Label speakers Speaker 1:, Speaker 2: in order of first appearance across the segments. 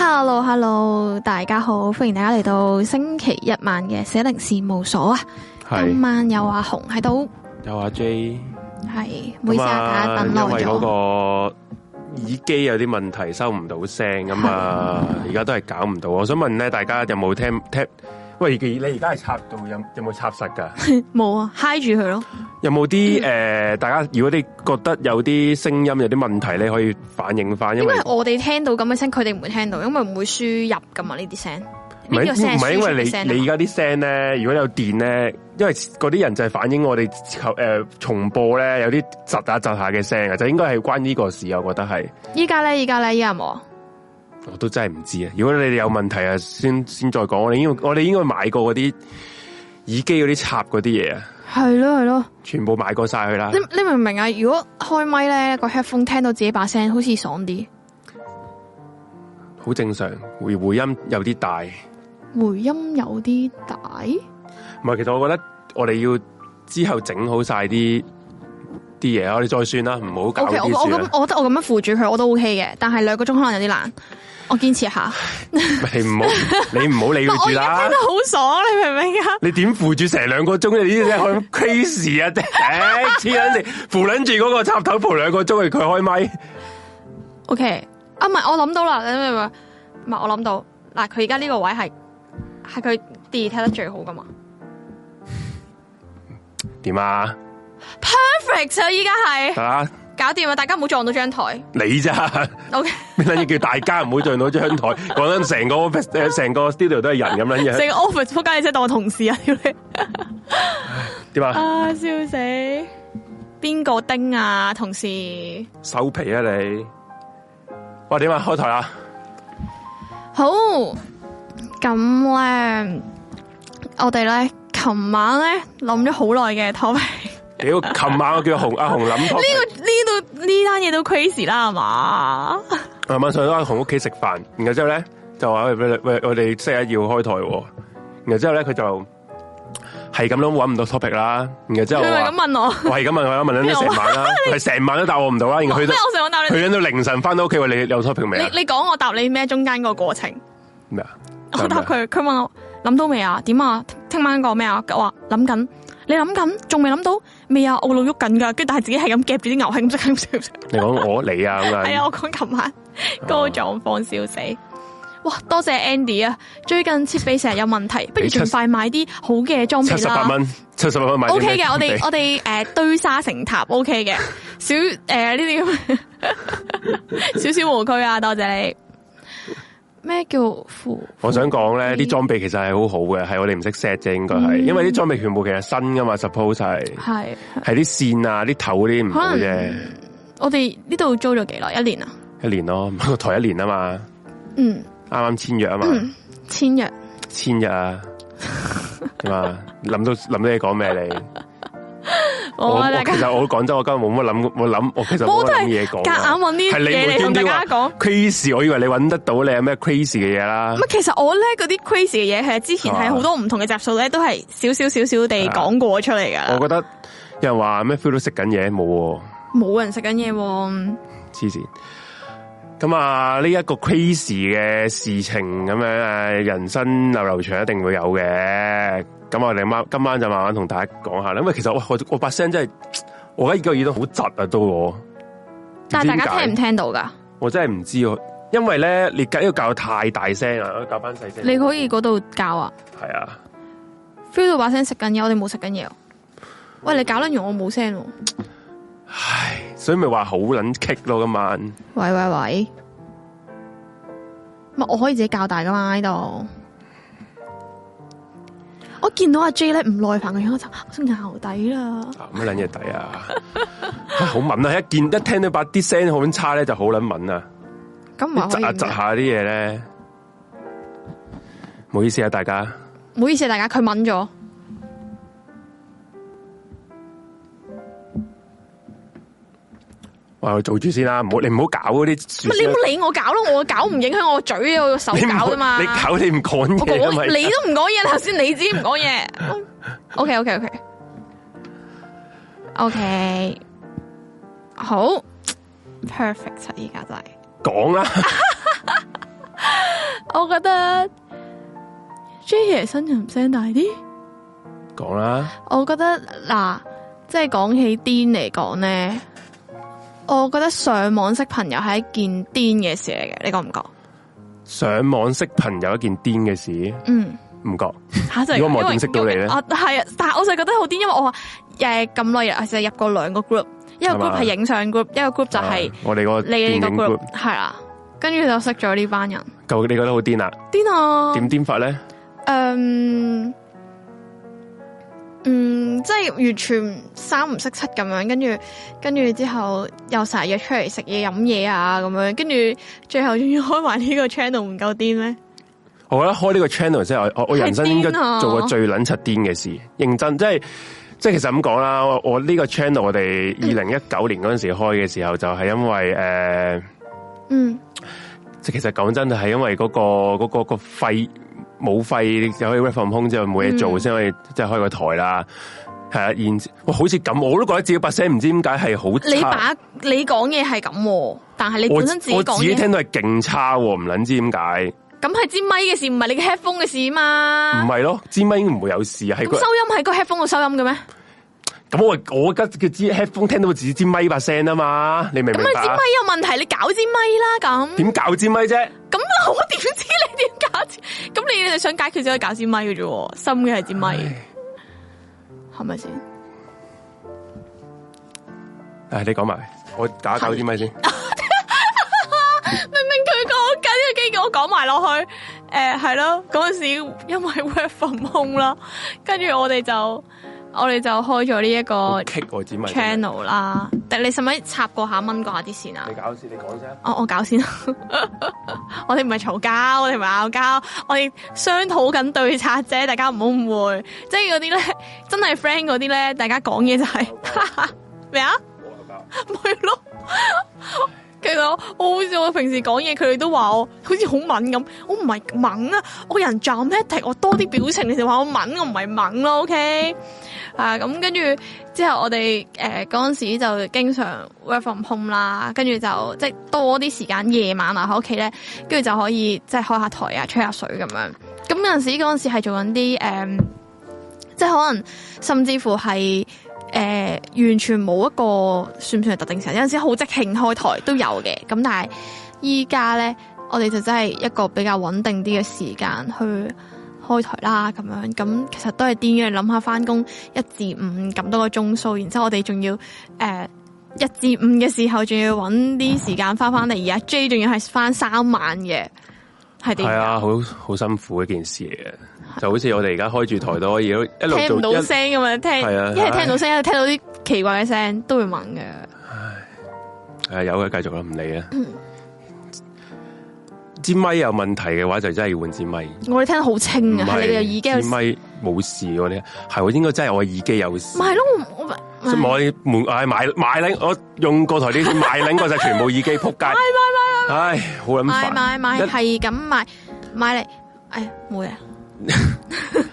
Speaker 1: Hello，Hello，大家好，歡迎大家嚟到星期一晚嘅寫靈事務所啊！今
Speaker 2: 係
Speaker 1: 晚有阿紅喺度，
Speaker 2: 有阿 J，
Speaker 1: 係唔好意思啊，大家等耐
Speaker 2: 因為嗰個
Speaker 1: 咗，
Speaker 2: 耳機有啲問題，收唔到聲咁啊，
Speaker 1: 嗯
Speaker 2: 而家都係搞唔到。我想問咧，大家有冇聽聽？喂，你而家係插到有有冇插實㗎？
Speaker 1: 冇啊，嗨住佢咯，
Speaker 2: 有冇啲誒？大家如果你覺得有啲聲音有啲問題你可以反映翻，因
Speaker 1: 因
Speaker 2: 為
Speaker 1: 為我哋聽到咁嘅聲，佢哋唔會聽到，因為唔會輸入噶嘛呢啲聲，
Speaker 2: 唔
Speaker 1: 呢
Speaker 2: 係
Speaker 1: 個聲
Speaker 2: 唔係
Speaker 1: 輸
Speaker 2: 因
Speaker 1: 出
Speaker 2: 為
Speaker 1: 嘅啊聲
Speaker 2: 你你而家啲聲咧，如果有電咧，因為嗰啲人就係反映我哋求誒重播咧有啲窒下窒下嘅聲啊，就應該係關呢個事啊，我覺得係。
Speaker 1: 依家咧，依家咧，依家有冇啊？
Speaker 2: 我都真係唔知啊！如果你哋有問題啊，先先再講。我哋應該我哋應該買過嗰啲耳機嗰啲插嗰啲嘢啊，
Speaker 1: 係咯係咯，
Speaker 2: 全部買過晒佢啦
Speaker 1: 你。你明唔明啊？如果開咪咧，個 headphone 聽到自己把聲，好似爽啲，
Speaker 2: 好正常，回回音有啲大。
Speaker 1: 回音有啲大，
Speaker 2: 唔係，其實我覺得我哋要之後整好晒啲啲嘢，我哋再算啦，唔好搞
Speaker 1: O
Speaker 2: 呢
Speaker 1: K，我我
Speaker 2: 啲事啊啦。
Speaker 1: 咁，我覺得我咁樣扶住佢我都 O K 嘅，但係兩個鐘可能有啲難，我堅持一下。
Speaker 2: 你 唔好，你唔好理
Speaker 1: 唔係
Speaker 2: 佢
Speaker 1: 我而
Speaker 2: 住
Speaker 1: 家
Speaker 2: 啦
Speaker 1: 聽得。好爽，你明唔明啊？
Speaker 2: 你點扶住成兩個鐘？你呢啲真係 crazy 啊！真係黐撚線，扶撚住嗰個插頭扶兩個鐘，佢開咪。
Speaker 1: O K，啊唔係，我諗到啦，你明唔明啊？唔係我諗到，嗱佢而家呢個位係係佢 detect 得最好噶嘛
Speaker 2: 點啊？
Speaker 1: ，perfect 啊！依家係
Speaker 2: 得啦，
Speaker 1: 搞掂啊！大家唔好撞到張台
Speaker 2: 你咋？
Speaker 1: ，O K，
Speaker 2: 咩撚嘢叫大家唔好再攞張台？ 講緊成個 office，誒成個 studio 都係人咁撚
Speaker 1: 成
Speaker 2: 嘢，
Speaker 1: 個 office 仆街，你真係當我同事啊！屌你
Speaker 2: 點啊？
Speaker 1: 啊，笑死！邊個丁啊？同事
Speaker 2: 收皮啊你！哇點啊？開台啦！
Speaker 1: 好咁咧，我哋咧琴晚咧諗咗好耐嘅 topic。
Speaker 2: 屌，琴晚我叫紅阿紅諗
Speaker 1: 呢、個呢度呢單嘢都 crazy 啦，係嘛？
Speaker 2: 個琴晚上咗阿紅屋企食飯，然後之後咧就話喂喂喂，我哋即日要開台喎。然後之後咧佢就係咁都揾唔到 topic 啦。然後之後
Speaker 1: 佢
Speaker 2: 我
Speaker 1: 咪咁啊
Speaker 2: 話
Speaker 1: 問我，
Speaker 2: 我係咁問佢啦，問咗成 晚啦，佢成晚都答我唔到啦。然後
Speaker 1: 咩？
Speaker 2: 去到
Speaker 1: 我想問答你，
Speaker 2: 去到凌晨翻到屋企話你有 topic 未啊？
Speaker 1: 你你講我答你咩？中間個過程，
Speaker 2: 咩啊？
Speaker 1: 我答佢，佢問我諗到未啊？點啊？聽晚個咩啊？我話諗緊，你諗緊，仲未諗到？未啊？我腦喐緊噶，跟住但係自己係咁夾住啲牛，係咁食，係咁食，係咁食。
Speaker 2: 你講我你啊咁樣
Speaker 1: 係啊，我講琴 晚嗰
Speaker 2: 哦
Speaker 1: 個狀況，笑死。哇，多謝 Andy 啊！最近設備成日有問題，不如
Speaker 2: 你七
Speaker 1: 盡快買啲好嘅裝
Speaker 2: 七
Speaker 1: 備
Speaker 2: 十八
Speaker 1: 啦。
Speaker 2: 蚊，七十八蚊買啲
Speaker 1: O
Speaker 2: 咩
Speaker 1: K 嘅，我哋
Speaker 2: 地
Speaker 1: 我哋诶堆沙成塔，O K 嘅，少诶呢啲 咁少少湖區啊，多謝你。咩叫扶？
Speaker 2: 我想講咧，
Speaker 1: 嗯
Speaker 2: 啲裝備其實係好好嘅，係我哋唔識 set 啫，應該係，因為啲裝備全部其實新噶嘛，suppose 係
Speaker 1: 係
Speaker 2: 係啲線啊、啲頭嗰啲唔好
Speaker 1: 可
Speaker 2: 啫，
Speaker 1: 能我哋呢度租咗幾耐？一年啊？
Speaker 2: 一年咯， 個台一年啊嘛，
Speaker 1: 嗯，
Speaker 2: 啱啱簽約啊嘛，
Speaker 1: 千日
Speaker 2: 簽約啊，係嘛，諗到諗到你講咩你，我
Speaker 1: 我啊
Speaker 2: 我
Speaker 1: 大
Speaker 2: 其
Speaker 1: 家
Speaker 2: 實我講真，我今日冇乜諗，我諗我其實
Speaker 1: 我
Speaker 2: 冇
Speaker 1: 都
Speaker 2: 乜
Speaker 1: 係
Speaker 2: 諗嘢講
Speaker 1: 夾
Speaker 2: 啊，
Speaker 1: 硬揾啲
Speaker 2: 係你
Speaker 1: 嘢嚟
Speaker 2: 無端
Speaker 1: 同大
Speaker 2: 端
Speaker 1: 家講
Speaker 2: 話。crazy，我以為你揾得到你有咩 crazy 嘅嘢啦
Speaker 1: 咁，啊其實我咧嗰啲 crazy 嘅嘢，係之
Speaker 2: 啊
Speaker 1: 前係好多唔同嘅集數咧，都係少少少少地講過出嚟
Speaker 2: 我
Speaker 1: 噶啦。
Speaker 2: 覺得有人話咩 feel 到食緊嘢冇喎。
Speaker 1: 冇人食緊嘢喎，嗯
Speaker 2: 黐線。咁啊，呢、一個 crazy 嘅事情咁樣，誒人生流流長一定會有嘅。咁我哋晚今晚就慢慢同大家講下啦。因為其實哇我我把聲真係，我而家個耳都好窒啊，都我。
Speaker 1: 但係大
Speaker 2: 唔知點
Speaker 1: 家
Speaker 2: 解
Speaker 1: 聽唔聽到噶？
Speaker 2: 我真係唔知喎，因為咧你教要教太大聲啊，我教翻細聲。
Speaker 1: 你可以嗰度教啊。
Speaker 2: 係啊，
Speaker 1: feel 到把聲食緊嘢，我哋冇食緊嘢喎。喂，你搞撚完我冇聲喎。
Speaker 2: 唉，所以咪話好撚棘咯，今晚
Speaker 1: 喂喂喂，啊咪我可以自己教大噶嘛喺度。我見到阿 J 咧唔耐煩嘅樣，我就啊我想淆底啦。
Speaker 2: 啊乜撚嘢底啊， 唉好敏啊！一見一聽到把啲聲好撚差咧，就好撚敏啊！
Speaker 1: 咁唔係可
Speaker 2: 窒
Speaker 1: 以
Speaker 2: 下
Speaker 1: 咁
Speaker 2: 窒
Speaker 1: 嘅
Speaker 2: 下啲嘢咧，唔好意思啊，大家
Speaker 1: 唔好意思啊，大家佢敏咗。
Speaker 2: 喂，我做住先啦，唔好你唔好搞嗰啲
Speaker 1: 咪
Speaker 2: 樹
Speaker 1: 你
Speaker 2: 先啦，
Speaker 1: 冇理我搞咯，我搞唔影響我嘴，啊我個手
Speaker 2: 唔好
Speaker 1: 搞啫嘛。
Speaker 2: 你搞你唔講
Speaker 1: 我
Speaker 2: 嘢啊
Speaker 1: 講你
Speaker 2: 咪，
Speaker 1: 都唔講嘢，頭先你自己唔講 嘢。O 哦 K O K O K O K，好 perfect 啊！依家就係
Speaker 2: 講啦，
Speaker 1: 我覺得 J 爺新人聲大啲。
Speaker 2: 講啦，
Speaker 1: 我覺得嗱，即係講起癲嚟講咧，我覺得上網識朋友係一件癲嘅事嚟嘅，你覺唔覺？
Speaker 2: 上網識朋友一件癲嘅事，
Speaker 1: 嗯，
Speaker 2: 唔覺。
Speaker 1: 吓就係
Speaker 2: 如果
Speaker 1: 因
Speaker 2: 冇人
Speaker 1: 為
Speaker 2: 點識到你咧
Speaker 1: 啊係啊，但係我就覺得好癲，因為我話誒咁耐日就入過兩個 group，一個
Speaker 2: 係嘛
Speaker 1: group 係影相 group，一個 group 就係
Speaker 2: 啊我哋嗰個
Speaker 1: 你嘅呢
Speaker 2: 電
Speaker 1: 個
Speaker 2: 影
Speaker 1: group
Speaker 2: group，
Speaker 1: 係啦，跟住就識咗呢班人，
Speaker 2: 究竟你覺得好癲啊？
Speaker 1: 癲啊！
Speaker 2: 點癲法咧？
Speaker 1: 嗯，嗯，即系完全三唔識七咁樣，跟住跟住之後又成日約出嚟食嘢飲嘢啊咁樣，跟住最後仲要開埋呢個 channel 唔夠癲咩？
Speaker 2: 我覺得開呢個 channel 即係我我我人生應該
Speaker 1: 係癲啊
Speaker 2: 做過最撚柒癲嘅事，認真即係即係其實咁講啦，我我呢個 channel 我哋
Speaker 1: 嗯
Speaker 2: 二零一九年嗰陣時開嘅時候，就係因為誒。呃
Speaker 1: 嗯，
Speaker 2: 即係其實講真，就係因為嗰、個嗰、個、個肺冇肺，就可以 rap from home 之後冇嘢做，
Speaker 1: 嗯
Speaker 2: 先、可以即係開個台啦。係啊，然哇，好似咁，我都覺得自己把聲唔知點解係好
Speaker 1: 你
Speaker 2: 差。
Speaker 1: 把你講嘢係咁喎，但係你
Speaker 2: 我
Speaker 1: 本身自己
Speaker 2: 我
Speaker 1: 講
Speaker 2: 自己
Speaker 1: 嘢
Speaker 2: 聽到係勁差喎，唔撚知點解？
Speaker 1: 咁係支咪嘅事，唔係你嘅 headphone 嘅事
Speaker 2: 唔
Speaker 1: 嘛？
Speaker 2: 係咯，支咪應該唔會有事啊。係
Speaker 1: 啊咁
Speaker 2: 個
Speaker 1: 收音係個 headphone 個收音嘅咩？
Speaker 2: 咁我我而家叫支 headphone 聽到自己支咪把聲啊嘛，你明唔
Speaker 1: 咁
Speaker 2: 明
Speaker 1: 你
Speaker 2: 白
Speaker 1: 支咪
Speaker 2: 啊？
Speaker 1: 有問題，你搞支咪啦咁。
Speaker 2: 點搞支咪啫？
Speaker 1: 咁我點知你點搞支？咁你哋想解決只可以搞支咪嘅啫喎，深嘅係支咪，係咪先？
Speaker 2: 唉，你講埋，我打搞支咪先。
Speaker 1: 明明佢講緊，跟住我講埋落去，诶係咯，嗰阵时因為 work from home 啦，跟住我哋就我哋就開咗呢一
Speaker 2: 我
Speaker 1: 個
Speaker 2: kick 我哦支咪啊先。
Speaker 1: 哦 channel 啦。但你使唔使插過下掹過下啲線啊
Speaker 2: 你？搞先，你講先啊。
Speaker 1: 哦我我搞先， 我哋唔係嘈交，我哋唔係拗交，我哋商討緊對策啫，大家唔好誤會。即係嗰啲咧，真係 friend 嗰啲咧，大家講嘢就係 咩啊？咪咯，其實我我好似我平時講嘢，佢哋都話我好似好敏咁，我唔係敏啊，我個人 dramatic，我多啲表情，你就話我敏，我唔係敏咯，OK？啊，咁跟住之後我哋誒嗰陣時就經常 work from home 啦，跟住就即係多啲時間夜晚啊喺屋企咧，跟住就可以即係開下台啊，吹下水咁樣。咁有陣時嗰陣時係做緊啲呃誒，即係可能甚至乎係。誒、完全冇一個算唔算係特定時間，有陣時好即興開台都有嘅。咁但係依家咧，我哋就真係一個比較穩定啲嘅時間去開台啦，咁樣咁其實都係癲嘅。諗下翻工一至五咁多個鐘數，然之後我哋仲要誒。呃一至五嘅時候，仲要揾啲時間翻翻嚟，而家 J 仲要係翻三晚嘅，係點
Speaker 2: 係
Speaker 1: 㗎？
Speaker 2: 啊，好好辛苦一件事嚟嘅，就好似我哋而家開住台都可以一路 一路
Speaker 1: 聽唔
Speaker 2: 做
Speaker 1: 到
Speaker 2: 一
Speaker 1: 聲咁樣，聽
Speaker 2: 係啊
Speaker 1: 一係聽唔到聲，一係聽到啲奇怪嘅聲，都會問嘅。
Speaker 2: 係啊有嘅，繼續啦，唔理啦。啊
Speaker 1: 嗯
Speaker 2: 支咪有問題嘅話，就真係要換支咪。
Speaker 1: 我哋聽得好
Speaker 2: 唔
Speaker 1: 清啊，係你哋嘅
Speaker 2: 係
Speaker 1: 耳
Speaker 2: 支
Speaker 1: 機有
Speaker 2: 咪冇事喎，你係我應該真係我耳機有事
Speaker 1: 唔。係咯，我我
Speaker 2: 即係我門唉買買拎，我用過台呢啲買拎過就全部耳機撲 街。唉，好撚
Speaker 1: 買
Speaker 2: 煩。
Speaker 1: 買買
Speaker 2: 一
Speaker 1: 係咁買買嚟，哎呀冇嘢，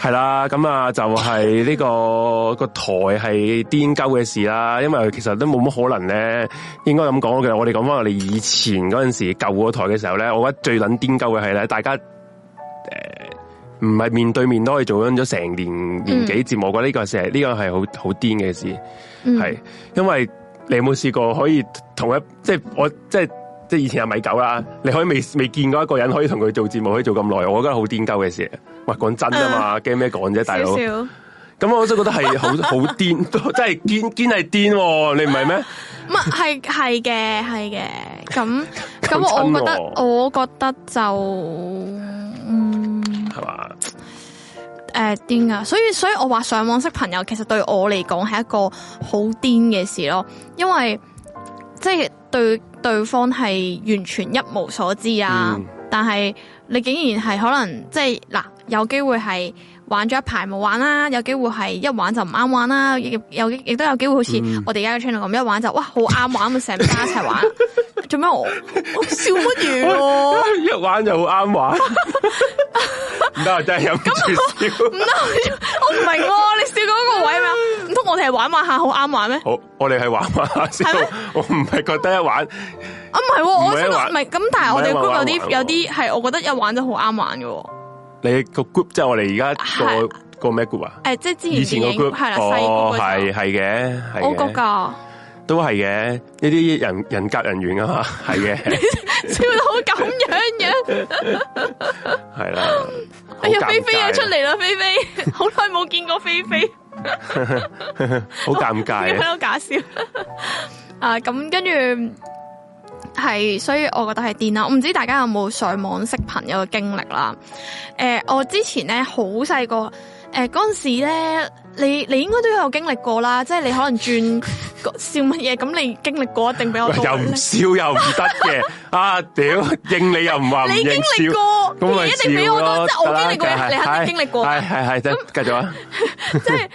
Speaker 2: 係啦，咁啊就係呢、個個台係癲鳩嘅事啦，因為其實都冇乜可能咧，應該咁講嘅。我哋講翻我哋以前嗰陣時舊個台嘅時候咧，我覺得最撚癲鳩嘅係咧，大家誒呃唔係面對面都可以做緊咗成年年幾節目，我覺得呢個係呢個係好好癲嘅事。
Speaker 1: 嗯
Speaker 2: 係，因為你有冇試過可以同一即係我即係即係以前阿米狗啦，你可以未未見過一個人可以同佢做節目可以做咁耐，我覺得好癲鳩嘅事。喂，講真啊嘛，驚咩講啫，大
Speaker 1: 嗯少
Speaker 2: 佬。
Speaker 1: 少
Speaker 2: 咁我都覺得係好 好癲，真係堅堅係癲喎，你唔係咩？
Speaker 1: 唔係係係嘅係嘅， 咁
Speaker 2: 講
Speaker 1: 咁
Speaker 2: 真
Speaker 1: 我覺得
Speaker 2: 喎
Speaker 1: 我覺得就嗯
Speaker 2: 係嘛？
Speaker 1: 誒癲啊，所以所以我話上網識朋友其實對我嚟講係一個好癲嘅事咯，因為即係對對方係完全一無所知啊。
Speaker 2: 嗯
Speaker 1: 但係你竟然係可能即係嗱，有機會係玩咗一排冇玩啦，有機會係一玩就唔啱玩啦，亦有亦都有機會好似我哋而家嘅 channel 咁，一玩就哇好啱玩，咪成班一齊玩。做咩我我笑乜嘢 喎？
Speaker 2: 一玩就好啱 玩，唔得，我真係忍唔住笑。
Speaker 1: 唔得，我唔明喎，你笑嗰個位咩？唔通我哋係玩玩下好啱玩咩？
Speaker 2: 好，我哋係玩玩下先
Speaker 1: 係咩。
Speaker 2: 我唔係覺得一玩，
Speaker 1: 啊，唔係喎，
Speaker 2: 唔
Speaker 1: 我
Speaker 2: 係
Speaker 1: 真
Speaker 2: 一
Speaker 1: 係
Speaker 2: 玩
Speaker 1: 唔係咁，但係我哋
Speaker 2: 唔係一
Speaker 1: group 有
Speaker 2: 玩一
Speaker 1: 啲
Speaker 2: 玩
Speaker 1: 有啲係我覺得有玩得好啱玩嘅喎。
Speaker 2: 你個 group 即係我哋而家
Speaker 1: 係
Speaker 2: 個個咩 group 啊？
Speaker 1: 誒，即係
Speaker 2: 以
Speaker 1: 之前
Speaker 2: 前個
Speaker 1: 電影
Speaker 2: group
Speaker 1: 係啦，細
Speaker 2: 哦，
Speaker 1: 個嗰
Speaker 2: 係
Speaker 1: 時
Speaker 2: 係嘅，係
Speaker 1: 候，我覺
Speaker 2: 嘅，
Speaker 1: 㗎，
Speaker 2: 都係嘅，呢啲人人夾人緣啊嘛， 係嘅，
Speaker 1: 笑到咁樣樣。
Speaker 2: 啊係啦。
Speaker 1: 哎呀，菲菲
Speaker 2: 啊
Speaker 1: 又出，嚟啦，菲菲，好耐冇見過菲菲。
Speaker 2: 好尷尬啊！
Speaker 1: 好搞笑。 啊，咁跟住係，所以我覺得係癲啦。我唔知大家有冇上網識朋友嘅經歷啦。誒、我之前咧好細個，誒嗰陣時咧，你你應該都有經歷過啦，即係你可能轉笑乜嘢，咁你經歷過一定比我
Speaker 2: 喂
Speaker 1: 多。
Speaker 2: 又唔笑又唔得嘅， 啊屌！應你又唔話唔
Speaker 1: 你經
Speaker 2: 應
Speaker 1: 歷
Speaker 2: 笑，
Speaker 1: 過，
Speaker 2: 咁咪
Speaker 1: 你一定比我
Speaker 2: 笑咯
Speaker 1: 多，即係我
Speaker 2: 得啦
Speaker 1: 經歷過，
Speaker 2: 梗係
Speaker 1: 你肯定經歷過。
Speaker 2: 係係係，得繼續啊，
Speaker 1: 即係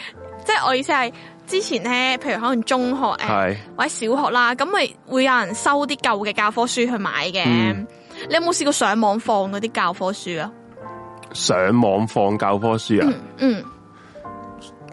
Speaker 1: 即係我意思係之前咧，譬如可能中學誒。
Speaker 2: 係
Speaker 1: 或者小學啦，咁咪會有人收啲舊嘅教科書去買嘅。
Speaker 2: 嗯
Speaker 1: 你有冇試過上網放嗰啲教科書啊？
Speaker 2: 上網放教科書啊，
Speaker 1: 嗯，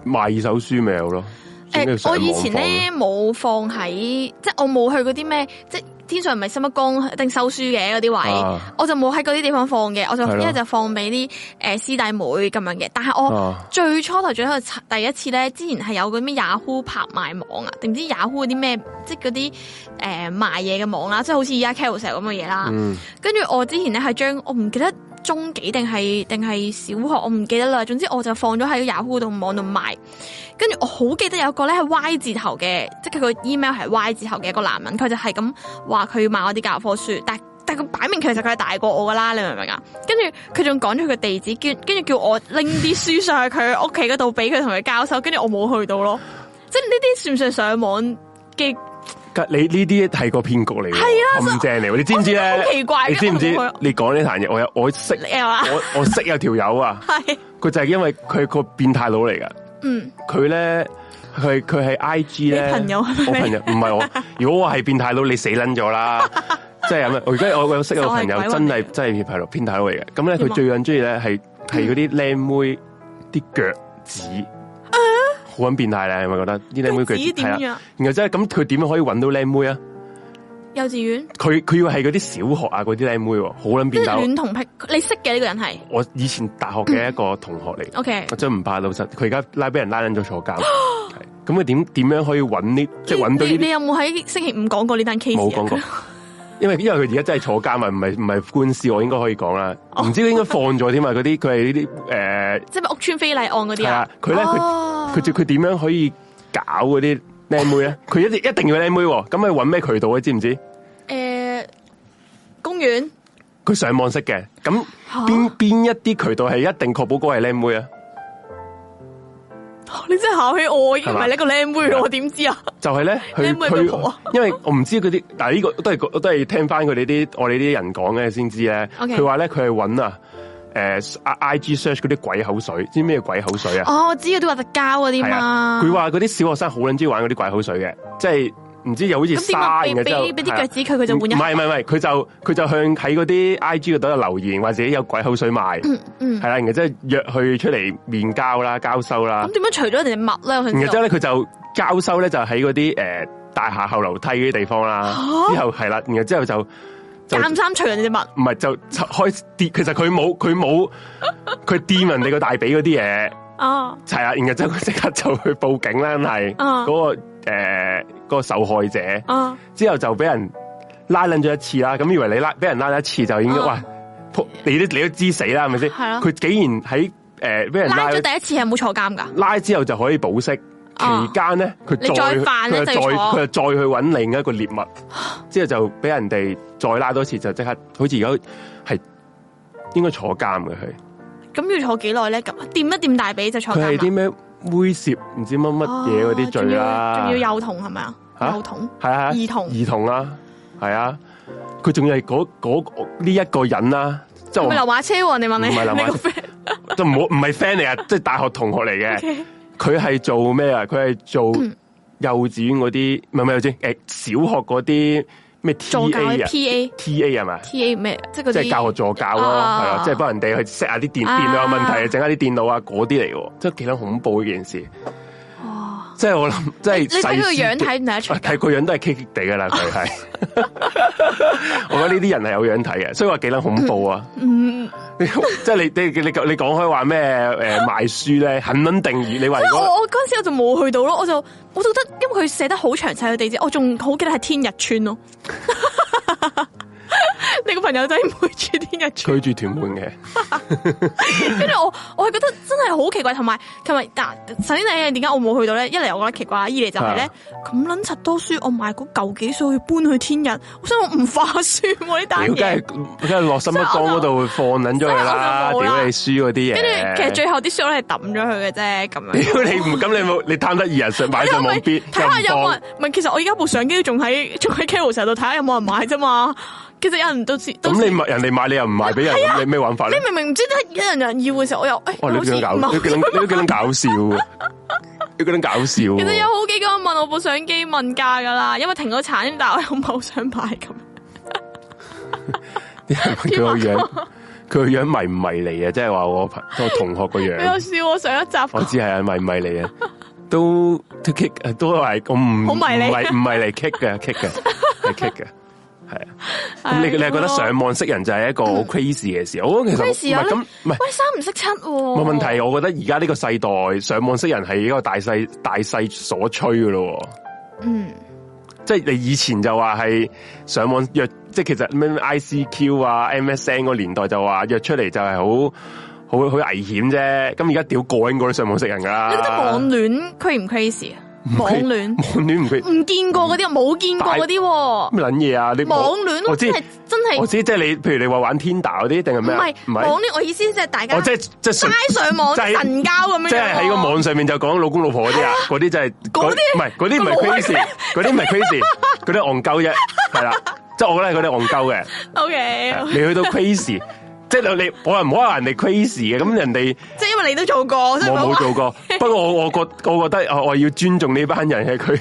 Speaker 2: 賣二手書咪有咯。
Speaker 1: 誒、
Speaker 2: 整啲上
Speaker 1: 我
Speaker 2: 網
Speaker 1: 以前
Speaker 2: 放咯
Speaker 1: 咧冇放喺，即係我冇去嗰啲咩，即係天上唔係新乜工定收書嘅嗰啲位，
Speaker 2: 啊
Speaker 1: 我就冇喺嗰啲地方放嘅，我就
Speaker 2: 係
Speaker 1: 一
Speaker 2: 咯
Speaker 1: 係就放俾啲誒師弟妹咁樣嘅。但係我、
Speaker 2: 啊
Speaker 1: 最初頭最初頭第一次咧，之前係有嗰啲咩 Yahoo 拍賣網啊，定唔知 Yahoo 嗰啲咩，即係嗰啲誒賣嘢嘅網啦，即係好似而家 Carousel 咁嘅嘢啦。
Speaker 2: 嗯，
Speaker 1: 跟住我之前咧係將我唔記得中幾定係定係小學，我唔記得啦。總之我就放咗喺 Yahoo 度網度賣。跟住我好記得有個咧係 Y 字頭嘅，即係佢個 email 係 Y 字頭嘅一個男人，佢就係咁話佢買我啲教科書，但但佢擺明其實佢係大過我噶啦，你明唔明啊？跟住佢仲講咗佢個地址，跟跟住叫我拎啲書上去佢屋企嗰度俾佢同佢交收，跟住我冇去到咯。即係呢啲算唔算上網嘅？
Speaker 2: 吉你呢啲係個騙局嚟，嘅，
Speaker 1: 啊所以
Speaker 2: 陷阱嚟喎。你知唔知咧？
Speaker 1: 好奇怪
Speaker 2: 你知唔知
Speaker 1: 我冇去？
Speaker 2: 你講呢壇嘢，我有我識，
Speaker 1: 你話
Speaker 2: 我我識有條友啊，
Speaker 1: 係
Speaker 2: 佢就係因為佢個變態佬嚟噶。
Speaker 1: 嗯
Speaker 2: 佢咧，佢佢係 I G 咧，
Speaker 1: 你朋友係咪
Speaker 2: 我朋友唔 係我。如果我係變態佬，你死撚咗啦！即係咁啊！我而家我有識有個朋友
Speaker 1: 就係鬼混
Speaker 2: 真
Speaker 1: 嚟
Speaker 2: 係真係變態佬，變態佬嚟嘅。咁咧，
Speaker 1: 點啊
Speaker 2: 佢
Speaker 1: 嗯
Speaker 2: 最撚中意咧係係嗰啲靚妹啲腳趾，好撚變態咧，你咪覺得啲靚妹腳
Speaker 1: 啊腳
Speaker 2: 趾
Speaker 1: 趾
Speaker 2: 係
Speaker 1: 點
Speaker 2: 啦。
Speaker 1: 樣？
Speaker 2: 然後即係咁，佢點樣可以揾到靚妹啊？
Speaker 1: 幼稚園。
Speaker 2: 佢佢要係嗰啲小學啊嗰啲靚妹喎，好撚
Speaker 1: 即
Speaker 2: 變
Speaker 1: 係
Speaker 2: 態佬。
Speaker 1: 戀童癖，你識嘅呢個人係
Speaker 2: 我以前大學嘅一個同學 嚟。
Speaker 1: ，OK，
Speaker 2: 我真唔怕，老實，佢而家拉俾人拉緊 咗坐監，係咁佢點點樣可以揾呢？即係揾到
Speaker 1: 你你
Speaker 2: 呢啲
Speaker 1: 有冇喺星期五講過呢單 case？
Speaker 2: 冇講過
Speaker 1: 啊，
Speaker 2: 因為因為佢而家真係坐監啊，唔係唔係官司，我應該可以講啦。
Speaker 1: 哦
Speaker 2: 唔知應該放咗添啊？嗰啲佢係 呢啲誒
Speaker 1: 即係咪屋村非禮案嗰
Speaker 2: 係
Speaker 1: 啲
Speaker 2: 啊
Speaker 1: 啊？，
Speaker 2: 佢咧佢
Speaker 1: 哦
Speaker 2: 佢佢點樣可以搞嗰啲靚妹 咧？佢一定一定要靚妹喎，咁你揾咩渠道咧？知唔知？
Speaker 1: 誒公園
Speaker 2: 佢上網識嘅，咁
Speaker 1: 嚇
Speaker 2: 邊邊一啲渠道係一定確保嗰個係靚妹啊？
Speaker 1: 你真係考起我，我已經唔係呢個靚妹
Speaker 2: 係嘛
Speaker 1: 咯，我點知啊？
Speaker 2: 就係咧，佢
Speaker 1: 你會唔會抱
Speaker 2: 佢
Speaker 1: 啊，
Speaker 2: 因為我唔知嗰啲，但係呢個都係都係聽翻佢哋啲我哋啲人講嘅先知咧。
Speaker 1: OK
Speaker 2: 佢話咧佢係揾啊，誒 I G search 嗰啲鬼口水，知咩叫鬼口水啊？
Speaker 1: 哦，我知啊，都話特交嗰啲
Speaker 2: 係啊，
Speaker 1: 嘛。
Speaker 2: 佢話嗰啲小學生好撚中意玩嗰啲鬼口水嘅，即係唔知又好似
Speaker 1: 咁點啊？
Speaker 2: 沙
Speaker 1: 俾
Speaker 2: 然後之後
Speaker 1: 俾俾啲
Speaker 2: 係啊
Speaker 1: 腳趾佢，佢就
Speaker 2: 唔
Speaker 1: 換一
Speaker 2: 係唔係唔係，佢就佢就向喺嗰啲 I G 嗰度留言，或者有鬼口水賣，係
Speaker 1: 嗯。
Speaker 2: 啦，然後即係約佢出嚟面交啦、交收啦
Speaker 1: 咁。點樣除咗人哋襪咧？我想
Speaker 2: 然
Speaker 1: 知
Speaker 2: 後之
Speaker 1: 道。
Speaker 2: 後咧，佢就交收咧，就喺嗰啲誒大廈後樓梯嗰啲地方啦。之後係啦，然後之後就就
Speaker 1: 監衫除人哋襪，
Speaker 2: 唔係就就開始跌。其實佢冇佢冇佢掂人哋個大髀嗰啲嘢，
Speaker 1: 哦，
Speaker 2: 係啊啦。然後之 後佢即刻就去報警啦，係
Speaker 1: 啊
Speaker 2: 嗰個誒呃嗰個受害者。
Speaker 1: 哦，
Speaker 2: 之後就俾人拉撚咗一次啦。咁以為你拉俾人拉咗一次就已經哇
Speaker 1: 啊，
Speaker 2: 仆你都你都知死啦，係咪先？
Speaker 1: 係咯
Speaker 2: 佢竟然喺誒俾人
Speaker 1: 拉
Speaker 2: 拉
Speaker 1: 咗第一次係冇坐監㗎，
Speaker 2: 拉之後就可以保釋，
Speaker 1: 哦
Speaker 2: 期間咧佢
Speaker 1: 你
Speaker 2: 再
Speaker 1: 再犯
Speaker 2: 佢
Speaker 1: 咧
Speaker 2: 就再
Speaker 1: 就要坐
Speaker 2: 佢就再去揾另一個獵物，之後就俾人哋再拉多次，就即刻好似而家係應該坐監嘅佢，
Speaker 1: 咁要坐幾耐咧？咁啊掂一掂大髀就坐
Speaker 2: 佢係
Speaker 1: 監啊啦
Speaker 2: 啲。咩猥褻唔知乜乜嘢嗰啲罪
Speaker 1: 哦
Speaker 2: 啦，
Speaker 1: 仲要仲要幼童係咪啊？
Speaker 2: 嚇
Speaker 1: 幼童
Speaker 2: 係啊
Speaker 1: 兒童
Speaker 2: 兒童啦，係啊，佢仲要係嗰嗰呢一個人啦，即係
Speaker 1: 係咪
Speaker 2: 我
Speaker 1: 劉馬車喎？你問你
Speaker 2: 哦唔係劉馬
Speaker 1: 你個 friend
Speaker 2: 都唔好唔係 friend 嚟啊，即係大學同學嚟嘅。
Speaker 1: OK
Speaker 2: 佢係做咩啊？佢係做
Speaker 1: 嗯
Speaker 2: 幼稚園嗰啲，唔係唔係幼稚園，誒小學嗰啲咩
Speaker 1: 助教
Speaker 2: T A
Speaker 1: 嘅
Speaker 2: 啊
Speaker 1: P A
Speaker 2: ，T A 係咪？
Speaker 1: T A 咩？即係嗰啲
Speaker 2: 即係教學助教咯，
Speaker 1: 啊
Speaker 2: 係啊，即係幫人哋去 set 下啲電電
Speaker 1: 啊
Speaker 2: 腦有問題啊，整下啲電腦啊嗰啲嚟喎，即係幾撚恐怖嘅一件事。
Speaker 1: 哇！
Speaker 2: 即係我諗，即係
Speaker 1: 你睇佢個樣
Speaker 2: 細思極啊
Speaker 1: 睇唔睇得出㗎
Speaker 2: 睇個樣都係棘棘地 噶啦，佢係。 我覺得呢啲人係有樣睇嘅，所以話幾撚恐怖啊！
Speaker 1: 嗯
Speaker 2: 你 即係你你你你講開話咩誒賣書咧，狠撚定義。你話如
Speaker 1: 我
Speaker 2: 果
Speaker 1: 我嗰陣時我就冇去到咯，我就我覺得因為佢寫得好詳細嘅地址，我仲好記得係天日村咯。你個朋友仔唔會住天日村，
Speaker 2: 佢住屯門嘅，
Speaker 1: 跟住我我係覺得真係好奇怪，同埋同埋嗱，首先第一樣點解我冇去到咧？一嚟我覺得奇怪，二嚟就係
Speaker 2: 啊
Speaker 1: 咧咁撚柒多書，我買嗰嚿幾數去搬去天日，我想我唔化書喎呢單
Speaker 2: 屌梗
Speaker 1: 嘢
Speaker 2: 係。梗係落心一江嗰度放撚咗佢啦，
Speaker 1: 所以我就冇
Speaker 2: 屌
Speaker 1: 啦
Speaker 2: 你書嗰啲嘢。
Speaker 1: 跟住其實最後啲書我都係抌咗佢嘅啫，咁樣。
Speaker 2: 屌你唔咁你冇你貪得意人上買
Speaker 1: 你可
Speaker 2: 上
Speaker 1: 唔可
Speaker 2: 網
Speaker 1: 以
Speaker 2: 必
Speaker 1: 睇下有冇人？唔係，其實我而家部相機仲喺仲喺 Carousell 度睇下有冇人買啫嘛。其實有人都知，都
Speaker 2: 咁
Speaker 1: 知
Speaker 2: 你買人哋買你又唔賣俾人，
Speaker 1: 啊
Speaker 2: 你咩玩法咧
Speaker 1: 你？明明唔知得有人有人要嘅時候，我又誒、哎
Speaker 2: 哦哇！
Speaker 1: 好
Speaker 2: 你都
Speaker 1: 似
Speaker 2: 幾撚搞，
Speaker 1: 唔
Speaker 2: 你都幾
Speaker 1: 係。
Speaker 2: 撚你都幾撚搞笑喎，你都幾撚搞笑喎。
Speaker 1: 其實有好幾個人問我部相機問價噶啦，因為停咗產，但係我又唔係好想買 咁。
Speaker 2: 啲人 問
Speaker 1: 啊
Speaker 2: 佢個樣，佢個樣迷唔迷你啊？即係話我朋我同學個
Speaker 1: 你有
Speaker 2: 樣，
Speaker 1: 笑我上一集
Speaker 2: 我知係啊，迷唔迷你啊？都都 kick 都係我唔
Speaker 1: 好迷你
Speaker 2: 唔係唔係嚟 kick 嘅 kick 嘅係啊 kick 嘅。咁
Speaker 1: 唉
Speaker 2: 你你係覺得上網識人就係一個好 crazy 嘅事？我覺得其
Speaker 1: 嗯 crazy
Speaker 2: 實
Speaker 1: 啊
Speaker 2: 唔係咁，唔係
Speaker 1: 喂三唔識七喎，
Speaker 2: 冇啊
Speaker 1: 冇
Speaker 2: 問題。我覺得而家呢個世代上網識人係一個大勢大勢所趨噶咯喎。
Speaker 1: 嗯，
Speaker 2: 即係你以前就話係上網約，即係其實咩 ICQ 啊、MSN 個年代就話約出嚟就係好好好危險啫。咁而家屌個人個都上網識人噶啦。
Speaker 1: 你覺得網戀 crazy 唔 crazy 啊？網戀
Speaker 2: 網戀唔佢
Speaker 1: 唔見過嗰啲，啊冇見過嗰啲喎。
Speaker 2: 乜撚嘢啊？你
Speaker 1: 網戀
Speaker 2: 我
Speaker 1: 咯，
Speaker 2: 知
Speaker 1: 真係真係
Speaker 2: 我知，即係你譬如你話玩 Tinder 嗰啲定係
Speaker 1: 唔
Speaker 2: 咩啊？
Speaker 1: 係網戀，我意思即係大家
Speaker 2: 我即係即係純
Speaker 1: 齋上網
Speaker 2: 即係
Speaker 1: 神交咁樣樣喎，
Speaker 2: 即係喺個網上面就講老公老婆嗰啲啊，嗰啲就係
Speaker 1: 嗰啲
Speaker 2: 唔係嗰啲
Speaker 1: 個老啊
Speaker 2: 唔係
Speaker 1: 公
Speaker 2: crazy，嗰啲唔係 crazy，嗰啲戇鳩啫，係啦。即係我覺得係嗰啲戇鳩嘅。
Speaker 1: O K，
Speaker 2: 你去到 crazy，即系你我又唔可以話人哋 crazy 嘅，咁人哋
Speaker 1: 即係因為你都做過，所以
Speaker 2: 我冇做
Speaker 1: 過。
Speaker 2: 過。不過我我覺我覺得我我要尊重呢班人嘅佢，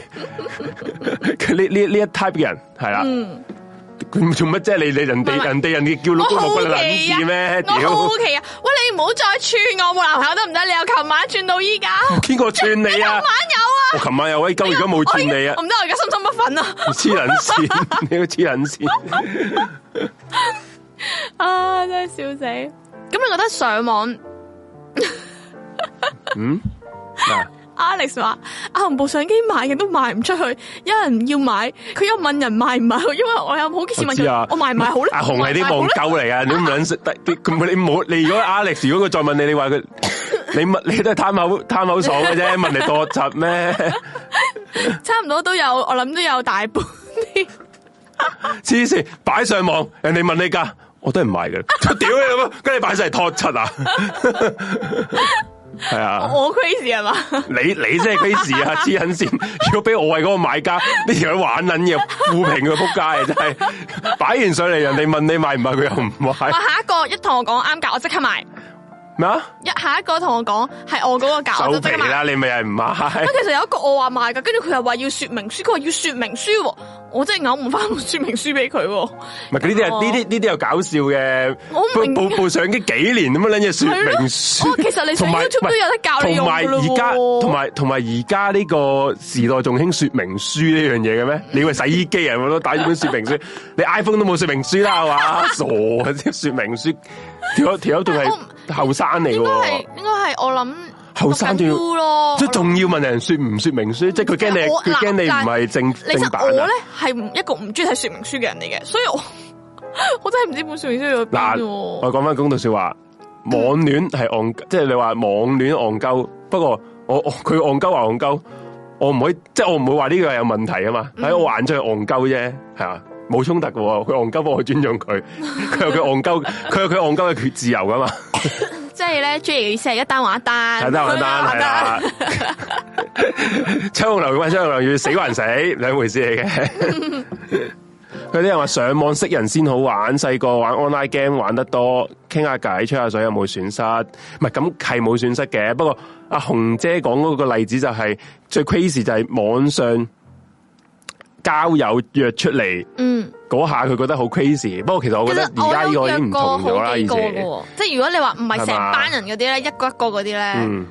Speaker 2: 佢呢呢呢一 type 嘅人係啦。佢做乜啫？你你人
Speaker 1: 嗯唔係唔
Speaker 2: 哋
Speaker 1: 係
Speaker 2: 人哋人哋叫老
Speaker 1: 我
Speaker 2: 公老
Speaker 1: 好
Speaker 2: 婆撚
Speaker 1: 奇
Speaker 2: 事
Speaker 1: 啊
Speaker 2: 咩？！
Speaker 1: 我
Speaker 2: 屌
Speaker 1: 好，奇啊！喂，你唔好再串我冇男朋友得唔得？你由琴晚串到依家，
Speaker 2: 邊個串你
Speaker 1: 琴？
Speaker 2: 啊
Speaker 1: 晚
Speaker 2: 我琴晚有位鳩，而家冇串
Speaker 1: 有啊！
Speaker 2: 你啊
Speaker 1: 我！唔得，我而家心心不忿啊！
Speaker 2: 黐撚線，你個黐撚線。
Speaker 1: 啊，真係笑死！咁你覺得上網
Speaker 2: 嗱
Speaker 1: Alex 話：阿紅部相機賣嘅都賣唔出去，有人要買，佢又問人賣唔賣，因為我有好幾次
Speaker 2: 我
Speaker 1: 問
Speaker 2: 知啊
Speaker 1: 佢，，我賣唔 賣好咧？
Speaker 2: 阿紅係啲
Speaker 1: 我賣唔賣好
Speaker 2: 戇
Speaker 1: 呢
Speaker 2: 鳩嚟啊！你都唔撚識得，你佢你冇你如果 Alex 如果佢再問你，你話佢你問你都係貪口貪口爽 嘅啫，問你多集咩？
Speaker 1: 差唔多都有，我諗都有大半啲。
Speaker 2: 黐線擺上網，人哋問你㗎，我都係唔賣嘅。 屌你老母，跟住擺晒嚟托柒啊！ 係啊，
Speaker 1: 我 crazy 係嘛？
Speaker 2: 你你真係 case 啊，黐撚線！如果俾我係嗰個買家，呢條友玩撚嘢，負評佢撲街啊！真係擺完上嚟，人哋問你買唔買，佢又唔買
Speaker 1: 話下一個一同我講啱價，我即刻買。
Speaker 2: 咩啊？
Speaker 1: 一下一個同我講係我嗰個價，我
Speaker 2: 手
Speaker 1: 就
Speaker 2: 皮
Speaker 1: 即刻買。啊
Speaker 2: 啦，你咪係唔買？
Speaker 1: 其實有一個我話賣㗎，跟住佢又話要說明書，佢話要說明書喎，我真係嘔唔翻本說明書俾佢喎。
Speaker 2: 唔係佢呢啲
Speaker 1: 哦
Speaker 2: 係呢啲呢啲又搞笑嘅
Speaker 1: 我唔，明
Speaker 2: 部部部相機幾年咁樣撚嘢說
Speaker 1: 係咯
Speaker 2: 明書
Speaker 1: 哦，其實你上
Speaker 2: 同埋
Speaker 1: YouTube 都有得教你用
Speaker 2: 同
Speaker 1: 㗎
Speaker 2: 埋
Speaker 1: 嘞喎
Speaker 2: 而家同埋同埋而家呢個時代仲興說明書呢樣嘢嘅咩？你以為洗衣機啊，我都打住本說明 書，你 iPhone 都冇說明書啦，係嘛？ 傻啊！啲說明書條友條友仲
Speaker 1: 但係
Speaker 2: 係後生嚟
Speaker 1: 應該係
Speaker 2: 喎，
Speaker 1: 應該係我諗
Speaker 2: 後生仲
Speaker 1: 讀緊
Speaker 2: 要
Speaker 1: 書咯。
Speaker 2: 即係仲要問人說唔說明書，即係佢驚你
Speaker 1: 我
Speaker 2: 佢驚你唔係正
Speaker 1: 你知
Speaker 2: 正版
Speaker 1: 我
Speaker 2: 啊
Speaker 1: 咧？係唔一個唔中意睇說明書嘅人嚟嘅，所以我 我真係唔知本說明書去邊
Speaker 2: 嗱，
Speaker 1: 喎。
Speaker 2: 我講翻公道說話，網戀係戇，即係你話網戀戇鳩。不過我我佢戇鳩話戇鳩，我唔可以，即係我唔會話呢個係有問題啊嘛。喺我玩咗佢戇鳩啫，係啊，冇衝突嘅喎。佢戇鳩，不過我尊重佢，佢有佢戇鳩，佢有佢戇鳩嘅決自由噶嘛。
Speaker 1: 即係咧，J 意思係一單還一單，
Speaker 2: 係得係得係啊啦， 張學良歸張學良，要死還死，兩回事嚟嘅。 佢啲人話上網識人先好玩，細個玩 online game 玩得多，傾下偈吹下水有冇損失？唔係咁係冇損失嘅，不過阿紅姐講嗰個例子就係、最 crazy 就係網上交友約出嚟
Speaker 1: 嗯。
Speaker 2: 嗰下，佢覺得好 crazy。不過其實我覺得
Speaker 1: 其實
Speaker 2: 而家呢個已經唔同咗啦，
Speaker 1: 我有
Speaker 2: 以
Speaker 1: 約過好幾個
Speaker 2: 前
Speaker 1: 嘅。喎，即係如果你話唔係
Speaker 2: 係
Speaker 1: 成
Speaker 2: 嘛
Speaker 1: 班人嗰啲咧，一個一個嗰啲咧，
Speaker 2: 嗯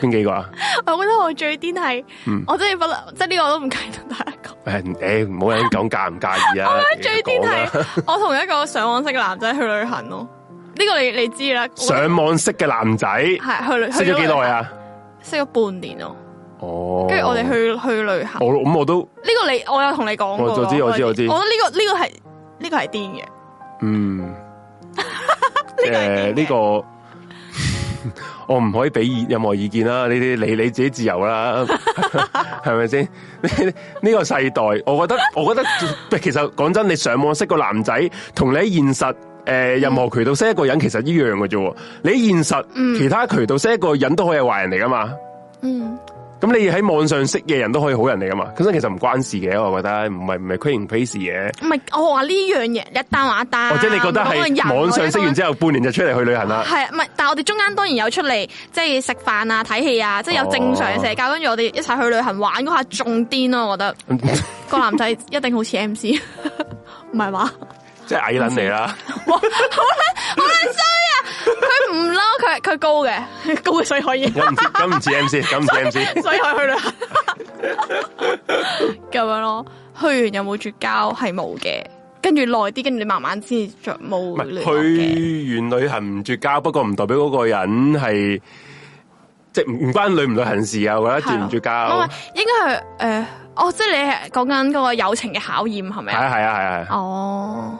Speaker 2: 边几个啊？
Speaker 1: 我覺得我最癲係，
Speaker 2: 嗯
Speaker 1: 我真係不能，即係呢個我都唔介意同 大家講。
Speaker 2: 诶诶，唔好有人讲介唔介 意啊！
Speaker 1: 我覺得最癲
Speaker 2: 講啦
Speaker 1: 係我同一個上網識嘅男仔去旅行咯。呢個你你知啦，
Speaker 2: 上網識嘅男仔，
Speaker 1: 係去旅
Speaker 2: 識咗幾
Speaker 1: 去旅
Speaker 2: 耐？啊？
Speaker 1: 行識咗半年咯。
Speaker 2: 哦，
Speaker 1: 跟住我哋，去去旅行，
Speaker 2: 我咁我都，
Speaker 1: 呢個你我有同你講過咯。
Speaker 2: 我就知我知我知
Speaker 1: 我覺得呢個呢個係呢個係癲嘅。
Speaker 2: 嗯，
Speaker 1: 個係
Speaker 2: 誒呢個 我唔可以俾意任何意見啦，呢啲你你自己自由啦， 係咪先？ 呢呢個世代，我覺得我覺得其實講真，你上網識個男仔，同你喺現實。誒、任何渠道識一個人其實一樣嘅啫喎，你喺現實、其他渠道識一個人都可以係壞人嚟噶嘛，
Speaker 1: 嗯，
Speaker 2: 咁你喺網上識嘅人都可以好人嚟噶嘛？咁所以其實唔關事嘅，我覺得唔係唔係 crazy crazy 嘅，
Speaker 1: 唔係我話呢樣嘢一單話一單，
Speaker 2: 或者你覺得哦係網上識完之
Speaker 1: 後。
Speaker 2: 後半年就出嚟去旅行啦？
Speaker 1: 系，唔係？但系我哋中間當然有出嚟，即係食飯啊、睇戲啊，即係有正常嘅社交。跟住、我哋一齊去旅行玩嗰下仲癲咯，我覺 得個男仔一定好似 M C，唔係嘛？
Speaker 2: 即係矮撚嚟啦，
Speaker 1: 哇，好撚好撚衰啊！佢唔嬲，佢佢高嘅， 高嘅所以 可以，
Speaker 2: 咁唔知咁唔似 M C，咁唔似 M C。
Speaker 1: 所以可以去旅行咁樣咯。去完有冇絕交係冇嘅，跟住耐啲，跟住你慢慢先至着冇
Speaker 2: 唔
Speaker 1: 聯絡
Speaker 2: 係
Speaker 1: 嘅。
Speaker 2: 去完旅行唔絕交，不過唔代表嗰個人係即係唔唔關旅唔旅行事啊！我覺得
Speaker 1: 係
Speaker 2: 絕
Speaker 1: 咯
Speaker 2: 唔絕交，
Speaker 1: 唔係
Speaker 2: 係
Speaker 1: 唔係應該係诶，哦，即係你係講緊嗰個友情嘅考驗係咪啊？
Speaker 2: 啊係啊係啊
Speaker 1: 哦，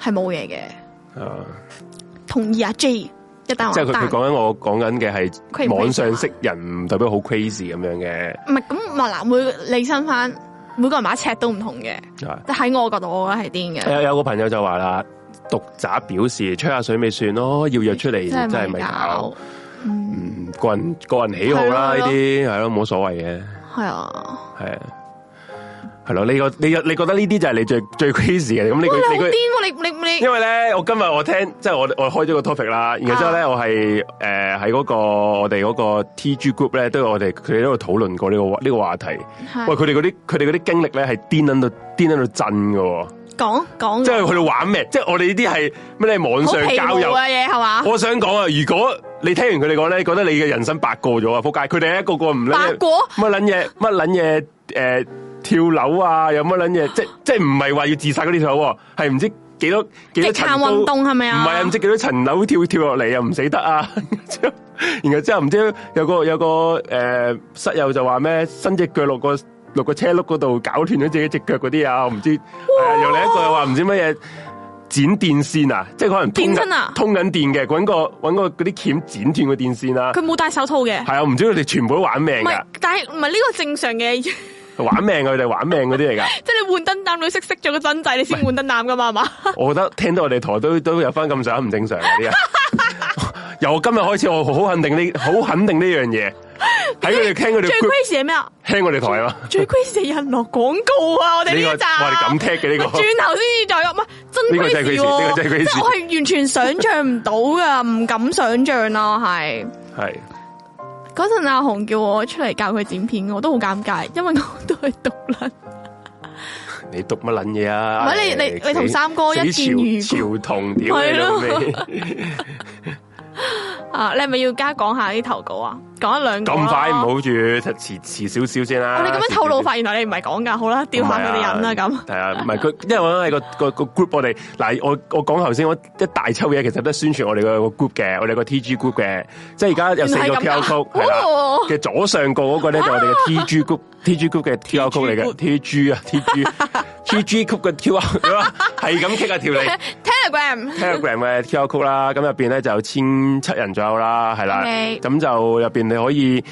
Speaker 1: 係冇嘢嘅，哦
Speaker 2: 係啊，
Speaker 1: 同意啊 J 一單
Speaker 2: 即係
Speaker 1: 還
Speaker 2: 佢佢
Speaker 1: 單。
Speaker 2: 講緊我講緊嘅
Speaker 1: Crazy
Speaker 2: 係網上識人，唔代表好 crazy 咁樣嘅。
Speaker 1: 唔係咁，話嗱，每你身翻，每個人把尺都唔同嘅。
Speaker 2: 係
Speaker 1: 即喺我角度，我覺得係癲嘅。
Speaker 2: 啊有有個朋友就話啦，毒宅表示吹下水咪算咯，要約出嚟
Speaker 1: 真
Speaker 2: 真
Speaker 1: 係
Speaker 2: 係
Speaker 1: 咪
Speaker 2: 咪
Speaker 1: 搞
Speaker 2: 搞？？嗯，個人個人喜好啦，
Speaker 1: 係
Speaker 2: 呢
Speaker 1: 咯
Speaker 2: 啲係咯，冇所謂嘅，
Speaker 1: 係啊，
Speaker 2: 係啊，係咯。你個你你覺得呢啲就係你最最 crazy 嘅，咁你
Speaker 1: 哇！
Speaker 2: 個
Speaker 1: 你
Speaker 2: 你
Speaker 1: 好癲。
Speaker 2: 個
Speaker 1: 喎！你你你
Speaker 2: 因為咧，我今日我聽即係我我開咗個 topic 啦，然後之後咧，我係诶喺嗰個我哋嗰個 T G group 咧，都有我哋佢哋喺度討論過呢個話呢個話題。喂，
Speaker 1: 係
Speaker 2: 佢哋嗰啲佢哋嗰啲經歷咧係癲撚到癲撚到震嘅喎。
Speaker 1: 講講
Speaker 2: 即係去到玩咩？即係我哋呢啲係咩？你係網
Speaker 1: 好
Speaker 2: 上
Speaker 1: 皮毛啊
Speaker 2: 交友。
Speaker 1: 嘅嘢係嘛？
Speaker 2: 我想講啊，如果你聽完佢哋講咧，覺得你嘅人生白過咗啊！仆街，佢哋一個個唔
Speaker 1: 白
Speaker 2: 撚
Speaker 1: 過
Speaker 2: 乜撚嘢，乜撚嘢诶跳樓啊，有乜撚嘢？即即唔係話要自殺嗰啲跳樓喎，係唔知幾多幾
Speaker 1: 極
Speaker 2: 多
Speaker 1: 限
Speaker 2: 層
Speaker 1: 運動係咪啊
Speaker 2: 唔係啊，唔知幾多層樓跳跳落嚟又唔死得啊！ 之後然後之後唔知有個有個诶、呃室友就話咩伸只腳落個落個車轆嗰度搞斷咗自己只腳嗰啲啊，我唔知誒又另一個又話唔知乜嘢。剪電線啊，即係可能通緊
Speaker 1: 電親啊
Speaker 2: 通緊電嘅，揾個揾個嗰啲鉗剪斷個電線啦。
Speaker 1: 佢冇戴手套嘅，
Speaker 2: 係啊，唔知佢哋全部都玩命
Speaker 1: 唔係
Speaker 2: 噶，，
Speaker 1: 但係唔係呢個正常嘅， 即
Speaker 2: 玩命㗎佢哋玩命嗰啲嚟噶。
Speaker 1: 係你換燈膽，你識熄咗個燈掣，你先換燈膽噶嘛？係嘛？
Speaker 2: 我覺得聽到我哋台都都有翻咁上下唔正常嗰啲人。 由今日開始，我好肯定呢，好肯定呢樣嘢。喺佢哋聽佢哋
Speaker 1: 最
Speaker 2: group-
Speaker 1: crazy 係咩啊？
Speaker 2: 聽我哋台啊，
Speaker 1: 最 crazy 係有人落廣告啊！我哋呢一集，
Speaker 2: 呢個哇你咁踢嘅呢個
Speaker 1: 轉頭先至再入，唔係真
Speaker 2: 呢個真係
Speaker 1: crazy
Speaker 2: crazy，呢
Speaker 1: 喎！
Speaker 2: 個真係
Speaker 1: 即
Speaker 2: crazy
Speaker 1: 係我係完全想象唔到噶，唔敢想象咯，係。
Speaker 2: 係
Speaker 1: 嗰陣阿紅叫我出嚟教佢剪片，我都好尷尬，因為我 都係獨撚。
Speaker 2: 你讀乜撚嘢啊？
Speaker 1: 唔係你你你同三哥一見如故
Speaker 2: 死潮潮同屌你老味，
Speaker 1: 啊！你係咪要加講下啲投稿啊？講一兩個啦
Speaker 2: 咁快唔好住，遲遲少少先啦。
Speaker 1: 我哋咁樣
Speaker 2: 遲
Speaker 1: 透露
Speaker 2: 少少
Speaker 1: 法，原來你唔係講㗎，好啦，調下佢哋人啦咁。
Speaker 2: 系啊，唔啊係佢，因為我喺個個個 group，我哋嗱，我我講頭先，我一大抽嘢，其實都係宣傳我哋個個 group 嘅，我哋個 TG group 嘅，即係而家有四個
Speaker 1: 原來係咁㗎
Speaker 2: QR code 係啦
Speaker 1: 哦啊
Speaker 2: 嘅左上角嗰個咧就係我哋嘅 TG group，TG group 嘅 QR code 嚟
Speaker 1: group
Speaker 2: 嘅，TG 啊 TG，TG group 嘅 QR code 啦，係咁 kick 啊條 脷。
Speaker 1: Telegram
Speaker 2: Telegram 嘅 QR code 啦，咁入边咧就有千七人左右啦，係啦，
Speaker 1: OK
Speaker 2: 咁就入边你可以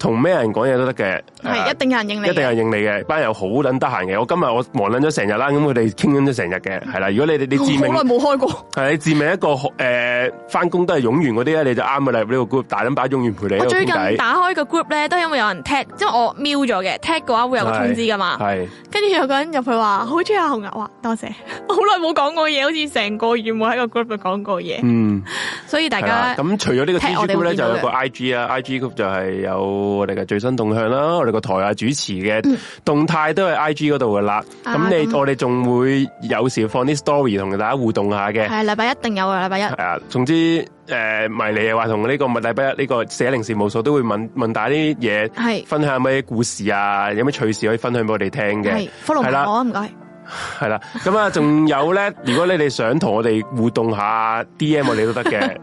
Speaker 2: 同咩人講嘢都得嘅，係啊
Speaker 1: 係一定有人應你
Speaker 2: 一定
Speaker 1: 嘅，
Speaker 2: 係應你嘅，班友好撚得閒嘅。我今日我忙撚咗成日啦，咁佢哋傾緊咗成日嘅，係啦。如果你你你致
Speaker 1: 嗯好
Speaker 2: 命
Speaker 1: 耐冇開過。
Speaker 2: 係你致命一個诶翻工都係冗員嗰啲咧，你就啱嘅啦。入呢個 group 大撚把冗員陪你喺啊
Speaker 1: 我
Speaker 2: 度
Speaker 1: 最
Speaker 2: 傾
Speaker 1: 近
Speaker 2: 偈，
Speaker 1: 打開個 group 咧，都因為有人 tag，因為我瞄咗嘅 tag 嘅話會有個通知噶嘛。
Speaker 2: 係
Speaker 1: 跟住有個人入去話好中意阿紅牛啊，多謝， 好耐冇講過嘢，好似成個月冇喺個 group 度講過嘢，
Speaker 2: 嗯
Speaker 1: 所以大
Speaker 2: 係啦
Speaker 1: 家
Speaker 2: 咁除咗呢個 T
Speaker 1: 踢
Speaker 2: G
Speaker 1: 我哋
Speaker 2: group
Speaker 1: 會
Speaker 2: 咧，就有
Speaker 1: 見到
Speaker 2: 個
Speaker 1: 嘅
Speaker 2: I G 啊，I G group 就係有我哋嘅最新動向啦，我哋個台啊主持嘅動態都係 I G 嗰度噶啦。咁、
Speaker 1: 嗯啊
Speaker 2: 你
Speaker 1: 咁
Speaker 2: 我哋仲會有時放啲 story 同大家互動下嘅。
Speaker 1: 系礼拜一定有啊，礼拜一
Speaker 2: 系啊，總之诶、迷你嘅話同呢個物禮拜一呢個四一零事務所都會問問大家啲嘢，
Speaker 1: 係
Speaker 2: 分享咩故事啊，有咩趣事可以分享俾我哋聽嘅
Speaker 1: 系。follow
Speaker 2: 係
Speaker 1: 埋
Speaker 2: 啦
Speaker 1: 我啊，唔该。
Speaker 2: 系啦，咁啊，仲有咧，如果你哋想同我哋互動下，D M 我哋都得嘅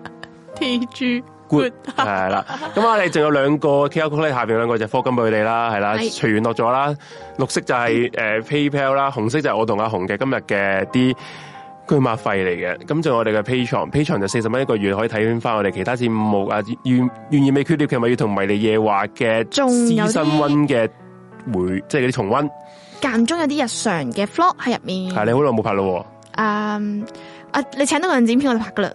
Speaker 1: T G
Speaker 2: ，good 系啦。咁啊，你仲有兩個 Q R code 咧，下边兩個就係科金俾佢哋啦，係啦，
Speaker 1: 係嗯
Speaker 2: 隨緣落咗啦。綠色就係诶 PayPal 啦，紅色就係我同阿紅嘅今日嘅啲居馬費嚟嘅。咁仲有我哋嘅 Patron，Patron 就四十蚊一個月，可以睇翻我哋其他節目啊，願願意未缺碟嘅咪要同迷你夜話嘅
Speaker 1: 仲有啲
Speaker 2: 私生温嘅回，即係嗰啲重温。
Speaker 1: 間中有啲日常嘅 vlog 喺入面。
Speaker 2: 係你好耐冇拍咯喎。
Speaker 1: 嗯啊，你請到個人剪片我就拍噶啦。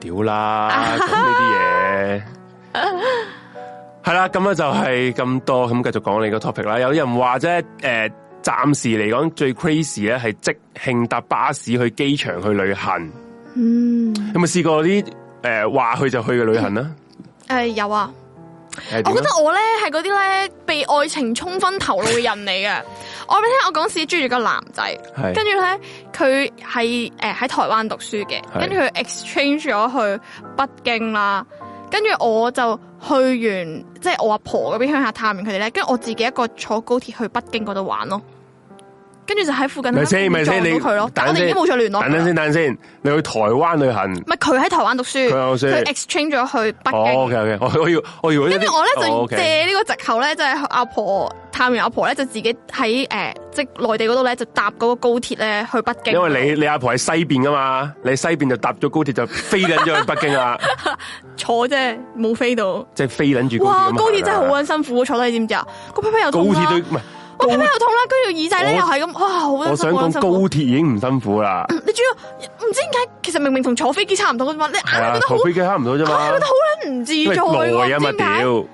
Speaker 2: 屌啦，咁呢啲嘢系啦，咁啊就係咁多，咁繼續講你個 topic 啦。有人話啫，诶、暫時嚟講最 crazy 咧係即興搭巴士去機場去旅行，
Speaker 1: 嗯，
Speaker 2: 有冇試過啲诶話去就去嘅旅行啊？
Speaker 1: 诶、有啊，
Speaker 2: 係
Speaker 1: 我
Speaker 2: 點
Speaker 1: 覺
Speaker 2: 咧
Speaker 1: 得我咧係嗰啲咧被愛情衝昏頭腦嘅人嚟嘅。我俾你聽，我嗰時中意咗個男仔，跟
Speaker 2: 係
Speaker 1: 住咧佢係诶喺台灣讀書嘅，
Speaker 2: 係
Speaker 1: 跟住佢 exchange 咗去北京啦，跟住我就去完即係我阿婆嗰邊鄉下探完佢哋咧，跟住我自己一個坐高鐵去北京嗰度玩咯。跟住就喺附近
Speaker 2: 咪先咪先，
Speaker 1: 撞到
Speaker 2: 你
Speaker 1: 佢咯，但我
Speaker 2: 等
Speaker 1: 哋已經冇再聯絡
Speaker 2: 等等
Speaker 1: 啦。
Speaker 2: 先，等等先，你去台灣旅行，
Speaker 1: 唔係佢喺台灣讀書，
Speaker 2: 佢有書
Speaker 1: 佢 exchange 咗去北京。
Speaker 2: 哦，OK 哦 OK，我我要我要
Speaker 1: 跟住我咧就
Speaker 2: 借
Speaker 1: 借呢個藉口咧，就係阿婆探完阿婆咧，就自己喺诶、呃即係內地嗰度咧，就搭嗰個高鐵咧去北京。
Speaker 2: 因為你你阿婆喺西邊噶嘛，你西邊就搭咗高鐵就飛緊咗去北 京啦。
Speaker 1: 坐啫，冇飛到。
Speaker 2: 即系飞捻住高鐵
Speaker 1: 哇！
Speaker 2: 咁
Speaker 1: 高鐵真係好
Speaker 2: 行啊！
Speaker 1: 撚辛苦，坐低你知唔知啊？個屁屁又
Speaker 2: 高
Speaker 1: 痛啦，
Speaker 2: 鐵都唔係，
Speaker 1: 個屁屁又痛啦，跟住耳仔咧
Speaker 2: 我
Speaker 1: 又係咁，哇！好
Speaker 2: 我
Speaker 1: 撚
Speaker 2: 想
Speaker 1: 辛啊苦，好撚啊
Speaker 2: 講
Speaker 1: 辛
Speaker 2: 高
Speaker 1: 苦。
Speaker 2: 鐵已經唔辛苦啦，
Speaker 1: 你主要唔知點解，其實明明同坐飛機差唔多嘅啫嘛，你硬
Speaker 2: 係
Speaker 1: 係
Speaker 2: 啊
Speaker 1: 覺，得好
Speaker 2: 同，飛機差唔多啫
Speaker 1: 硬係覺得
Speaker 2: 嘛，
Speaker 1: 好撚唔自在
Speaker 2: 因為
Speaker 1: 喎。
Speaker 2: 耐啊
Speaker 1: 唔
Speaker 2: 嘛，
Speaker 1: 知
Speaker 2: 屌
Speaker 1: 點解？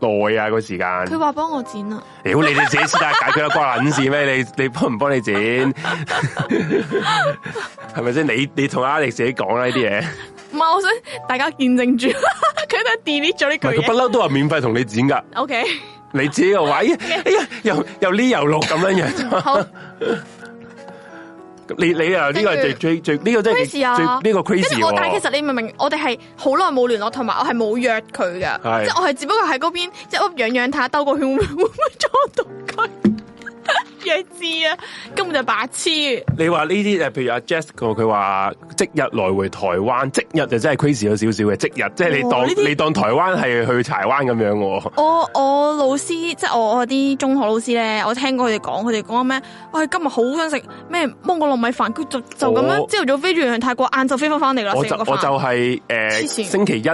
Speaker 2: 耐啊個時間，
Speaker 1: 佢話幫我剪啊。
Speaker 2: 屌你哋自己先得解決啦，關撚事咩？你你幫唔幫 你剪？係咪先？你你同 Alex 自己講啦呢啲嘢，
Speaker 1: 唔係，我想大家見證住，佢都 delete 咗呢
Speaker 2: 唔係
Speaker 1: 句
Speaker 2: 佢不
Speaker 1: 嘢。
Speaker 2: 嬲都話免費同你剪㗎，
Speaker 1: O K，
Speaker 2: 你自己又話，哎呀哎呀，又又呢又落咁樣樣啫嘛。
Speaker 1: 好，
Speaker 2: 你你啊呢個係最
Speaker 1: 跟
Speaker 2: 最最呢個真係
Speaker 1: crazy 啊
Speaker 2: 最呢個
Speaker 1: 跟
Speaker 2: crazy
Speaker 1: 住我，但係
Speaker 2: 喎
Speaker 1: 其。實你明唔明？我哋係好耐冇聯絡，同埋我係冇約佢
Speaker 2: 係
Speaker 1: 噶，即係我係只不過喺嗰邊即係屋養養睇下兜個圈會唔 會會唔會撞到佢。 弱智啊，根本就白痴。
Speaker 2: 你話呢啲誒，譬如阿 Jessica 佢話即日來回台灣，即日就真係 crazy 咗少少嘅，即日即係你
Speaker 1: 哇
Speaker 2: 當
Speaker 1: 呢啲
Speaker 2: 你當台灣係去柴灣咁樣喎。
Speaker 1: 我我老師即係我我啲中學老師咧，我聽過佢哋講，佢哋講咩？我今日好想食咩芒果糯米飯，佢就就咁
Speaker 2: 我
Speaker 1: 樣朝頭早飛住去泰國，晏晝飛翻翻嚟啦，
Speaker 2: 我
Speaker 1: 食
Speaker 2: 就
Speaker 1: 完個
Speaker 2: 我
Speaker 1: 飯。
Speaker 2: 就係、呃
Speaker 1: 黐線
Speaker 2: 星期一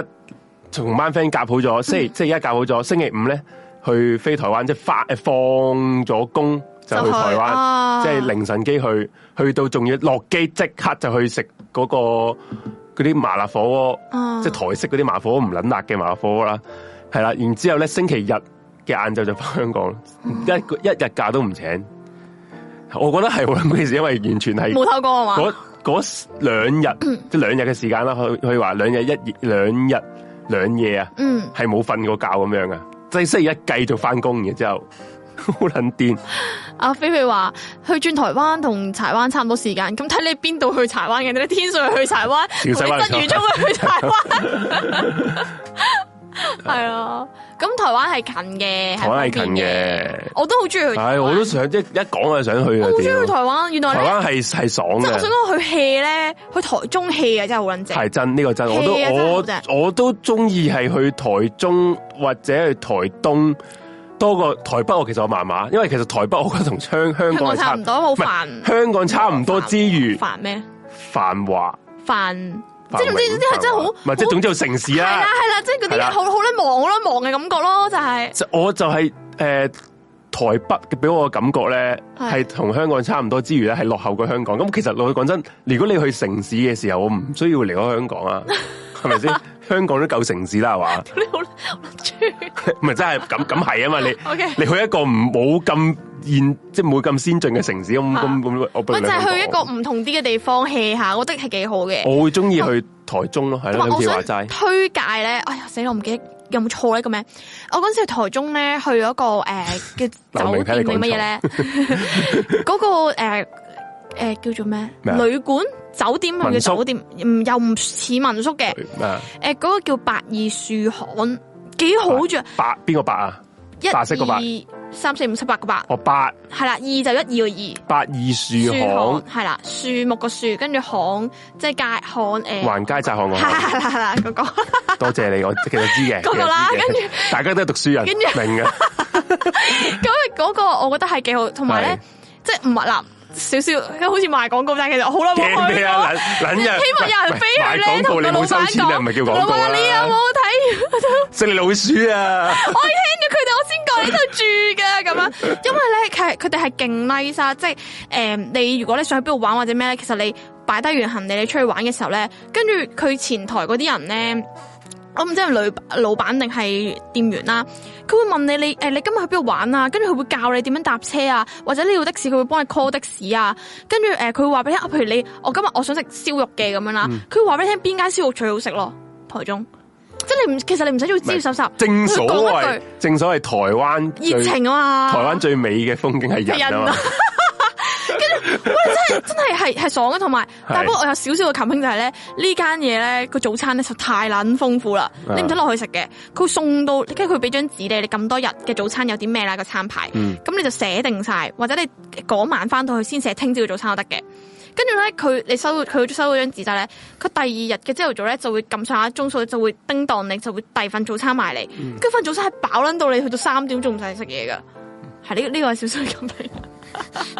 Speaker 2: 同班 friend 夾好 咗，星期星期一夾好咗，星期五咧去飛台灣，即係發呃放咗工就去
Speaker 1: 就去
Speaker 2: 台灣，
Speaker 1: 啊
Speaker 2: 即係凌晨機去，去到仲要落機即刻就去食嗰、個嗰啲麻辣火鍋，
Speaker 1: 啊
Speaker 2: 即係台式嗰啲麻辣火鍋唔撚辣嘅麻辣火鍋啦，係啦，然之後咧星期日嘅晏晝就翻香港，一個一日假都唔請，我覺得係好撚 crazy，因為完全係
Speaker 1: 冇透過啊嗯嘛。
Speaker 2: 嗰嗰兩日即係兩日嘅時間啦，佢佢話兩日一夜兩日兩夜啊，
Speaker 1: 嗯，
Speaker 2: 係冇瞓過覺咁樣啊，即係星期一繼續翻工，然之後 好撚癲，
Speaker 1: 阿菲菲話去轉台灣同柴灣差唔多時間，咁睇你邊度去柴灣嘅？你天水去柴灣，同你
Speaker 2: 潮汕灣
Speaker 1: 鰂魚涌去柴 灣，係啊。咁台灣係近嘅，
Speaker 2: 台灣係
Speaker 1: 係方
Speaker 2: 近
Speaker 1: 便
Speaker 2: 嘅
Speaker 1: 我都好中意去台灣。
Speaker 2: 唉，我都想即係一講我就想去
Speaker 1: 我
Speaker 2: 啊
Speaker 1: 好，中意去台
Speaker 2: 屌！
Speaker 1: 灣。原來
Speaker 2: 台
Speaker 1: 咧，
Speaker 2: 灣係係爽
Speaker 1: 即係我想
Speaker 2: 嘅，
Speaker 1: 講去 hea 咧，去台中 hea 啊，真係好撚正。
Speaker 2: 係真呢個真，我都
Speaker 1: hea 啊真係好正
Speaker 2: 我我都中意係去台中或者去台東多過台北，我其實我麻麻，因為其實台北我覺得同香香
Speaker 1: 香
Speaker 2: 港
Speaker 1: 港
Speaker 2: 係
Speaker 1: 差
Speaker 2: 差
Speaker 1: 唔
Speaker 2: 唔
Speaker 1: 多，好
Speaker 2: 唔係
Speaker 1: 煩。
Speaker 2: 香港差唔多之餘，
Speaker 1: 煩咩？
Speaker 2: 繁華。
Speaker 1: 煩，即係總之總之係真係好。
Speaker 2: 唔係即係總之有城市啊
Speaker 1: 係啦
Speaker 2: 啦。
Speaker 1: 係啦，即係嗰
Speaker 2: 係啦
Speaker 1: 啲好好撚忙好撚忙嘅感覺咯，就係。
Speaker 2: 就我就係誒台北嘅俾我嘅感覺咧，
Speaker 1: 係
Speaker 2: 係同香港差唔多之餘咧，係落後過香港。咁其實老實講真，如果你去城市嘅時候，我唔需要離開香 港啊，係咪先？香港都夠城市啦，係嘛？
Speaker 1: 你好好撚中意。
Speaker 2: 咪真係咁咁係 啊嘛！你
Speaker 1: OK
Speaker 2: 你去一個唔冇咁現，即係冇咁先進嘅城市，咁咁咁，我不如
Speaker 1: 我就係去
Speaker 2: 兩
Speaker 1: 一
Speaker 2: 個
Speaker 1: 個
Speaker 2: 講
Speaker 1: 唔同啲嘅地方 hea 下，我覺得係幾好嘅。
Speaker 2: 我會中意去台中咯，係
Speaker 1: 同
Speaker 2: 咯，
Speaker 1: 埋
Speaker 2: 好
Speaker 1: 我
Speaker 2: 似話
Speaker 1: 想
Speaker 2: 齋
Speaker 1: 推介咧，哎呀死啦，我唔記得有冇錯呢個名？我嗰陣時去台中咧，去嗰、個诶嘅、
Speaker 2: 劉
Speaker 1: 酒
Speaker 2: 明睇你
Speaker 1: 店定
Speaker 2: 講
Speaker 1: 乜嘢咧？ 嗰、個诶诶、呃叫做咩？
Speaker 2: 咩啊
Speaker 1: 旅館、酒店係咪
Speaker 2: 民宿
Speaker 1: 叫酒店？唔又唔似民宿嘅。
Speaker 2: 啊，
Speaker 1: 诶、嗰、個叫百二樹巷，幾好着。
Speaker 2: 白邊個白啊？
Speaker 1: 一
Speaker 2: 白色個白
Speaker 1: 二三四五七八個八，
Speaker 2: 哦，八
Speaker 1: 係啦，二就一二個二。
Speaker 2: 八二樹
Speaker 1: 樹巷
Speaker 2: 巷
Speaker 1: 係啦，樹木個樹，跟住巷即係街巷呃诶，係
Speaker 2: 環街窄 巷我
Speaker 1: 啦係啦嗰個。
Speaker 2: 多謝你，我其實知嘅，
Speaker 1: 嗰個啦
Speaker 2: 其實知嘅大家都係讀書人，
Speaker 1: 跟住
Speaker 2: 明嘅，
Speaker 1: 咁嗰個我覺得係幾好，同埋咧，即係唔係嗱少少，好似賣廣告，但係其 實我好耐冇
Speaker 2: 驚
Speaker 1: 去
Speaker 2: 咩啊？
Speaker 1: 過。
Speaker 2: 撚撚人，
Speaker 1: 希望有人飛去
Speaker 2: 賣
Speaker 1: 咧，
Speaker 2: 廣
Speaker 1: 同
Speaker 2: 告你
Speaker 1: 個老
Speaker 2: 冇
Speaker 1: 闆
Speaker 2: 收錢啊，
Speaker 1: 講，
Speaker 2: 唔係叫
Speaker 1: 同
Speaker 2: 廣
Speaker 1: 老
Speaker 2: 告
Speaker 1: 闆話
Speaker 2: 啊，
Speaker 1: 你有冇睇？
Speaker 2: 食你老鼠 啊！
Speaker 1: 我聽咗佢哋，我先過呢度住嘅咁樣。因為咧，其實佢哋係勁 nice 啊，即係誒，你如果你想去邊度玩或者咩咧，其實你擺低完行李，你出去玩嘅時候咧，跟住佢前台嗰啲人咧。我唔知係女老闆定係店員啦，佢會問你你誒、你今日去邊度玩啊？跟住佢會教你點樣搭車啊，或者你要的士佢會幫你 call 的士啊。跟住誒佢會話俾你聽，啊譬如你我今日我想食燒肉嘅咁樣啦，佢會話俾你聽邊間燒肉最好食咯，台中。即係你唔其實你唔使做資料搜集，
Speaker 2: 正所
Speaker 1: 佢講一
Speaker 2: 謂
Speaker 1: 句，
Speaker 2: 正所謂台灣最
Speaker 1: 熱情啊嘛，
Speaker 2: 台灣最美嘅風景係人啊嘛，
Speaker 1: 真係係 係爽嘅，啊同埋，但不過我有少少嘅琴興就係咧，呢間嘢咧個早餐咧實太撚豐富啦，
Speaker 2: 啊
Speaker 1: 你唔使落去食嘅，佢會送到，跟住佢俾張紙你，你咁多日嘅早餐有啲咩啦個餐牌，咁、
Speaker 2: 嗯
Speaker 1: 你就寫定晒，或者你嗰晚翻到去先寫聽朝嘅早餐都得嘅。跟住咧，佢你收佢收到張紙仔咧，佢第二日嘅朝頭早咧就會撳上下鐘數，就會叮當你，就會遞份早餐埋嚟。
Speaker 2: 嗯
Speaker 1: 跟住份早餐係飽撚到你去到三點仲唔使食嘢噶，係呢呢個係少少嘅咁樣。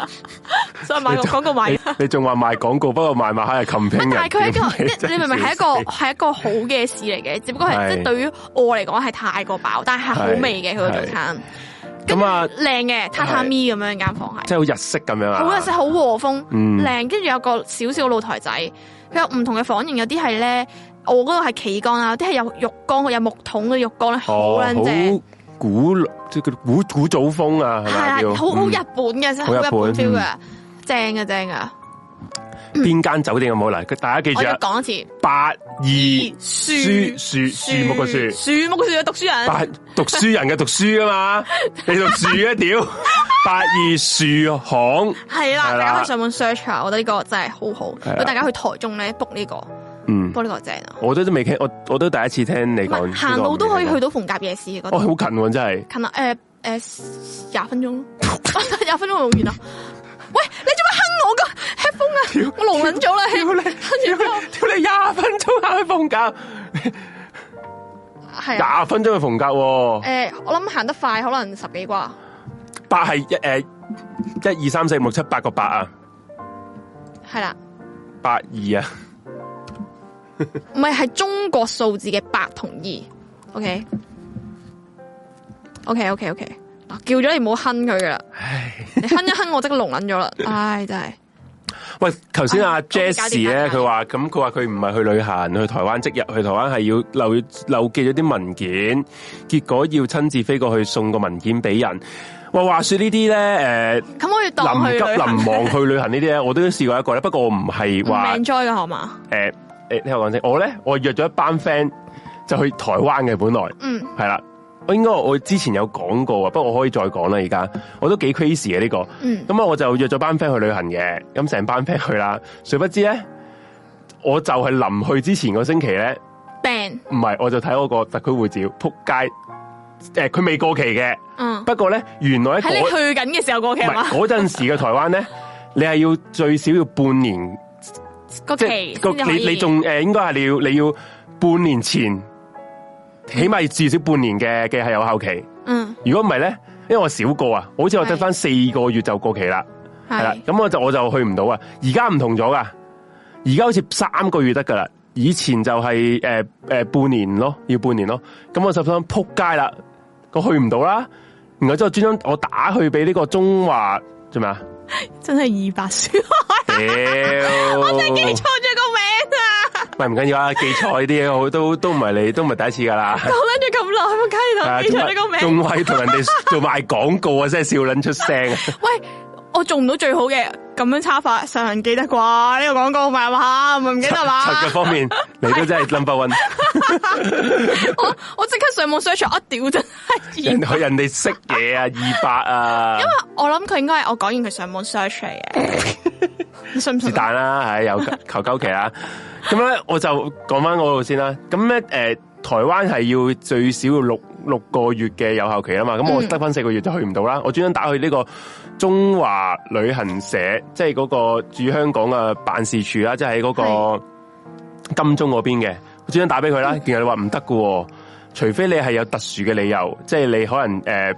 Speaker 1: 所以買個廣告買。
Speaker 2: 你你仲話賣廣告，不過賣賣下係琴拼
Speaker 1: 唔係
Speaker 2: 人。
Speaker 1: 啊但係佢係一個，
Speaker 2: 真
Speaker 1: 你你明唔明係一
Speaker 2: 笑死
Speaker 1: 個係一個好嘅事嚟嘅，只不過係
Speaker 2: 係
Speaker 1: 即係對於我嚟講係太過飽，但係係好味嘅佢個早餐，
Speaker 2: 咁啊，
Speaker 1: 靚嘅榻榻米咁樣間房係，
Speaker 2: 即係好日式咁樣啊，
Speaker 1: 好日式好和風，
Speaker 2: 嗯
Speaker 1: 靚，跟住有個少少露台仔，佢有唔同嘅房型，有啲係咧，我嗰度係企缸啊啦，有啲係有浴缸，有木桶嘅浴缸咧，好
Speaker 2: 哦，
Speaker 1: 靚正，
Speaker 2: 好古即係古古早風啊，係
Speaker 1: 係
Speaker 2: 咪
Speaker 1: 啦
Speaker 2: 叫？，
Speaker 1: 好好
Speaker 2: 嗯
Speaker 1: 日本嘅，真係
Speaker 2: 好
Speaker 1: 好
Speaker 2: 日
Speaker 1: 日本
Speaker 2: 本
Speaker 1: feel 嘅，正嘅正嘅，
Speaker 2: 邊間酒店有冇嚟？佢大家記
Speaker 1: 我
Speaker 2: 住
Speaker 1: 再
Speaker 2: 啊，
Speaker 1: 講一次，
Speaker 2: 八二
Speaker 1: 樹
Speaker 2: 樹樹木個樹，
Speaker 1: 樹木個樹嘅讀書人。
Speaker 2: 八讀書人嘅讀書 啊嘛，你讀書啊屌，八二樹巷，
Speaker 1: 系啦，
Speaker 2: 係啦
Speaker 1: 大家可以上網 search 下，我覺得呢個真係好好。
Speaker 2: 係啦
Speaker 1: 如果大家去台中咧 book 呢個
Speaker 2: 嗯，
Speaker 1: ，book 呢個正啊。
Speaker 2: 我都都未聽，我我都第一次聽你
Speaker 1: 唔係
Speaker 2: 講，
Speaker 1: 行路都可以去，到逢甲夜市嘅，覺
Speaker 2: 啊
Speaker 1: 得
Speaker 2: 哦，好近喎真係。
Speaker 1: 近啊，诶诶廿分鐘 咯，廿分鐘用完啦。喂，你做咩哼我個 headphone 啊？我聾撚咗啦
Speaker 2: 屌你，
Speaker 1: ，headphone
Speaker 2: 屌你，屌你廿分鐘下去逢甲，
Speaker 1: 係啊。
Speaker 2: 廿分鐘去逢甲喎，
Speaker 1: 诶，我諗行得快，可能十幾啩，
Speaker 2: 八係一诶一二三四五六七八個八啊，
Speaker 1: 係啦，
Speaker 2: 八二啊，
Speaker 1: 唔係係中國數字嘅八同二，OK，OK，OK，OK，嗱，叫咗你唔好哼佢噶啦，
Speaker 2: 唉，
Speaker 1: 你哼一哼我即刻聾撚咗啦，唉，真係。
Speaker 2: 喂，頭先阿
Speaker 1: 啊搞掂
Speaker 2: Jess
Speaker 1: 搞
Speaker 2: 咧，
Speaker 1: 掂
Speaker 2: 佢話咁，佢話佢唔係去旅行，去台灣即日去台灣係要漏漏寄咗啲文件，結果要親自飛過去送個文件俾人。喂，話說呢啲咧，呃诶、
Speaker 1: 咁我要當
Speaker 2: 臨
Speaker 1: 去
Speaker 2: 急
Speaker 1: 旅行
Speaker 2: 臨忙去旅行呢啲咧，我都試過一個咧，不過我唔呃係
Speaker 1: 唔
Speaker 2: 話
Speaker 1: enjoy 嘅好嘛？
Speaker 2: 诶诶，誒聽我講先，我咧我約咗一班 friend 就去台灣嘅，本來
Speaker 1: 嗯
Speaker 2: 係啦，我應該我之前有講過啊，不過我可以再講啦，而家我都幾 crazy 嘅呢、個。
Speaker 1: 嗯，
Speaker 2: 咁啊，我就約咗班 friend 去旅行嘅，咁成班 friend 去啦，誰不知咧，我就係臨去之前個星期咧，
Speaker 1: 病
Speaker 2: 唔係我就睇我個特區護照，扑街，诶、佢未過期嘅，
Speaker 1: 嗯，
Speaker 2: 不過咧原來
Speaker 1: 喺
Speaker 2: 喺
Speaker 1: 你
Speaker 2: 嗰
Speaker 1: 去緊嘅時候過期
Speaker 2: 唔係
Speaker 1: 係嘛？
Speaker 2: 嗰陣時嘅台灣咧，你係要最少要半 年。
Speaker 1: 個
Speaker 2: 即
Speaker 1: 期
Speaker 2: 係個
Speaker 1: 先至可以
Speaker 2: 你你仲诶，应该系你要你要半年前，起碼至少半年嘅嘅係有效期。
Speaker 1: 嗯
Speaker 2: 如果唔係咧，因為我少過啊，我好似我得
Speaker 1: 係
Speaker 2: 翻四個月就過期啦，係啦
Speaker 1: 係，
Speaker 2: 咁我就我就去唔到啊。而家唔同咗噶，而家好似三個月得噶啦，以前就係诶诶半年咯，要半年咯。咁我就心扑街啦，我去唔到啦。然後之後專登我打去俾呢個中華做 咩啊？
Speaker 1: 真係二百書，
Speaker 2: 屌！我
Speaker 1: 記錯咗個名啊！
Speaker 2: 喂，唔緊要啊，記錯呢啲嘢，我 都都唔係你，都唔係第一次噶啦。
Speaker 1: 我諗咗咁耐，我
Speaker 2: 啊
Speaker 1: 梗係同記錯咗個
Speaker 2: 仲
Speaker 1: 名。
Speaker 2: 仲係同人哋做賣廣告啊，真係笑撚出聲啊！
Speaker 1: 喂，我做唔到最好嘅，咁樣差法，常人記得啩？呢個廣告咪係嘛？唔記得係
Speaker 2: 柒嘅
Speaker 1: 嘛？
Speaker 2: 方面，你都真係 number one，
Speaker 1: 我我即刻上網 search，我屌真係
Speaker 2: 人哋人哋識嘢啊，二百啊，
Speaker 1: 我諗佢應該係我講完佢上網 search 嚟嘅， 你信唔
Speaker 2: 是
Speaker 1: 信？
Speaker 2: 但啦，唉，有求鳩期啦。咁咧，我就講翻嗰度先啦。咁咧，诶、台灣係要最少要六六個月嘅有效期啊嘛。咁我
Speaker 1: 嗯
Speaker 2: 得翻四個月就去唔到啦。我專登打去呢個中華旅行社，即係嗰個駐香港嘅辦事處啦，即係喺嗰個金鐘嗰邊嘅。我專登打俾佢啦，
Speaker 1: 嗯
Speaker 2: 然後你話唔得嘅喎，除非你係有特殊嘅理由，即係你可能诶。呃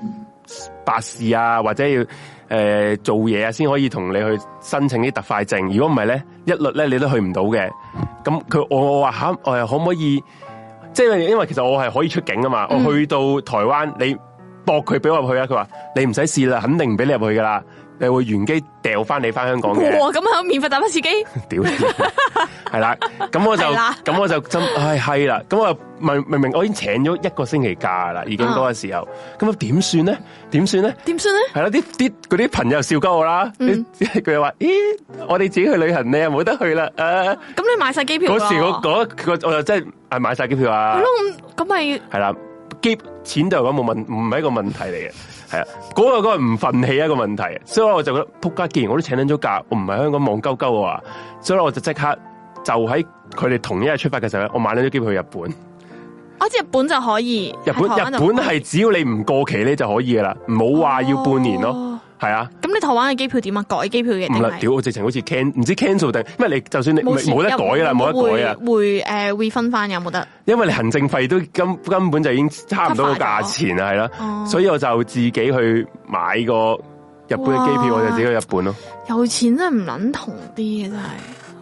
Speaker 2: 白事啊，或者要诶、呃做嘢啊，先可以同你去申請啲特快證。如果唔係咧，一律咧你都去唔到嘅。咁佢我我話吓，我可唔可以？即係因為其實我係可以出境啊嘛。
Speaker 1: 嗯
Speaker 2: 我去到台灣，你搏佢俾我入去啊？佢話你唔使試啦，肯定唔俾你入去噶啦。你會原機掉翻你翻香港嘅。
Speaker 1: 哇！咁樣免費打翻自己，
Speaker 2: 屌你，系啦，咁我就
Speaker 1: 係啦
Speaker 2: 咁我就真唉閪啦，咁我明明明我已經請咗一個星期假啦，已經嗰個時候，咁啊點算咧？點算咧？
Speaker 1: 點算咧？
Speaker 2: 係啦，啲啲嗰啲朋友笑鳩我啦，
Speaker 1: 嗯
Speaker 2: 啲佢又話：咦，我哋自己去旅行，你又冇得去啦。诶，
Speaker 1: 咁你買晒機票
Speaker 2: 嗰
Speaker 1: 啦
Speaker 2: 時嗰嗰嗰我就真係啊買晒機票啊
Speaker 1: 係，咯，咁咁咪
Speaker 2: 係啦，機錢就咁冇問，唔係一個問題嚟嘅。係啊，嗰、個嗰、個唔憤氣啊一個問題，所以我就覺得仆街，既然我都請緊咗假，我唔係香港望鳩鳩我啊，所以我就即刻就喺佢哋同一日出發嘅時候咧，我買咗啲機票去日本。
Speaker 1: 我啊知日本就啊可以，
Speaker 2: 日本
Speaker 1: 喺台灣
Speaker 2: 日
Speaker 1: 就
Speaker 2: 本係只要你唔過期咧就可以噶啦，唔好話要半年咯，
Speaker 1: 哦
Speaker 2: 係啊。
Speaker 1: 咁你台灣嘅機票點啊？改機票嘅定
Speaker 2: 唔啦，
Speaker 1: 係
Speaker 2: 屌！我直情好似 can 唔知 cancel 定，因為你就算你
Speaker 1: 錢
Speaker 2: 冇得改啦，
Speaker 1: 又
Speaker 2: 冇得改啊，
Speaker 1: 會會誒會分翻有冇得？
Speaker 2: 因為你行政費都根根本就已經差唔多個價錢啦，係啦，
Speaker 1: 哦
Speaker 2: 所以我就自己去買個日本嘅機
Speaker 1: 哇
Speaker 2: 票，我就自己去日本咯，
Speaker 1: 有錢真係唔撚同啲嘅真係。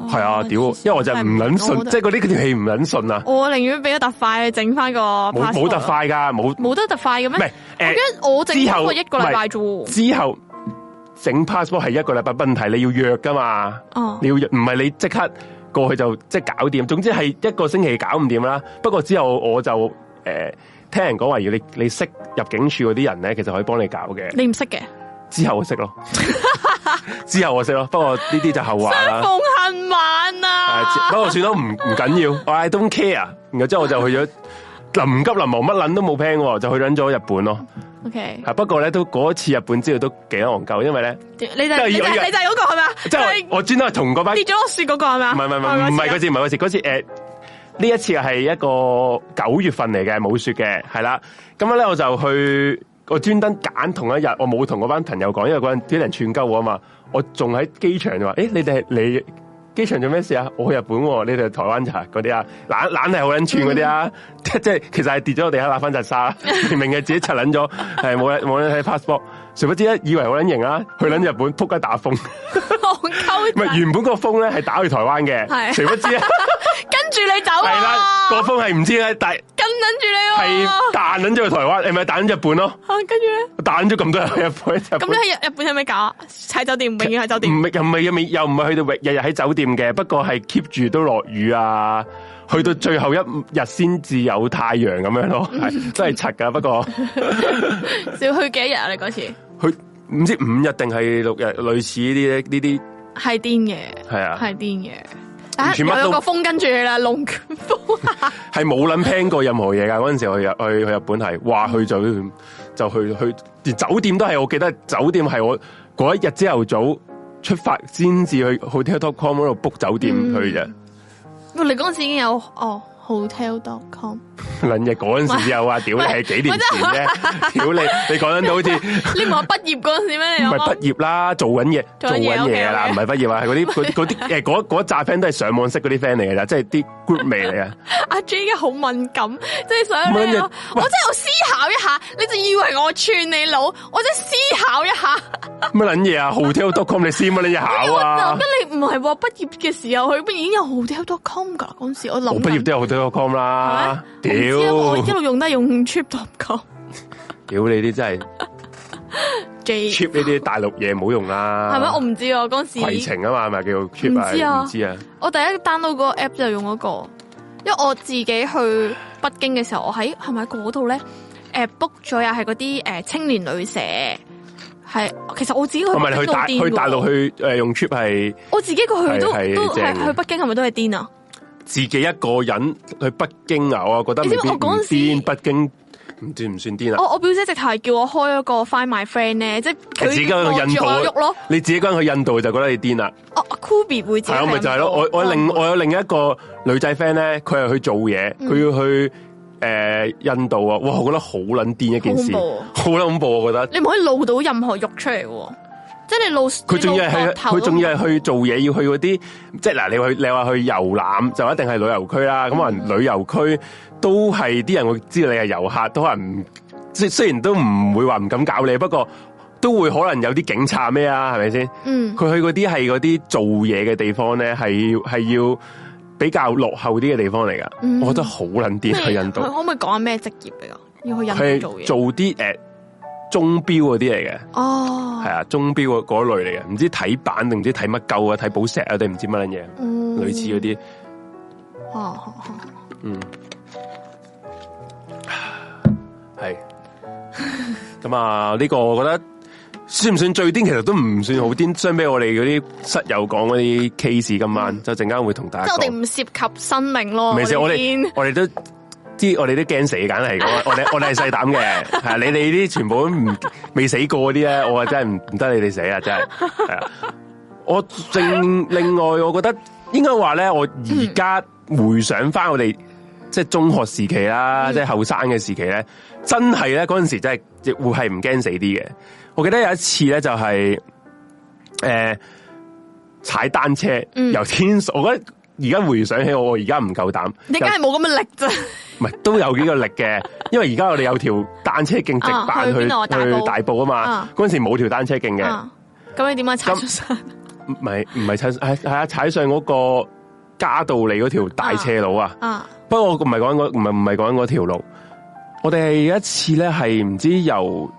Speaker 2: 係啊，
Speaker 1: 哇
Speaker 2: 屌！因為我就唔撚
Speaker 1: 真係
Speaker 2: 信，
Speaker 1: 明
Speaker 2: 即係嗰啲嗰條氣唔撚信啊，
Speaker 1: 我寧願俾咗特快整翻個
Speaker 2: 冇
Speaker 1: passport
Speaker 2: 冇特，快㗎，冇
Speaker 1: 冇得特快嘅
Speaker 2: 唔
Speaker 1: 咩
Speaker 2: 係？
Speaker 1: 我
Speaker 2: 誒
Speaker 1: 記得我整
Speaker 2: 之後
Speaker 1: 過一個禮拜啫
Speaker 2: 唔
Speaker 1: 喎。
Speaker 2: 係之後整 passport 係一個禮拜問題，你要約㗎嘛。
Speaker 1: 哦
Speaker 2: 你，要唔係你即刻過去就即係搞掂，總之係一個星期搞唔掂啦。不過之後我就誒、呃、聽人講話，如果你你識入境處嗰啲人咧，其實可以幫你搞嘅。
Speaker 1: 你唔識嘅，
Speaker 2: 之後我識咯，之後我識咯。不過呢啲就後話
Speaker 1: 相
Speaker 2: 啦。
Speaker 1: 逢恨晚
Speaker 2: 誒之
Speaker 1: 啊！
Speaker 2: 不過算啦，唔唔緊要，我 I don't care。然後之後我就去咗。臨急臨忙乜撚都冇 plan 喎，就去撚咗日本咯。啊
Speaker 1: OK，
Speaker 2: 係不過咧，都嗰次日本之後都幾戇鳩，因為咧，
Speaker 1: 你就你就
Speaker 2: 係
Speaker 1: 你就
Speaker 2: 我以
Speaker 1: 係
Speaker 2: 為
Speaker 1: 嗰個係咪啊？
Speaker 2: 即係
Speaker 1: 你
Speaker 2: 我我專登係同嗰班
Speaker 1: 跌咗落雪嗰個係咪啊？
Speaker 2: 唔係唔係唔係唔係嗰次唔係嗰次，嗰次誒呢一次係一個九月份嚟嘅冇雪嘅，係啦。咁咧我就去，我專登揀同一日，我冇同嗰班朋友講，因為嗰陣啲人串鳩我啊嘛。我仲喺機場就話：，誒、你哋係你機場做咩事啊？我去日本喎、你哋去台灣咋嗰啲啊？懶懶係好撚串嗰啲啊！ 即即係其實係跌咗個地下揦翻扎沙，明明係自己柒撚咗，係冇人冇人睇 passport。誰不知咧，以為好撚型啊，去撚日本撲街打風。
Speaker 1: 戇鳩
Speaker 2: 唔係
Speaker 1: 仔，
Speaker 2: 原本個風咧係打去台灣嘅，
Speaker 1: 係
Speaker 2: 誰不知咧
Speaker 1: 跟住你走
Speaker 2: 係啦，
Speaker 1: 啊！
Speaker 2: 個風係唔知咧，但係
Speaker 1: 跟緊住你
Speaker 2: 係
Speaker 1: 喎。
Speaker 2: 彈撚咗去台灣，誒咪彈撚日本咯，
Speaker 1: 啊跟住咧，
Speaker 2: 彈撚咗咁多人去日本，日
Speaker 1: 咁你喺日日本有咩搞啊？喺酒店，永遠喺酒
Speaker 2: 本
Speaker 1: 店。
Speaker 2: 唔係又唔係又未又唔係去到日日喺酒店嘅，不過係 keep 住都落雨啊，去到最後一日先至有太陽咁 樣咯，係真係柒㗎，不過。
Speaker 1: 要去幾多日啊？你嗰次
Speaker 2: 佢唔知五日定係六日，類似呢啲呢啲
Speaker 1: 係癲嘅，
Speaker 2: 係啊
Speaker 1: 係癲嘅。
Speaker 2: 完
Speaker 1: 啊，
Speaker 2: 全乜都
Speaker 1: 又有個風跟住你啦，龍捲 風。
Speaker 2: 係冇諗 plan 過任何嘢㗎。嗰陣時我去日去去日本係話去就去就去去，連酒店都係我記得酒店係我嗰一日朝頭早出發先至去 hotel.com 嗰度 book 酒店
Speaker 1: 嗯
Speaker 2: 去啫。
Speaker 1: 喂你嗰陣時已經有哦 hotel.com，
Speaker 2: 撚嘢嗰陣時又話屌你係幾年前啫， 屌你你講緊到好似。
Speaker 1: 你唔係話啊畢業嗰陣時咩？你
Speaker 2: 唔
Speaker 1: 有
Speaker 2: 係
Speaker 1: 冇
Speaker 2: 畢？業啦，做緊嘢，做
Speaker 1: 做緊
Speaker 2: 緊
Speaker 1: 嘢
Speaker 2: 嘢啦，唔
Speaker 1: OK，OK
Speaker 2: 係畢業啊，係嗰啲嗰嗰 啲誒嗰嗰扎 friend 都係上網識嗰啲 friend 嚟嘅咋，即係啲 group 味嚟啊！
Speaker 1: 阿 J 嘅好敏感，即係想
Speaker 2: 唔係
Speaker 1: 咧，
Speaker 2: 你
Speaker 1: 我我真係有思考一下，你就以為我串你佬，我真係思考一下。
Speaker 2: 乜撚嘢啊？hotel.com 你先乜撚嘢 考
Speaker 1: 我諗
Speaker 2: 啊
Speaker 1: 緊？你唔係話畢業嘅時候，佢已經有 hotel.com 㗎嗰陣時，我諗
Speaker 2: 我畢
Speaker 1: 緊
Speaker 2: 業都有 hotel.com 啦，屌
Speaker 1: 我唔知啊我一路用都係用 trip.com
Speaker 2: 屌你啲真係
Speaker 1: J，係
Speaker 2: cheap 呢啲大陸嘢唔好用啦，
Speaker 1: 咪？我唔知啊，我嗰
Speaker 2: 攜
Speaker 1: 陣時
Speaker 2: 程啊嘛，係咪叫做 cheap
Speaker 1: 唔知啊
Speaker 2: 唔知啊，
Speaker 1: 我第一 download 嗰個 app 就用嗰、個，因為我自己去北京嘅時候，我喺係咪喺嗰度咧？誒 book 咗又係嗰啲誒青年旅社，係其實我自己去
Speaker 2: 同哦埋你
Speaker 1: 北
Speaker 2: 去
Speaker 1: 京
Speaker 2: 大
Speaker 1: 都癲
Speaker 2: 去大
Speaker 1: 喎
Speaker 2: 呃陸去誒用 cheap 係
Speaker 1: 我自己過去都
Speaker 2: 係係
Speaker 1: 都
Speaker 2: 正
Speaker 1: 係去北京係咪都係癲啊？
Speaker 2: 自己一個人去北京啊，我覺得
Speaker 1: 你
Speaker 2: 未
Speaker 1: 知唔
Speaker 2: 必
Speaker 1: 知我嗰
Speaker 2: 唔
Speaker 1: 陣時
Speaker 2: 癲，北京唔算唔算癲啊？
Speaker 1: 我我表姐直頭係叫我開嗰個 Find My Friend 咧，即係
Speaker 2: 你自己一個人
Speaker 1: 望
Speaker 2: 去印
Speaker 1: 住
Speaker 2: 度啊
Speaker 1: 我喐咯。，
Speaker 2: 你自己一個人去印度就覺得你癲啦。
Speaker 1: 哦，Kobe 會自
Speaker 2: 係
Speaker 1: 己
Speaker 2: 啊，咪就係咯。我我
Speaker 1: 哦嗯
Speaker 2: 另我有另一個女仔 friend 咧，佢係去做嘢，佢要去诶印度啊。哇，我覺得好撚癲一件事
Speaker 1: 好恐怖啊，
Speaker 2: 好撚恐怖啊我覺得。
Speaker 1: 你唔可以露到任何肉出嚟喎，即係你露
Speaker 2: 佢仲要
Speaker 1: 你露
Speaker 2: 係
Speaker 1: 膊
Speaker 2: 去
Speaker 1: 頭
Speaker 2: 佢仲
Speaker 1: 咯
Speaker 2: 要係去做嘢，要去嗰啲即係嗱，你話去你話去遊覽就一定係旅遊區啦。咁可能旅遊區都係啲人會知道你係遊客，都可能唔即雖然都唔會話唔敢搞你，不過都會可能有啲警察咩啊，係咪先？
Speaker 1: 嗯
Speaker 2: 佢去嗰啲係嗰啲做嘢嘅地方咧，係係要比較落後啲嘅地方嚟噶。
Speaker 1: 嗯
Speaker 2: 我覺得好撚
Speaker 1: 咩
Speaker 2: 癲去 印度
Speaker 1: 佢，可唔可以講下咩職業嚟噶？要去
Speaker 2: 佢
Speaker 1: 印
Speaker 2: 係
Speaker 1: 度做嘢
Speaker 2: 做啲诶鐘錶嗰啲嚟嘅。
Speaker 1: 哦
Speaker 2: 系，啊，鐘錶嗰嗰類嚟嘅，唔知睇板定唔知睇乜鳩啊，睇寶石啊定唔知乜撚嘢，
Speaker 1: 嗯
Speaker 2: 類似嗰啲。
Speaker 1: 哦哦哦
Speaker 2: 嗯，系。咁啊，呢、個我覺得算唔算最癲？其實都唔算好癲，相比我哋嗰啲室友講嗰啲 case，今晚就陣間會同大
Speaker 1: 嗯即
Speaker 2: 家
Speaker 1: 係我哋
Speaker 2: 講。
Speaker 1: 唔涉及生命咯。
Speaker 2: 唔係哦先，我哋
Speaker 1: 先
Speaker 2: 我哋都知，我哋都驚死，簡係我我哋我哋係細膽 嘅，係你哋啲全部都唔未死過嗰啲咧，我啊真係唔唔得你哋死啊，真 係係啊！我另另外，我覺得應該話咧，我而家回想翻我哋即係中學時期
Speaker 1: 嗯
Speaker 2: 啦，即係後生嘅時期咧，真係咧嗰陣時真係亦會係唔驚死啲嘅。我記得有一次咧，就係、诶、踩單車、
Speaker 1: 嗯
Speaker 2: 由天水，我覺得而家回想起我，我而家唔夠膽。
Speaker 1: 你梗係冇咁嘅力啫。
Speaker 2: 唔係都有幾個力嘅， 因為而家我哋有條單車徑直
Speaker 1: 啊
Speaker 2: 板
Speaker 1: 去
Speaker 2: 去
Speaker 1: 邊度啊大埔
Speaker 2: 大埔啊嘛
Speaker 1: 啊，
Speaker 2: 嗰陣時冇條單車徑嘅，
Speaker 1: 啊咁你點解踩
Speaker 2: 咁
Speaker 1: 出山？
Speaker 2: 唔係唔係踩係係啊踩上嗰個嘉道理嗰條大斜路啊，
Speaker 1: 啊，
Speaker 2: 不過我唔係講緊嗰唔係唔係講緊嗰條路，我哋係有一次咧係唔知由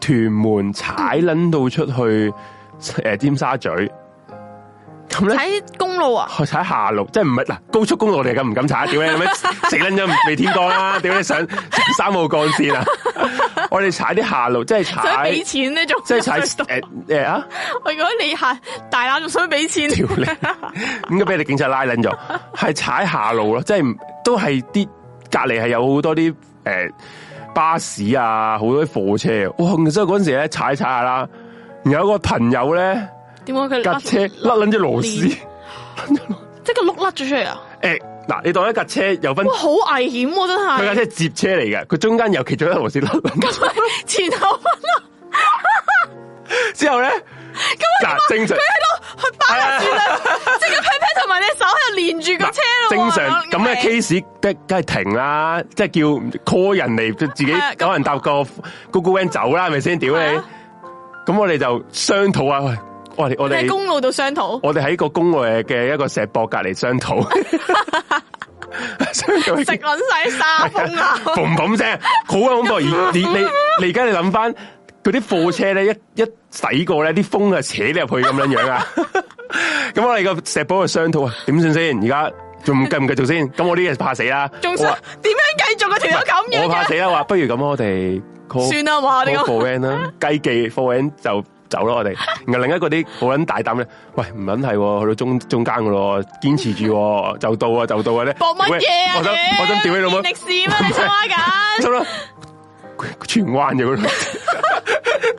Speaker 2: 屯門踩撚到出去誒尖沙咀，咁咧。
Speaker 1: 踩公路啊？
Speaker 2: 去踩下路，即系唔系嗱高速公路嚟噶，唔敢踩，屌 你咩死撚咗未天光啦，屌你上上三號幹線啊！我哋踩啲下路，即係
Speaker 1: 想
Speaker 2: 踩，
Speaker 1: 俾
Speaker 2: 即
Speaker 1: 錢呢仲
Speaker 2: 係踩 诶诶啊！
Speaker 1: 我如果你下大乸仲想俾錢，
Speaker 2: 屌你，應該俾你警察拉撚咗，係踩下路咯，即係唔都係啲隔離係有好多啲诶、誒巴士啊，好多啲貨車，哇！所以嗰陣時咧踩踩下啦，有一個朋友咧
Speaker 1: 點解佢
Speaker 2: 架車甩撚咗螺絲，
Speaker 1: 即係個碌甩咗出嚟啊！
Speaker 2: 诶嗱、你當一架車有分
Speaker 1: 哇，。好危險喎，真
Speaker 2: 佢架
Speaker 1: 係
Speaker 2: 車接車嚟嘅，佢中間有其中一條螺絲甩撚咗
Speaker 1: 前後
Speaker 2: 之後咧，嗱正常啊
Speaker 1: 去包住啦，即係個 pat pat 同埋你手喺度連住個車咯喎。
Speaker 2: 正常咁嘅 case 梗梗係停啦，即係叫 call 人嚟自己
Speaker 1: 係啊咁
Speaker 2: 有人搭個 Google Van 走啦，係咪先？屌
Speaker 1: 係
Speaker 2: 你
Speaker 1: 啊！
Speaker 2: 咁我哋就商討啊，喂，我哋我
Speaker 1: 你喺
Speaker 2: 哋
Speaker 1: 公路度商討，
Speaker 2: 我哋喺個公外嘅一個石博隔離商 討，商討
Speaker 1: 食撚晒 沙風啊！
Speaker 2: 嘣嘣聲，好鬼 恐怖。而你你你而家你諗翻嗰啲貨車咧，一一洗過咧，啲風啊扯你入去咁 樣樣啊。咁我哋個石寶嘅商討啊，點算先？而家仲繼唔繼續先？咁我呢嘢怕死啦，
Speaker 1: 仲
Speaker 2: 我
Speaker 1: 想
Speaker 2: 話
Speaker 1: 點樣繼續個條友咁樣
Speaker 2: 我怕
Speaker 1: 嘅？
Speaker 2: 死啦，話不如咁，我哋 call
Speaker 1: 算啦，話你
Speaker 2: call
Speaker 1: 咁
Speaker 2: f o r n 啦，雞記 f o r n 就。走啦，我哋。然後另一個啲好撚大膽咧，喂唔撚係喎，去到中中間噶咯，堅持住喎，就到啊，就到啊咧。
Speaker 1: 搏乜嘢啊？
Speaker 2: 我想我想屌你老母！
Speaker 1: 歷史咩？你參 加緊？
Speaker 2: 心啦，荃灣嘅嗰度，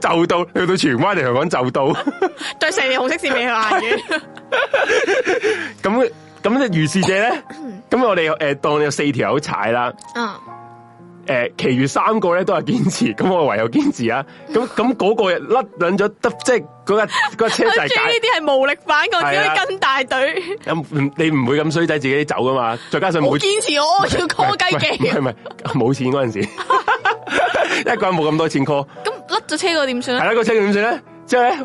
Speaker 2: 就到去到荃灣嚟香港就到，
Speaker 1: 最成條紅色線未去眼嘅，
Speaker 2: 咁咁咧如是者咧，咁我哋诶当有四條友踩啦，
Speaker 1: 嗯，
Speaker 2: 诶、其餘三個咧都係堅持，咁我唯有堅持啊， 咁咁嗰個甩撚咗，得即係嗰架嗰架車
Speaker 1: 跟
Speaker 2: 就係
Speaker 1: 住呢
Speaker 2: 解，
Speaker 1: 啲係無力反抗，只
Speaker 2: 係
Speaker 1: 可
Speaker 2: 啊
Speaker 1: 以跟大隊。
Speaker 2: 咁嗯你唔會咁衰仔自己走噶嘛，再加上冇
Speaker 1: 我堅持我要 call 雞
Speaker 2: 唔
Speaker 1: 記，
Speaker 2: 係唔係冇錢嗰陣時， 一個人冇咁多錢 call。
Speaker 1: 咁甩咗車嗰個點算
Speaker 2: 系
Speaker 1: 咧？
Speaker 2: 啦，個車點算咧？之後咧，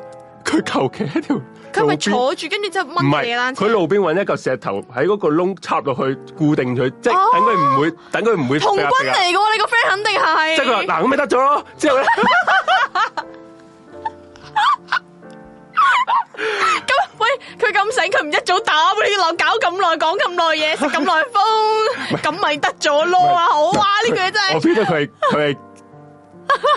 Speaker 2: 佢求其一條，
Speaker 1: 佢咪坐住，跟住之後
Speaker 2: 唔
Speaker 1: 掹
Speaker 2: 係
Speaker 1: 嘢單車
Speaker 2: 佢，路邊揾一嚿石頭喺嗰個窿插落去固定佢，即係
Speaker 1: 哦
Speaker 2: 等佢唔會，等佢唔會
Speaker 1: 童軍
Speaker 2: 飛
Speaker 1: 嚟
Speaker 2: 啊飛啊
Speaker 1: 嘅喎，你個 friend 肯定係。
Speaker 2: 即係佢話嗱咁咪得咗咯。之後咧，
Speaker 1: 咁喂，佢咁醒，佢唔一早打俾你諗，搞咁耐，講咁耐嘢，食咁耐風，咁咪得咗咯啊！好啊，呢句真係
Speaker 2: 我 feel 到佢係佢係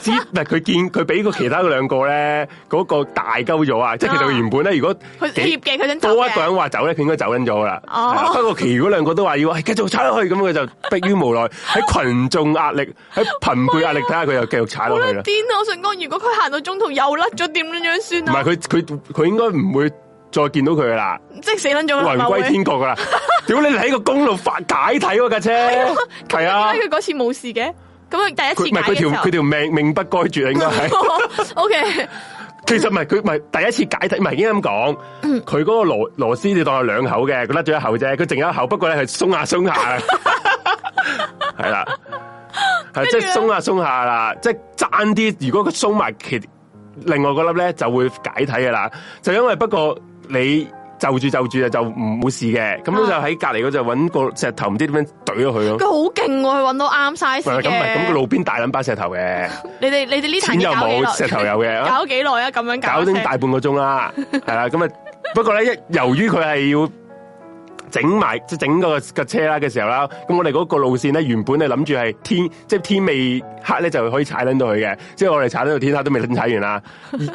Speaker 2: 知唔係佢見佢俾個其他嗰兩個咧，嗰、個大鳩咗啊！即係其實原本咧，如果
Speaker 1: 佢
Speaker 2: 幾
Speaker 1: 協嘅，佢想走
Speaker 2: 多一個
Speaker 1: 嘅。
Speaker 2: 人話走咧，佢應該走緊咗啦。
Speaker 1: 哦
Speaker 2: 係啦不過其餘嗰兩個都話要，哎喂繼續踩落去，咁佢就迫於無奈，喺群眾壓力，喺朋輩壓力底下，佢又繼續踩
Speaker 1: 好
Speaker 2: 落
Speaker 1: 啦
Speaker 2: 去啦。
Speaker 1: 癲啊！我想講，如果佢行到中途又甩咗，點樣樣算
Speaker 2: 唔係
Speaker 1: 啊？
Speaker 2: 佢佢佢應該唔會再見到佢噶啦，
Speaker 1: 即係死撚咗啦，
Speaker 2: 魂
Speaker 1: 咪會
Speaker 2: 歸 天國噶啦。屌你喺個公路發解體喎架車，係啊，
Speaker 1: 點解佢嗰次冇事嘅？咁佢
Speaker 2: 佢
Speaker 1: 第
Speaker 2: 唔
Speaker 1: 一次
Speaker 2: 係
Speaker 1: 解
Speaker 2: 佢
Speaker 1: 嘅時
Speaker 2: 條
Speaker 1: 候
Speaker 2: 佢條命命不該絕啊，應該 係。
Speaker 1: O K，
Speaker 2: 其實唔係佢唔係第一次解體，唔係應該咁
Speaker 1: 嗯
Speaker 2: 講。佢嗰個螺螺絲你當係兩口嘅，佢甩咗一口啫，佢剩咗一口，不過咧係鬆 下鬆下，係啦，係即係鬆下鬆下啦，即係爭啲。如果佢鬆埋其另外嗰粒咧，就會解體噶啦。就因為不過你就住就住就唔冇事嘅，咁
Speaker 1: 啊
Speaker 2: 就喺隔離嗰就揾個石頭，唔知點樣懟咗佢
Speaker 1: 佢
Speaker 2: 咯。
Speaker 1: 好勁喎，佢揾到啱 size
Speaker 2: 唔係咁唔係咁，個
Speaker 1: 嘅。
Speaker 2: 路邊大撚把石頭 嘅，
Speaker 1: 你哋你哋呢壇
Speaker 2: 錢又
Speaker 1: 嘢搞幾耐
Speaker 2: 冇，石頭 有嘅。
Speaker 1: 搞幾耐啊？咁樣
Speaker 2: 搞
Speaker 1: 搞
Speaker 2: 丁
Speaker 1: 成
Speaker 2: 大半個 鐘啦，係啦，咁啊，不過咧，一由於佢係要整埋即係整個個車啦嘅時候啦，咁我哋嗰個路線咧，原本係諗住係天即係天未黑咧就可以踩撚到佢嘅，即係我哋踩撚到天黑都未撚踩完啦，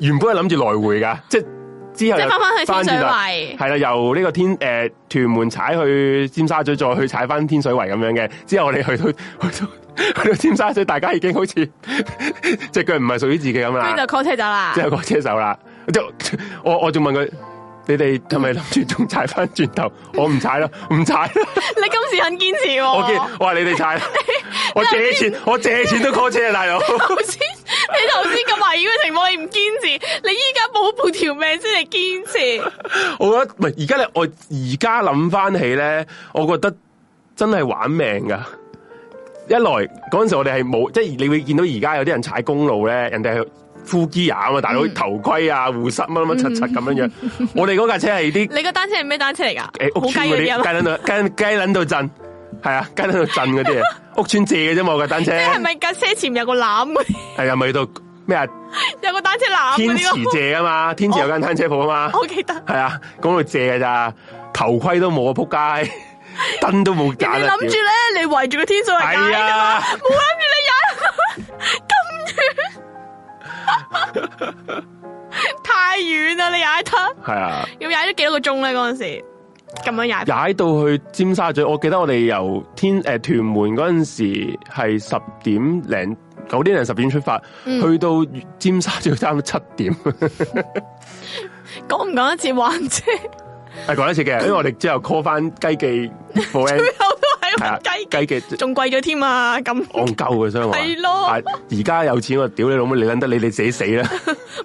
Speaker 2: 原本係諗住來回噶，即係之後
Speaker 1: 即係
Speaker 2: 又
Speaker 1: 翻返去天水
Speaker 2: 轉頭
Speaker 1: 圍
Speaker 2: 係啦，由呢個天诶、屯門踩去尖沙咀，再去踩翻天水圍咁樣嘅。之後我哋去到去到去到尖沙咀，大家已經好似 隻腳唔係屬於自己咁啦
Speaker 1: 跟住。就 call 車走啦
Speaker 2: 之。後個車手啦，就 我我仲問佢：你哋係咪諗住仲踩翻轉頭？我唔踩啦，唔踩啦！
Speaker 1: 你今時肯堅持喎？
Speaker 2: 我見我話你哋踩啦，我借錢我借錢都 call 車啊，大佬！
Speaker 1: 頭先你頭先咁危險嘅情況，你唔堅持，你依家保護條命先嚟堅持。
Speaker 2: 我覺得唔係而家咧，我而家諗翻起咧，我覺得真係玩命噶。一來嗰阵时我哋係冇，即係你會見到而家有啲人踩公路咧，人哋係 full gear 啊嘛，大佬頭盔啊、護膝乜乜柒柒咁樣樣。我哋嗰架車係啲
Speaker 1: 你個單車係咩單車嚟㗎？
Speaker 2: 诶、屋
Speaker 1: 好雞
Speaker 2: 村嗰
Speaker 1: 嗰
Speaker 2: 啲
Speaker 1: 啲啊
Speaker 2: 雞
Speaker 1: 嘛？
Speaker 2: 撚到雞雞撚到震，係啊雞撚到震嗰 啲啊，屋村借嘅啫嘛我架單車，
Speaker 1: 即係咪架車前面有個籃嗰啲，
Speaker 2: 係啊咪到咩啊
Speaker 1: 有個單車籃
Speaker 2: 天
Speaker 1: 嗰
Speaker 2: 池
Speaker 1: 啲
Speaker 2: 借啊嘛，天池有間單車鋪啊嘛
Speaker 1: 咯？，我記得。
Speaker 2: 係啊嗰度借嘅咋，頭盔都冇 啊仆街，燈都冇
Speaker 1: 人
Speaker 2: 揀
Speaker 1: 哋
Speaker 2: 啊，
Speaker 1: 諗住咧，你圍住個天水圍踩㗎
Speaker 2: 係
Speaker 1: 嘛，
Speaker 2: 啊
Speaker 1: 冇諗住你踩 咁遠，太遠啦！你踩得，
Speaker 2: 屌係啊
Speaker 1: 要踩咗幾多個鐘咧？嗰陣時咁樣踩，
Speaker 2: 踩到去尖沙咀，我記得我哋由天诶、屯門嗰陣時係十點零九點零十點出發，去到尖沙咀差唔多七 點。
Speaker 1: 講唔講得切玩車？
Speaker 2: 系講一次嘅，因為我哋之後 call 翻雞記 for N，
Speaker 1: 最後都係
Speaker 2: 係啊
Speaker 1: 揾雞
Speaker 2: 雞記
Speaker 1: 仲貴咗添啊！咁
Speaker 2: 戇鳩嘅所以我話
Speaker 1: 係咯
Speaker 2: 係而家有錢我屌你老母，你撚得你你自己死 啦，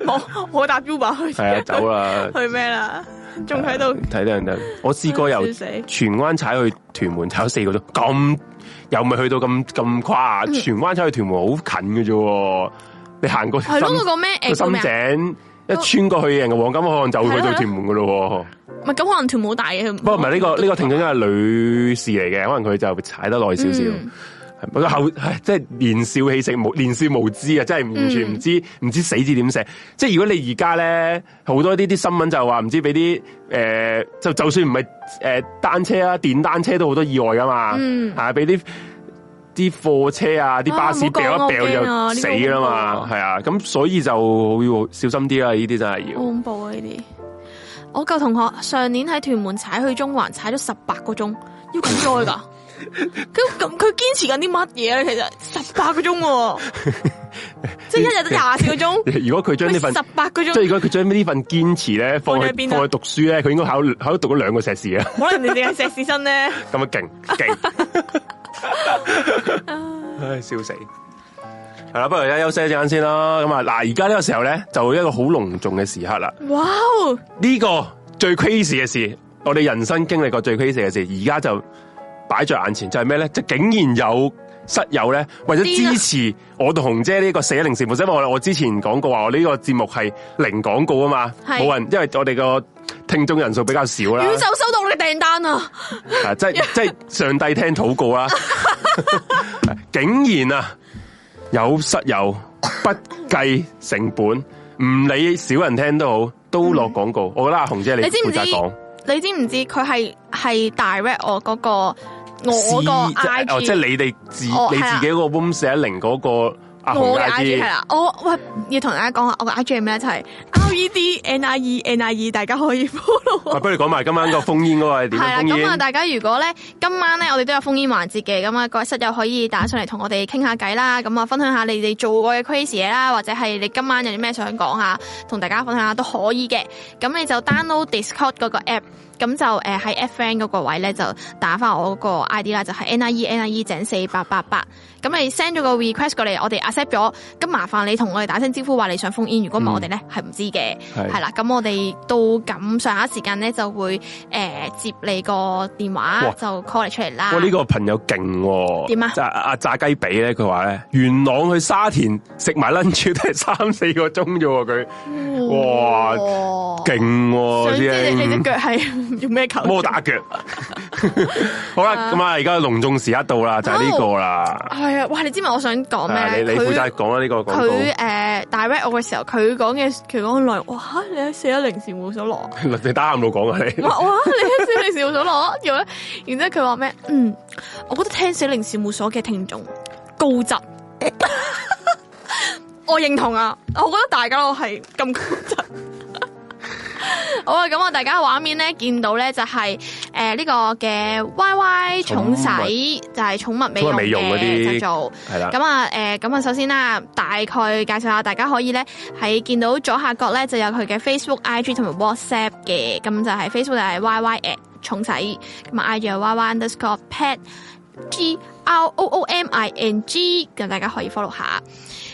Speaker 1: 冇我搭 Uber 去，
Speaker 2: 係啊走啦，
Speaker 1: 去咩啦？仲喺度
Speaker 2: 睇得人得。我試過由
Speaker 1: 笑死
Speaker 2: 荃灣踩去屯門踩咗四個鐘，咁又咪去到咁咁誇？
Speaker 1: 嗯
Speaker 2: 荃灣踩去屯門好近嘅啫喎，你行過
Speaker 1: 係
Speaker 2: 深
Speaker 1: 咯嗰個咩
Speaker 2: 個
Speaker 1: 誒叫
Speaker 2: 深
Speaker 1: 咩啊？
Speaker 2: 井。一穿過去人嘅黃金海岸就會去
Speaker 1: 係啊
Speaker 2: 到
Speaker 1: 咯
Speaker 2: 屯門嘅咯
Speaker 1: 唔
Speaker 2: 喎。
Speaker 1: 係咁可能團冇大嘅，
Speaker 2: 不過唔係呢個呢個聽眾因為女士嚟嘅，可能佢就踩得耐少少。
Speaker 1: 嗯
Speaker 2: 不過後 唉即係年少氣盛，無年少無知啊！真係
Speaker 1: 嗯
Speaker 2: 完全唔知唔、知死字點寫。即係如果你而家咧好多呢啲新聞就話唔知俾啲誒就就算唔係誒單車啊，電單車都好多意外噶嘛。
Speaker 1: 嗯
Speaker 2: 係啊俾啲啲貨車啊、啲
Speaker 1: 啊
Speaker 2: 巴士
Speaker 1: 唔好講
Speaker 2: 掉一掉
Speaker 1: 我驚啊呢個
Speaker 2: 就死啦
Speaker 1: 好
Speaker 2: 嘛。
Speaker 1: 恐怖
Speaker 2: 係啊，咁所以就要小心啲啦。呢啲真係
Speaker 1: 好
Speaker 2: 要。
Speaker 1: 恐怖啊！呢啲我舊同學上年喺屯門踩去中環踩咗十八個鐘，要咁耐 㗎？佢咁佢堅持緊啲乜嘢咧？其實十八個鐘 喎，即係一日都廿四個鐘，
Speaker 2: 如果佢將呢份
Speaker 1: 佢十八個
Speaker 2: 即係
Speaker 1: 鐘，
Speaker 2: 如果佢將呢份堅持咧放
Speaker 1: 放
Speaker 2: 去
Speaker 1: 咗喺邊啊
Speaker 2: 放去讀書咧，佢應該考考讀咗兩個碩士啊！
Speaker 1: 可能你哋係碩士生 咧。
Speaker 2: 咁啊勁勁， 唉笑死！係啦，不如而家休息一陣間先啦。咁啊，嗱，而家呢個時候咧，就一個好隆重嘅時刻啦。
Speaker 1: 哇哦！
Speaker 2: 呢、個最 crazy 嘅事，我哋人生經歷過最 crazy 嘅事，而家就擺在眼前，就係咩咧？即係竟然有室友咧，為
Speaker 1: 癲
Speaker 2: 咗
Speaker 1: 啊
Speaker 2: 支持我同紅姐呢個四一零事務，因為我我之前講過話，我呢個節目係零廣告啊嘛，
Speaker 1: 係
Speaker 2: 冇人，因為我哋個聽眾人數比較少啦
Speaker 1: 宇，宙收到你訂單啊！
Speaker 2: 啊，即係即係上帝聽禱告 啦，竟然啊有室友不計成本，唔理少人聽都好，都落廣告。我覺得阿紅姐你
Speaker 1: 嗯你知唔
Speaker 2: 負
Speaker 1: 知
Speaker 2: 責講。
Speaker 1: 你知唔知佢係係 direct 我嗰個我
Speaker 2: 私
Speaker 1: 個
Speaker 2: 即係
Speaker 1: I
Speaker 2: 哦即係
Speaker 1: G？
Speaker 2: 你哋自
Speaker 1: 哦
Speaker 2: 你
Speaker 1: 係啊
Speaker 2: 自己嗰個 room 四一零嗰個阿紅
Speaker 1: 我嘅 I
Speaker 2: 嘅
Speaker 1: G 啊係
Speaker 2: IG
Speaker 1: 啦，我喂要同大家講下，我嘅 I G 係咩？就係 R E D N I E N I E，大家可以 follow 我
Speaker 2: 喂不如講埋今晚個封煙嗰個係
Speaker 1: 系
Speaker 2: 點啊
Speaker 1: 啦，
Speaker 2: 封
Speaker 1: 咁啊，
Speaker 2: 煙
Speaker 1: 大家如果咧今晚咧，我哋都有封煙環節嘅，咁啊，各位室友可以打上嚟同我哋傾下偈啦，咁啊，分享下你哋做過嘅 crazy 嘢啦，或者係你今晚有啲咩想講下，同大家分享下都可以嘅。咁你就 download Discord 嗰個 app，咁就誒喺 F friend 嗰個位咧就打翻我嗰個 ID 啦，就係 E，NIE NIE 井四八八八。咁你 send 咗個 request 過嚟，我哋 accept 咗，咁麻煩你同我哋打聲招呼，話你想封煙，如果唔係我哋咧係唔知嘅。
Speaker 2: 嗯係
Speaker 1: 系啦，咁我哋到咁上下時間咧，就會诶、呃接你個電話
Speaker 2: 哇
Speaker 1: 就 call 你出嚟啦。
Speaker 2: 哇！呢、個朋友勁喎、
Speaker 1: 點啊
Speaker 2: 就阿阿炸雞髀咧，佢話咧，元朗去沙田食埋 lunch 都係三四個鐘啫喎，佢哇啊
Speaker 1: 哇
Speaker 2: 勁喎，
Speaker 1: 哦想知你
Speaker 2: 師
Speaker 1: 你
Speaker 2: 兄
Speaker 1: 只腳啊係 用咩球？
Speaker 2: 嗯摩打腳。好啦，咁啊，而家隆重時刻到啦，就係呢個啦。
Speaker 1: 係啊，哇！你知唔知我想講
Speaker 2: 啊
Speaker 1: 咩
Speaker 2: 你
Speaker 1: 咧？
Speaker 2: 你負
Speaker 1: 佢
Speaker 2: 責講啦呢個廣
Speaker 1: 佢
Speaker 2: 告，
Speaker 1: 诶 direct 我嘅時候，佢講嘅佢講嘅內容，哇！嚇你喺四一零事務所攞。
Speaker 2: 你打喊路講啊你
Speaker 1: 我。話哇！你喺四一零事務所攞，然後咧，然之後佢話咩？嗯，我覺得聽四一零事務所嘅聽眾高質，我認同啊！我覺得大家都係咁高質。好啊，咁我大家畫面咧見到咧就係诶呢個嘅 Y Y 重洗就係寵物美容
Speaker 2: 寵物美容嗰啲
Speaker 1: 嘅製造。
Speaker 2: 係啦，
Speaker 1: 咁啊，诶，咁啊，首先啦，大概介紹下，大家可以咧喺見到左下角咧就有佢嘅 Facebook、IG 同埋 WhatsApp 嘅，咁就係 Facebook 就係 YY at 重仔，咁啊 IG 係 YY underscore pet G R O O M I N G，咁大家可以 follow 下。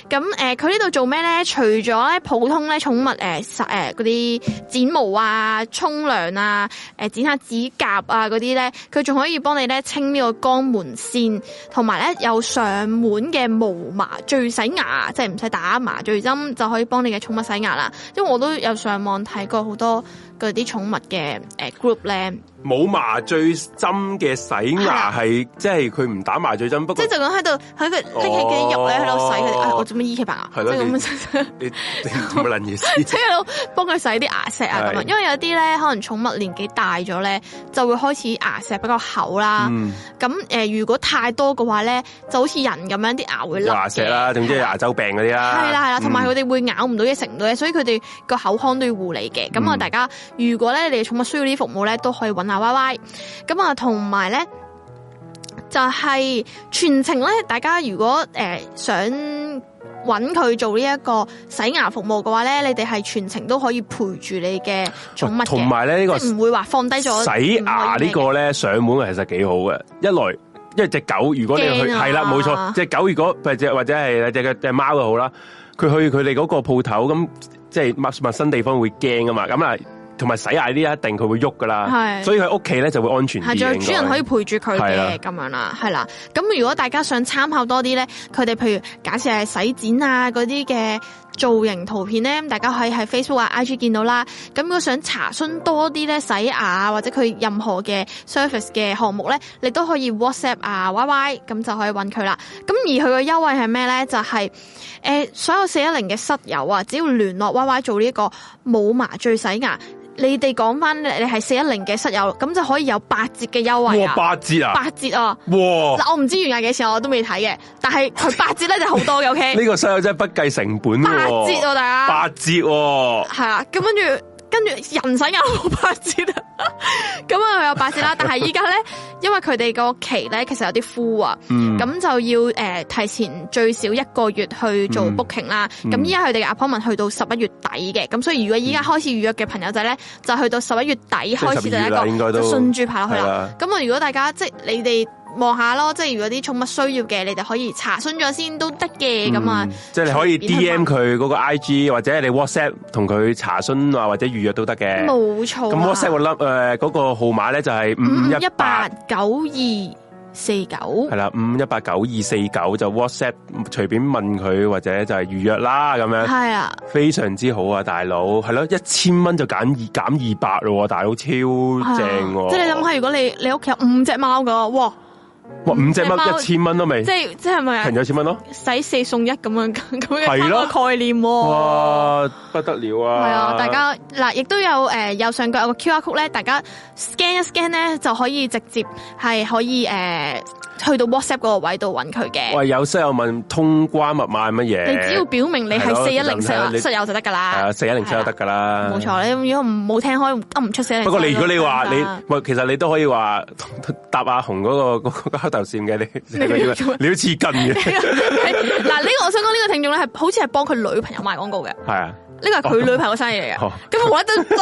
Speaker 1: 咁誒，佢呢度做咩咧？除咗咧普通咧寵物誒誒嗰啲剪毛啊、沖涼啊、誒剪下指甲啊嗰啲咧，佢仲可以幫你咧清呢個肛門腺，同埋咧有上門嘅無麻醉洗牙，即係唔使打麻醉針就可以幫你嘅寵物洗牙啦。因為我都有上網睇過好多嗰啲寵物嘅誒 group 咧，
Speaker 2: 冇麻醉針嘅洗 牙係，即係佢唔打麻醉針，不
Speaker 1: 即
Speaker 2: 過
Speaker 1: 係就咁喺度喺佢拎起幾隻肉咧喺度洗佢哋，
Speaker 2: 哦
Speaker 1: 哎我做乜醫佢白牙？
Speaker 2: 係咯
Speaker 1: 即係
Speaker 2: 你
Speaker 1: 咁樣。
Speaker 2: 你你做乜撚嘢
Speaker 1: 即
Speaker 2: 先？
Speaker 1: 係喺度幫佢洗啲牙石啊咁樣，
Speaker 2: 係
Speaker 1: 因為有啲咧可能寵物年紀大咗咧，就會開始牙石比較厚啦。
Speaker 2: 嗯，
Speaker 1: 咁誒、呃如果太多嘅話咧，就好似人咁樣啲牙會
Speaker 2: 有
Speaker 1: 甩
Speaker 2: 牙石啦，總之有牙周病嗰啲啦。
Speaker 1: 係啦係啦，同埋
Speaker 2: 嗯
Speaker 1: 佢哋會咬唔到嘢，食唔到嘢，所以佢哋個口腔都要護理嘅。咁啊，
Speaker 2: 嗯
Speaker 1: 大家如果咧你哋寵物需要呢啲服務咧，都可以揾下 Y Y。咁啊，同埋咧就係、全程咧，大家如果誒、呃想揾佢做呢一個洗牙服務嘅話咧，你哋係全程都可以陪住你嘅寵物
Speaker 2: 喂
Speaker 1: 嘅
Speaker 2: 同埋咧呢個
Speaker 1: 即係唔會話放低咗
Speaker 2: 洗
Speaker 1: 唔可
Speaker 2: 牙呢
Speaker 1: 以咩嘅
Speaker 2: 個咧上門其實幾好嘅，一來因為只狗如果你去
Speaker 1: 驚啊
Speaker 2: 係啦冇錯，只狗如果或者或者係只只貓又好啦，佢去佢哋嗰個鋪頭咁，即係陌陌生地方會驚噶嘛，咁啊同埋洗牙呢啲一定佢會喐噶啦，
Speaker 1: 係
Speaker 2: 所以佢屋企咧就會安全啲
Speaker 1: 係，仲有主人可以陪住佢
Speaker 2: 係啦
Speaker 1: 嘅咁樣啦，係啦。咁如果大家想參考多啲咧，佢哋譬如假設係洗剪啊嗰啲嘅造型圖片咧，大家可以喺 Facebook 啊、IG 見到啦。咁如果想查詢多啲咧洗牙啊或者佢任何嘅 service 嘅項目咧，你都可以 WhatsApp 啊、YY 咁就可以揾佢啦。咁而佢嘅優惠係咩咧？就係、呃所有四一零嘅室友啊，只要聯絡 YY 做呢、個冇麻醉洗牙。你哋講翻你係四一零嘅室友，咁就可以有八折嘅優惠
Speaker 2: 哇
Speaker 1: 啊！
Speaker 2: 八折啊，
Speaker 1: 八折啊！
Speaker 2: 哇
Speaker 1: 嗱，我唔知原價幾錢，我都未睇嘅，但 係佢八折咧就好多嘅，OK？
Speaker 2: 呢個西友真係不計成本
Speaker 1: 八
Speaker 2: 喎，
Speaker 1: 折啊，大家
Speaker 2: 八折喎，
Speaker 1: 係啊，咁跟住跟住人使有八折啊， 咁啊佢有八折啦，但係依家咧，因為佢哋個期咧其實有啲敷啊，
Speaker 2: 嗯
Speaker 1: 咁就要誒、呃提前最少一個月去做
Speaker 2: 嗯
Speaker 1: booking 啦。
Speaker 2: 嗯
Speaker 1: 咁依家佢哋嘅 appointment 去到十一月底嘅，咁所以如果依家開始預約嘅朋友仔咧，就去到十一月底開始就
Speaker 2: 即係12月啦應
Speaker 1: 一
Speaker 2: 該
Speaker 1: 個
Speaker 2: 都
Speaker 1: 就順住排落去
Speaker 2: 係
Speaker 1: 啦。
Speaker 2: 啦。
Speaker 1: 咁啊，如果大家即係你哋望下咯，即係如果啲寵物需要嘅，你哋可以查詢咗先都得嘅咁啊
Speaker 2: 嗯。即系你可以
Speaker 1: 隨便去
Speaker 2: D M 佢嗰个 I G 或者你 WhatsApp 同佢查詢啊或者預約都得嘅。咁
Speaker 1: 冇錯啊。
Speaker 2: WhatsApp 個 number 诶嗰個號碼咧就係五
Speaker 1: 五
Speaker 2: 五
Speaker 1: 一
Speaker 2: 一
Speaker 1: 八
Speaker 2: 八
Speaker 1: 九二四九
Speaker 2: 系。啦，五一八九二四九就 WhatsApp 隨便問佢或者就係預約啦咁樣，
Speaker 1: 係啊，
Speaker 2: 非常之好啊，大佬係咯，一千蚊就減二減二百咯喎，大佬超
Speaker 1: 係啊
Speaker 2: 正喎！
Speaker 1: 即係你諗下，如果你你屋企有五隻貓嘅，哇！
Speaker 2: 哇五隻
Speaker 1: 隻貓
Speaker 2: 蚊一千蚊都未
Speaker 1: 即，係即係咪啊
Speaker 2: 平？咗千蚊咯，
Speaker 1: 洗四送一咁樣 咁
Speaker 2: 係
Speaker 1: 嘅
Speaker 2: 咯
Speaker 1: 個概念喎。
Speaker 2: 哇不得了
Speaker 1: 哦係
Speaker 2: 啊！
Speaker 1: 啊，大家嗱，亦都有誒、呃右上角有個 QR code 咧，大家 scan 一 scan 咧就可以直接係可以誒、呃去到 WhatsApp 嗰個位度揾佢嘅。
Speaker 2: 喂，有室友問通關密碼係乜嘢？
Speaker 1: 你只要表明你係
Speaker 2: 係咯
Speaker 1: 四一零
Speaker 2: 就唔使啦你
Speaker 1: 室友就得㗎
Speaker 2: 係啊，
Speaker 1: 啦。
Speaker 2: 四一零七就得㗎啦。
Speaker 1: 冇。錯，你如果唔冇聽開，噏唔出四一零。
Speaker 2: 不過你如果你話你
Speaker 1: 得，
Speaker 2: 喂，其實你都可以話 搭阿紅嗰個嗰個交頭線嘅，你你
Speaker 1: 你要
Speaker 2: 要
Speaker 1: 做
Speaker 2: 你要黐筋嘅，
Speaker 1: 嗱呢個我想講呢個聽眾咧係好似係幫佢女朋友賣廣告嘅，
Speaker 2: 係啊。
Speaker 1: 呢個係佢女朋友生意嚟嘅
Speaker 2: 哦。
Speaker 1: 咁冇得對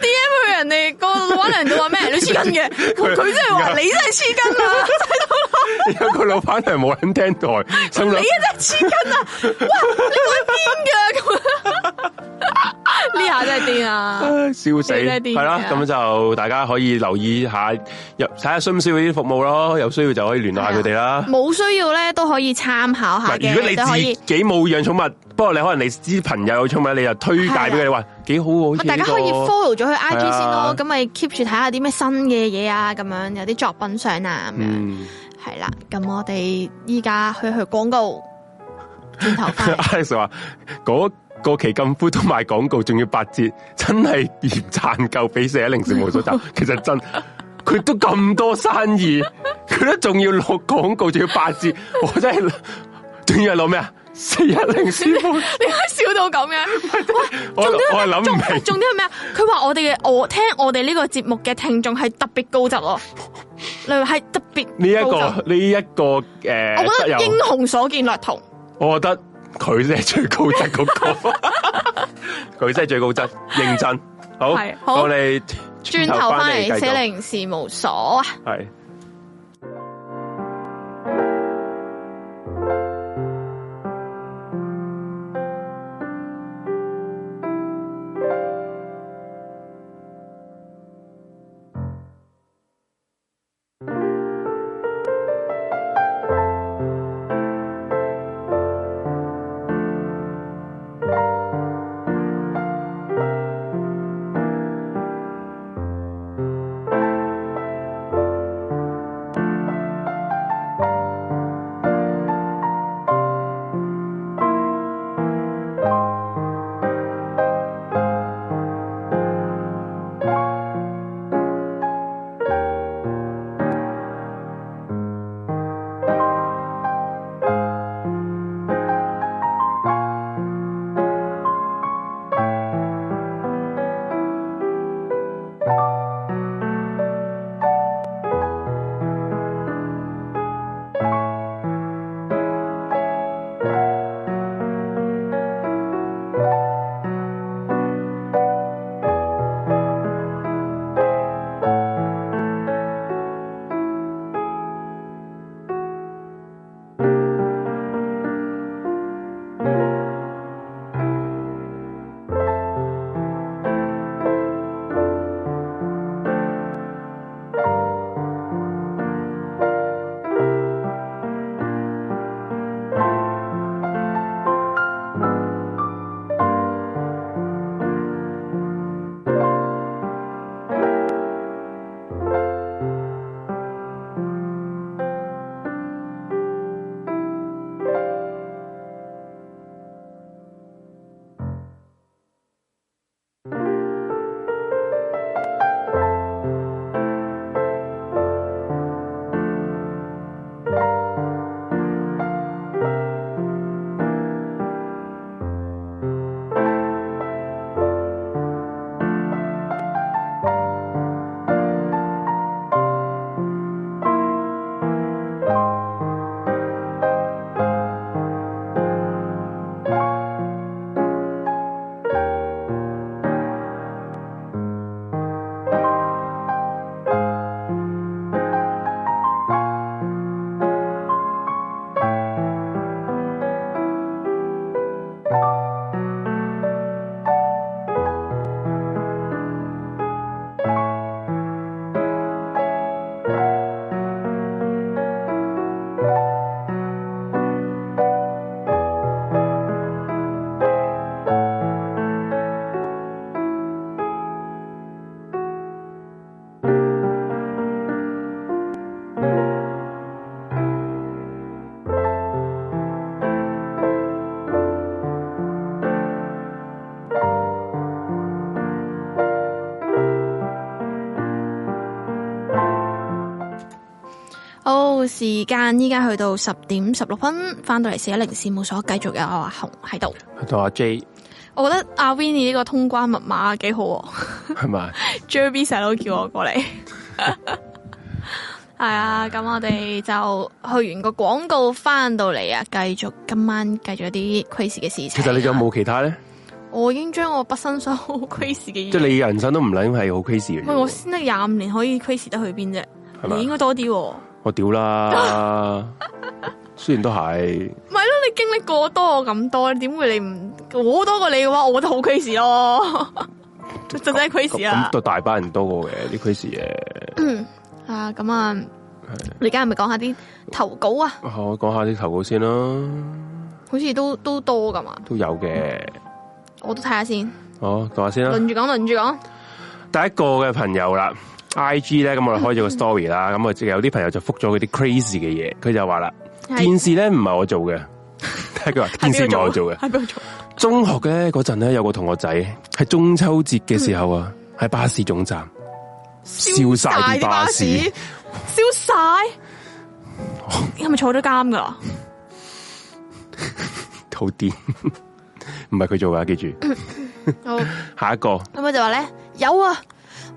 Speaker 1: D M 佢人哋個搵人就話咩你黐筋 嘅，佢佢真係話你真係黐筋啊！
Speaker 2: 有個老闆娘冇人聽台，心
Speaker 1: 你
Speaker 2: 諗
Speaker 1: 一隻黐筋啊！哇，你去邊噶咁樣？ 呢下真係癲啊！
Speaker 2: 唉笑死，
Speaker 1: 你真係癲
Speaker 2: 係啦，
Speaker 1: 啊
Speaker 2: 咁就大家可以留意下，入睇下需唔需要呢啲服務咯，有需要就可以聯
Speaker 1: 啊
Speaker 2: 絡下佢哋啦。
Speaker 1: 冇需要咧都可以參考下
Speaker 2: 嗱
Speaker 1: 嘅，
Speaker 2: 如果你
Speaker 1: 都可以。
Speaker 2: 自己冇養寵物，不過你可能你知朋友有寵物，你就推介俾佢哋，話幾好喎，
Speaker 1: 咪
Speaker 2: 好似
Speaker 1: 啊大家
Speaker 2: 呢個
Speaker 1: 可以 follow 咗佢 IG 先
Speaker 2: 係
Speaker 1: 咯
Speaker 2: 啊，
Speaker 1: 咁咪 keep 住睇下啲咩新嘅嘢啊，咁樣有啲作品相啊，咁樣
Speaker 2: 嗯
Speaker 1: 係啦。咁我哋依家去一去廣告，轉頭 翻嚟。
Speaker 2: ，Alex 話嗰個期禁夫都賣廣告，仲要八折，真係嫌賺夠俾四一零事務 所賺。其實真，佢都咁多生意，佢都仲要落廣告，仲要八折，我真係仲要係攞咩啊？四一零師傅，
Speaker 1: 你可以笑到咁樣，
Speaker 2: 我我係諗唔明。
Speaker 1: 重點係咩啊？佢話我哋嘅我聽我哋呢個節目嘅聽眾係特別高質咯，你話係特別
Speaker 2: 呢一
Speaker 1: 高質
Speaker 2: 個呢一個誒，
Speaker 1: 我覺
Speaker 2: 室
Speaker 1: 得
Speaker 2: 友
Speaker 1: 英雄所見略同，
Speaker 2: 我覺得佢先係最高 質嗰、個，佢先係最高質，認真。好，
Speaker 1: 係好
Speaker 2: 我哋
Speaker 1: 轉頭翻嚟
Speaker 2: 繼
Speaker 1: 寫
Speaker 2: 續，
Speaker 1: 零事務所啊！
Speaker 2: 係。
Speaker 3: Hãy subscribe cho kênh Ghiền Mì Gõ Để không bỏ lỡ
Speaker 1: 時間依家去到十點十六分，翻到嚟四一零事務所，繼續有阿紅喺度。
Speaker 2: 同阿 J
Speaker 1: 我覺得阿 Vinny 呢個通關密碼幾好喎
Speaker 2: 係咪？
Speaker 1: ，Jerby 細佬叫我過嚟。係啊，咁我哋就去完個廣告翻到嚟啊，繼續今晚繼續一啲 crazy 嘅事情。
Speaker 2: 其實你仲有冇其 他咧？
Speaker 1: 我已經將我畢生所有 crazy 嘅嘢，
Speaker 2: 即係你人生都唔撚係好 crazy 嘅
Speaker 1: 喂，我
Speaker 2: 啫。
Speaker 1: 先得廿五年可以 crazy 得去邊啫？
Speaker 2: 係嘛
Speaker 1: 你應該多啲喎。
Speaker 2: 我屌啦， 雖然都係，
Speaker 1: 唔係咯，你經歷過多我咁多，點會你唔我多過你嘅話，我覺得好 crazy 咯，就真係 crazy 啊
Speaker 2: 咁
Speaker 1: 啦
Speaker 2: 都。大班人多過嘅啲 crazy 嘢。
Speaker 1: 啊，咁啊，你而家係咪講下啲投稿啊？
Speaker 2: 啊我講下啲投稿先啦。
Speaker 1: 好似都都多噶嘛，
Speaker 2: 都有嘅。
Speaker 1: 我都睇下先，
Speaker 2: 好，講下先啦。
Speaker 1: 輪住講，輪住講。
Speaker 2: 第一個嘅朋友啦，I G 咧，咁我哋開咗個
Speaker 1: 嗯
Speaker 2: story 啦，咁我啊即係有啲朋友就覆咗佢啲 crazy 嘅嘢，佢就話啦，
Speaker 1: 係
Speaker 2: 件事咧唔係我做嘅， 佢話
Speaker 1: 喺
Speaker 2: 件事
Speaker 1: 邊
Speaker 2: 唔係我
Speaker 1: 度
Speaker 2: 做嘅。
Speaker 1: 喺邊度做？啊
Speaker 2: 中學咧嗰陣咧有個同學仔喺中秋節嘅時候
Speaker 1: 嗯
Speaker 2: 啊，喺巴士總站燒晒啲巴士，
Speaker 1: 燒晒，哦你係咪坐咗監噶？
Speaker 2: 好癲， 唔係佢做噶，記住。
Speaker 1: 嗯好
Speaker 2: 下一個
Speaker 1: 咁佢就話咧有啊。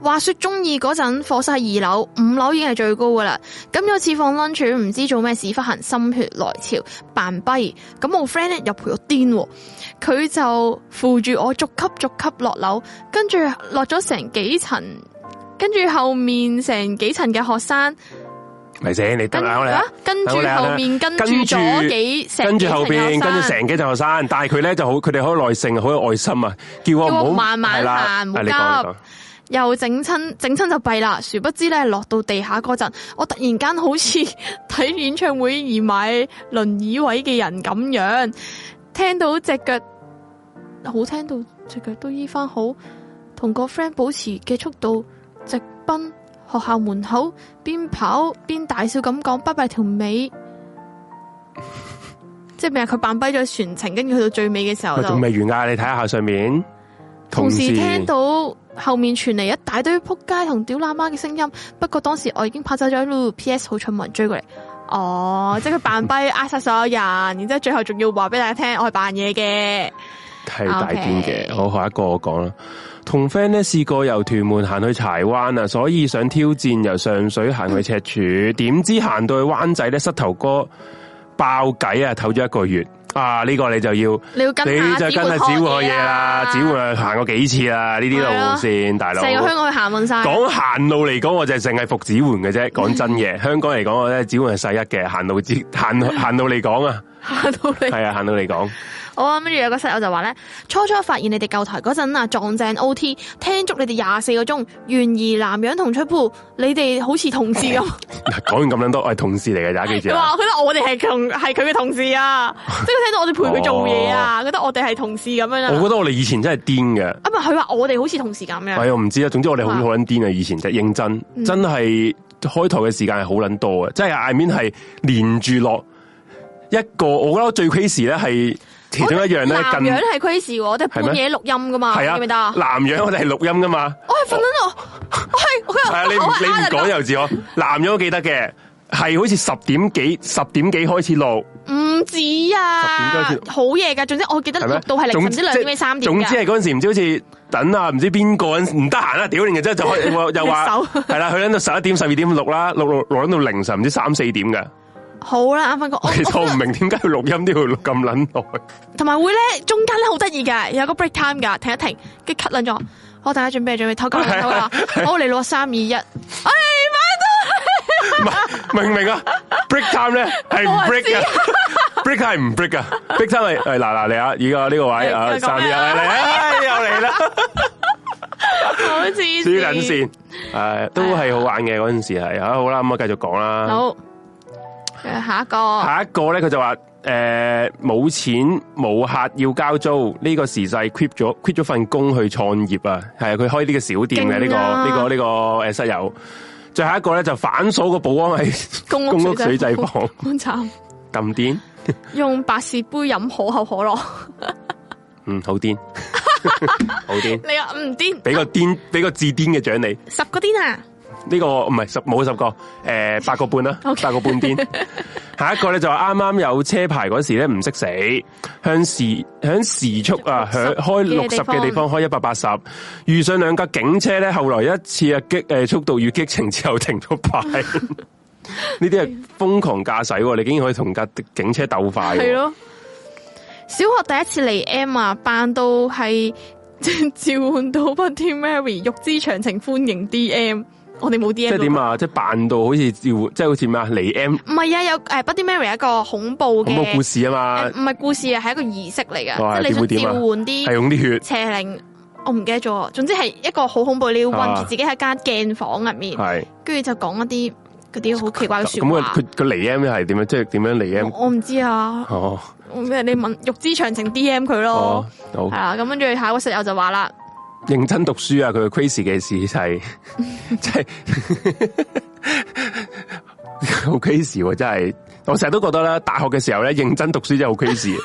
Speaker 1: 話說中二嗰陣，課室係二樓，五樓已經係最高噶啦。咁有次放 lunch 唔知做咩屎忽痕，心血來潮扮跛。咁我 friend 咧又陪我癲喎，佢就扶住我逐級逐級落樓，跟住落咗成幾層，跟住後面成幾層嘅學生，
Speaker 2: 咪先，你得
Speaker 1: 跟
Speaker 2: 啦，我嚟
Speaker 1: 啊
Speaker 2: 啦。
Speaker 1: 跟住
Speaker 2: 好嚟
Speaker 1: 後面跟
Speaker 2: 嚟
Speaker 1: 住咗幾成
Speaker 2: 跟住
Speaker 1: 幾層
Speaker 2: 後
Speaker 1: 嘅學
Speaker 2: 邊，跟住
Speaker 1: 生
Speaker 2: 成幾層學生，但係佢咧就好，佢哋好有耐性，好有愛心啊！叫我唔
Speaker 1: 叫
Speaker 2: 好
Speaker 1: 我慢慢
Speaker 2: 係啦
Speaker 1: 行唔好
Speaker 2: 啊你講你講
Speaker 1: 又整親，整親就弊啦。殊不知咧，落到地下嗰陣，我突然間好似 睇演唱會而買輪椅位嘅人咁樣，聽到只腳好聽到只腳都醫翻好，同個 friend 保持嘅速度直奔學校門口，邊跑邊大笑咁講拜拜條尾。 即係咩啊？佢扮跛咗全程，跟住去到最尾嘅時候
Speaker 2: 喂
Speaker 1: 就
Speaker 2: 仲未完噶，你睇下上面。
Speaker 1: 同
Speaker 2: 時
Speaker 1: 時聽到後面傳嚟一大堆撲街同屌喇媽嘅聲音，不過當時我已經拍走咗路。P.S. 好彩冇人追過嚟。哦，即係佢扮跛呃晒所有人，然之後最後仲要話俾大家聽，我係扮嘢嘅。
Speaker 2: 係大癲嘅
Speaker 1: OK
Speaker 2: 好下一個我講啦。同 friend 咧試過由屯門行去柴灣啊，所以想挑戰由上水行去 赤柱，點知行到去灣仔咧，膝頭哥爆偈啊，唞咗一個月啊！呢、個你就要。
Speaker 1: 你要跟
Speaker 2: 你
Speaker 1: 下
Speaker 2: 就
Speaker 1: 指
Speaker 2: 跟阿
Speaker 1: 換
Speaker 2: 子
Speaker 1: 學
Speaker 2: 換嘢啦，子換行過幾次啦，呢啲路線，大佬。
Speaker 1: 成個香港去行運晒。
Speaker 2: 講行路嚟講，我就係淨係服子換嘅啫。講真 嘅，香港嚟講，我咧子換係世一嘅，行路之行行路嚟講啊，
Speaker 1: 行 到你
Speaker 2: 係啊，行路嚟講，
Speaker 1: 好啊，跟住有個室友就話咧，初初發現你哋舊台嗰陣啊，撞正 O T，聽足你哋廿四個鐘，懸疑男樣同出鋪，你哋好似同事咁。
Speaker 2: 講完咁樣多，我係同事嚟嘅，大家記 住
Speaker 1: 佢
Speaker 2: 啊。
Speaker 1: 話覺得我哋係同係佢嘅同事啊，即係佢聽到我哋陪佢做嘢啊，覺得我哋係同事咁樣
Speaker 2: 哦啊我
Speaker 1: 啦。
Speaker 2: 覺得我哋以前真係癲嘅，
Speaker 1: 啊唔係，佢話我哋好似同事咁樣，
Speaker 2: 係我唔知啊。嗯總之我哋好
Speaker 1: 哇
Speaker 2: 好撚癲啊，以前真係認真，真係開台嘅時間係好撚多嘅，即係 I mean 係連住落一個。我覺得最 crazy 咧係其中一樣啊咧
Speaker 1: 我哋
Speaker 2: 近
Speaker 1: 南樣係 crazy 喎，我哋半夜錄音噶嘛，
Speaker 2: 係啊，
Speaker 1: 記唔記得啊？
Speaker 2: 南洋我哋係錄音噶 嘛，
Speaker 1: 我係瞓緊我，我係我
Speaker 2: 係啊，你唔
Speaker 1: 我係
Speaker 2: 你唔
Speaker 1: Alan
Speaker 2: 講又自我，南洋我記得嘅，係好似十點幾十點幾開始錄，
Speaker 1: 唔止啊
Speaker 2: 十點鐘，先
Speaker 1: 好夜㗎。總之我記得
Speaker 2: 係咩
Speaker 1: 錄？到係凌晨之兩點幾三點
Speaker 2: 總之
Speaker 1: 㗎。
Speaker 2: 係嗰陣時唔知好似等啊，唔知邊個人唔得閒啦，屌你嘅，之後就開又又話
Speaker 1: 手
Speaker 2: 係啦，去撚到十一點十二點錄啦，錄錄錄撚到凌晨唔知三四點嘅，
Speaker 1: 好啦，啱翻個，我
Speaker 2: 其實我
Speaker 1: 我
Speaker 2: 唔明點解要錄音都要錄咁撚耐，
Speaker 1: 同埋會咧中間咧好得意嘅，有個 break time 㗎，停一停，跟住 cut 撚咗。好，大家準備準備偷鳩偷啦，好嚟攞三二 一，哎
Speaker 2: 唔係明唔明啊？break time 咧係唔
Speaker 1: 我
Speaker 2: break 嘅，break time 係唔 break 噶，break time 係係嗱嗱你啊，而家呢個位啊
Speaker 1: 係咁樣啊
Speaker 2: 三二一嚟嚟啊又嚟啦。
Speaker 1: 買到，好似
Speaker 2: 输緊線，诶，都係好玩嘅嗰陣時係，啊好啦，咁啊繼續講啦。
Speaker 1: 好，誒下一個
Speaker 2: 下一個咧，佢就話诶冇錢冇客要交租，呢個時勢 quit 咗 quit 咗份工去創業啊，係啊，佢開呢個小店嘅呢個
Speaker 1: 勁啊
Speaker 2: 呢個呢個诶室友。最後一個咧就反鎖個保安喺
Speaker 1: 公
Speaker 2: 公
Speaker 1: 屋
Speaker 2: 屋水掣房
Speaker 1: 好慘，
Speaker 2: 咁癲，
Speaker 1: 用百事杯飲可口可樂，
Speaker 2: 嗯，好癲，好癲，
Speaker 1: 你話唔癲
Speaker 2: 俾個癲俾個自癲嘅獎你，
Speaker 1: 十個癲啊！
Speaker 2: 呢個唔係十冇十個，诶八個半啦，
Speaker 1: OK
Speaker 2: 八個半 邊。下一個咧就話啱啱有車牌嗰時咧唔識死，向時向時速啊，
Speaker 1: 60
Speaker 2: 響開六十嘅地方開一百八十，遇上兩架警車咧，後來一次啊激诶速度與激情之後停咗 牌。呢啲係瘋狂駕駛喎，你竟然可以同架警車鬥快喎。
Speaker 1: 系咯。小學第一次嚟 M 啊，扮到係 召喚到 Bloody Mary，欲知詳情歡迎 D M。我哋冇 D
Speaker 2: 即
Speaker 1: M。
Speaker 2: 係點？啊？即係扮到好似要，即係好似咩啊？嚟 M
Speaker 1: 唔係啊，有诶 Bloody Mary 一個恐怖
Speaker 2: 恐怖
Speaker 1: 嘅
Speaker 2: 故事啊嘛
Speaker 1: 誒，唔係故事啊，係一個儀式嚟
Speaker 2: 哇
Speaker 1: 噶，即係你想
Speaker 2: 點會點
Speaker 1: 召
Speaker 2: 啊
Speaker 1: 喚
Speaker 2: 係
Speaker 1: 啲
Speaker 2: 用啲血。
Speaker 1: 邪靈，我唔記得咗。總之係一個好恐怖，你要困
Speaker 2: 啊
Speaker 1: 住自己喺間鏡房入面，
Speaker 2: 係
Speaker 1: 跟住就講一啲嗰啲好奇怪嘅说
Speaker 2: 咁佢
Speaker 1: 話。
Speaker 2: 佢佢嚟 M 係點樣？即係點樣嚟 M？
Speaker 1: 我我唔知啊，
Speaker 2: 哦
Speaker 1: 咩你問欲知詳情 D M 佢咯
Speaker 2: 哦，，
Speaker 1: 係
Speaker 2: 好
Speaker 1: 啦。咁跟住下一個室友就話啦。
Speaker 2: 認真讀書啊！佢嘅 crazy 嘅事 係即係 好 crazy 喎！真係，我成日都覺得啦，大學嘅時候咧，認真讀書真係好 crazy，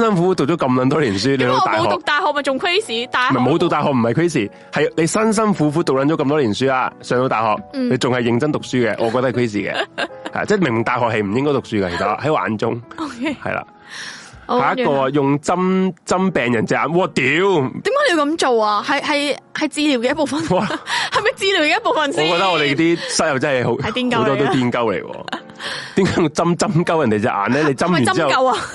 Speaker 2: 辛苦苦讀咗咁撚多年書，你
Speaker 1: 因為
Speaker 2: 到
Speaker 1: 我
Speaker 2: 大
Speaker 1: 冇
Speaker 2: 學
Speaker 1: 讀。大學咪仲 crazy，大
Speaker 2: 唔
Speaker 1: 學
Speaker 2: 係冇到大學唔係 crazy，係你辛辛苦苦讀撚咗咁多年書啦，上到大學、
Speaker 1: 嗯
Speaker 2: 你仲係認真讀書嘅，我覺得係 crazy 嘅， 係即係明明大學係唔應該讀書嘅，其實喺我眼中
Speaker 1: OK，
Speaker 2: 係啦。
Speaker 1: 好
Speaker 2: 下一個啊用針針病人隻眼，哇屌！
Speaker 1: 點解你要咁做啊？係係係治療嘅一部分，
Speaker 2: 哇
Speaker 1: 係咪治療嘅一部分
Speaker 2: 我
Speaker 1: 先？
Speaker 2: 覺得我哋啲室友真係
Speaker 1: 係癲鳩嚟
Speaker 2: 好
Speaker 1: 啊
Speaker 2: 好多都癲鳩 嚟喎。點解用針針鳩人哋隻眼咧？
Speaker 1: 係
Speaker 2: 你針
Speaker 1: 咪
Speaker 2: 完之
Speaker 1: 針
Speaker 2: 後
Speaker 1: 灸啊？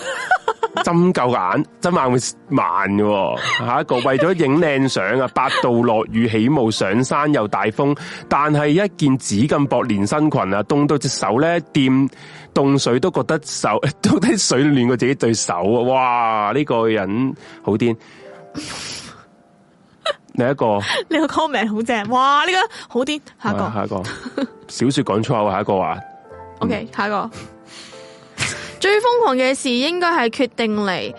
Speaker 2: 針鳩眼，針眼會慢嘅喎。下一個為咗影靚相啊，八度落雨起霧上啊山又大風，但係一件紫咁薄連身裙啊，凍到隻手咧掂凍水都覺得手 都啲水暖過自己對手啊！哇，呢、個人好 癲。另一個。
Speaker 1: 你個 comment 好正，哇！呢個好癲。下一
Speaker 2: 啊
Speaker 1: 個
Speaker 2: 下一個小說講粗口，下一啊個話
Speaker 1: OK，下一
Speaker 2: 嗯
Speaker 1: 個 最瘋狂嘅事應該係決定嚟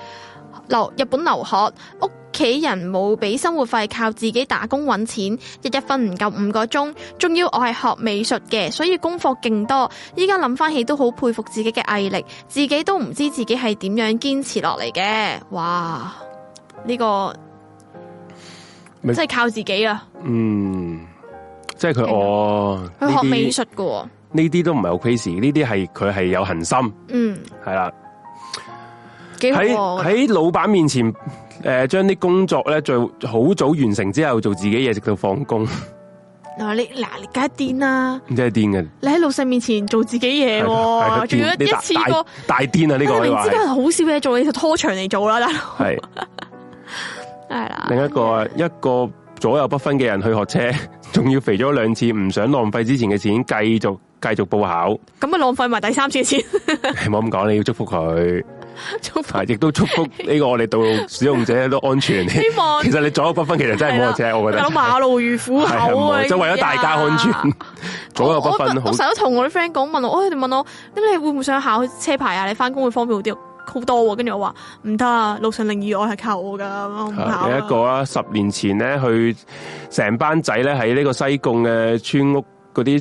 Speaker 1: 留日本留學，屋企人冇俾生活費，靠自己打工揾錢，日日瞓唔夠五個鐘，仲要我係學美術嘅，所以功課勁多。依家諗翻起都好佩服自己嘅毅力，自己都唔知自己係點樣堅持落嚟嘅。哇！呢、個
Speaker 2: 咪
Speaker 1: 真係靠自己啊！
Speaker 2: 嗯，即係佢
Speaker 1: 係啊
Speaker 2: 我呢
Speaker 1: 佢學美
Speaker 2: 啲
Speaker 1: 術嘅喎，
Speaker 2: 呢啲都唔係好 crazy，呢啲係佢係有恒心，
Speaker 1: 嗯，
Speaker 2: 係啦。
Speaker 1: 幾好
Speaker 2: 喺
Speaker 1: 喎我覺得
Speaker 2: 喺老闆面前，诶、將啲工作咧最好早完成之後，做自己嘢，直到放工，
Speaker 1: 嗱你嗱你梗係癲啦！
Speaker 2: 真係癲嘅。
Speaker 1: 你喺老細面前做自己嘢
Speaker 2: 係係
Speaker 1: 喎，仲要
Speaker 2: 癲
Speaker 1: 一
Speaker 2: 呢
Speaker 1: 次
Speaker 2: 大
Speaker 1: 過，
Speaker 2: 大大癲 啊！呢、個
Speaker 1: 因為
Speaker 2: 可以
Speaker 1: 你明
Speaker 2: 話
Speaker 1: 知佢
Speaker 2: 係
Speaker 1: 好少嘢做，你就拖長嚟做啦，大佬
Speaker 2: 係
Speaker 1: 係啦。
Speaker 2: 另 一個一個左右不分嘅人去學車， 仲要肥咗兩次，唔想浪費之前嘅錢，繼續繼續報考。
Speaker 1: 咁咪浪費埋第三次嘅錢，
Speaker 2: 唔好咁講，你要祝福佢。
Speaker 1: 仲
Speaker 2: 啊！亦都祝福呢個我哋道路使用者都安全。
Speaker 1: 希望
Speaker 2: 其實你左右不分，其實真係冇
Speaker 1: 係
Speaker 2: 車，我覺
Speaker 1: 大佬
Speaker 2: 得
Speaker 1: 馬路如虎
Speaker 2: 係
Speaker 1: 口啊！
Speaker 2: 冇，即係為咗大家安全， 左右不分
Speaker 1: 我我
Speaker 2: 好
Speaker 1: 我成日都同我啲 friend 講，問我，哎你哋問我，咁你會唔會想考車牌啊？你翻工會方便好啲好多喎。跟住我話唔得啊，路上零意外係靠我㗎，我唔考
Speaker 2: 啊。有
Speaker 1: 啦
Speaker 2: 一個啦，十年前咧去成班仔咧喺呢個西貢嘅村屋。嗰啲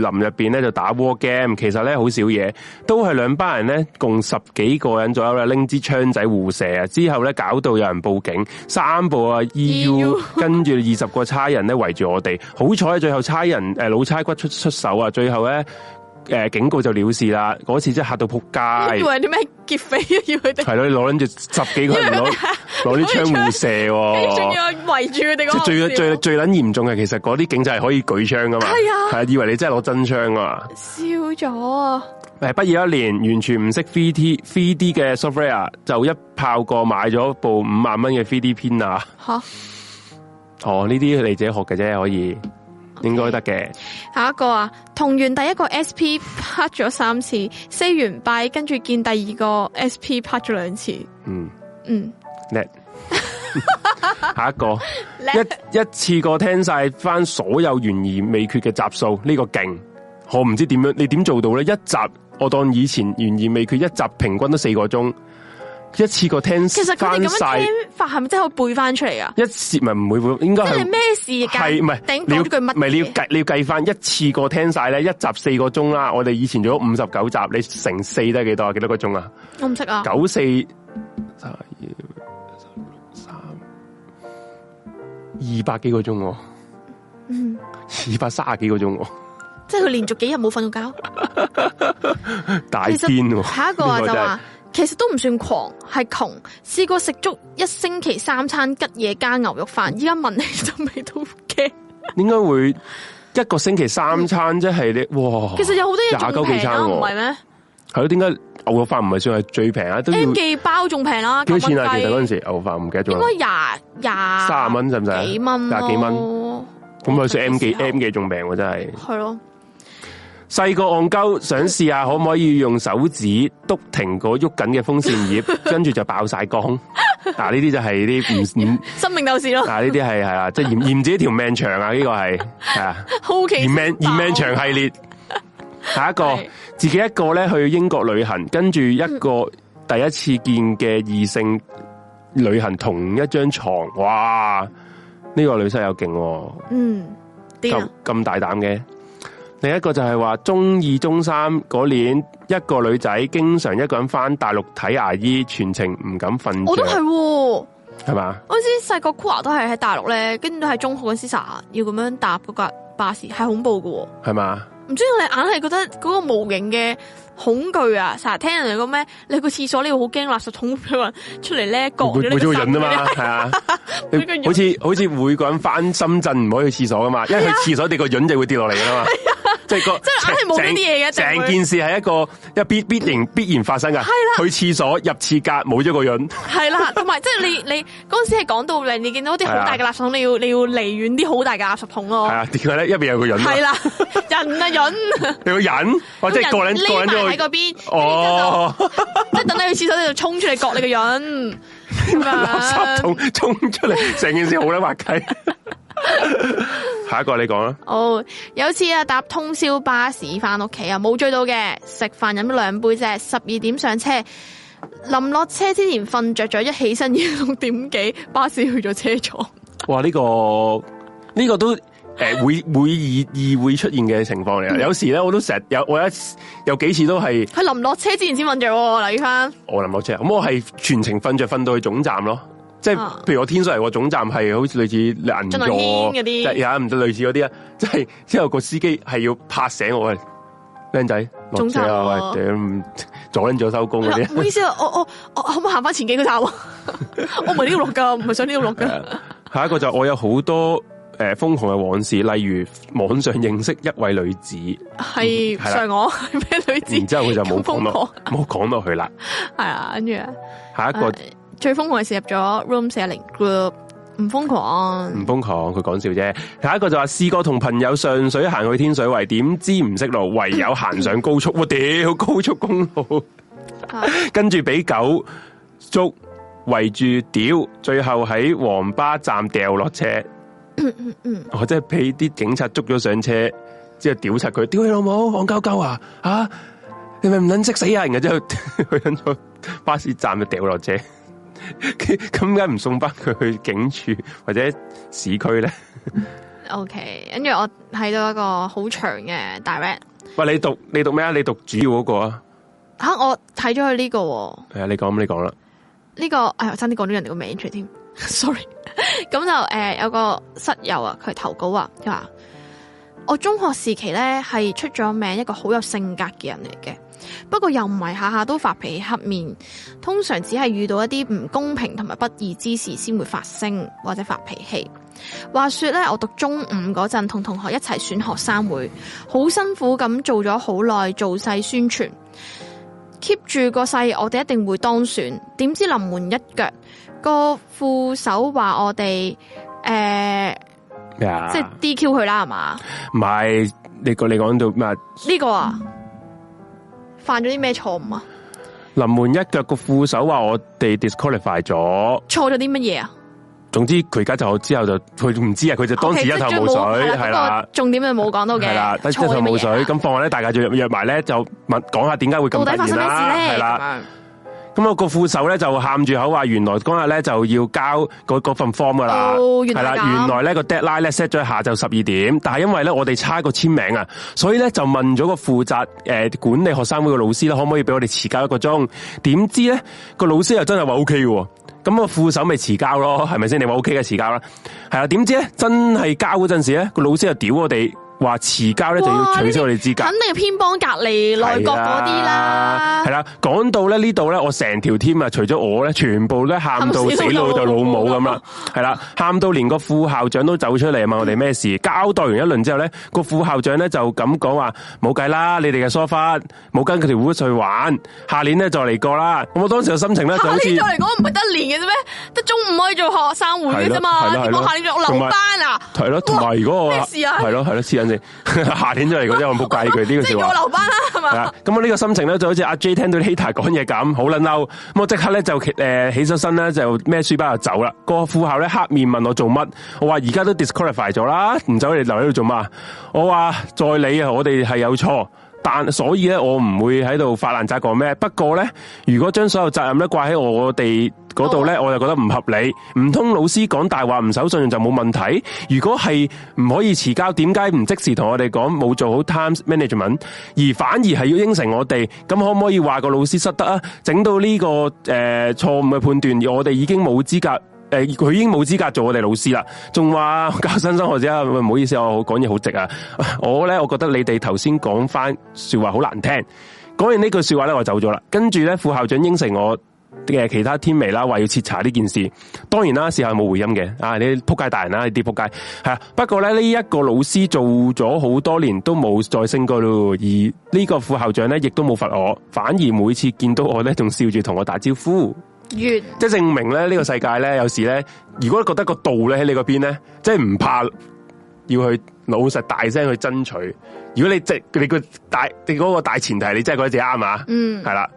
Speaker 2: 樹林入邊咧就打 war game，其實咧好少嘢，都係兩班人咧共十幾個人左右啦，拎支槍仔互射啊！之後咧搞到有人報警，三部啊 EU 跟住二十個差人咧圍住我哋，好彩最後差人誒老差骨出出手啊！最後咧誒、警告就了事啦，嗰次真係嚇到仆
Speaker 1: 我以
Speaker 2: 街，
Speaker 1: 為啲咩劫匪 啊，要佢哋，
Speaker 2: 係咯，你攞緊住十幾個人 攞攞啲槍互射
Speaker 1: 跟住
Speaker 2: 喎、
Speaker 1: 仲要圍住佢哋嗰
Speaker 2: 哦即
Speaker 1: 個
Speaker 2: 係最
Speaker 1: 笑
Speaker 2: 最最撚嚴重嘅，其實嗰啲警察係可以舉槍噶嘛，
Speaker 1: 係啊
Speaker 2: 係啊，以為你真係攞真槍啊嘛。
Speaker 1: 笑咗啊！
Speaker 2: 誒畢業一年，完全唔識 three D three D 嘅 software，就啊一炮過買咗部五萬蚊嘅 three D pen 啊！
Speaker 1: 吓。
Speaker 2: 哦，呢啲你自己學嘅啫，可以應該得嘅。
Speaker 1: 下一個啊，同完第一個 SP 拍咗三次，say 完拜，跟住見第二個 SP 拍咗兩次，
Speaker 2: 嗯，
Speaker 1: 嗯，
Speaker 2: 叻。下一個
Speaker 1: 叻
Speaker 2: 一一次過聽晒翻所有懸而未決嘅集數，呢、個勁。我唔知點樣，你點做到咧？一集我當以前懸而未決，一集平均都四個鐘，一次過聽
Speaker 1: 其實佢哋
Speaker 2: 翻
Speaker 1: 咁
Speaker 2: 晒
Speaker 1: 樣聽法係咪真係可以背翻出嚟啊？
Speaker 2: 一次，咪唔會會應該
Speaker 1: 即係
Speaker 2: 係
Speaker 1: 你咩事㗎？
Speaker 2: 系唔系？
Speaker 1: 頂
Speaker 2: 你要
Speaker 1: 講咗句乜嘢？
Speaker 2: 唔系你要計你要計翻一次過聽晒咧，一集四個鐘啦。我哋以前做咗五十九集，你乘四得幾多啊？幾多個鐘啊？
Speaker 1: 我唔識啊，
Speaker 2: 九四三二百幾個鐘喎，
Speaker 1: 嗯，
Speaker 2: 二百三十幾個鐘喎，
Speaker 1: 即係佢連續幾日冇瞓過覺。
Speaker 2: 大
Speaker 1: 其
Speaker 2: 癲
Speaker 1: 實
Speaker 2: 喎！
Speaker 1: 下一個啊
Speaker 2: 呢
Speaker 1: 就
Speaker 2: 個真係
Speaker 1: 話，其實都唔算狂，係窮。試過食足一星期三餐吉野加牛肉飯，依家問起就味道驚。
Speaker 2: 應該會一個星期三餐，即係你哇！
Speaker 1: 其實有好多嘢仲
Speaker 2: 廿九幾
Speaker 1: 平
Speaker 2: 餐
Speaker 1: 啦，
Speaker 2: 喎
Speaker 1: 唔係咩
Speaker 2: 係咯，點解牛肉飯唔係算係最平啊？都要
Speaker 1: ？M
Speaker 2: 幾
Speaker 1: 記包仲平啦，
Speaker 2: 多錢啊？
Speaker 1: 九
Speaker 2: 其實嗰
Speaker 1: 蚊
Speaker 2: 陣
Speaker 1: 雞
Speaker 2: 時牛肉飯唔記得咗
Speaker 1: 應該廿
Speaker 2: 啦，
Speaker 1: 廿
Speaker 2: 三十蚊使唔使啊？
Speaker 1: 幾蚊咯
Speaker 2: 廿幾蚊，咁佢算 M 記
Speaker 1: 嗰時候
Speaker 2: M 記仲平喎，真係。
Speaker 1: 係咯，
Speaker 2: 細個戇鳩想試下可唔可以用手指篤停個喐緊嘅風扇葉，跟住就爆晒光。嗱呢啲就係啲唔唔，
Speaker 1: 生命鬥士咯，
Speaker 2: 嗱呢啲係係啦，即係嫌嫌自己條命長啊！呢個係係啊。
Speaker 1: 好奇
Speaker 2: 延
Speaker 1: 心
Speaker 2: 命延命長系列。下一個
Speaker 1: 係
Speaker 2: 自己一個咧去英國旅行，跟住一個第一次見嘅異性旅行同一張床，哇！呢、個女仔有勁喎，
Speaker 1: 嗯，啲
Speaker 2: 咁
Speaker 1: 啊，
Speaker 2: 咁大膽嘅。另一個就係話中二中三嗰年，一個女仔經常一個人翻大陸睇牙醫，全程唔敢瞓
Speaker 1: 我都係
Speaker 2: 著，
Speaker 1: 喎。
Speaker 2: 係嘛？
Speaker 1: 我之前細個 Kua 都係喺大陸咧，跟住喺中學嗰時查要咁樣搭嗰架巴士，係恐怖嘅喎。
Speaker 2: 係嘛？
Speaker 1: 唔知你硬係覺得嗰個無形嘅恐懼啊，成日聽人哋講咩，你去廁所你會好驚垃圾桶有人出嚟咧，割咗
Speaker 2: 每
Speaker 1: 你
Speaker 2: 每
Speaker 1: 個手
Speaker 2: 朝人啊嘛，
Speaker 1: 嗰啲
Speaker 2: 係 啊，
Speaker 1: 每個人
Speaker 2: 你好似好似每個人翻深圳唔可以去廁所 噶嘛，因為去廁所你個潤就會跌落嚟噶啦嘛， 即係個即
Speaker 1: 係硬係冇呢啲嘢嘅一定會
Speaker 2: 成件事係一個一必必然必然發生噶，係
Speaker 1: 啦
Speaker 2: 去廁所入廁格冇咗個潤，
Speaker 1: 係啦，同埋即係你你嗰陣時係講到你你見到啲好大嘅垃圾桶，你要你要離遠啲好大嘅垃圾桶
Speaker 2: 係
Speaker 1: 咯，
Speaker 2: 啊，點解咧？一邊有個潤啊，
Speaker 1: 係啦， 人啊人，
Speaker 2: 有個人，或者
Speaker 1: 人
Speaker 2: 個人個
Speaker 1: 匿
Speaker 2: 人
Speaker 1: 埋喺
Speaker 2: 咗
Speaker 1: 嗰
Speaker 2: 個
Speaker 1: 邊，跟
Speaker 2: 哦，
Speaker 1: 住之後就即係等你去廁所，你就衝出嚟割你個人， 咁啊
Speaker 2: 垃圾
Speaker 1: 樣
Speaker 2: 桶衝出嚟，成件事好啦滑稽。下一個你講啊啦，
Speaker 1: 哦，有次啊搭通宵巴士翻屋企啊，冇追到嘅，食飯飲咗兩杯啫，十二點上車，臨落車之前瞓着咗，一起身已經 六點幾，巴士去咗車廠。
Speaker 2: 哇！呢、個呢、個 都诶、呃、會會易易會出現嘅情況嚟啊！有時咧我都成日有我有一次有幾次都係
Speaker 1: 佢臨落車之前先瞓着喎，黎宇翻
Speaker 2: 我諗落車，咁我係全程瞓着瞓到去總站咯。即係
Speaker 1: 啊
Speaker 2: 譬如我天水圍個總站係好似類似銀
Speaker 1: 進行
Speaker 2: 座
Speaker 1: 軒嗰啲
Speaker 2: 即係有唔得類似嗰啲啊！即係之後個司機係要拍醒我，喂，靚仔落車啊！
Speaker 1: 總站喎
Speaker 2: 喂，屌 阻撚咗收工嗰啲
Speaker 1: 唔。好意思啊，我我我可唔可以行翻前幾個站啊？ 我唔係呢度落噶，唔係想呢度落噶。
Speaker 2: 下一個就我有好多誒瘋狂嘅往事，例如網上認識一位女子，
Speaker 1: 係
Speaker 2: 係啦
Speaker 1: 上我係咩女子？
Speaker 2: 然之後佢就
Speaker 1: 咁
Speaker 2: 冇講
Speaker 1: 瘋
Speaker 2: 落
Speaker 1: 狂，
Speaker 2: 冇講落去啦。
Speaker 1: 係啊，跟住啊
Speaker 2: 下一個
Speaker 1: 最瘋狂嘅事入咗 room 四零 group，唔瘋狂。
Speaker 2: 唔瘋狂，佢講笑啫。下一個就話試過同朋友上水行去天水圍，點知唔識路，唯有行上高速。我屌高速公路，
Speaker 1: 啊
Speaker 2: 跟住俾狗捉圍住屌，最後喺黃巴站掉落車。我真係俾啲警察捉咗上車，之後屌柒佢，屌你老母，戇鳩鳩啊！吓、你咪唔撚識死啊！然後之 後去緊咗巴士站就掉落車。咁咁解唔送翻佢去警署或者市區咧？
Speaker 1: O K，跟住我睇到一個好長嘅 direct，
Speaker 2: 喂，你讀你讀咩啊？你讀主要嗰個啊？
Speaker 1: 吓、我睇咗佢呢個喎，呢、
Speaker 2: 係啊，你講你講啦。
Speaker 1: 個哎呀，我差啲講咗人哋個名出嚟添 ，sorry。咁就诶、呃有個室友啊，佢投稿啊，佢話我中學時期咧係出咗名一個好有性格嘅人嚟嘅，不過又唔係下下都發脾氣黑面，通常只係遇到一啲唔公平同埋不義之事先會發聲或者發脾氣。話說咧，我讀中五嗰陣，同同學一齊選學生會，好辛苦咁做咗好耐做勢宣傳，keep 住個勢，我哋一定會當選。點知臨門一腳，個副手話我哋诶、
Speaker 2: 咩啊？
Speaker 1: 即係 DQ 佢啦，係嘛？
Speaker 2: 唔係你講你講到咩啊？
Speaker 1: 呢、個啊，犯咗啲咩錯誤啊？
Speaker 2: 臨門一腳個副手話我哋 disqualify 咗，
Speaker 1: 錯咗啲乜嘢啊？
Speaker 2: 總之佢而家就之後就佢唔知啊，佢就當時
Speaker 1: OK，
Speaker 2: 一
Speaker 1: 即
Speaker 2: 頭
Speaker 1: 係最
Speaker 2: 霧
Speaker 1: 冇
Speaker 2: 水係
Speaker 1: 係
Speaker 2: 啦
Speaker 1: 嗰個。重點就冇講到嘅，
Speaker 2: 係啦，一
Speaker 1: 錯
Speaker 2: 一頭
Speaker 1: 咗啲乜
Speaker 2: 霧
Speaker 1: 嘢啊
Speaker 2: 水。咁放學咧，大家就約埋咧，就問講下點解會
Speaker 1: 到
Speaker 2: 咁
Speaker 1: 底
Speaker 2: 突
Speaker 1: 發
Speaker 2: 然
Speaker 1: 生咩事
Speaker 2: 啦，係
Speaker 1: 咧？
Speaker 2: 啦。
Speaker 1: 咁樣
Speaker 2: 咁啊個副手咧就喊住口話，原來嗰日咧就要交嗰嗰份 form 噶啦，
Speaker 1: 哦原
Speaker 2: 係
Speaker 1: 來
Speaker 2: 啦，
Speaker 1: 咁
Speaker 2: 原來咧個 deadline 咧 set 咗喺下晝十二點，但係因為咧我哋差個簽名啊，所以咧就問咗個負責诶、呃管理學生會嘅老師咧，可唔可以俾我哋遲交一個鐘？點知咧個老師又真係話 O K 喎。咁個副手咪遲交咯，係咪先？你話 O K 嘅遲交啦，係啊。點知咧真係交嗰陣時咧，個老師又屌我哋話遲交咧就要取消我哋資格
Speaker 1: 肯。定係偏幫隔離內閣嗰啲啦
Speaker 2: 系。啦，講到咧呢度咧，我成條 team 啊，除咗我咧，全部都喊到
Speaker 1: 喊
Speaker 2: 死
Speaker 1: 死老
Speaker 2: 老
Speaker 1: 母
Speaker 2: 豆老母咁啦，係啦，喊到連個副校長都走出嚟問我哋咩事，交代完一輪之後咧，個副校長咧就咁講話，冇計啦，你哋嘅疏忽冇跟佢條烏去玩，下年咧再嚟過啦。咁我當時嘅心情咧就
Speaker 1: 下
Speaker 2: 好
Speaker 1: 年
Speaker 2: 似
Speaker 1: 再。嚟講唔係得年嘅啫咩？得中午可以做學生會嘅啫嘛
Speaker 2: 係，咯係咯
Speaker 1: 點解下年仲
Speaker 2: 同
Speaker 1: 留
Speaker 2: 埋
Speaker 1: 班啊？
Speaker 2: 係咯，同埋如果我
Speaker 1: 咩事啊
Speaker 2: 係咯係咯，黐緊線， 下年再嚟過啫，我仆街佢 呢
Speaker 1: 即係
Speaker 2: 個笑
Speaker 1: 叫
Speaker 2: 話
Speaker 1: 我。留班啦，係
Speaker 2: 係
Speaker 1: 嘛？
Speaker 2: 啦啊咁我呢個心情咧就好似阿 J 聽到 Hater 講嘢咁，好撚嬲。咁我即刻咧就誒、呃起咗身咧就孭書包就走啦。個副校咧黑面問我做乜，我話而家都 disqualify 咗啦，唔走你留喺度做乜啊？我話在你啊，我哋係有錯。但所以咧，我唔會喺度發爛渣講咩。不過咧，如果將所有責任咧掛喺我哋嗰度咧，我就覺得唔合理。唔通老師講大話唔守信用就冇問題？如果係唔可以遲交，點解唔即時同我哋講冇做好 times management，而反而係要應承我哋？咁可唔可以話個老師失德啊？整到呢、個誒、呃、錯誤嘅判斷，而我哋已經冇資格。誒佢、已經冇資格做我哋老師啦，仲話教新生學者啊，喂唔好意思，我講嘢好直啊，我咧我覺得你哋頭先講翻説話好難聽，講完呢句説話咧我走咗啦，跟住咧副校長應承我嘅其他天微啦，話要徹查呢件事，當然啦，事後冇回音嘅，啊你撲街大人啦，你啲撲街係啊，不過咧呢一、個老師做咗好多年都冇再升過咯，而呢個副校長咧亦都冇罰我，反而每次見到我咧仲笑住同我打招呼。
Speaker 1: 完
Speaker 2: 即系證明咧，呢、個世界咧，有時咧，如果覺得個道咧喺你嗰邊咧，即係唔怕要去老實大聲去爭取。如果你即係你個大你嗰個大前提，你真係覺得自己啱啊，
Speaker 1: 嗯。
Speaker 2: 係啦，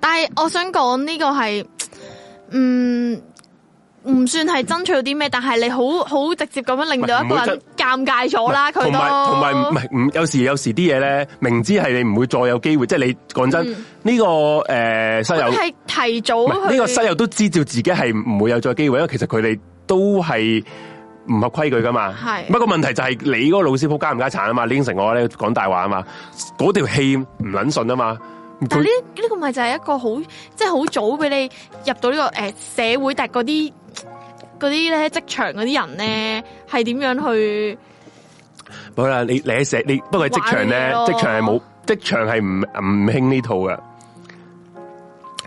Speaker 1: 但系我想讲呢个系，嗯，唔算系争取到啲咩，但系你好好直接咁样令到一
Speaker 2: 唔
Speaker 1: 个
Speaker 2: 係唔會
Speaker 1: 人尴尬咗啦，佢都
Speaker 2: 同埋同埋唔係唔有時有時啲嘢咧，明知係你唔會再有機會，即係你講真
Speaker 1: 嗯
Speaker 2: 呢、個诶室友。
Speaker 1: 系提早
Speaker 2: 唔係
Speaker 1: 去
Speaker 2: 呢個室友都知道自己係唔會有再機會，因為其實佢哋都係唔合規矩噶嘛。
Speaker 1: 係
Speaker 2: 不過問題就係你嗰個老師仆家唔家產啊嘛，你應承我咧講大話啊嘛，嗰條氣唔撚順啊嘛。
Speaker 1: 但
Speaker 2: 佢
Speaker 1: 呢呢个咪就系一个好，即系好早俾你入到呢、个诶、社会，但係嗰啲嗰啲咧职场嗰啲人咧系点样去？
Speaker 2: 好啦，你你喺社你不過喺職場咧
Speaker 1: 玩嘢，咯
Speaker 2: 職場係冇職場係唔唔興呢套嘅。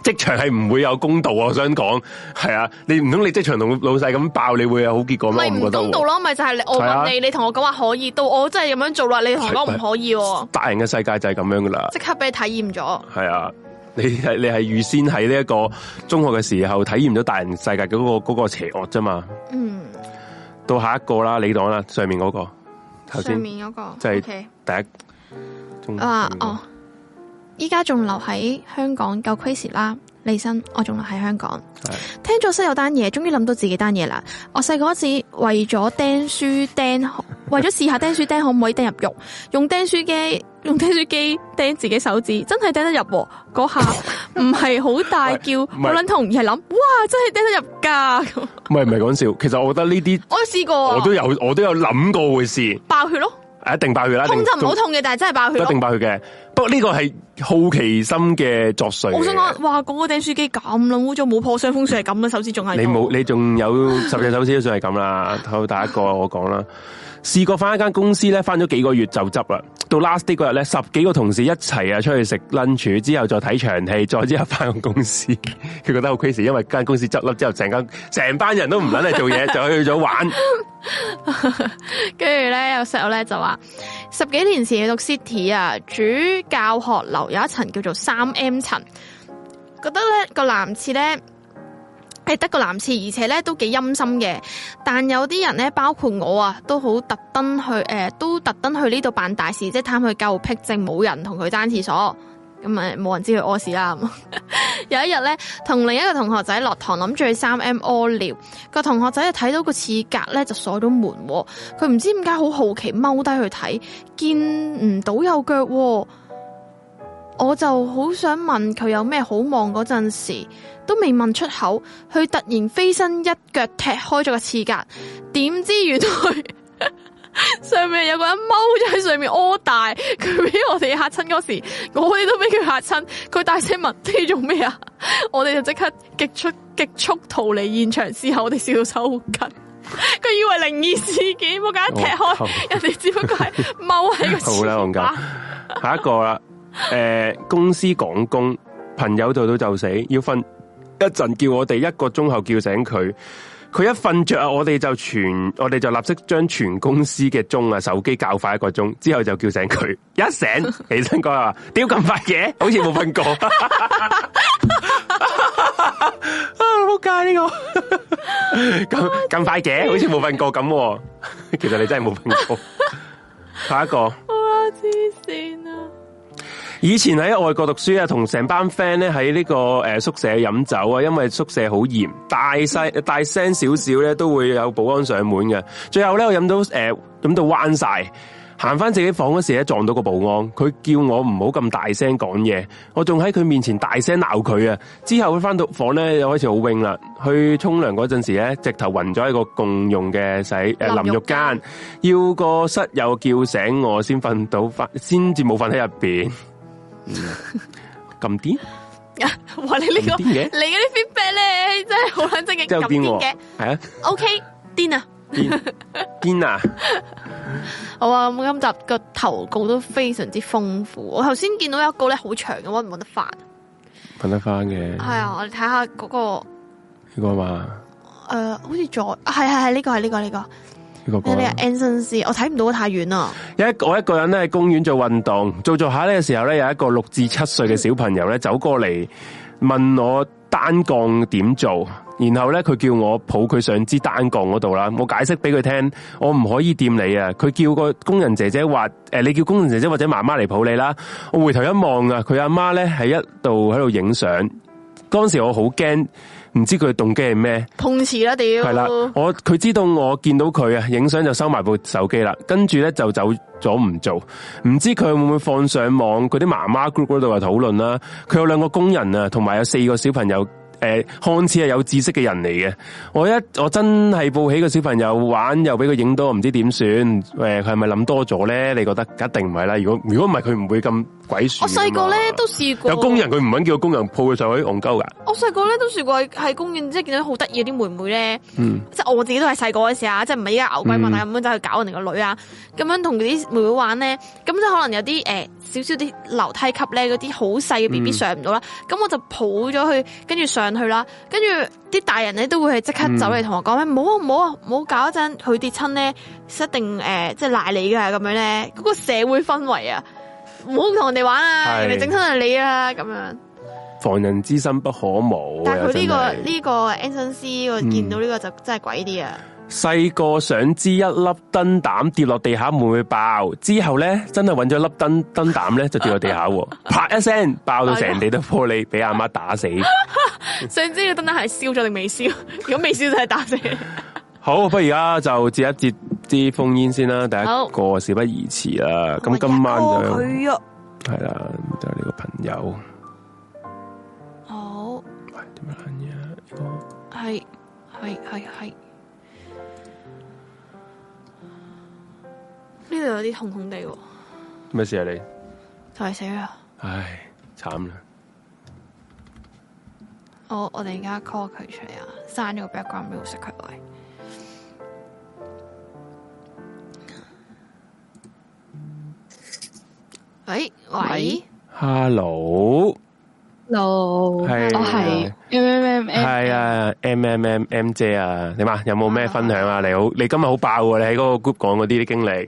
Speaker 2: 職場係唔會有公道啊，我想講係啊，你唔通你職場同老細咁爆，你會有好結果
Speaker 1: 咪
Speaker 2: 咩？
Speaker 1: 唔
Speaker 2: 我唔覺得
Speaker 1: 公道
Speaker 2: 喎。
Speaker 1: 咯，咪就系、你我
Speaker 2: 係啊
Speaker 1: 问你，你同我讲话可以，到我真系咁样做啦，你同我讲唔可以喎，
Speaker 2: 大人嘅世界就係咁樣噶啦。
Speaker 1: 即刻俾你体验咗。
Speaker 2: 系啊，你係你係預先喺呢一個中學嘅時候體驗咗大人世界嗰、個嗰、個邪惡啫嘛。
Speaker 1: 嗯，
Speaker 2: 到下一個啦，你講啦，上面嗰、個頭
Speaker 1: 上
Speaker 2: 先
Speaker 1: 面嗰、個，
Speaker 2: 就係嗯
Speaker 1: OK
Speaker 2: 第一
Speaker 1: 啊
Speaker 2: 中上面嗰個
Speaker 1: 哦，依家仲留喺香港夠 crazy 啦。李生，我仲留喺香港
Speaker 2: 係，
Speaker 1: 聽咗室友單嘢，終於諗到自己單嘢啦。我細個嗰時為咗釘書釘，為咗試下釘書釘可唔可以釘入肉，用釘書機，用釘書機釘自己手指，真係釘得入喎。嗰 下唔係好大叫，
Speaker 2: 唔係
Speaker 1: 冇撚痛，而係諗，哇，真係釘得入㗎。 咁
Speaker 2: 唔係唔係講笑，其實我覺得呢啲
Speaker 1: 我試過
Speaker 2: 我
Speaker 1: 啊
Speaker 2: 都有我都有諗過會試，
Speaker 1: 爆血咯，
Speaker 2: 一定爆血啦，一
Speaker 1: 痛
Speaker 2: 定
Speaker 1: 就唔好痛嘅，但係真係爆血
Speaker 2: 一
Speaker 1: 咯
Speaker 2: 定。爆血嘅。不過呢個係好奇心嘅作祟嚟嘅。
Speaker 1: 我想講，哇，嗰、個釘書機咁撚污糟，冇破傷風算係咁啦，手指仲係
Speaker 2: 你冇，你仲有十隻手 指都算係咁啦。好，第一個我講啦，試過翻一間公司咧，翻咗幾個月就執啦。到 last day 嗰日咧，十幾個同事一齊啊出去食 lunch，之後再睇場戲，再之後翻公司。 佢覺得好 crazy，因為間公司執笠之後，成間成班人都唔撚嚟做嘢，就去咗 玩。
Speaker 1: 跟住咧，有室友咧就話：十幾年前讀 City 啊，主教學樓有一層叫做三 M 層，覺得咧個男廁咧係得個男廁，而且咧都幾陰森嘅。但有啲人咧，包括我啊，都好特登去誒、呃都特登去呢度辦大事，即係貪佢夠僻靜，冇人同佢爭廁所。咁誒冇人知佢屙屎啦。咁 有一日咧，同另一個同學仔落堂，諗住去三 M 屙尿，個同學仔就睇到個廁格咧就鎖咗門喎。佢唔知嗯點解好好奇踎低去睇，見唔到有腳喎、我就好想問佢有咩好望嗰陣時，都未問出口，佢突然飛身一腳踢開咗個刺格，點知原來上面有個人踎咗喺上面屙大，佢俾我哋嚇親嗰時，我哋都俾佢嚇親，佢大聲問：你做咩啊？我哋就即刻極速極速逃離現場，之後我哋笑到手緊。佢以為靈異事件，冇間踢開，
Speaker 2: 哦
Speaker 1: 人哋只不過係踎喺個
Speaker 2: 好啦
Speaker 1: 廁
Speaker 2: 戇鳩
Speaker 1: 板。
Speaker 2: 下一個啦，诶、公司講工，朋友做到就死，要瞓一陣，叫我哋一個鐘後叫醒佢。佢一瞓着啊，我哋就全，我哋就立即將全公司嘅鐘啊、手機校快一個鐘，之後就叫醒佢。一醒 起身講話：，屌咁快嘅，好似冇瞓過。啊，好街呢個 咁咁快嘅，好似冇瞓過咁喎。其實你真係冇瞓過。下一個。
Speaker 1: 哇！黐線啊！
Speaker 2: 以前喺外國讀書啊，同成班 friend 咧喺呢個诶宿舍飲酒啊，因為宿舍好嚴，大細大聲少少咧都會有保安上門嘅。最後咧我飲到诶飲、到彎晒，行翻自己房嗰時咧撞到個保安，佢叫我唔好咁大聲講嘢，我仲喺佢面前大聲鬧佢啊。之後翻到房咧又開始好 wing 啦，去沖涼嗰陣時咧直頭暈咗喺個共用嘅洗诶
Speaker 1: 淋
Speaker 2: 淋
Speaker 1: 浴
Speaker 2: 浴間，要個室友叫醒我先瞓到翻，先至冇瞓喺入邊。咁癲，
Speaker 1: 哇！你呢、個
Speaker 2: 咁癲嘅
Speaker 1: 你嗰啲 feedback 咧，真係好撚正嘅，咁
Speaker 2: 真係好癲
Speaker 1: 癲
Speaker 2: 喎
Speaker 1: 嘅，
Speaker 2: 係啊，
Speaker 1: ，OK，癲啊！
Speaker 2: 癲 癲啊，
Speaker 1: 好啊，咁今集個投稿都非常之豐富。我頭先見到有一個咧好長嘅，搵唔搵得翻？
Speaker 2: 瞓得翻嘅
Speaker 1: 係啊，我哋睇下嗰個
Speaker 2: 呢個嘛，
Speaker 1: 诶、呃好似在啊係係係呢個係呢個呢個
Speaker 2: 呢個講
Speaker 1: 呢
Speaker 2: 啦
Speaker 1: 個 Anson C，我睇唔到太遠啊啦。
Speaker 2: 有一個我一個人咧喺公園做運動，做做下呢嘅時候咧，有一個六至七歲嘅小朋友咧走過嚟問我單槓點做，然後咧佢叫我抱佢上支單槓嗰度啦，我解釋俾佢聽，我唔可以掂你啊，佢叫個工人姐姐話誒、你叫工人姐姐或者媽媽嚟抱你啦，我回頭一望啊，佢阿媽咧喺一度喺度影相，當時我好驚，唔知佢動機係咩。
Speaker 1: 碰瓷啦 屌！
Speaker 2: 系啦，我佢知道我見到佢啊，影相就收埋部手機啦，跟住咧就走咗唔做，唔知佢會唔會放上網佢啲媽媽 group 嗰度啊討論啦。佢有兩個工人啊，同埋有四個小朋友。诶、看似係有知識嘅人嚟嘅，我一我真係報起個小朋友玩，又俾佢影到，我唔知點算。诶、佢係咪諗多咗咧？你覺得一定唔係啦。如果如果唔係，佢唔會咁鬼
Speaker 1: 我
Speaker 2: 鼠㗎啊嘛。
Speaker 1: 細個咧都試過
Speaker 2: 有工人，佢唔肯叫個工人抱佢上去戇鳩噶。
Speaker 1: 我細個咧都試過喺喺公園，即係見到好得意嗰啲妹妹咧，
Speaker 2: 嗯
Speaker 1: 即係我自己都係細個嗰時啊，即係唔係依家牛鬼馬大咁樣走去搞人哋個女啊，咁樣同啲妹妹玩咧，咁即係可能有啲誒少少啲樓梯級咧，嗰啲好細嘅 B B
Speaker 2: 嗯
Speaker 1: 上唔到啦，咁、我就抱咗佢，跟住上去啦，跟住啲大人咧都會係即刻走嚟同我講咩，唔好啊唔好啊唔好搞一陣佢跌親咧，一定誒、呃即係賴你㗎咁樣咧，嗰、個社會氛圍啊，唔好同人哋玩啊，
Speaker 2: 係
Speaker 1: 人哋整親係你啊咁樣。
Speaker 2: 防人之心不可無啊。
Speaker 1: 但係佢呢
Speaker 2: 真係
Speaker 1: 個呢個 Anson C，我見到呢個就真係鬼啲啊！
Speaker 2: 細個想知一粒燈膽跌落地下會唔會爆？之後咧，真係揾咗粒燈燈膽咧，就跌落地 下喎，啪一聲爆到成地都玻璃，俾阿媽打死。
Speaker 1: 想知個燈膽係燒咗定未 燒？如果未燒就係打死你。
Speaker 2: 好，不如而家就接一接支封煙先啦。第
Speaker 1: 好
Speaker 2: 一個事不宜遲啦，咁今晚就
Speaker 1: 佢啊，
Speaker 2: 係啦，就係呢個朋友。
Speaker 1: 好
Speaker 2: 喂點樣撚嘢啊呢個
Speaker 1: 哦係係係係。呢度有啲痛痛地喎，
Speaker 2: 咩事啊你？
Speaker 1: 就係死啦！
Speaker 2: 唉，慘啦！
Speaker 1: 我我哋而家 call 佢出嚟啊，刪咗個 background music 佢位。喂喂
Speaker 3: 喂
Speaker 1: 哦
Speaker 2: Hello，
Speaker 3: Hello，
Speaker 2: 哦係啊
Speaker 3: 我係 M M M
Speaker 2: 系
Speaker 3: M，
Speaker 2: 啊，M M M M 姐啊，点啊？有冇咩分享啊？你好，你今日好爆啊！你喺嗰個 group 講嗰啲經歷，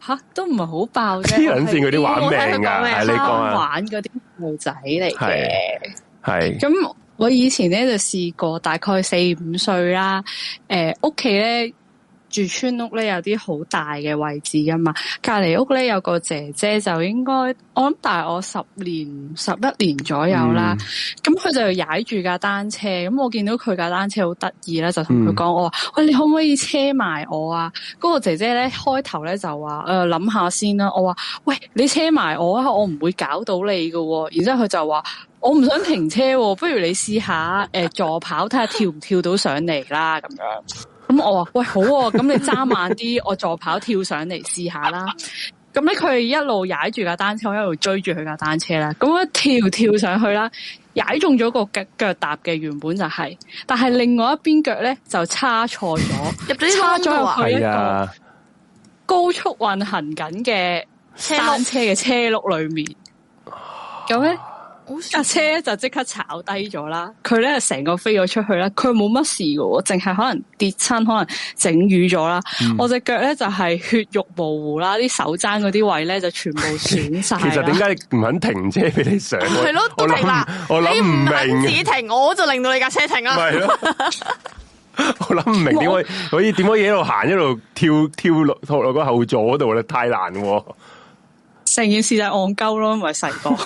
Speaker 3: 吓都唔係好爆啫，
Speaker 2: 黐撚線嗰啲玩
Speaker 1: 我睇佢
Speaker 2: 命
Speaker 1: 講
Speaker 2: 噶，
Speaker 1: 咩
Speaker 2: 係你
Speaker 3: 你
Speaker 2: 講啊，
Speaker 3: 玩嗰啲路仔嚟
Speaker 2: 係
Speaker 3: 嘅。
Speaker 2: 係
Speaker 3: 咁我以前咧就試過大概四五歲啦，誒屋企咧住村屋咧有啲好大嘅位置噶嘛，隔離屋咧有個姐姐就應該我諗大我十年十一年左右啦，咁佢、就踩住架單車，咁我見到佢架單車好得意啦，就同佢講我話：喂，你可唔可以車埋我啊？嗰、個姐姐咧開頭咧就話：誒諗下先啦。我話：喂，你車埋我啊，我唔會搞到你噶、喎。然之後佢就話。我唔想停車喎，不如你試下誒、助跑，睇下跳唔跳到上嚟啦咁樣。咁我話喂好喎、咁你揸慢啲，我助跑跳上嚟試下啦。咁咧佢一路踩住架單車，我一路追住佢架單車啦。咁我一跳跳上去啦，踩中咗個腳腳踏嘅原本就係、但係另外一邊腳咧就叉 錯咗，
Speaker 1: 入咗啲
Speaker 3: 叉咗
Speaker 1: 窿度啊
Speaker 3: 入去一
Speaker 2: 係
Speaker 3: 個
Speaker 2: 啊，
Speaker 3: 高速運行緊嘅
Speaker 1: 車
Speaker 3: 單
Speaker 1: 碌
Speaker 3: 車嘅車轆裏面。咁咧。
Speaker 1: 好笑
Speaker 3: 架車咧就即刻炒低咗啦，佢咧成個飛咗出去啦，佢冇乜事嘅喎，淨係可能跌親，可能整瘀咗啦。
Speaker 2: 嗯
Speaker 3: 我隻腳咧就係、血肉模糊啦，啲手踭嗰啲位咧就全部損晒
Speaker 2: 其實點
Speaker 3: 啦。
Speaker 2: 解你唔肯停車俾你上？
Speaker 1: 係
Speaker 2: 係
Speaker 1: 咯，都
Speaker 2: 我
Speaker 1: 明啦
Speaker 2: 諗。我諗
Speaker 1: 你
Speaker 2: 唔
Speaker 1: 肯自己
Speaker 2: 明，
Speaker 1: 停，我就令到你架車停啦。
Speaker 2: 咪咯。我諗唔明點可以可以點可以一路行一路跳跳落跳落個後座嗰度咧，太難喎。
Speaker 3: 成件事就係戇鳩咯，咪細個，
Speaker 2: 唔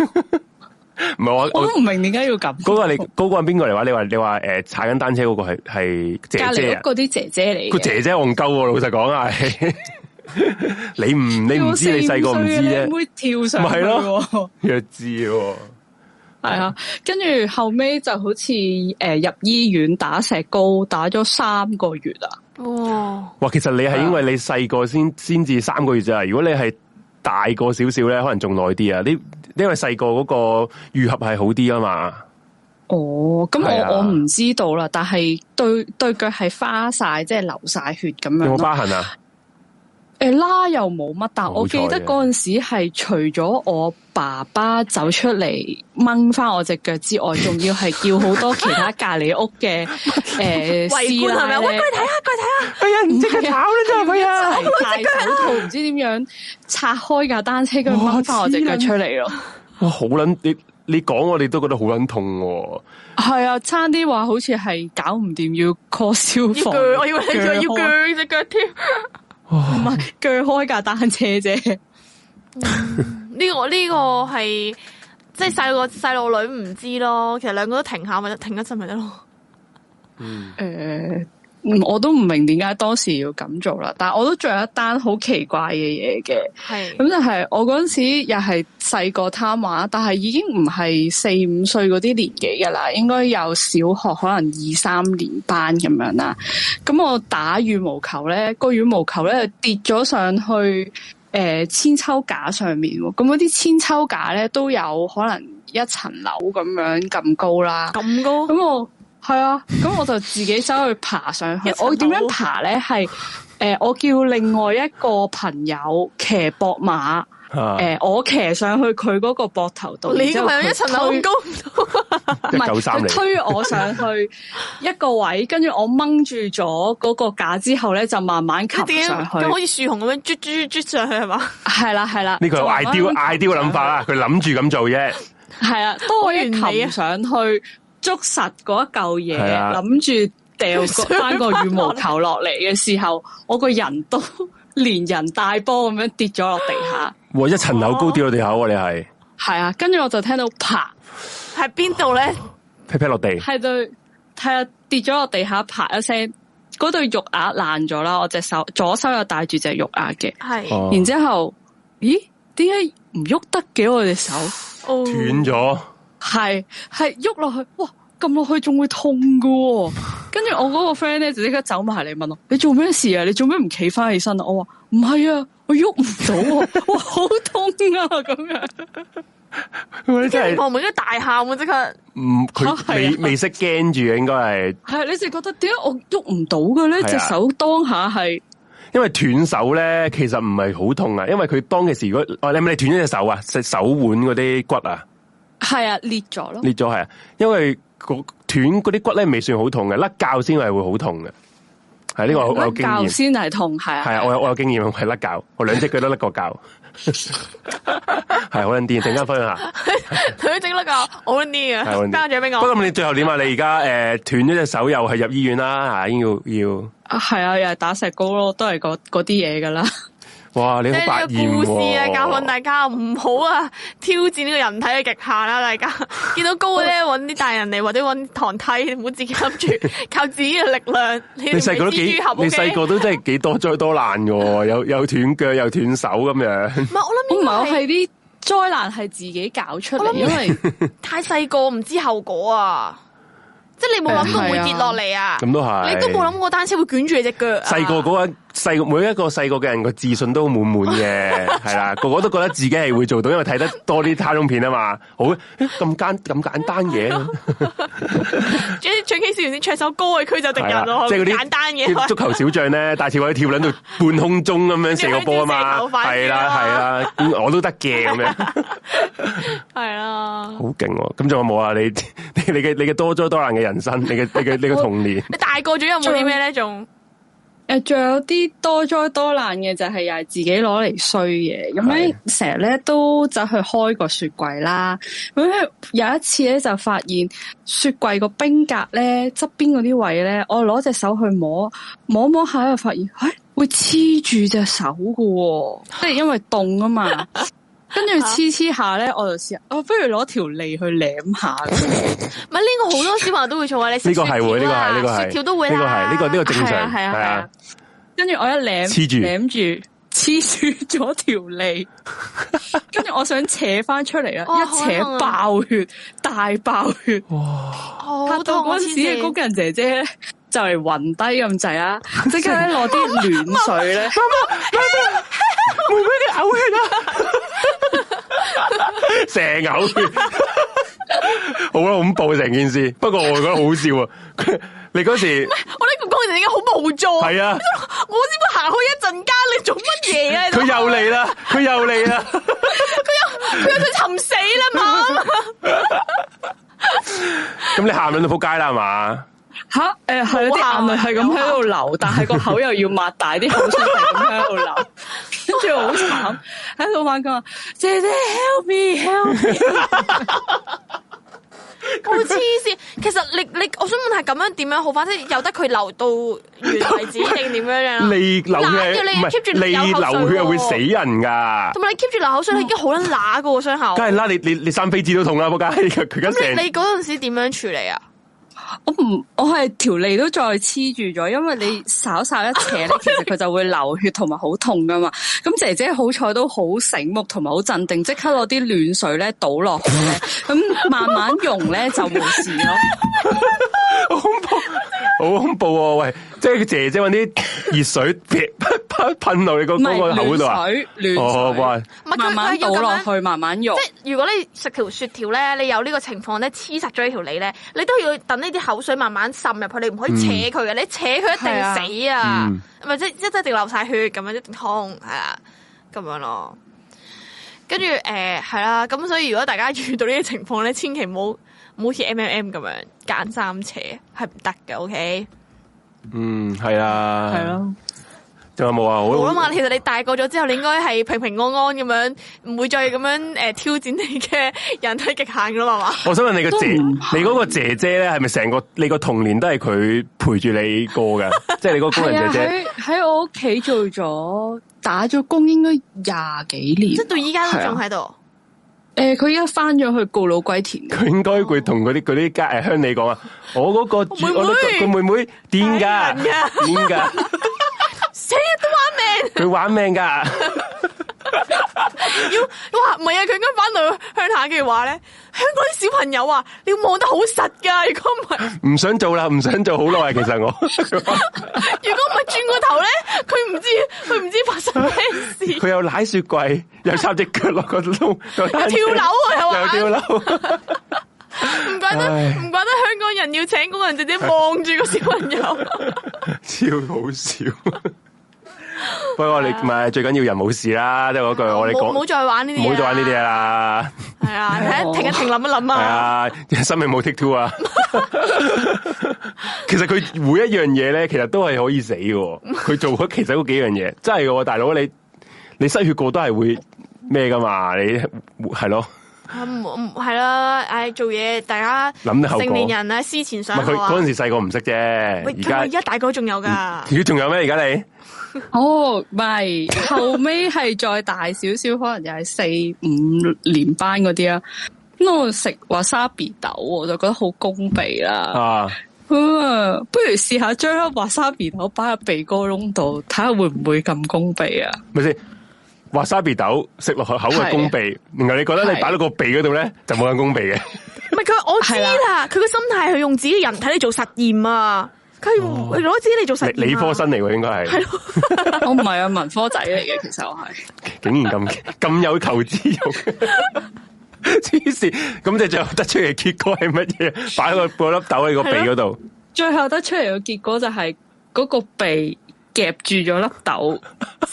Speaker 2: 係 我
Speaker 3: 我
Speaker 2: 我
Speaker 3: 都唔明點解要咁。
Speaker 2: 嗰個你嗰個係邊個嚟話？你話你話誒踩緊單車嗰個係係姐
Speaker 3: 隔
Speaker 2: 姐
Speaker 3: 離
Speaker 2: 啊
Speaker 3: 屋？嗰啲姐姐嚟
Speaker 2: 個
Speaker 3: 嘅，
Speaker 2: 姐姐戇鳩喎，老實講啊，係 你唔你唔知，你細個唔知
Speaker 3: 有四五
Speaker 2: 啫，
Speaker 3: 歲嘅靚妹跳上去
Speaker 2: 咪
Speaker 3: 喎
Speaker 2: 咯。弱智喎。
Speaker 3: 系啊，跟住後尾就好似诶、呃入醫院打石膏，打咗三個月啊。
Speaker 1: 哇！
Speaker 2: 哇，其實你係因為你細個先先至三個月咋，如果你係大個少少咧，可能仲耐啲啊。呢因為細個嗰個愈合係好啲啊嘛。
Speaker 3: 哦，咁
Speaker 2: 係啊
Speaker 3: 我我唔知道啦，但係對對腳係花晒，即係流晒血咁
Speaker 2: 有
Speaker 3: 樣
Speaker 2: 冇
Speaker 3: 咯。
Speaker 2: 疤痕啊？
Speaker 3: 誒啦又冇乜，但我
Speaker 2: 好彩
Speaker 3: 記
Speaker 2: 嘅
Speaker 3: 得嗰陣時係除咗我爸爸走出嚟掹翻我隻腳之外，仲要係叫好多其他隔離屋 嘅誒
Speaker 1: 圍觀係
Speaker 3: 師
Speaker 1: 咪？
Speaker 3: 奶
Speaker 1: 喂，
Speaker 3: 咧
Speaker 1: 過。嚟睇下，過嚟睇下。
Speaker 2: 哎呀，唔即刻炒啦，真係佢 啊！
Speaker 3: 戴手套唔知點樣拆開架單車，佢掹翻我隻腳出嚟咯。
Speaker 2: 哇，好撚你你講我哋都覺得好撚痛喎。
Speaker 3: 係啊，差啲話好似係搞唔掂， 要 call 消
Speaker 1: 要
Speaker 3: 防。
Speaker 1: 鋸，我以為你仲要鋸只腳添。
Speaker 3: 唔係鋸開架單車 啫。
Speaker 1: 呢個呢個係即係細個細路女唔知咯，其實兩個都停下咪得，停一陣咪得咯。
Speaker 3: 嗯诶、我都唔明點解當時要咁做啦，但系我都仲有一單好奇怪嘅嘢嘅。
Speaker 1: 係
Speaker 3: 咁就係我嗰阵时又係細個貪玩，但係已經唔係四五歲嗰啲年紀噶啦，應該有小學可能二三年班咁樣啦。咁我打羽毛球咧，個羽毛球咧跌咗上去诶、呃千秋架上面喎。咁嗰啲千秋架咧都有可能一層樓咁樣咁高啦。
Speaker 1: 咁高，
Speaker 3: 哦咁我系啊，咁我就自己走去爬上 去
Speaker 1: 一。層樓
Speaker 3: 我點樣爬咧？係诶、呃我叫另外一個朋友騎膊馬，
Speaker 2: 啊
Speaker 3: 诶、我騎上去佢嗰個膊頭度，
Speaker 1: 哦你
Speaker 3: 然之
Speaker 1: 個
Speaker 3: 後
Speaker 1: 朋友一
Speaker 3: 佢
Speaker 1: 層樓
Speaker 3: 推
Speaker 1: 咁高唔到。
Speaker 2: 一
Speaker 3: 唔係
Speaker 2: 九三
Speaker 3: 佢
Speaker 2: 嚟，
Speaker 3: 推我上去一個位，跟住我掹住咗嗰個架之後咧，就慢慢
Speaker 1: 佢
Speaker 3: 擒
Speaker 1: 點
Speaker 3: 上去
Speaker 1: 咁。好似樹熊咁樣啜啜啜上去係嘛？
Speaker 3: 係啦係啦，
Speaker 2: 呢個
Speaker 3: 就慢慢
Speaker 2: ideal
Speaker 3: 擒
Speaker 2: ideal 諗法啦，啊佢諗住咁做啫。
Speaker 3: 上去。係 啊，當我一
Speaker 1: 好完美啊
Speaker 3: 擒上去捉實嗰一嚿嘢，
Speaker 2: 係啊
Speaker 3: 諗住 掉個翻個羽毛球落嚟嘅時候，我個人都 連人帶波咁樣跌咗落地下。
Speaker 2: 哇！一層樓
Speaker 3: 哦
Speaker 2: 高跌落地下喎，你係
Speaker 3: 係啊，跟住我就聽到啪。
Speaker 1: 喺邊度咧？
Speaker 2: 劈劈落地，
Speaker 3: 系對，係啊，跌咗落地下，啪一聲，嗰對肉鈪爛咗啦。我隻手左手又戴住隻肉鈪嘅，
Speaker 1: 係
Speaker 2: 哦
Speaker 3: 然之后，咦？點解唔喐得嘅？我隻手
Speaker 1: 哦
Speaker 2: 斷咗，
Speaker 3: 係係喐落去，哇！撳落去仲會痛噶、喎。跟住我嗰個 friend 咧就即刻走埋嚟問我：你做咩事啊？你做咩唔企翻起身啊？我話唔係啊，我喐唔到啊，哇，好痛啊！咁樣
Speaker 2: 你真係
Speaker 1: 我唔應該大喊啊！即刻
Speaker 2: 唔
Speaker 3: 嚇
Speaker 2: 佢
Speaker 3: 係啊
Speaker 2: 未未識驚住嘅，應該係
Speaker 3: 係啊你就覺得點解我喐唔到嘅咧？
Speaker 2: 係啊
Speaker 3: 隻手當下係。
Speaker 2: 因為斷手咧，其實唔係好痛啊，因為佢當其時如果哦，你咪你斷咗隻手啊，隻手腕嗰啲骨啊
Speaker 3: 係啊，裂咗咯。
Speaker 2: 裂咗係啊，因為個斷嗰啲骨咧未算好痛嘅，甩臼先係會好痛嘅，係呢個我我有經
Speaker 3: 教
Speaker 2: 驗，
Speaker 3: 先係痛，係
Speaker 2: 係
Speaker 3: 啊，
Speaker 2: 啊，我有我有經驗，我係甩教，我兩隻腳都甩 過教，係好撚癲，陣間 分享下。
Speaker 1: 佢整甩個好啲
Speaker 2: 係好
Speaker 1: 嘅，
Speaker 2: 撚癲
Speaker 1: 交咗俾我
Speaker 2: 不。過你最後點啊？你而家诶斷咗隻手，又係入醫院啦，吓，已經要要，
Speaker 3: 係啊，又係打石膏咯，都係嗰嗰啲嘢噶啦。
Speaker 2: 哇！你
Speaker 1: 即
Speaker 2: 好
Speaker 1: 係
Speaker 2: 百
Speaker 1: 呢個
Speaker 2: 厭
Speaker 1: 故事啊，
Speaker 2: 喎
Speaker 1: 教訓大家唔好啊，挑戰呢個人體嘅極限啦！大 家見到高咧，揾啲大人嚟，或者揾堂梯，唔好自己諗 住靠自己嘅力量。你
Speaker 2: 你細個都
Speaker 1: 唔係蜘
Speaker 2: 幾
Speaker 1: 蛛俠，
Speaker 2: 你
Speaker 1: OK？
Speaker 2: 細個都真係幾多災多難嘅喎，有 有斷腳又斷手咁樣。
Speaker 1: 唔係
Speaker 3: 我
Speaker 1: 我
Speaker 3: 唔係，我
Speaker 1: 諗應該係
Speaker 3: 係啲災難係自己搞出嚟，
Speaker 1: 我諗
Speaker 3: 因為
Speaker 1: 太細個，唔知後果啊！即係你冇諗到會跌落嚟啊！
Speaker 2: 咁都係
Speaker 1: 你都冇諗過單車會捲住你只腳啊。
Speaker 2: 細個嗰個細個每一個細個嘅人個自信都滿 滿嘅，係啦，個個都覺得自己係會做到，因為睇得多啲卡通片啊嘛。好咦咁簡咁簡 單嘅，
Speaker 1: 最最 K 笑完先唱首歌嘅佢就敵
Speaker 2: 係
Speaker 1: 人
Speaker 2: 啦
Speaker 1: 咯，，
Speaker 2: 啊即係嗰啲
Speaker 1: 哦簡單
Speaker 2: 啲
Speaker 1: 嘢
Speaker 2: 足。球小將咧，戴志偉跳撚到半空中咁樣射個波啊
Speaker 1: 你
Speaker 2: 嘛，
Speaker 1: 可以轉射頭
Speaker 2: 係啦係
Speaker 1: 快啲啊
Speaker 2: 啦，咁我都得嘅咁 樣，好
Speaker 1: 係啊，
Speaker 2: 勁喎！咁仲有冇啊？你 你你嘅你嘅多災多難嘅人生，你嘅你嘅你嘅童年。
Speaker 1: 你大個咗有冇啲咩咧？仲
Speaker 3: 誒，仲有啲多災多難嘅就係又係自己攞嚟衰嘅，咁咧成日咧都走去開個雪櫃啦，咁咧有一次咧就發現雪櫃個冰格咧側邊嗰啲位咧，我攞隻手去摸摸摸下，又發現，唉、會黐住隻手噶、喎，即係因為凍啊嘛。跟住黐黐下咧，我就試下，我、不如攞條脷去舐下咁樣
Speaker 1: 唔係呢個好多小朋友都會做啊！你食
Speaker 2: 呢個係
Speaker 1: 雪
Speaker 2: 會，呢個
Speaker 1: 條啊
Speaker 2: 係呢個係
Speaker 1: 雪條都會
Speaker 2: 呢個
Speaker 1: 啦
Speaker 2: 係呢個呢個正
Speaker 3: 係
Speaker 2: 常
Speaker 3: 啊係啊
Speaker 2: 係
Speaker 3: 係
Speaker 2: 啊
Speaker 3: 啊。跟住我一舐
Speaker 2: 黐住
Speaker 3: 舐住黐住咗條 脷，跟住我想扯翻出嚟啊！
Speaker 1: 哇
Speaker 3: 一扯爆血，大爆血，嚇
Speaker 1: 好
Speaker 3: 到
Speaker 1: 痛啊
Speaker 3: 嗰陣時嘅工人姐姐咧就嚟暈低咁滯啦，即刻咧攞啲暖 水咧，
Speaker 2: 妹妹你呕血啊！成呕血，好啦，恐怖成件事。不過我覺得好笑啊！ 佢你嗰時
Speaker 1: 我呢個工人已經好無助，我先
Speaker 2: 係啊，
Speaker 1: 會行開一陣間，你做乜嘢啊？
Speaker 2: 佢又嚟啦，佢又嚟啦。
Speaker 1: 佢佢尋死啦 嘛！
Speaker 2: 咁你喊撚到仆街啦係嘛？
Speaker 3: 吓誒係啊有啲眼淚係咁喺度流，但係個口又要擘大，啲口水係咁喺度 流，跟住好 慘。喺老闆講話：姐姐 help me help me！
Speaker 1: 好黐線。其實你你，我想問下咁樣點樣好翻？即係由得佢流到完為止定點樣樣啊？
Speaker 2: 你流血
Speaker 1: 懶嘅你
Speaker 2: 唔
Speaker 1: keep 住
Speaker 2: 係你
Speaker 1: 有口水
Speaker 2: 流血係會
Speaker 1: 喎
Speaker 2: 死人㗎，
Speaker 1: 同埋你 keep 住流口水，你已經好撚乸噶喎傷口。
Speaker 2: 梗係啦！你你你三飛子都痛啦，仆街！佢佢而
Speaker 1: 咁
Speaker 2: 家
Speaker 1: 你
Speaker 2: 成
Speaker 1: 你嗰陣時點樣處理啊？
Speaker 3: 我唔，我係條脷都再黐住咗，因為你稍稍一扯咧，其實佢就會流血同埋好痛噶嘛。咁姐姐好彩都好醒目同埋好鎮定，即刻攞啲暖水咧倒落去咧，咁慢慢溶咧就冇事咯。
Speaker 2: 好恐怖，好恐怖喎！喂，即係姐姐搵啲熱水撇 噴噴落你個
Speaker 3: 唔係
Speaker 2: 嗰個口度啊！
Speaker 3: 暖水，
Speaker 2: 哦，
Speaker 3: 暖
Speaker 2: 哇
Speaker 3: 水，！
Speaker 1: 唔係佢
Speaker 3: 慢慢
Speaker 1: 佢要
Speaker 3: 倒
Speaker 1: 咁
Speaker 3: 落
Speaker 1: 樣
Speaker 3: 去，慢慢溶。
Speaker 1: 即係如果你食條雪條咧，你有呢個情況咧，黐實咗呢條脷咧，你都要等呢啲口水慢慢滲入去，你唔可以扯佢嘅，你扯佢一定死啊
Speaker 2: 嗯，
Speaker 1: 唔係即即即一定流晒血咁樣，一定痛係啊，咁樣咯。跟住誒係啦，咁、所以如果大家遇到呢啲情況咧，千祈唔好唔好好似 M M M 咁樣揀三扯，係唔得嘅。O K，
Speaker 2: 嗯，系啊，
Speaker 3: 係，咯，
Speaker 2: 仲有冇啊？
Speaker 1: 好
Speaker 2: 好
Speaker 1: 啦嘛，其實你大個咗之後，你應該係平平安安咁樣，唔會再咁樣誒、呃挑戰你嘅人體極限㗎啦嘛。
Speaker 2: 我想問你個姐，
Speaker 3: 都唔
Speaker 2: 你嗰個姐姐咧，係咪成個你個童年都係佢陪住你過 嘅？即係你嗰個工
Speaker 3: 係
Speaker 2: 人
Speaker 3: 啊，
Speaker 2: 姐姐，
Speaker 3: 喺喺我屋企做咗打咗工，應該廿幾年
Speaker 1: 即。係到啊依家都仲喺度。
Speaker 3: 誒，佢而家翻咗去告老歸田。
Speaker 2: 佢應該會同嗰啲嗰啲家诶乡里講啊，我嗰個主
Speaker 1: 妹妹
Speaker 2: 我嗰個妹妹癲㗎，
Speaker 1: 係人㗎
Speaker 2: 癲㗎，
Speaker 1: 成日都玩命，
Speaker 2: 佢玩命㗎，
Speaker 1: 要哇唔係啊！佢應該翻到鄉下嘅話咧，香港啲小朋友啊，你要望得好實㗎。如果唔 係，
Speaker 2: 唔想做啦，唔想做好耐啊。其實我
Speaker 1: 如果唔係轉個頭咧，佢唔知佢唔知發生咩事。
Speaker 2: 佢又舐雪櫃，又插只腳落個窿，又跳
Speaker 1: 跳樓啊又玩
Speaker 2: 又跳樓。
Speaker 1: 唔怪得
Speaker 2: 唉
Speaker 1: 唔怪得香港人要請工人直接望住個小朋友。
Speaker 2: 超好笑。不過你唔系最緊要人冇事啦，即係嗰句 我哋
Speaker 1: 唔好
Speaker 2: 講
Speaker 1: 唔好再玩呢啲嘢，
Speaker 2: 唔好再玩呢啲嘢。啦，
Speaker 1: 系啊， 睇停一停，諗一諗
Speaker 2: 係
Speaker 1: 啊。
Speaker 2: 啊，生命冇 take two 啊。 其實佢每一樣嘢咧，其實都係可以死嘅喎。佢做咗其實嗰幾 樣嘢，真係嘅喎，大佬你你失血過都係會咩噶嘛？你係咯，
Speaker 1: 啊唔唔係啦，唉，做嘢大家
Speaker 2: 諗得後果
Speaker 1: 成年人啊，思前
Speaker 2: 唔
Speaker 1: 想
Speaker 2: 係佢
Speaker 1: 後啊
Speaker 2: 嗰。陣時細個唔識啫，
Speaker 1: 喂，
Speaker 2: 而
Speaker 1: 咁佢
Speaker 2: 家
Speaker 1: 而家大個仲有㗎。
Speaker 2: 咦仲有咩？而家你？
Speaker 3: 哦，唔系，後尾係再大少少，可能又係四五年班嗰啲啦。啊咁我食 wasabi 豆，我就覺得好攻鼻啦。
Speaker 2: 啊，
Speaker 3: 咁啊，不如試下將粒 wasabi 豆擺入鼻哥窿度，睇下會唔會咁攻鼻啊？
Speaker 2: 咪先。wasabi 豆食落去口係攻鼻，然後你覺得你
Speaker 3: 係
Speaker 2: 擺到個鼻嗰度咧就冇咁攻鼻嘅，
Speaker 1: 唔係佢，我知
Speaker 3: 係啦
Speaker 1: 啦，佢個心態係用自己人體嚟做實驗啊，佢係用佢攞自己嚟做實驗
Speaker 2: 理
Speaker 1: 啊。
Speaker 2: 理科生嚟喎應該係。
Speaker 3: 我唔係啊，文科仔嚟嘅，其實我係。
Speaker 2: 竟然咁咁有求知欲，黐線！咁你最後得出嘅結果係乜嘢？擺個個粒豆喺個鼻嗰度，
Speaker 3: 最後得出嚟嘅結果就係嗰個鼻夾住咗粒豆，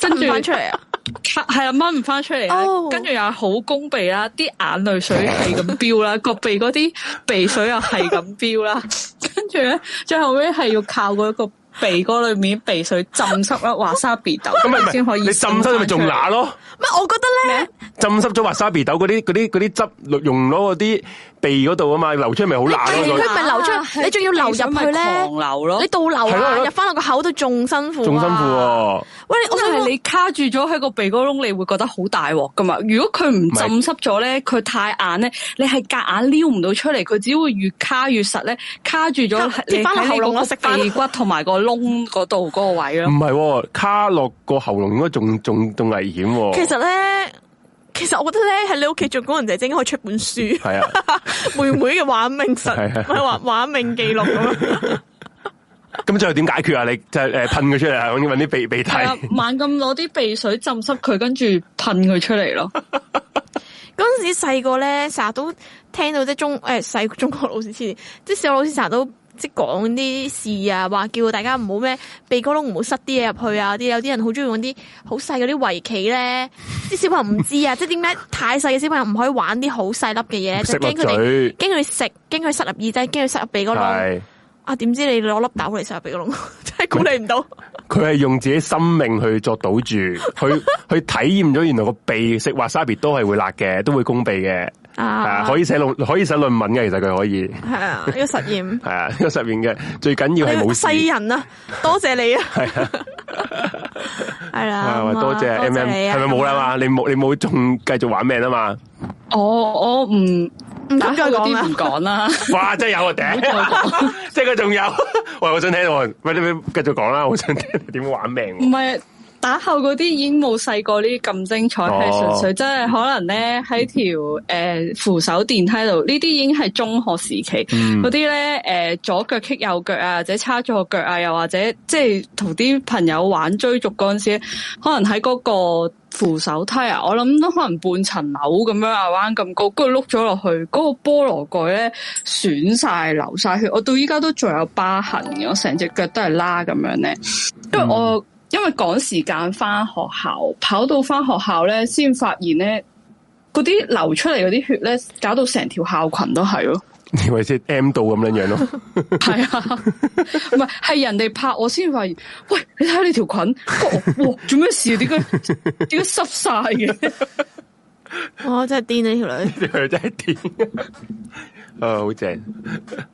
Speaker 3: 跟
Speaker 1: 伸
Speaker 3: 住
Speaker 1: 翻出嚟啊！
Speaker 3: 卡係啦，掹唔翻出嚟
Speaker 1: 哦
Speaker 3: 啦，跟住又係好攻鼻啦，啲眼淚水係咁飆啦， 個鼻嗰啲鼻水又係咁飆啦， 跟住咧最後尾係要靠嗰個鼻哥裏面鼻水浸濕啦，華沙鼻豆
Speaker 2: 咁咪咪
Speaker 3: 先可以
Speaker 2: 你浸濕咪仲
Speaker 3: 滲返
Speaker 2: 乸咯？
Speaker 1: 唔係，我覺得咧，
Speaker 2: 浸濕咗滑沙皮豆嗰啲嗰啲嗰啲汁用咗嗰啲鼻嗰度啊嘛，流出咪好乸
Speaker 1: 你
Speaker 2: 咯
Speaker 1: 佢
Speaker 2: 個？
Speaker 1: 咪流出
Speaker 3: 啊
Speaker 1: 嚟，你仲要流入
Speaker 3: 係
Speaker 1: 去咧
Speaker 3: 咪狂流咯
Speaker 1: 你倒流
Speaker 2: 係咯係
Speaker 1: 啊，
Speaker 2: 咯
Speaker 1: 入翻落個口度仲辛苦啊，
Speaker 2: 仲辛苦喎！
Speaker 1: 喂，我
Speaker 3: 我
Speaker 1: 想
Speaker 3: 係
Speaker 1: 講
Speaker 3: 你卡住咗喺個鼻哥窿，你會覺得好大鑊噶嘛？如果佢唔浸濕咗咧，佢太硬咧，你係夾硬撩唔到出嚟，佢只會越卡越實咧，卡住咗
Speaker 1: 卡
Speaker 3: 你
Speaker 1: 貼返落喉嚨咯食
Speaker 3: 喺
Speaker 1: 返
Speaker 3: 你嗰個鼻骨同埋個窿嗰度嗰個位
Speaker 2: 唔
Speaker 3: 咯。
Speaker 2: 係喎，卡落個喉嚨應該仲仲仲危險喎。
Speaker 1: 其實咧，其實我覺得咧喺你屋企做工人姐姐應該可以出本書，
Speaker 2: 係啊，
Speaker 1: 妹妹嘅玩命實
Speaker 2: 係啊，
Speaker 1: 唔係話玩命記錄咁啊樣。
Speaker 2: 咁最後點解決啊？你就係誒噴佢出嚟啊，揾揾啲鼻鼻涕。
Speaker 3: 係啊，猛咁攞啲鼻水浸濕佢，跟住噴佢出嚟 咯。
Speaker 1: 嗰陣時細個咧，成日都聽到即係中誒細中國老師黐線，即係小學老師成日都即係講啲事啊，話叫大家唔好咩鼻哥窿唔好塞啲嘢入去啊，啲有啲人好中意用啲好細嗰啲圍棋咧， 啲小朋友唔知啊，即係點解太細嘅小朋友唔可以玩啲好細粒嘅嘢，
Speaker 2: 食
Speaker 1: 就
Speaker 2: 落
Speaker 1: 驚佢哋
Speaker 2: 嘴
Speaker 1: 驚佢食，驚佢塞入耳仔，驚佢塞入鼻哥窿。
Speaker 2: 係。
Speaker 1: 啊，點知你攞粒豆嚟塞入鼻哥窿， 真係估你唔到。
Speaker 2: 佢係用自己生命去作賭注，去去體驗咗原來個鼻食滑沙別都係會辣嘅，都會攻鼻嘅， 係
Speaker 1: 啊，
Speaker 2: 啊，可以寫論可以寫論文嘅，其實佢可以
Speaker 1: 係啊，呢個實驗。
Speaker 2: 係啊，呢個實驗嘅最緊要係冇事，
Speaker 1: 世人啊，多謝 你啊，係啦，
Speaker 2: 係咪
Speaker 1: 咁啊
Speaker 2: 多謝 M M，
Speaker 1: 你啊
Speaker 2: 係咪冇啦？嘛？你冇你冇仲繼續玩命啊嘛？
Speaker 3: 哦我我唔
Speaker 1: 唔敢再
Speaker 3: 打
Speaker 1: 講
Speaker 3: 開嗰
Speaker 1: 啦
Speaker 3: 啲唔講啦。
Speaker 2: 哇！真係有啊頂， 即係佢仲有， 喂！我想聽我，喂你你繼續講啦，我想聽你點玩命
Speaker 3: 唔
Speaker 2: 喎。
Speaker 3: 係打後嗰啲已經冇細個呢啲咁精彩，係
Speaker 2: 哦
Speaker 3: 純、粹真係可能咧喺條诶扶手電梯度，呢啲已經係中學時期
Speaker 2: 嗯
Speaker 3: 嗰啲咧诶左腳棘右腳啊，或者叉咗個腳啊，又或者即係同啲朋友玩追逐嗰阵时，可能喺嗰、個扶手梯啊，我諗都可能半層樓咁樣啊，彎咁高，跟住碌咗落去，嗰、個菠蘿蓋咧損晒流晒血，我到依家都仲有疤痕嘅，我成隻腳都係拉咁樣咧。因為我、因為趕時間翻學校，跑到翻學校咧，先發現咧嗰啲流出嚟嗰啲血咧，搞到成條校裙都係咯。
Speaker 2: 你咪先 M 到咁樣樣咯，
Speaker 3: 係啊，唔係係人哋拍我先發現，喂，你睇下你條裙，我哇做咩事？啊點解點解濕晒嘅？
Speaker 1: 我真係癲呢條女，
Speaker 2: 佢 真係癲，啊好正，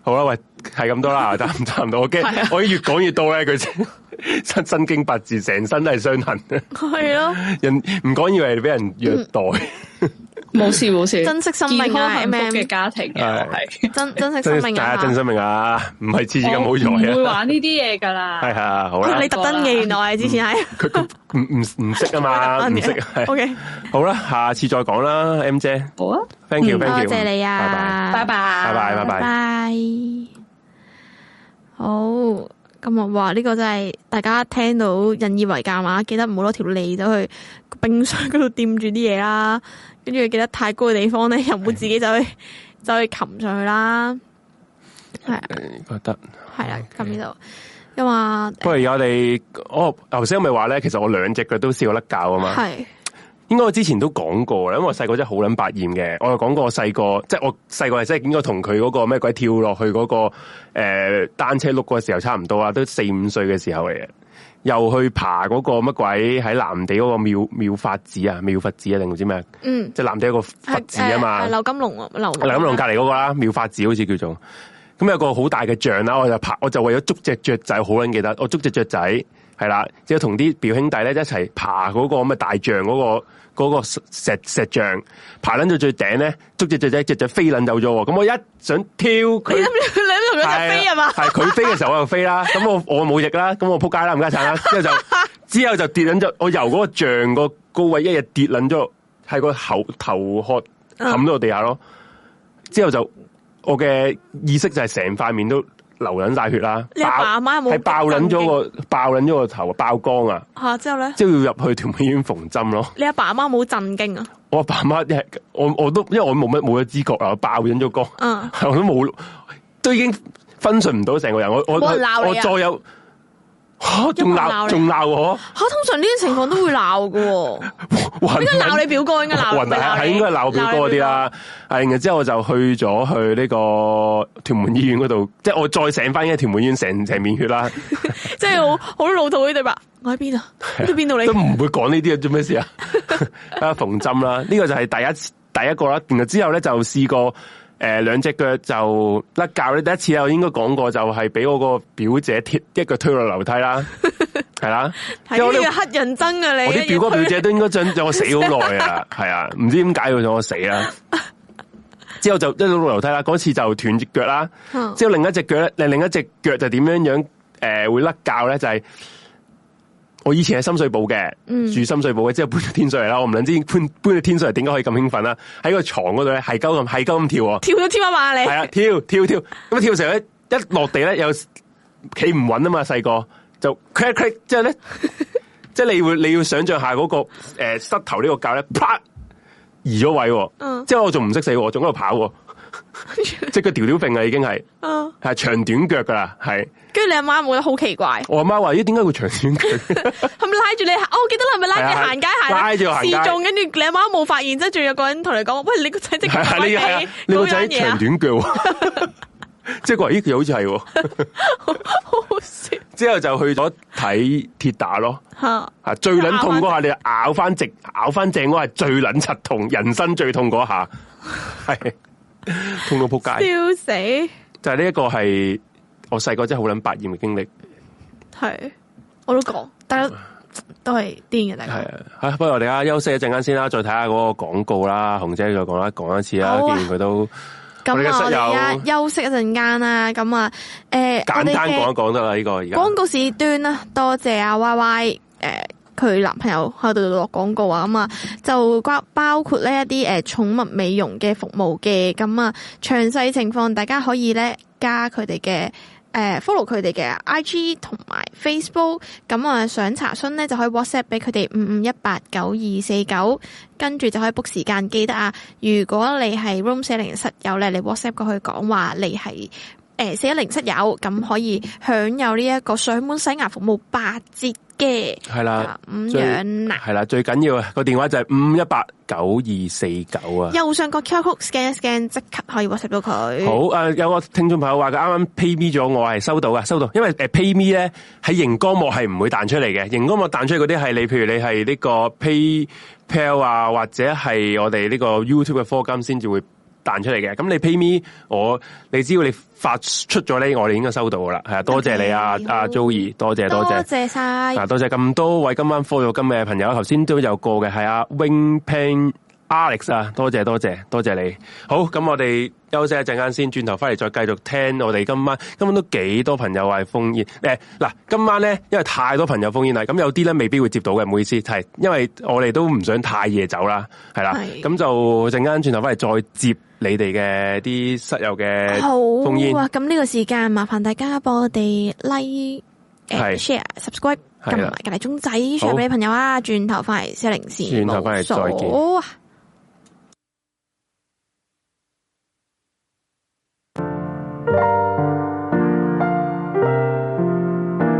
Speaker 2: 好啦，喂，係咁多啦， 差唔差唔多，我
Speaker 3: 係啊
Speaker 2: 驚我越講越多咧，佢真 身身經百戰，成身都係傷痕，
Speaker 1: 係咯，
Speaker 2: 人唔講以為俾人虐待，
Speaker 3: 冇事冇事，
Speaker 1: 珍惜生命啊
Speaker 3: 健康幸福
Speaker 1: M M
Speaker 3: 嘅家庭嘅
Speaker 2: 係
Speaker 3: 我係，
Speaker 1: 真珍惜
Speaker 2: 真
Speaker 1: 生命
Speaker 2: 大
Speaker 1: 啊
Speaker 2: 家！真生命啊，唔係次次咁好
Speaker 3: 我唔會
Speaker 2: 彩啊，
Speaker 3: 玩呢啲嘢㗎啦。
Speaker 2: 係啊，好啦
Speaker 1: 哦你，特登嘅，原來之前係
Speaker 2: 佢佢唔唔唔識啊嘛，唔識，
Speaker 1: O
Speaker 2: 係
Speaker 1: K，
Speaker 2: 好啦，下次再講啦，M 姐
Speaker 3: 好啊，
Speaker 2: ，thank
Speaker 1: 多
Speaker 2: you，thank you，
Speaker 1: 謝你
Speaker 2: 拜拜，
Speaker 1: 啊，
Speaker 3: 拜拜，
Speaker 2: 拜拜，拜
Speaker 1: 拜
Speaker 2: 拜。
Speaker 1: 拜。好，咁我話呢個真係大家聽到引以為戒啊！記得唔好攞條脷走去冰箱嗰度掂住啲嘢啦，跟住記得太高嘅地方咧，又唔好自己走去走去擒上去啦。係啊，
Speaker 2: 誒覺得
Speaker 1: 係啦，咁呢度。噶嘛，
Speaker 2: 不如我哋，我頭先咪話咧，其實我兩隻腳都試過甩臼啊嘛。
Speaker 1: 係
Speaker 2: 應該我之前都講過啦，因為我細個真係好撚百厭嘅。我有講過我細個，即係我細個係真係應該同佢嗰個咩鬼跳落去嗰、個誒、呃、單車碌嗰個時候差唔多啊，都四五歲嘅時候嚟嘅。又去爬嗰個乜鬼喺南地嗰個妙妙法寺啊，妙法寺啊定唔知咩？
Speaker 1: 嗯，
Speaker 2: 即係南地有個佛寺啊嘛。
Speaker 1: 係誒劉金龍啊，劉
Speaker 2: 嗱，咁龍隔離嗰個啦，妙法寺好似叫做，咁有個好大嘅像啦，我就拍，我就為咗捉只雀仔，好撚記得，我捉只雀仔係啦，即係同啲表兄弟咧一齊爬嗰個咁嘅大象嗰、個嗰、個石石石像，爬撚到最頂咧，捉只雀仔，只雀飛撚走咗喎，咁我一想挑佢
Speaker 1: 你。諗住你諗住佢就飛啊嘛，
Speaker 2: 係佢飛嘅時候我又 飛啦，咁我我冇翼啦，咁我扑街啦，唔家產啦，之後就之後就跌撚咗，我由嗰個象個高位一日跌撚咗，喺個頭頭
Speaker 1: 啊
Speaker 2: 殼冚到地下咯。之後就我嘅意識就係成塊面都流撚晒血啦，
Speaker 1: 你阿爸阿媽有冇
Speaker 2: 係爆撚咗個爆撚咗個頭爆光啊！
Speaker 1: 吓之後咧，
Speaker 2: 之後要入去條美院縫針咯。
Speaker 1: 你阿爸阿媽冇震驚啊？
Speaker 2: 我阿爸阿媽一係我我都因為我冇乜冇咗知覺啊，我爆緊咗光，
Speaker 1: 嗯
Speaker 2: 我都冇，都已經分順唔到成個人。我我
Speaker 1: 冇人鬧
Speaker 2: 我
Speaker 1: 你啊
Speaker 2: 再有，嚇仲
Speaker 1: 有冇人鬧
Speaker 2: 鬧
Speaker 1: 你啊
Speaker 2: 仲 鬧我，
Speaker 1: 吓，通常呢啲情況都會鬧噶喎，
Speaker 2: 應
Speaker 1: 應該 鬧你表哥，應該鬧，
Speaker 2: 云哦係係應該鬧我表哥嗰啲啦。係，然後之後我就去咗去呢個屯門醫院嗰度，即係我再醒翻，因為屯門醫院成成面血
Speaker 1: 鬧
Speaker 2: 啦，
Speaker 1: 你表哥，即係好好老土呢對白。我喺邊 啊？呢度邊度
Speaker 2: 都
Speaker 1: 嚟？
Speaker 2: 唔會講呢啲啊，做咩事 啊？啊，縫針啦，呢個就係第一次第一個啦。然後之後咧就試過誒兩隻腳就甩臼咧。第一次啊咧我應該講過就係俾我個表姐踢一腳推落樓梯 啦，係啦。
Speaker 1: 睇
Speaker 2: 因為我
Speaker 1: 呢
Speaker 2: 啲
Speaker 1: 個黑人憎啊！你
Speaker 2: 我啲表哥表 姐都應該想想我死好耐啊，係啊，唔知點解要想我死 啦。之後就一路落樓梯啦，嗰次就斷隻腳啦。
Speaker 1: 嗯
Speaker 2: 之後另一隻腳咧，另另一隻腳就點樣樣诶、呃、会甩臼咧？就係我以前喺深水埗嘅，住深水埗嘅，之後搬咗天水嚟啦。我唔捻知搬搬咗天水嚟點解可以咁興奮啦？喺個床嗰度咧，係鳩咁係鳩咁跳 喎。
Speaker 1: 跳咗天花板啊！
Speaker 2: 系
Speaker 1: 你
Speaker 2: 啊，跳跳跳，咁啊跳嘅時候咧，一落地咧又企唔穩啊嘛，細個就 click click，之後咧，即係你會你要想象下嗰、個诶、呃膝頭呢個教咧，啪移咗位喎，
Speaker 1: 嗯
Speaker 2: 之後我仲唔識死喎，我仲喺度跑喎，即係個條條揈啊，已經係
Speaker 1: 嗯，
Speaker 2: 係長短腳噶啦，係
Speaker 1: 跟住你阿媽有冇得好奇 怪？
Speaker 2: 我阿媽話咦點解會長 短腳？
Speaker 1: 係咪拉住你行？哦我記得啦，係咪拉住你
Speaker 2: 係啊
Speaker 1: 行街行啦
Speaker 2: 拉住我行街
Speaker 1: 示眾，跟住你阿媽冇發現，即係仲有個人同你講：喂，你個仔即
Speaker 2: 係係呢個係啊，你個仔長短腳喎，即係佢話咦佢好似係喎，
Speaker 1: 好好笑
Speaker 2: 之後就去咗睇鐵打咯。
Speaker 1: 嚇！
Speaker 2: 啊！最捻痛嗰下，你咬翻直、咬翻正嗰下係最捻柒痛，人生最痛嗰下，系痛到扑街。
Speaker 1: 笑死，
Speaker 2: 就係呢一個係我細個真係好捻百厭嘅經歷，
Speaker 1: 係我都講，大家都係癲嘅，大
Speaker 2: 係
Speaker 1: 家。
Speaker 2: 啊。啊不如我哋啊休息一陣間先啦，再睇下嗰個廣告啦，紅姐再講啦，講一次啦。
Speaker 1: 好
Speaker 2: 既
Speaker 1: 啊
Speaker 2: 然佢都
Speaker 1: 咁
Speaker 2: 我哋嘅
Speaker 1: 啊，
Speaker 2: 室
Speaker 1: 我
Speaker 2: 友
Speaker 1: 哋而家休息一陣間啦。咁啊，誒，
Speaker 2: 簡單講
Speaker 1: 我哋嘅
Speaker 2: 一講得啦，呢個而家
Speaker 1: 廣告時段啦，多謝阿 Y Y 誒。佢男朋友喺度落廣告啊，咁啊就包包括呢一啲誒寵物美容嘅服務嘅，咁啊詳細情況大家可以咧加佢哋嘅誒 follow 佢哋嘅 IG 同埋 Facebook，咁啊想查詢咧就可以 WhatsApp 俾佢哋五五一八九二四九，跟住就可以 book 時間。記得啊，如果你係 room 四零室友咧，你 WhatsApp 過去講話你係。誒四一零室友，咁可以享有呢一個上門洗牙服務八折嘅，啊
Speaker 2: 係啦，
Speaker 1: 咁
Speaker 2: 啊最
Speaker 1: 樣啦。
Speaker 2: 係啦，最緊要啊個電話就係五一八九二四九啊。
Speaker 1: 右上角 QR code scan 一 scan，即刻可以 WhatsApp 到佢。
Speaker 2: 好，誒、有個聽眾朋友話佢啱啱 PayMe 咗我，係收到噶，收到。因為誒 PayMe 咧喺熒光幕係唔會彈出嚟嘅，熒光幕彈出嚟嗰啲係你，譬如你係呢個 PayPal 啊，或者係我哋呢個 YouTube 嘅課金先至會彈出嚟嘅。咁你 PayMe 我，你只要你發出咗咧，我哋應該收到噶啦。係啊，多謝你啊
Speaker 1: Okay，，好
Speaker 2: 阿 Joey，多謝多
Speaker 1: 多
Speaker 2: 謝。
Speaker 1: 謝晒，
Speaker 2: 啊嗱，多謝咁多位今晚科咗金嘅朋友，頭先都有過嘅，係阿 Wing Pan Alex 啊，多謝多謝多謝你。好，咁我哋休息一陣間先，轉頭翻嚟再繼續聽我哋今晚，今晚都幾多朋友係封煙。誒、嗱，今晚咧，因為太多朋友封煙啦，咁有啲咧未必會接到嘅，唔好意思，係因為我哋都唔想太夜走啦，係啦，
Speaker 1: 係
Speaker 2: 咁就陣間轉頭翻嚟再接你哋嘅啲室友嘅
Speaker 1: 好
Speaker 2: 封煙。
Speaker 1: 啊！咁呢個時間麻煩大家幫我哋 like、
Speaker 2: 係
Speaker 1: 誒 share、subscribe，
Speaker 2: 係
Speaker 1: 撳埋
Speaker 2: 啦
Speaker 1: 隔離鐘仔 share 俾朋友啊！轉頭翻嚟四一零先，
Speaker 2: 轉頭返嚟再見
Speaker 1: 冇數啊
Speaker 4: 「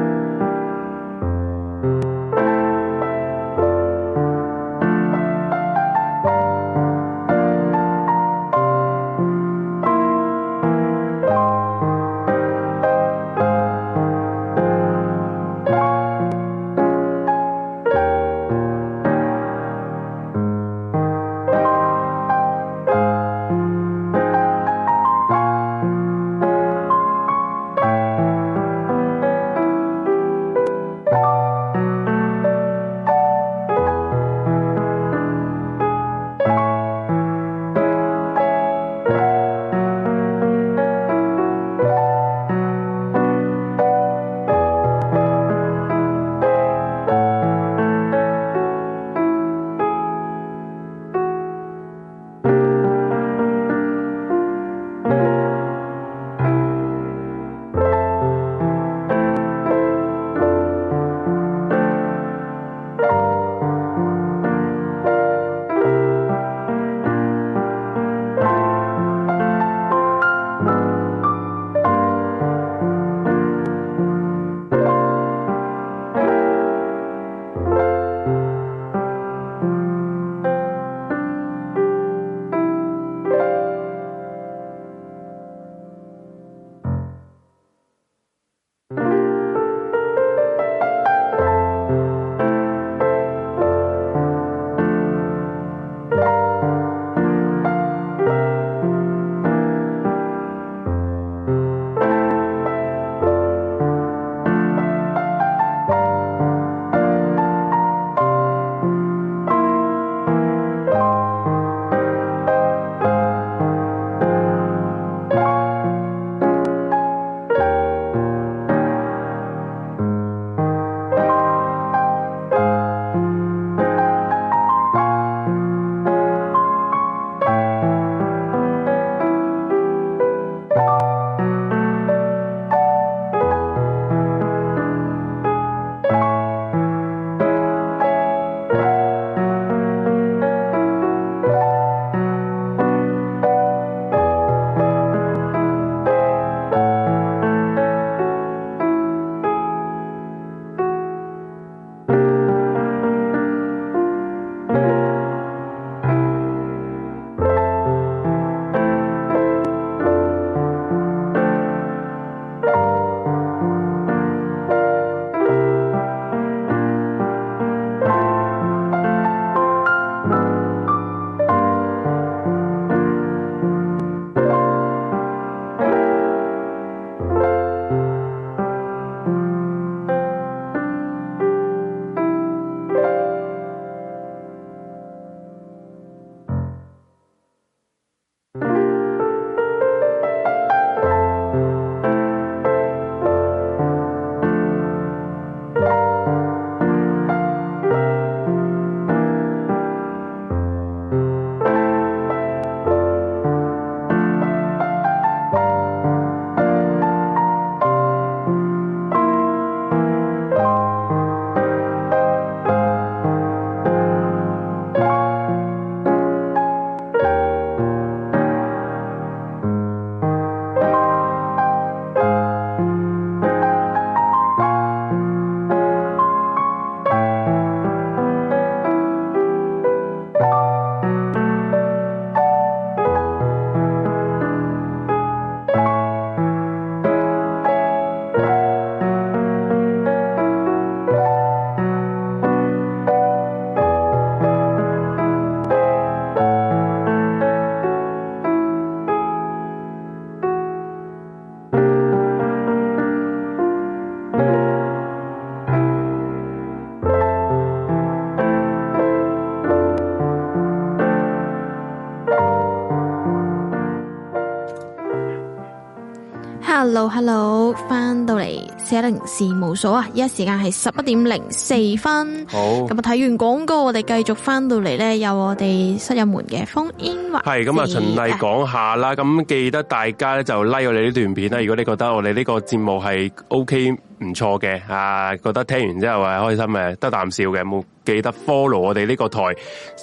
Speaker 1: Hello，Hello，翻到嚟四零事務所啊！依家時間係十一點零四分。
Speaker 2: 好
Speaker 1: 咁啊，睇完廣告，我哋繼續翻到嚟咧，有我哋室友們嘅封煙話
Speaker 2: 係咁啊，順例講下啦。咁記得大家咧就 like 我哋呢段片啦。如果你覺得我哋呢個節目係 OK 唔錯嘅，啊覺得聽完之後係開心嘅，得啖笑嘅，冇記得 follow 我哋呢個台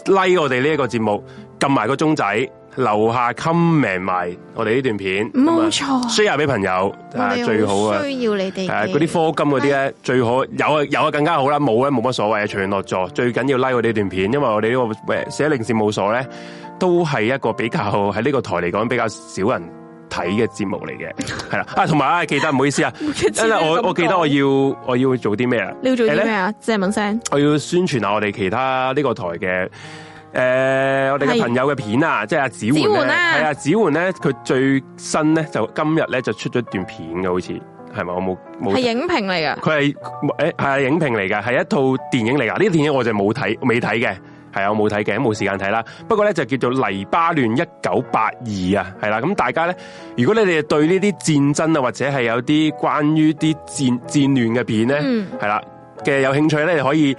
Speaker 2: ，like 我哋呢一個節目，撳埋個鐘仔，留下 comment 埋我哋呢段片，啊
Speaker 1: 冇錯，
Speaker 2: ，share 俾朋友
Speaker 1: 我
Speaker 2: 啊
Speaker 1: 哋好
Speaker 2: 最好啊！
Speaker 1: 需要你哋
Speaker 2: 係
Speaker 1: 嘅
Speaker 2: 啊嗰啲科金嗰啲咧最好有啊有啊更加好啦，冇咧冇乜所謂啊，隨緣落座。最緊要 like 我哋段片，因為我哋呢、個誒寫零事務所咧，都係一個比較喺呢個台嚟講比較少人睇嘅節目嚟 嘅，係啦啊，同埋啊，記得唔好意思啊，因為我我記得我要我要做啲咩啊？
Speaker 1: 你要做
Speaker 2: 誒
Speaker 1: 啲
Speaker 2: 咧
Speaker 1: 咩啊？謝文聲
Speaker 2: 我要宣傳下我哋其他呢個台嘅。誒、我哋嘅
Speaker 1: 係
Speaker 2: 朋友嘅片啊，即係阿子
Speaker 1: 子
Speaker 2: 媛
Speaker 1: 桓
Speaker 2: 咧，
Speaker 1: 啊
Speaker 2: 係啊，子媛咧，佢最新咧就今日咧就出咗段片嘅，好似係咪？我冇冇
Speaker 1: 係啊影評嚟噶，
Speaker 2: 佢係诶係影評嚟㗎，係一套電影嚟㗎。呢個電影我就冇睇，未睇嘅。係啊，我冇睇嘅，冇時間睇啦。不過咧就叫做《黎巴嫩一九八二》啊，係啦。咁大家咧，如果你哋對呢啲戰爭啊，或者係有啲關於啲戰戰亂嘅片咧，
Speaker 1: 嗯
Speaker 2: 係啦嘅有興趣咧，你可以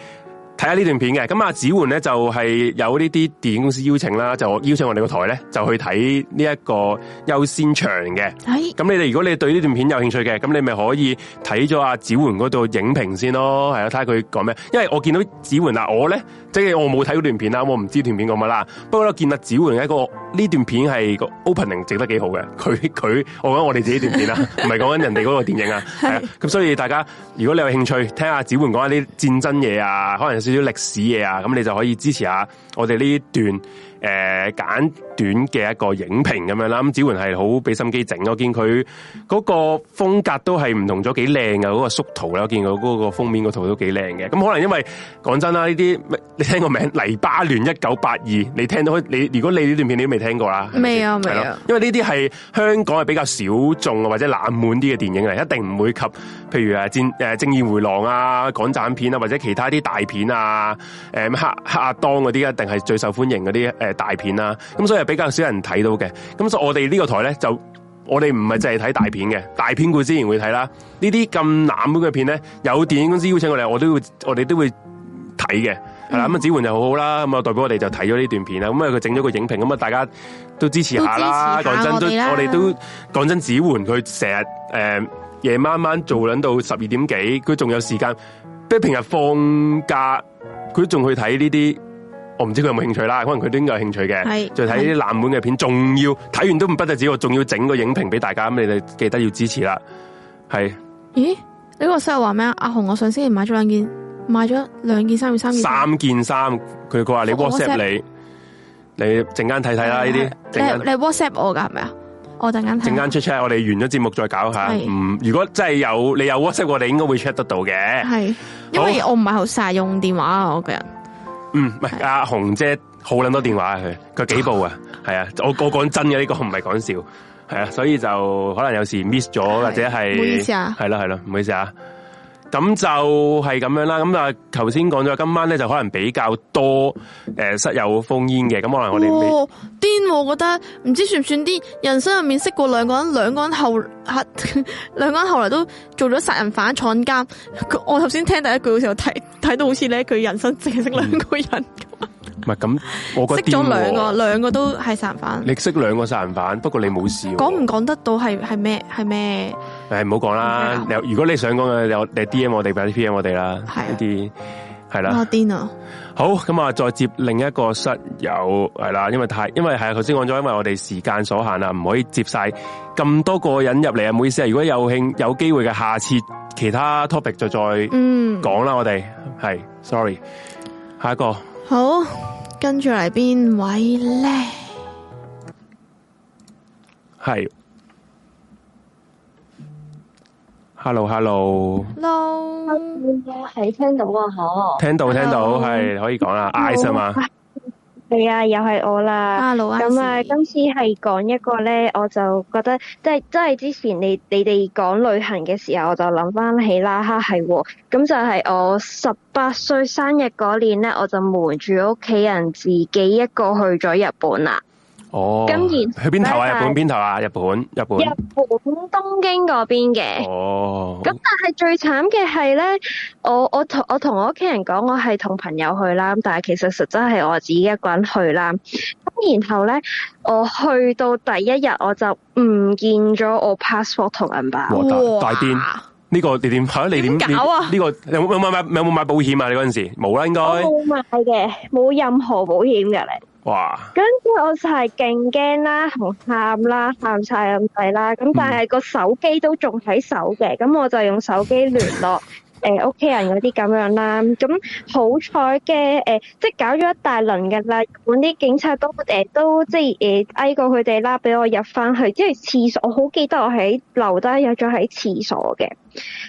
Speaker 2: 睇下呢段片嘅。咁啊，子焕咧就係有呢啲電影公司邀請啦，就邀請我哋個台咧就去睇呢一個優先場嘅。
Speaker 1: 係
Speaker 2: 咁你哋如果你對呢段片有興趣嘅，咁你咪可以睇咗阿子媛嗰度影評先咯，係啊，睇下佢講咩。因為我見到子媛嗱，我咧即係我冇睇嗰段片啦，啊我唔知段片講乜啦。不過咧，我見阿子媛一個呢段片係個 opening 整得幾好嘅，佢佢我講我哋自己段片啦，啊唔係講緊人哋嗰個電影啊。係啊，咁所以大家如果你有興趣聽下子媛講下啲戰爭嘢啊，可能有少少歷史嘢啊，咁你就可以支持下我哋呢段。誒、簡短嘅一個影評咁樣啦，咁子媛係好俾心機整，我見佢嗰個風格都係唔同咗幾靚嘅，啊嗰、個縮圖啦，我見佢嗰個封面個圖都幾靚嘅。咁可能因為講真啦，呢啲你聽個名黎巴嫩一九八二，你聽到你如果你呢段片你都未聽過啦，係咪先
Speaker 1: 未啊
Speaker 2: 係咯
Speaker 1: 未啊
Speaker 2: 因為呢啲係香港係比較小眾啊或者冷門啲嘅電影嚟，一定唔會及譬如誒戰誒正義回廊啊、港產片啊，或者其他啲大片啊、誒黑黑亞當嗰啲，一定係最受歡迎嗰啲誒大片啦、咁所以係比較少人睇到嘅。咁所以我哋呢個台咧就。我哋唔係淨係睇大片嘅，大片固之然會睇啦。呢啲咁冷門嘅片咧，有電影公司邀請我哋，我都會，我哋都會睇嘅。係
Speaker 1: 嗯
Speaker 2: 啦，咁啊，子桓就好好啦，咁啊，代表我哋就睇咗呢段片啦。咁啊，佢整咗個影評，咁啊，大家都支持下啦。
Speaker 1: 都支
Speaker 2: 講
Speaker 1: 持下
Speaker 2: 真，都
Speaker 1: 我哋啦
Speaker 2: 我哋都講真，子桓佢成日誒夜晚晚做撚到十二點幾，佢仲有時間，即係平日放假，佢仲去睇呢啲。我唔知佢有冇興趣啦，可能佢都應該有興趣嘅
Speaker 1: 係，
Speaker 2: 就睇呢啲冷門嘅片，仲要睇完都唔不得止，我仲要整個影評俾大家，咁你哋記得要支持啦。係
Speaker 1: 咦？呢個室友話咩啊？阿紅，我上星期買咗兩件，買咗兩件衫，要三件。啊
Speaker 2: 三件衫，佢佢話你
Speaker 1: 嗯我
Speaker 2: WhatsApp
Speaker 1: WhatsApp
Speaker 2: 你，你陣間睇睇啦呢啲，陣
Speaker 1: 啊你
Speaker 2: 間
Speaker 1: 你 WhatsApp 我噶係咪啊？我陣間睇。
Speaker 2: 陣間 check check，我哋完咗節目再搞下。
Speaker 1: 係
Speaker 2: 嗯，如果真係有你有 WhatsApp，我哋應該會 check 得到嘅。
Speaker 1: 系，因為我唔係好成日用電話啊，我個人。
Speaker 2: 嗯，唔係阿紅姐好撚多電話啊佢，佢幾 部啊，係啊，我我講真嘅呢個唔係講笑，係啊，所以就可能有時 miss 咗
Speaker 1: 係
Speaker 2: 或者係，
Speaker 1: 唔好意思啊
Speaker 2: 係啦係啦，唔好意思啊。咁就係咁樣啦，咁啊頭先講咗，今晚咧就可能比較多诶、呃室友封煙嘅，咁可能我哋未
Speaker 1: 哇，癲喎！我覺得唔知算唔算癲？人生入面識過兩個人，兩個人後吓， 兩個人後來都做咗殺人犯坐緊監。佢我頭先聽第一句嘅時候睇睇到好似咧，佢人生淨係識兩個人，
Speaker 2: 唔係咁， 我覺
Speaker 1: 識
Speaker 2: 得
Speaker 1: 咗兩
Speaker 2: 癲
Speaker 1: 個，
Speaker 2: 喎，
Speaker 1: 兩個都係殺人犯。
Speaker 2: 你識兩個殺人犯，不過你冇事喎，
Speaker 1: 講唔講得到係係咩係咩？
Speaker 2: 诶，唔好講啦
Speaker 1: 唔。
Speaker 2: 有如果你想講嘅，有你 D M 我哋，或者 P M 我哋啦。
Speaker 1: 係啊
Speaker 2: 呢啲係啦
Speaker 1: 我。癲啊！
Speaker 2: 好，咁啊，再接另一個室友係啦，因為太，因為係啊頭先講咗，因為我哋時間所限啦，唔可以接晒咁多個人入嚟啊，唔好意思啊。如果有興有機會嘅，下次其他 topic 就再
Speaker 1: 嗯，
Speaker 2: 講啦。我哋係 sorry，下一個
Speaker 1: 好，跟住嚟邊位咧？
Speaker 2: 係 hello，hello，
Speaker 1: Hello，
Speaker 4: 系聽到啊，嗬，
Speaker 2: 聽到聽到
Speaker 1: Hello
Speaker 2: 係可以講啦，ice 啊嘛，
Speaker 4: 係啊，又係我啦。
Speaker 1: Hello 啊，
Speaker 4: 咁啊，今次係講一個咧，我就覺得即係即係之前你你哋講旅行嘅時候，我就諗翻起啦，哈係喎，咁就係我十八歲生日嗰年咧，我就瞞住屋企人自己一個去咗日本啦。
Speaker 2: 哦，
Speaker 4: 咁然
Speaker 2: 去邊頭啊？
Speaker 4: 拜
Speaker 2: 日
Speaker 4: 拜
Speaker 2: 本邊頭啊？日本日本
Speaker 4: 日本東京嗰邊嘅。
Speaker 2: 哦，
Speaker 4: 咁但係最慘嘅係咧，我我同我同我屋企人講，我係同朋友去啦，但係其實實質係我自己一個人去啦。咁然後咧，我去到第一日我就唔見咗我 passport 同銀包。
Speaker 2: 哇大大癲
Speaker 1: 哇
Speaker 2: 呢個你點係啊？你點
Speaker 1: 點搞啊
Speaker 2: 呢、個有冇有冇買有冇買保險啊？你嗰陣時冇啦，應該
Speaker 4: 我冇買嘅，冇任何保險嘅嚟。
Speaker 2: 哇！
Speaker 4: 跟住我就係勁驚啦，同喊啦，喊晒咁滯啦。咁但係個手機都仲喺手嘅，咁我就用手機聯絡誒屋企人嗰啲咁樣啦。咁好彩嘅誒，即係搞咗一大輪嘅啦。日本啲警察都誒、都即係誒嗌過佢哋啦，俾我入翻去。因為廁所，我好記得我喺留低有咗喺廁所嘅。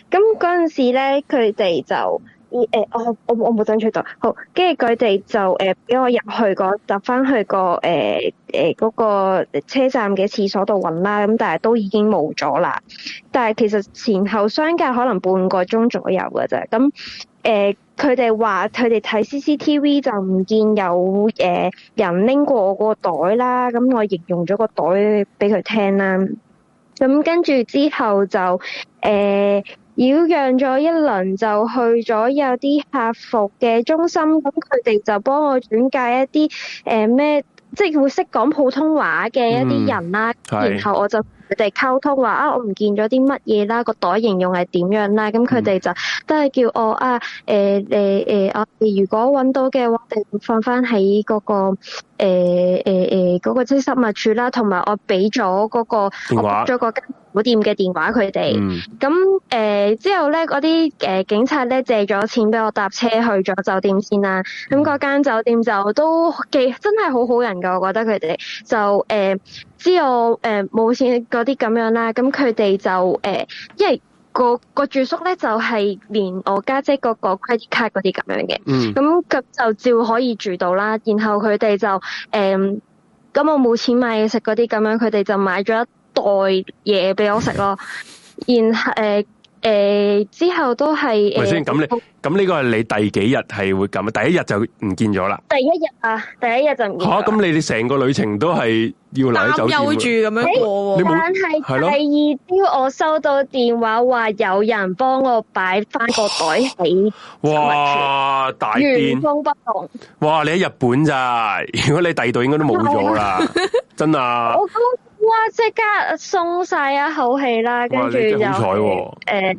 Speaker 4: 咁嗰陣時咧，佢哋就。誒、我我我冇爭取到，好，跟住佢哋就誒俾、我入去個入翻去個誒誒嗰個車站嘅廁所度揾啦，咁但係都已經冇咗啦。但係其實前後相隔可能半個鐘左右嘅啫，咁誒佢哋話佢哋睇 CCTV 就唔見有誒、呃人拎過我個袋啦，咁我形容咗個袋俾佢聽啦。咁跟住之後就誒。呃擾攘咗一輪就去咗有啲客服嘅中心，咁佢哋就幫我轉介一啲誒咩，即係會識講普通話嘅一
Speaker 2: 嗯
Speaker 4: 啲人啦。
Speaker 2: 係
Speaker 4: 然後我就同佢哋溝通話啊，我唔見咗啲乜嘢啦，個袋形容係點樣啦，咁佢哋就都係叫我啊，誒誒誒，我哋如果揾到嘅話，我哋會放翻喺嗰個誒誒誒嗰個即係失物處啦，同埋我俾咗嗰個我
Speaker 2: 電話
Speaker 4: book 咗嗰間酒店嘅電話佢哋。
Speaker 2: 嗯，
Speaker 4: 咁誒、呃之後咧，嗰啲誒警察咧借咗錢俾我搭車去咗酒店先啦。咁嗰間酒店就都幾真係好好人㗎，我覺得佢哋就誒、呃知我誒冇、錢嗰啲咁樣啦。咁佢哋就誒、呃因為個個住宿咧就係、連我家姐嗰個 credit card 嗰啲咁樣嘅。
Speaker 2: 嗯，
Speaker 4: 咁佢就照可以住到啦。然後佢哋就誒，嗯咁、我冇錢買嘢食嗰啲咁樣，佢哋就買咗一袋嘢俾我食咯。然後誒誒、呃之後都係呃誒，
Speaker 2: 咪先咁你咁呢個係你第幾日係會咁？第一日就唔見咗啦。
Speaker 4: 第一日啊，第一日就唔見
Speaker 2: 吓、
Speaker 4: 咗。
Speaker 2: 咁你哋成個旅程都係要留喺
Speaker 1: 擔
Speaker 2: 酒店
Speaker 1: 憂住咁
Speaker 2: 喎。
Speaker 1: 樣過
Speaker 2: 你
Speaker 1: 喎，
Speaker 2: 冇
Speaker 4: 但
Speaker 2: 係咯
Speaker 4: 係第二朝我收到電話話有人幫我擺翻個袋喺，
Speaker 2: 哇！大
Speaker 4: 原
Speaker 2: 癲！
Speaker 4: 封不動。
Speaker 2: 哇！你喺日本咋？ 如果你第二度應該都冇咗啦，真啊！
Speaker 4: 我都哇，即刻鬆晒一口氣啦，跟住
Speaker 2: 你
Speaker 4: 就
Speaker 2: 真係好彩喎
Speaker 4: 誒，呃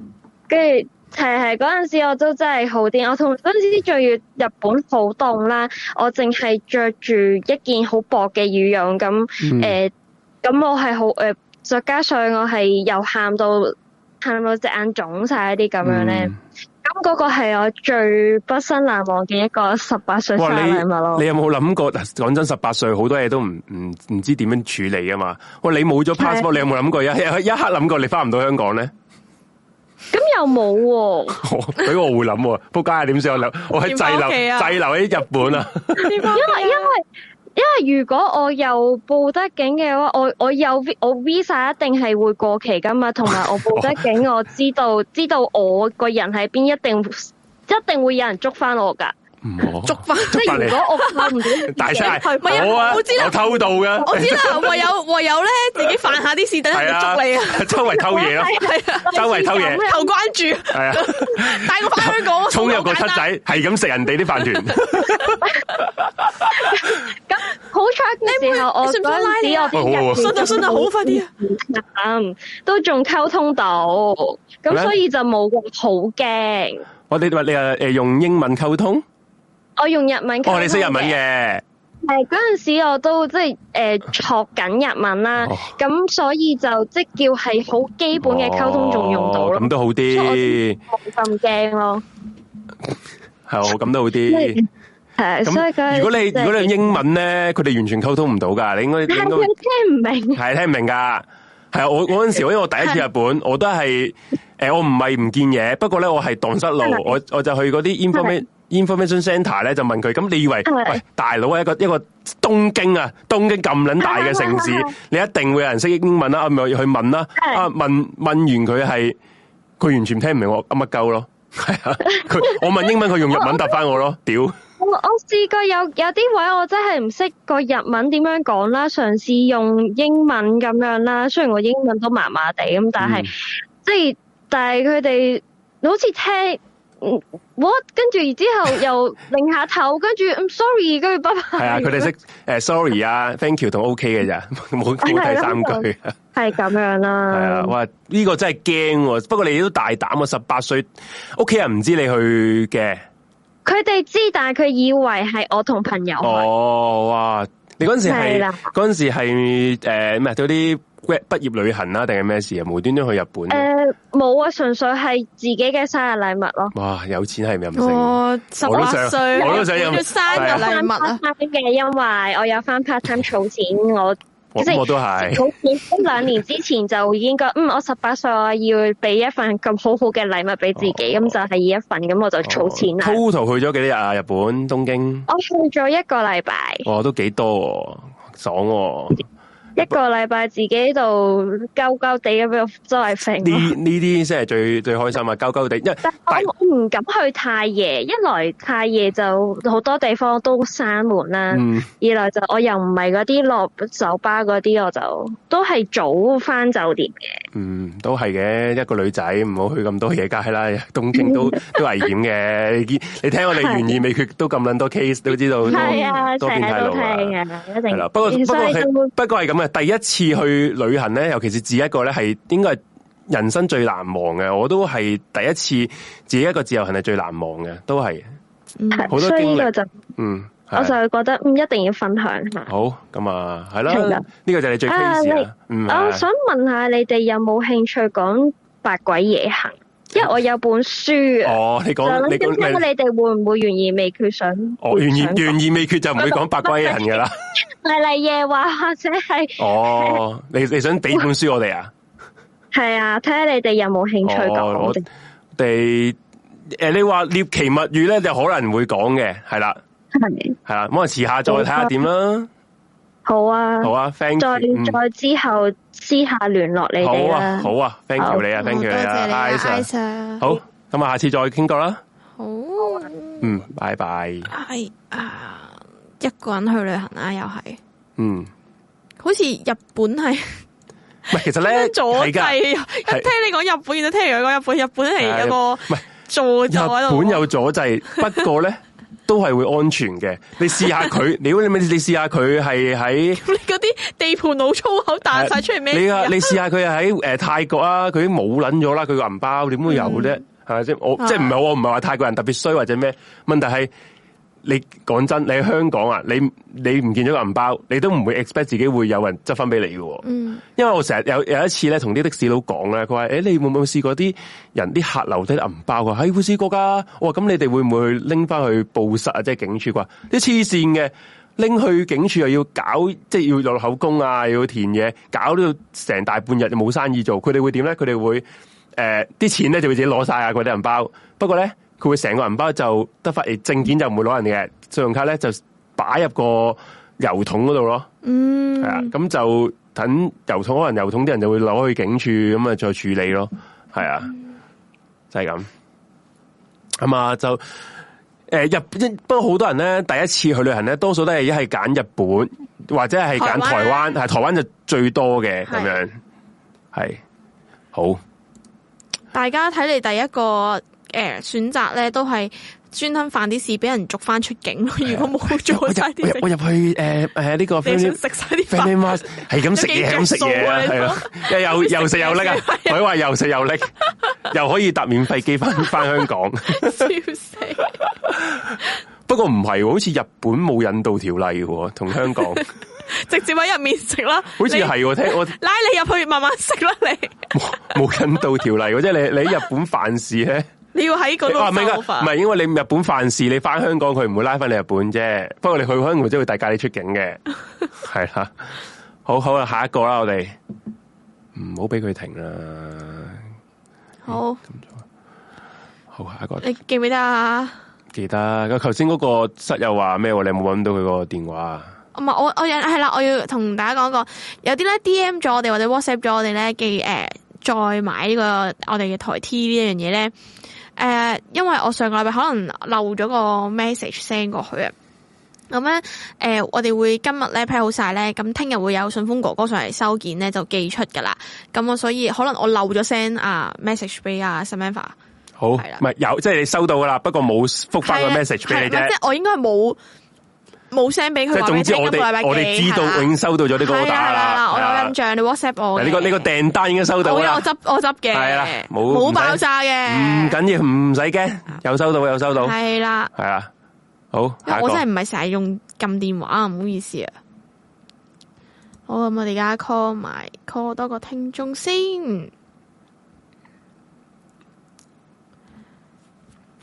Speaker 4: 跟住係係嗰陣時我都真係好癲，我同嗰陣時仲要日本好凍啦，我淨係着住一件好薄嘅羽絨咁
Speaker 2: 嗯
Speaker 4: 誒，咁、我係好誒，再、加上我係又喊到喊到隻眼腫晒啲咁樣咧，
Speaker 2: 嗯
Speaker 4: 咁嗰、個係我最畢生難忘嘅一個十八歲生
Speaker 2: 哇！
Speaker 4: 日禮
Speaker 1: 啊
Speaker 4: 物咯
Speaker 2: 你。有冇諗過？講真，十八歲好多嘢都唔唔唔知點樣處理啊嘛。喂，你冇咗 passport，你有冇諗過一一一刻諗過你翻唔到香港咧？
Speaker 4: 咁又冇喎、
Speaker 2: 我俾我會諗喎，仆街點算？我留我喺滯
Speaker 1: 點翻屋企
Speaker 2: 留
Speaker 1: 啊
Speaker 2: 滯留喺日本啊！
Speaker 4: 因為因為因為如果我又報得警嘅話，我我有 vi- 我 visa 一定係會過期噶嘛，同埋我報得警，我 知道知道我個人喺邊，一定一定會有人捉翻我 噶。
Speaker 2: 唔好
Speaker 1: 捉翻。
Speaker 2: 捉
Speaker 4: 即係
Speaker 2: 翻
Speaker 4: 如果
Speaker 2: 你，
Speaker 4: 我 靠唔到，
Speaker 2: 大聲
Speaker 1: 唔係啊
Speaker 2: 好啊！
Speaker 1: 我知啦
Speaker 2: 我偷渡噶，
Speaker 1: 我知 啦，唯有唯有咧，自己犯下啲事，等人
Speaker 2: 係
Speaker 1: 哋捉你啊，，
Speaker 2: 周圍偷嘢咯，
Speaker 1: 係啊，
Speaker 2: 周圍偷嘢
Speaker 1: 求關注，
Speaker 2: 係啊。
Speaker 1: 帶我翻香港， 我
Speaker 2: 冲入個
Speaker 1: 好
Speaker 2: 七
Speaker 1: 簡單
Speaker 2: 仔，係咁食人哋啲飯團，
Speaker 4: 好彩嘅時候，我
Speaker 1: 你信唔信
Speaker 4: 嗰
Speaker 1: 拉
Speaker 4: 陣
Speaker 1: 你
Speaker 4: 時
Speaker 1: 啊
Speaker 4: 我
Speaker 2: 哦
Speaker 4: 啲日
Speaker 1: 信就信就好快啲啊！
Speaker 4: 嗯都仲溝通到，
Speaker 2: 係咩
Speaker 4: 咁所以就冇咁好驚。
Speaker 2: 我哋你誒誒用英文溝通，
Speaker 4: 我用日文溝通
Speaker 2: 哦，你識日文嘅，
Speaker 4: 誒嗰陣時我都即係誒學緊日文啦
Speaker 2: 哦，
Speaker 4: 咁、所以就即叫係好基本嘅溝通仲用到
Speaker 2: 哦
Speaker 4: 咯
Speaker 2: 咁，都好
Speaker 4: 所以我
Speaker 2: 啲，
Speaker 4: 冇咁驚咯。
Speaker 2: 係 哦咁都好
Speaker 4: 因
Speaker 2: 啲
Speaker 4: 為。係，所以
Speaker 2: 咁
Speaker 4: 佢
Speaker 2: 如果你如果你用
Speaker 4: 英，
Speaker 2: 英文咧，佢哋完全溝通唔到噶，你應該你
Speaker 4: 但
Speaker 2: 應
Speaker 4: 係啊
Speaker 2: 該
Speaker 4: 佢聽唔明，
Speaker 2: 係聽唔明噶。係啊，我我嗰阵时，因為我第一次日本，我都係诶，我唔係唔見嘢，不過咧我係蕩失路
Speaker 4: 係，
Speaker 2: 我我就去嗰啲 information information centre 咧，就問佢，咁你以為
Speaker 4: 係
Speaker 2: 喂大佬啊一個一個東京啊，東京咁撚大嘅城市
Speaker 4: 係係係，
Speaker 2: 你一定會有人識英文啦，啊咪去問啦，
Speaker 4: 係
Speaker 2: 啊問問完佢係，佢完全聽唔明我噏乜鳩咯，係啊，佢我問英文，佢用日文答翻我咯，屌，
Speaker 4: 我我試過有有啲位我真係唔識個日文點樣講啦，嘗試用英文咁樣啦。雖然我英文都麻麻地咁，但
Speaker 2: 嗯
Speaker 4: 係、即係但係佢哋好似聽。嗯，what？跟住之後又擰下頭，跟住嗯，sorry，跟住拜拜。
Speaker 2: 系啊，佢哋識诶，sorry 啊，thank you 同 OK 嘅咋，冇冇第三句。啊
Speaker 4: 係咁樣
Speaker 2: 系
Speaker 4: 啦
Speaker 2: 啊，。哇！呢、個真係驚喎，不過你都大膽啊，十八歲，屋企人唔知你去嘅。
Speaker 4: 佢哋知，但係佢以為係我同朋友去。
Speaker 2: 哦，哇！你嗰阵时
Speaker 4: 係
Speaker 2: 係
Speaker 4: 啦
Speaker 2: 嗰阵时系诶咩？嗰啲畢業旅行啦，定係咩事啊？無端端去日本，
Speaker 4: 诶，冇啊，純粹係自己嘅生日禮物咯。
Speaker 2: 哇！有錢係任
Speaker 4: 哦
Speaker 2: 性，
Speaker 1: 我十
Speaker 2: 我都
Speaker 1: 八
Speaker 2: 想
Speaker 1: 歲，
Speaker 2: 我都想有
Speaker 1: 要生日禮物啊！
Speaker 4: 翻 part time 嘅，因為我有翻 part time 儲錢，我
Speaker 2: 我
Speaker 4: 即係
Speaker 2: 我都係。
Speaker 4: 好似一兩年之前就已經覺，嗯，我十八歲我要俾一份咁好好嘅禮物俾自己，咁、就係以一份，咁我就儲錢啦。
Speaker 2: 哦 Total 去咗幾日啊？日本東京，
Speaker 4: 我去咗一個禮拜，
Speaker 2: 哇，都幾多喎，爽喎！
Speaker 4: 一個禮拜自己度鳩鳩地咁樣周圍揈
Speaker 2: 呢
Speaker 4: 咯。
Speaker 2: 呢啲先係最最開心啊！鳩鳩地，因為
Speaker 4: 但
Speaker 2: 但
Speaker 4: 我我唔敢去太夜，一來太夜就好多地方都閂門啦，
Speaker 2: 嗯
Speaker 4: 二來就我又唔係嗰啲落酒吧嗰啲，我就都係早翻酒店嘅。
Speaker 2: 嗯都係嘅，一個女仔唔好去咁多夜街啦， 東京 都都危險嘅。你見你聽我哋懸而未決都咁撚多 case，都知道多
Speaker 4: 係啊，
Speaker 2: 多
Speaker 4: 成
Speaker 2: 哦變
Speaker 4: 日
Speaker 2: 態
Speaker 4: 都
Speaker 2: 路
Speaker 4: 聽
Speaker 2: 啊。
Speaker 4: 嘅，一
Speaker 2: 系
Speaker 4: 定
Speaker 2: 啦，不過不過
Speaker 4: 所以
Speaker 2: 係
Speaker 4: 都
Speaker 2: 不過係咁啊嘅，第一次去旅行咧，尤其是自己一個咧，係應該係人生最難忘嘅。我都係第一次自己一個自由行係最難忘嘅，都係
Speaker 1: 嗯
Speaker 2: 好多
Speaker 4: 所以
Speaker 2: 經歷
Speaker 4: 呢個就
Speaker 2: 嗯。係
Speaker 4: 我就覺得嗯一定要分享下。
Speaker 2: 好咁啊，係
Speaker 4: 係
Speaker 2: 啦
Speaker 4: 啦，
Speaker 2: 呢個就係你最
Speaker 4: 啊
Speaker 2: case
Speaker 4: 你
Speaker 2: 啦。嗯，係
Speaker 4: 我
Speaker 2: 啊
Speaker 4: 想問下你哋有冇興趣講百鬼夜行？因為我有本書啊，
Speaker 2: 哦，你
Speaker 4: 就
Speaker 2: 講
Speaker 4: 諗
Speaker 2: 你
Speaker 4: 緊睇下
Speaker 2: 講
Speaker 4: 你哋會唔會懸而未決想？
Speaker 2: 哦，懸
Speaker 4: 想
Speaker 2: 而 懸而未決就唔會講百鬼夜行噶啦。
Speaker 4: 麗麗夜話或者係
Speaker 2: 哦，你 你想俾本書我哋啊？
Speaker 4: 係啊，睇下你哋有冇興趣
Speaker 2: 哦我
Speaker 4: 講。
Speaker 2: 哋誒，你話獵奇物語咧，就可能會講嘅，係啦，
Speaker 4: 係
Speaker 2: 係啦，咁我遲下再睇下點啦。
Speaker 4: 好啊，
Speaker 2: 好啊，thank
Speaker 4: 再
Speaker 2: you，嗯
Speaker 4: 再之後私下聯絡你哋
Speaker 2: 好啊，
Speaker 4: 啦。
Speaker 2: 好啊，thank
Speaker 4: 好
Speaker 2: you 你啊，thank
Speaker 1: 好
Speaker 2: you
Speaker 1: 多
Speaker 2: 你
Speaker 1: 謝你
Speaker 2: 啊
Speaker 1: 啊
Speaker 2: ，Isa，
Speaker 1: ，Isa。
Speaker 2: 好，咁啊，下次再傾過啦。
Speaker 1: 好，
Speaker 2: 嗯，拜拜。
Speaker 1: 係啊，一個人去旅行啊，又係，
Speaker 2: 嗯，
Speaker 1: 好似日本係
Speaker 2: 喂，其實咧
Speaker 1: 左
Speaker 2: 係
Speaker 1: 制，
Speaker 2: 㗎。
Speaker 1: 一聽你講日本，就聽人講日本，日本係有個
Speaker 2: 唔係
Speaker 1: 助
Speaker 2: 日
Speaker 1: 就喺度，
Speaker 2: 本有阻滯，不過咧都係會安全嘅。你試下佢，屌你咪你試下佢係喺。
Speaker 1: 你 嗰啲地盤佬粗口彈晒出嚟咩？
Speaker 2: 你啊，你試下佢喺诶泰國啊，佢已經冇撚咗啦，佢個銀包點會有啫？係咪先？我
Speaker 1: 啊
Speaker 2: 即係唔係我唔係話泰國人特別衰或者咩？問題係你講真，你喺香港啊，你你唔見咗個銀包，你都唔會 expect 自己會有人執翻俾你嘅喎。
Speaker 1: 嗯，
Speaker 2: 因為我成日有有一次咧，同啲的士佬講咧，佢話：诶、你會唔會試過啲人啲客留低啲銀包㗎？係會啊試過㗎。我話：咁你哋會唔會拎翻去報失啊？即係警署啩？啲黐線嘅，拎去警署又要搞，即係要落口供啊，又要填嘢，搞到成大半日就冇生意做。佢哋會點咧？佢哋會诶呃啲、錢咧就會自己攞晒啊，嗰啲銀包。不過咧，佢會成個銀包就得翻，誒證件就唔會攞人哋嘅，信用卡咧就擺入個油桶嗰度咯。
Speaker 1: 嗯
Speaker 2: 系啊，咁就等油桶，可能油桶啲人就會攞去警署咁啊，再處理咯。係啊，就係咁。咁啊，就诶、日本，不過好多人咧，第一次去旅行咧，多數都係一係揀日本，或者係揀台
Speaker 1: 台灣
Speaker 2: 灣，係台灣就最多嘅咁
Speaker 1: 係
Speaker 2: 樣。係好，
Speaker 1: 大家睇你第一個诶、呃、选择咧，都係專登犯啲事俾人捉翻出境咯。如果冇
Speaker 2: 啊我
Speaker 1: 做
Speaker 2: 入
Speaker 1: 晒
Speaker 2: 我
Speaker 1: 啲
Speaker 2: 入我
Speaker 1: 嘢，
Speaker 2: 入去诶诶呢個
Speaker 1: 你想
Speaker 2: family
Speaker 1: 食晒啲
Speaker 2: family
Speaker 1: 飯，
Speaker 2: mask 係咁食嘢，係咁食嘢啊，係啊，又又食又拎啊，佢話又食又拎， 又可以搭免費機 翻翻香港。
Speaker 1: 笑死！
Speaker 2: 不過唔係喎，好似日本冇引渡條例喎，同香 港好
Speaker 1: 直接喺入面食啦，
Speaker 2: 似係喎。聽我
Speaker 1: 你拉你入去慢慢食啦，你
Speaker 2: 冇冇引渡條例喎，即係你你喺日本犯事咧，
Speaker 1: 你要 喺嗰
Speaker 2: 啊唔係㗎
Speaker 1: 度受
Speaker 2: 唔
Speaker 1: 罰
Speaker 2: 係，因為你日本犯事，你翻香港佢唔會拉翻你日本啫。不過你去香港即係會遞解你出境嘅， 係啦。好好啦，下一個啦，我哋唔好俾佢停啊啦。
Speaker 1: 好，
Speaker 2: 好，下一個。
Speaker 1: 你記唔記得啊？
Speaker 2: 記得，咁頭先嗰個室友話咩喎？你有冇揾到佢個電話啊？
Speaker 1: 唔係我我有係啦，我要同大家講個有啲咧 D M 咗我哋或者 WhatsApp 咗我哋咧，記誒、呃再買呢、個我哋嘅台 T 呢樣嘢咧，誒、誒，因為我上個禮拜可能漏咗個 message send 過去啊。咁咧，誒、呃我哋會今日咧 pair 好晒咧，咁聽日會有順豐哥哥上嚟收件咧，就寄出噶啦。咁我所以可能我漏咗 send 啊 message 俾啊 Samantha，
Speaker 2: 好，唔
Speaker 1: 係啦
Speaker 2: 係有，即係你收到噶啦，不過冇覆翻個
Speaker 1: 係啊
Speaker 2: message 俾
Speaker 1: 係
Speaker 2: 你
Speaker 1: 唔係
Speaker 2: 啫
Speaker 1: 即。係我應該係冇冇 send 俾
Speaker 2: 即
Speaker 1: 佢
Speaker 2: 係
Speaker 1: 話俾
Speaker 2: 總
Speaker 1: 你
Speaker 2: 之
Speaker 1: 聽，
Speaker 2: 我
Speaker 1: 今個禮拜
Speaker 2: 哋
Speaker 1: 寄
Speaker 2: 我哋知道
Speaker 1: 係啦
Speaker 2: 已經收到咗呢個
Speaker 1: 係
Speaker 2: order
Speaker 1: 啦係啦係啦，
Speaker 2: 啦。
Speaker 1: 我有印
Speaker 2: 係啦
Speaker 1: 象，你 WhatsApp 我嘅。
Speaker 2: 呢個呢個訂單已經收到
Speaker 1: 我有
Speaker 2: 啦
Speaker 1: 我，執我執嘅，
Speaker 2: 係啦冇
Speaker 1: 冇
Speaker 2: 唔使
Speaker 1: 爆炸
Speaker 2: 唔
Speaker 1: 嘅，啊
Speaker 2: 緊要，唔使驚，有收到有收到，係
Speaker 1: 係啦。
Speaker 2: 啦，啊好，
Speaker 1: 因為
Speaker 2: 下
Speaker 1: 啊
Speaker 2: 一個
Speaker 1: 我真係唔係成日用撳電話，唔好意思啊。好，咁我哋而家 call 埋 call 多個聽眾先，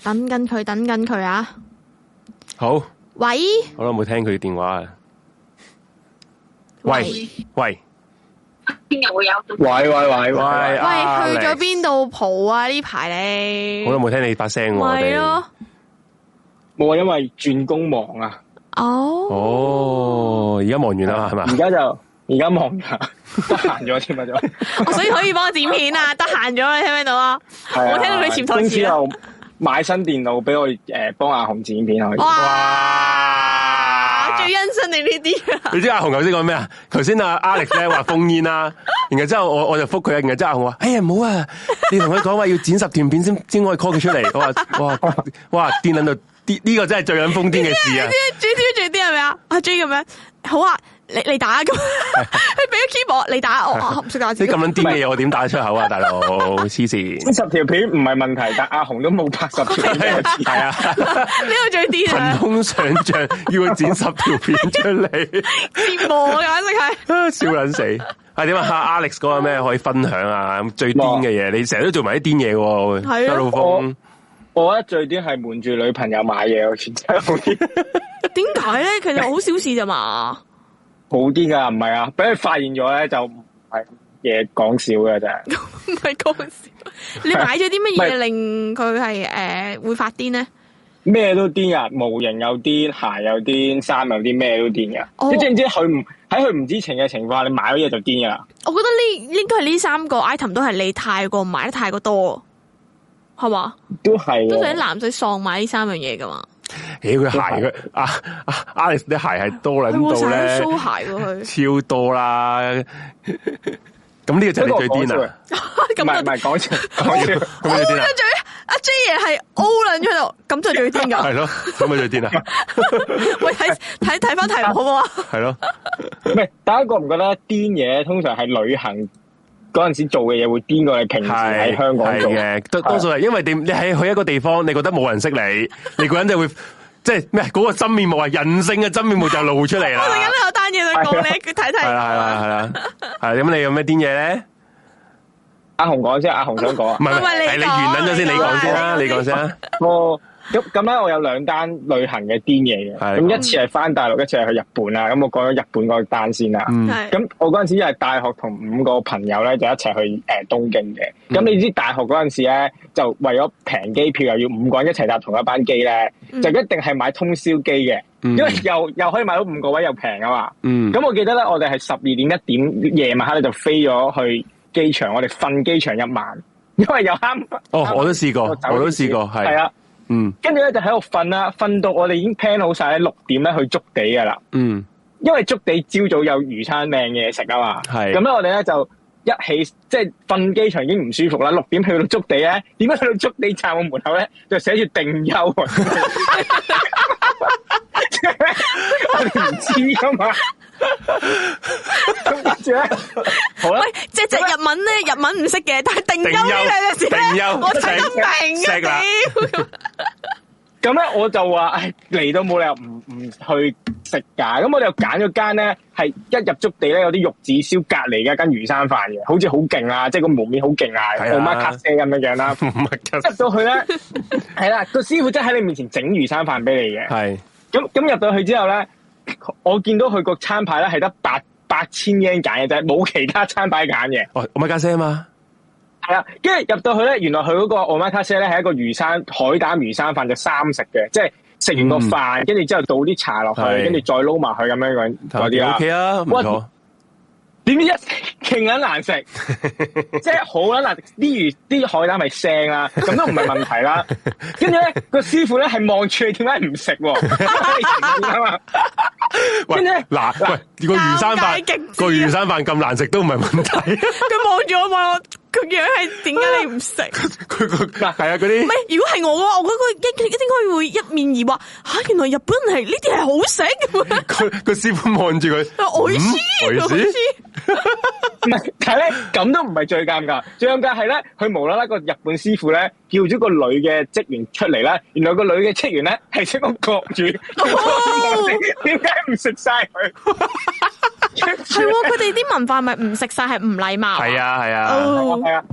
Speaker 1: 等緊佢，等緊佢啊！
Speaker 2: 好，
Speaker 1: 喂
Speaker 2: 好耐冇聽佢電話啊。喂喂
Speaker 5: 聽日會有
Speaker 6: 喂喂
Speaker 2: 喂，
Speaker 6: 喂
Speaker 1: 喂，
Speaker 2: Alex
Speaker 1: 去咗邊度蒲啊？呢排你
Speaker 2: 好耐冇聽你把聲喎，我
Speaker 1: 咪
Speaker 2: 哋
Speaker 1: 咯，
Speaker 6: 冇啊，因為轉工忙啊，
Speaker 1: 哦，
Speaker 2: 哦，而家忙完
Speaker 1: 啊
Speaker 2: 啦，係嘛？
Speaker 6: 而家就而家忙啊，得閒咗 添啊，就
Speaker 1: 我所以可以幫我剪片啊！得閒咗啦，聽唔聽到啊？
Speaker 6: 係啊
Speaker 1: 我聽到你潛台詞啦
Speaker 6: 公司又買新電腦俾我誒幫阿紅剪片啊可以。
Speaker 1: 啊哇！最欣賞你呢 啲啊！
Speaker 2: 你知阿紅頭先講咩啊？頭先阿 Alex 咧話封煙啦，然後之後我我就覆佢，然後之後阿紅話：哎呀唔好啊，你同佢講話要剪十段片先先可以 call 佢出嚟。我話：哇哇，癲捻到呢呢個真係最撚瘋癲嘅 事啊！
Speaker 1: 最啲最啲係咪啊？阿 J 咁樣，好啊，你你打咁， 佢俾咗 keyboard 你 啊打，我我唔識打字
Speaker 2: 啲咁。撚癲嘅嘢，我點打得出口啊，大佬？黐 線
Speaker 6: 呢，十條片唔係問題，但阿紅都冇拍十條片俾我剪。
Speaker 2: 係啊，
Speaker 1: 呢個最癲
Speaker 2: 憑
Speaker 1: 啊！
Speaker 2: 空想像要佢剪十條片出嚟，
Speaker 1: 折磨啊，簡直係。
Speaker 2: 笑撚死！係點啊阿？Alex 嗰個咩可以分享啊？最癲嘅嘢，你成日都做埋啲癲嘢喎，
Speaker 1: 係啊
Speaker 2: 周老峰。
Speaker 6: 我覺得最啲係瞞住女朋友買嘢，我覺得真係好啲，
Speaker 1: 點解咧？其實好小事咋嘛？
Speaker 6: 好啲㗎，唔係啊，俾佢發現咗咧就唔係嘢講少嘅真係。
Speaker 1: 唔係講笑。你買咗啲乜嘢令佢係誒會發癲咧？
Speaker 6: 咩都癲啊！模型又癲，鞋又癲，衫又癲，咩都癲噶。
Speaker 1: 哦
Speaker 6: 你知唔知佢唔喺佢唔知情嘅情況下，你買咗嘢就癲噶啦。
Speaker 1: 我覺得呢應該係呢三個 item 都係你太過買得太過多，係嘛？
Speaker 6: 都係
Speaker 1: 通常啲
Speaker 6: 喎，
Speaker 1: 男仔喪買呢三樣嘢噶嘛，
Speaker 2: 屌佢鞋佢啊啊 Alex 啲鞋係多
Speaker 1: 佢
Speaker 2: 捻
Speaker 1: 冇啊
Speaker 2: 到
Speaker 1: 成日都 show
Speaker 2: 咧，
Speaker 1: 鞋喎佢。
Speaker 2: 超多啦。咁呢個就係你最癲啊啦，
Speaker 6: 唔係
Speaker 1: 咁
Speaker 6: 唔
Speaker 1: 就
Speaker 6: 係講笑，講笑。
Speaker 2: 咁咪最癲啦，
Speaker 1: 最阿 J 嘢係 O 捻咗喺度，咁就最癲
Speaker 2: 係
Speaker 1: 噶。
Speaker 2: 咯，咁咪最癲啦，
Speaker 1: 喂，睇睇睇翻題目好唔好啊？
Speaker 2: 係咯，
Speaker 6: 唔係，大家覺唔覺得癲嘢通常係旅行嗰陣時做嘅嘢會癲過你平時
Speaker 2: 係
Speaker 6: 喺香港
Speaker 2: 係
Speaker 6: 做？
Speaker 2: 嘅，多多數係因為你你喺去一個地方，你覺得冇人識你，你個人就會即係咩嗰個真面目啊，人性嘅真面目就露出嚟
Speaker 1: 我陣間
Speaker 2: 啦，
Speaker 1: 都有單嘢想講你，佢睇
Speaker 2: 係
Speaker 1: 睇。
Speaker 2: 啦係啦係啦，係咁你有咩癲嘢咧？
Speaker 6: 阿紅講先，阿紅想講 啊
Speaker 2: 唔。係唔
Speaker 1: 唔係你
Speaker 2: 係，係你
Speaker 1: 講
Speaker 2: 完撚咗先，
Speaker 1: 你
Speaker 2: 你
Speaker 1: 講
Speaker 2: 講先啦，
Speaker 1: 你
Speaker 2: 你
Speaker 1: 講
Speaker 2: 講先啦，
Speaker 6: 哦，咁咁咧，我有兩單旅行嘅癲
Speaker 2: 係
Speaker 6: 嘢嘅。咁一次係翻大陸，一次係去日本啦。咁我講咗日本嗰單先啦。
Speaker 2: 嗯
Speaker 1: 係
Speaker 6: 咁我嗰陣時係大學同五個朋友咧，就一齊去誒、呃、東京嘅。咁
Speaker 2: 嗯
Speaker 6: 你知大學嗰陣時咧，就為咗平機票，又要五個人一齊搭同一班機咧，
Speaker 1: 嗯
Speaker 6: 就一定係買通宵機嘅，
Speaker 2: 嗯
Speaker 6: 因為又又可以買到五個位又平啊嘛。
Speaker 2: 嗯
Speaker 6: 咁我記得咧，我哋係十二點一點夜晚黑咧就飛咗去機場，我哋瞓機場一晚， 因為又啱。
Speaker 2: 哦，我都試過，我都試過，
Speaker 6: 係
Speaker 2: 係，
Speaker 6: 啊，
Speaker 2: 嗯
Speaker 6: 跟住咧就喺度瞓啦，瞓到我哋已經 plan 好晒六點咧去築地㗎啦。
Speaker 2: 嗯。
Speaker 6: 因為築地朝早有魚餐靚嘢食啊嘛，
Speaker 2: 係
Speaker 6: 咁咧我哋咧就一起即係瞓機場已經唔舒服啦，六點去到築地咧， 點解去到築地站嘅門口咧就寫住定休啊？ 我哋唔知噶嘛，咁跟住咧，好啦
Speaker 1: 喂，，隻隻日文咧，日文唔識嘅，但係定休呢兩隻字
Speaker 2: 定
Speaker 1: 咧，
Speaker 2: 休
Speaker 1: 我睇得明
Speaker 2: 識啦
Speaker 1: 嘅。屌，
Speaker 6: 咁咧我就話，唉嚟到冇理由唔唔去食㗎，咁我哋又揀咗間咧係一入築地咧有啲玉子燒隔離嘅一間魚生飯嘅，好似好勁啊，即係個門面好勁啊，
Speaker 2: 係啊
Speaker 6: 奧馬卡西咁樣樣啦。
Speaker 2: 唔係
Speaker 6: 入到去咧，係啦，個師傅真係喺你面前整魚生飯俾你嘅。
Speaker 2: 係
Speaker 6: 咁咁入到去之後咧，我見到佢個餐牌咧係得八八千 yen 揀嘅啫，冇其他餐牌揀嘅。
Speaker 2: 哦，我咪家姐啊嘛，
Speaker 6: 係啦，跟住入到去咧，原來佢嗰個 omakase 咧係一個魚生海膽魚生飯，就三食嘅，即係食完個飯，跟住之後倒啲茶落去，
Speaker 2: 係
Speaker 6: 跟住再撈埋佢咁樣嗰嗰啲
Speaker 2: 啊
Speaker 6: 啦。
Speaker 2: ，OK 啊，唔
Speaker 6: 哇
Speaker 2: 錯，
Speaker 6: 點知一食勁撚難食，即係好撚難食。啲魚啲海膽係腥啦，咁都唔係問題啦。跟住咧，個師傅咧係望住你點解唔食喎？ 因為你食啊嘛，
Speaker 2: 喂
Speaker 6: 跟住咧，
Speaker 2: 嗱，喂，個魚生
Speaker 1: 尷尬極
Speaker 2: 飯
Speaker 1: 致
Speaker 2: 個魚生飯咁難食都唔係問題，
Speaker 1: 佢望住我望我，佢樣係點解你唔 食？唔
Speaker 2: 佢個係啊嗰啲
Speaker 1: 係，如果係我嘅話，我覺得佢一應該會一面疑惑吓，原來日本係呢啲係好食咁樣，
Speaker 2: 佢個師傅望住佢，
Speaker 1: 我意思，
Speaker 2: 嗯
Speaker 1: 我
Speaker 2: 美
Speaker 1: 意
Speaker 2: 思
Speaker 1: 思，
Speaker 6: 唔係，但係咧咁都唔係最尷尬，最尷尬係咧，佢無啦啦個日本師傅咧叫咗個女嘅職員出嚟啦，原來個女嘅職員咧係識講國語，點解唔食晒佢？
Speaker 1: 係喎，佢哋啲文化咪唔食晒係唔禮貌，
Speaker 2: 係，啊係啊，
Speaker 1: 哦
Speaker 6: 系，啊，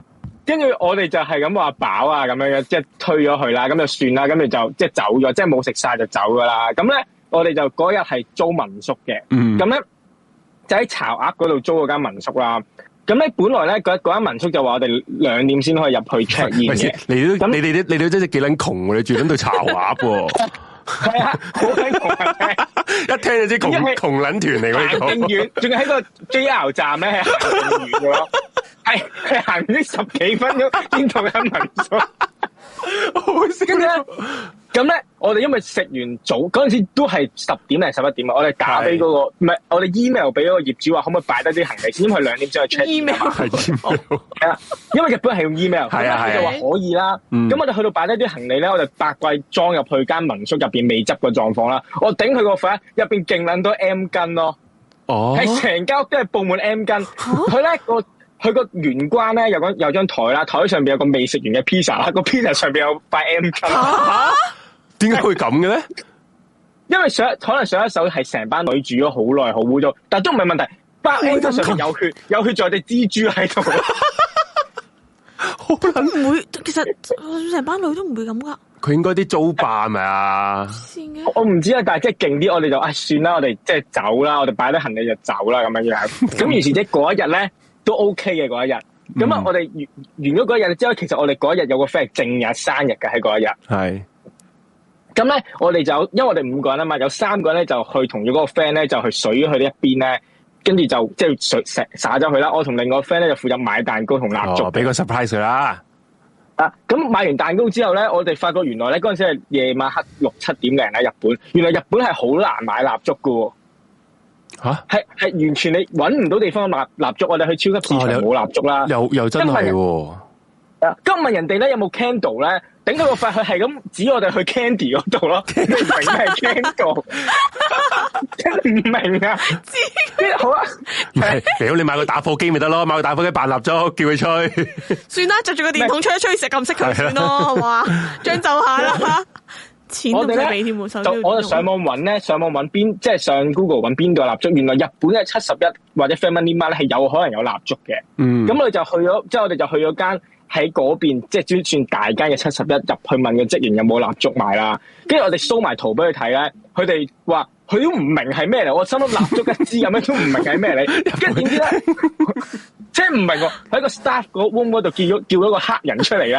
Speaker 6: 跟住我哋就係咁話飽啊，咁樣嘅，即係推咗佢啦，咁就算啦，跟住就即係走咗，即係冇食晒就走噶啦。咁咧，我哋就嗰日係租民宿嘅，
Speaker 2: 嗯
Speaker 6: 咁咧就喺巢鴨嗰度租嗰間民宿啦。咁咧本來咧嗰嗰間民宿就話我哋兩點先可以入去 check
Speaker 2: 喂
Speaker 6: in 嘅，
Speaker 2: 你都
Speaker 6: 咁
Speaker 2: 你哋啲你哋都真係幾撚窮喎，你住撚到巢鴨喎，
Speaker 6: 係啊，好鬼窮 啊！
Speaker 2: 一聽就知窮
Speaker 6: 因為
Speaker 2: 窮撚團嚟
Speaker 6: 行
Speaker 2: 嗰
Speaker 6: 勁
Speaker 2: 度。
Speaker 6: 遠，仲要喺個 JR 站咧，係行勁遠嘅咯，係係行呢十幾分鐘先到間民宿。
Speaker 2: 好笑
Speaker 6: 跟住咧，咁咧，我哋因為食完早嗰陣時都係十點定十一點啊，我哋打俾嗰、個唔係，我哋 email 俾嗰個業主話，可唔可以擺低啲行李先？因為佢兩點先去 check in 啊
Speaker 1: Email
Speaker 6: 嘛
Speaker 2: 係
Speaker 6: 係啦，因為日本係用 email，
Speaker 2: 係啊
Speaker 6: 咁佢就話
Speaker 1: 係啊
Speaker 6: 可以啦。
Speaker 2: 嗯
Speaker 6: 咁我哋去到擺低啲行李咧，我哋八季裝入去間民宿入邊未執嘅狀況啦。我頂佢個肺，入邊勁撚多 M 巾咯。
Speaker 2: 哦，
Speaker 6: 喺成間屋都係佈滿 M 巾。佢咧個佢個玄關咧有個有張台啦，台上邊有個未食完嘅 pizza 啦，個 pizza 上邊有塊 M 巾。
Speaker 2: 點解會咁嘅咧？
Speaker 6: 因為上可能上一手係成班女住咗好耐，好污糟，但都唔係問題。包 M 巾上面有血，有血在地蜘蛛喺度。
Speaker 2: 好撚，
Speaker 1: 唔會，其實成班女都唔會咁噶，
Speaker 2: 佢應該啲租霸咪啊？
Speaker 1: 先嘅。
Speaker 6: 我唔知啊，但係即係勁啲，我哋就唉、算啦，我哋即係走啦，我哋擺低行李就走啦咁樣樣。咁於是即係嗰一日咧都 OK 嘅嗰一日。咁啊
Speaker 2: 嗯，
Speaker 6: 我哋完完咗嗰一日之後，其實我哋嗰一日有個 friend 係正日生日嘅喺嗰一日。
Speaker 2: 係
Speaker 6: 咁咧，我哋就因為我哋五個人啊嘛，有三個人咧就去同咗嗰個 friend 咧就去水去呢一邊咧，跟住就即係水灑灑咗佢啦。我同另外一個 friend 咧就負責買蛋糕同蠟燭
Speaker 2: 哦，俾個 surprise 佢啦。
Speaker 6: 啊。咁買完蛋糕之後咧，我哋發覺原來咧嗰陣時係夜晚黑六七點嘅人喺日本，原來日本係好難買蠟燭㗎喎，
Speaker 2: 吓，
Speaker 6: 係係完全你揾唔到地方蠟蠟燭。我哋啊去超級市
Speaker 2: 哦
Speaker 6: 場
Speaker 2: 你
Speaker 6: 冇蠟燭啦。
Speaker 2: 又又真係喎。
Speaker 6: 啊今日人哋咧有冇 candle 咧？頂到個肺，佢係咁指我哋去 Candy 嗰度 咯，你明咩係 candle？真 係唔明啊！ 跟住好啊，
Speaker 2: 唔係，屌你買個打火機咪得咯，買個打火機扮蠟燭，叫佢吹。
Speaker 1: 算啦，着住個電筒吹一吹，食咁識佢算咯，好嘛？ 將就下啦，錢都
Speaker 6: 我
Speaker 1: 唔
Speaker 6: 哋
Speaker 1: 使
Speaker 6: 呢
Speaker 1: 俾添喎，手
Speaker 6: 就
Speaker 1: 機
Speaker 6: 我就上網揾咧，上網揾邊即係上 Google 揾邊個蠟燭，原來日本嘅七十一或者 Family Mart 咧係有可能有蠟燭嘅。
Speaker 2: 嗯
Speaker 6: 咁我哋就去咗，即係我哋就去咗間喺嗰邊，即係專算大間嘅七十一入去問個職員有冇蠟燭賣啦。跟住我哋 show 埋圖俾佢睇咧，佢哋話佢都唔明係咩嚟，我心諗蠟燭一支咁樣都唔明係咩嚟。跟住點知咧，即係唔明喎，喺個 staff 個 room 嗰度叫咗叫咗個黑人出嚟咧，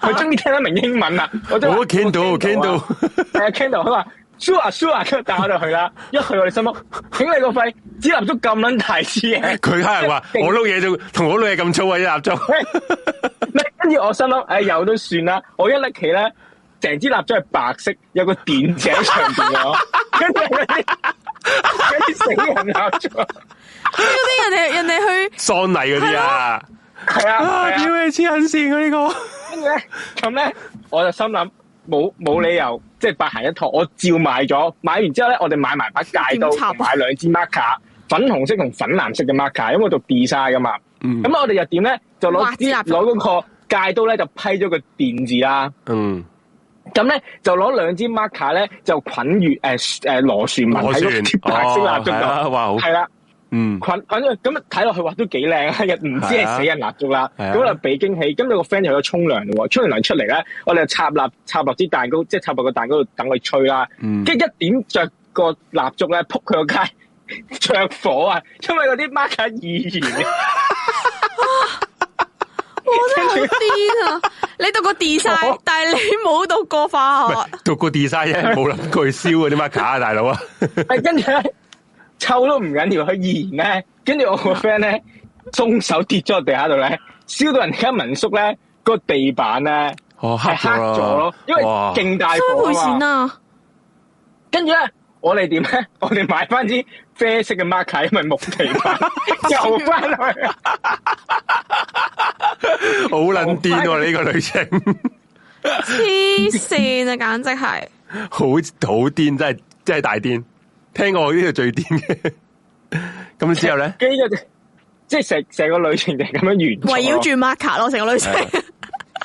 Speaker 6: 佢終於聽得明英文啦。我都話
Speaker 2: 我 Kindle
Speaker 6: 我 Kindle 啊係啊 Candle，佢話 sure sure，跟住帶我哋去啦。一去我哋心諗，頂你個肺，支蠟燭咁撚大支嘅。
Speaker 2: 佢黑人 話
Speaker 6: 即係
Speaker 2: 我碌嘢就同我碌嘢咁粗啊，啲蠟燭。
Speaker 6: 咩跟住我心諗，唉、有都算啦。我一拎起咧，成支蠟燭係白色，有個電井喺上 邊嘅，跟住嗰啲嗰啲死人蠟燭，
Speaker 1: 哎嗰啲 人哋人哋去
Speaker 2: 喪禮嗰啲啊，
Speaker 6: 係啊，係啊
Speaker 2: 你黐撚線嘅呢個，
Speaker 6: 跟住咧，咁咧我就心諗冇冇理由即係白行一趟，我照買咗。買完之後咧，我哋買埋把戒刀，
Speaker 1: 點插啊
Speaker 6: 同買兩支 marker，粉紅色同粉藍色嘅 marker，因為我讀 design 噶嘛。
Speaker 2: 嗯
Speaker 6: 咁、我哋又點咧？就
Speaker 1: 畫
Speaker 6: 攞
Speaker 1: 支蠟燭
Speaker 6: 攞嗰個戒刀咧，就批咗個電字啦。
Speaker 2: 嗯，
Speaker 6: 咁咧就攞兩支 marker 咧就捆住誒誒螺旋紋
Speaker 2: 螺
Speaker 6: 喺
Speaker 2: 旋
Speaker 6: 嗰啲白色蠟
Speaker 2: 哦係
Speaker 6: 燭
Speaker 2: 啊
Speaker 6: 度，
Speaker 2: 哇好
Speaker 6: 係啦，
Speaker 2: 嗯，
Speaker 6: 捆捆咗咁睇落去哇都幾靚啊！又唔知
Speaker 2: 係啊
Speaker 6: 係死人蠟燭啦，
Speaker 2: 係啊
Speaker 6: 咁就俾驚喜。咁有個 friend 又去沖涼嘞喎，沖完涼出嚟咧，我哋就插蠟插落支蛋糕，即係插落個蛋糕度等佢吹啦。
Speaker 2: 嗯
Speaker 6: 跟住一點着個蠟燭咧，撲佢個街 着火啊！因為嗰啲 marker 啊易燃。
Speaker 1: 我真係好癲啊！你讀過 design，但係你冇讀過化
Speaker 2: 喂
Speaker 1: 學，
Speaker 2: 讀個 design 啫，冇諗過去燒嗰啲 marker 啊，大佬啊，
Speaker 6: 誒跟住咧，臭都唔緊要，佢依然咧，跟住我個 friend 咧鬆手跌咗落地下度咧，燒到人家民宿咧個地板咧
Speaker 2: 哦，黑
Speaker 6: 係黑咗咯，因為
Speaker 2: 哇
Speaker 6: 勁大
Speaker 1: 使唔
Speaker 6: 火
Speaker 1: 使賠
Speaker 6: 啊
Speaker 1: 錢
Speaker 6: 嘛。
Speaker 1: 啊？
Speaker 6: 跟住咧，我哋點咧？ 我哋買翻支啡色嘅 marker，因為木地 板又翻去，
Speaker 2: 好撚癲喎！呢個旅程
Speaker 1: 黐線啊，簡直 係！
Speaker 2: 好好癲，真係真係大癲。聽過我呢度最癲嘅。 咁之後咧，
Speaker 6: 跟住呢個就即係成成個旅程就係咁樣完
Speaker 1: 圍
Speaker 6: 咗
Speaker 1: 繞
Speaker 6: 咯。
Speaker 1: 住 marker 咯，成個女仔。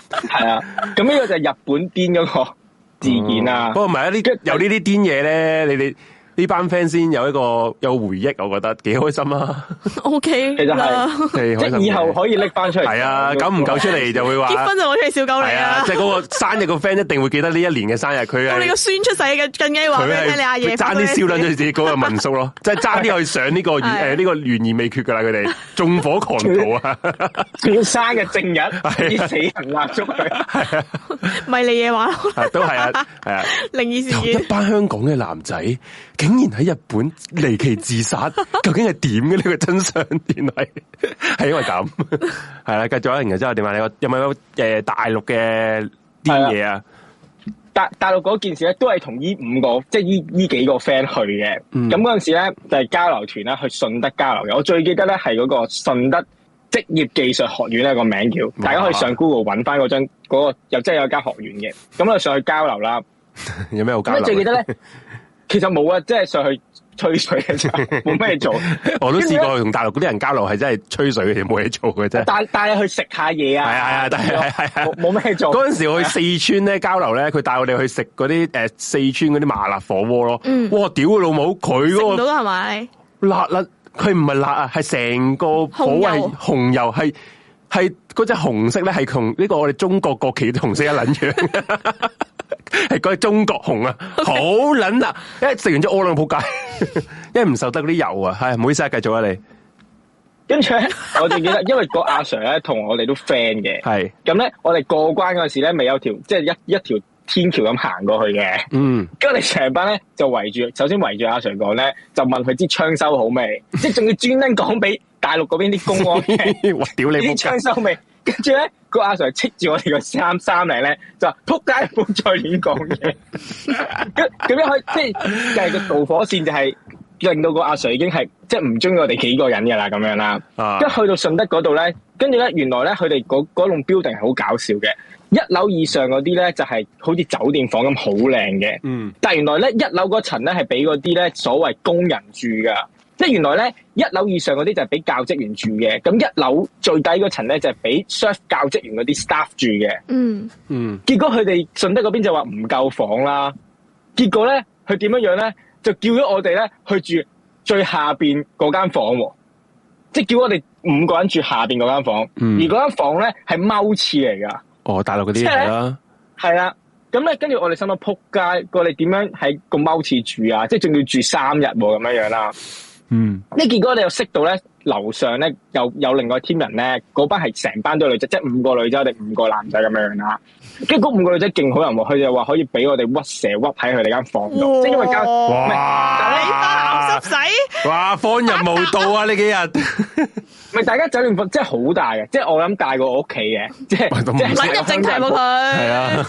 Speaker 6: 系啊，咁呢個就係日本癲嗰個事件啦
Speaker 2: 嗯不。過唔係啊，呢
Speaker 6: 跟
Speaker 2: 有呢啲癲嘢咧，你哋呢班 friend 先有一個有回憶，我覺得幾開心 啊！
Speaker 1: O K
Speaker 6: 其實係啊
Speaker 1: 啦，
Speaker 2: 即係
Speaker 6: 即
Speaker 2: 開心
Speaker 6: 係
Speaker 2: 嘅
Speaker 6: 以後可以拎 翻出嚟。
Speaker 2: 係啊，久唔久出嚟就會話
Speaker 1: 結婚就攞出嚟笑鳩
Speaker 2: 係
Speaker 1: 你
Speaker 2: 啊
Speaker 1: 啊，！
Speaker 2: 即係嗰個生日個 friend 一定會記得呢一年嘅生日，佢
Speaker 1: 到你個
Speaker 2: 係
Speaker 1: 孫出世嘅更加話
Speaker 2: 佢
Speaker 1: 俾你
Speaker 2: 係
Speaker 1: 聽，你阿爺
Speaker 2: 佢爭啲燒撚咗自己嗰個民宿 咯，即係爭啲去上呢個懸
Speaker 1: 係
Speaker 2: 誒呢個懸而未決噶啦，佢哋縱火狂徒啊！
Speaker 6: 要生嘅正日，
Speaker 2: 係啊
Speaker 6: 要死人蜡烛佢。
Speaker 1: 咪你嘢話咯，
Speaker 2: 係都係啊，係啊，
Speaker 1: 靈異事
Speaker 2: 由一
Speaker 1: 件。
Speaker 2: 班香港嘅男仔竟然喺日本離奇 自殺，究竟係點嘅呢個真相？原來 係因為 咁，係啦，繼續啊，然之後點啊？你有有冇誒大陸嘅啲嘢啊？
Speaker 6: 大大陸嗰件事咧，都係同呢五個，即係依依幾個 friend 去嘅。
Speaker 2: 嗯
Speaker 6: 咁嗰陣時咧，就係、交流團啦，去順德交流嘅。我最記得咧係嗰個順德職業技術學院咧個名叫，大家可以上 Google 揾翻嗰張嗰、個，又真係有間學院嘅。咁啊我上去交流啦。
Speaker 2: 有咩好交
Speaker 6: 咁
Speaker 2: 流？啊
Speaker 6: 最 記得咧，其實冇啊，即係上去吹水嘅啫，冇咩做。
Speaker 2: 我都試過同大陸嗰啲人交流，係真係吹水嘅，冇嘢做嘅 啫。
Speaker 6: 帶帶你去食下嘢
Speaker 2: 係啊係
Speaker 6: 啊，
Speaker 2: 啊但係係係係
Speaker 6: 冇冇咩做。
Speaker 2: 嗰陣時我去四川咧交流咧，佢帶我哋去食嗰啲誒四川嗰啲麻辣火鍋咯。
Speaker 1: 嗯
Speaker 2: 哇！屌佢老母，佢
Speaker 1: 食唔
Speaker 2: 嗰
Speaker 1: 到
Speaker 2: 個
Speaker 1: 係咪？
Speaker 2: 辣辣，佢唔係辣啊，係成個火係紅油，係係嗰只紅色咧，係同呢個我哋中國國旗啲紅色一撚樣， 係嗰隻中國紅 啊，好撚啊！一食完之後屙兩仆街， 因為唔受得嗰啲油啊。係唔好意思啊，繼續啊你，
Speaker 6: 跟住咧，我最記得，因為個阿 Sir 咧同我哋都 friend 嘅。
Speaker 2: 係
Speaker 6: 咁咧，我哋過關嗰陣時咧，咪有條即係一一條天橋咁行過去嘅。
Speaker 2: 嗯，
Speaker 6: 跟住我哋成班咧就圍住，首先圍住阿 Sir 講咧，就問佢支槍收好未，即係仲要專登講俾大陸嗰邊啲公安聽
Speaker 2: 哇！屌 你仆
Speaker 6: 呢
Speaker 2: 街
Speaker 6: 支槍收未。跟住咧，個阿 Sir 戚住我哋個衫衫領咧，就話撲街唔好再亂講嘢。 咁咁樣可以即係就係個導火線就係、令到個阿 Sir 已經係即係唔中意我哋幾個人嘅啦，咁樣啦。
Speaker 2: 啊
Speaker 6: 跟！住去到順德嗰度咧，跟住咧原來咧佢哋嗰嗰棟 building 係好搞笑嘅，一樓以上嗰啲咧就係、好似酒店房咁好靚嘅，
Speaker 2: 嗯，
Speaker 6: 但係原來咧一樓嗰層咧係俾嗰啲咧所謂工人住噶，即係原來咧一樓以上嗰啲就係俾教職員住嘅，咁一樓最低嗰層咧就係俾 serve 教職員嗰啲 staff 住嘅，
Speaker 1: 嗯，
Speaker 2: 嗯，
Speaker 6: 結果佢哋順德嗰邊就話唔夠房啦，結果咧佢點樣樣咧就叫咗我哋咧去住最下邊嗰間房喎。即係叫我哋五個人住下邊嗰間房，
Speaker 2: 嗯
Speaker 6: 而嗰間房咧係踎廁嚟㗎，
Speaker 2: 哦，大陸嗰
Speaker 6: 即
Speaker 2: 啲
Speaker 6: 係
Speaker 2: 係啦，
Speaker 6: 係啦。咁咧跟住我哋心諗撲街，我哋點樣喺個踎廁住啊？即係仲要住三日喎咁樣樣啦。
Speaker 2: 嗯，
Speaker 6: 呢結果你又識到咧樓上咧有有另外 team 人咧，嗰班係成班都係女仔，即係五個女仔，我哋五個男仔咁樣樣啦。跟住嗰五個女仔勁好人喎，佢就話可以俾我哋屈蛇屈喺佢哋間房度，即係因為間唔係
Speaker 1: 哇！
Speaker 2: 哇
Speaker 1: 你班鹹濕仔，
Speaker 2: 哇，荒淫無道啊！呢幾日
Speaker 6: 唔係大家酒店房真係好大嘅，即係我諗大過我屋企嘅，即係
Speaker 2: 都唔
Speaker 6: 即係
Speaker 1: 撚入正題喎
Speaker 2: 係
Speaker 1: 佢。
Speaker 2: 啊，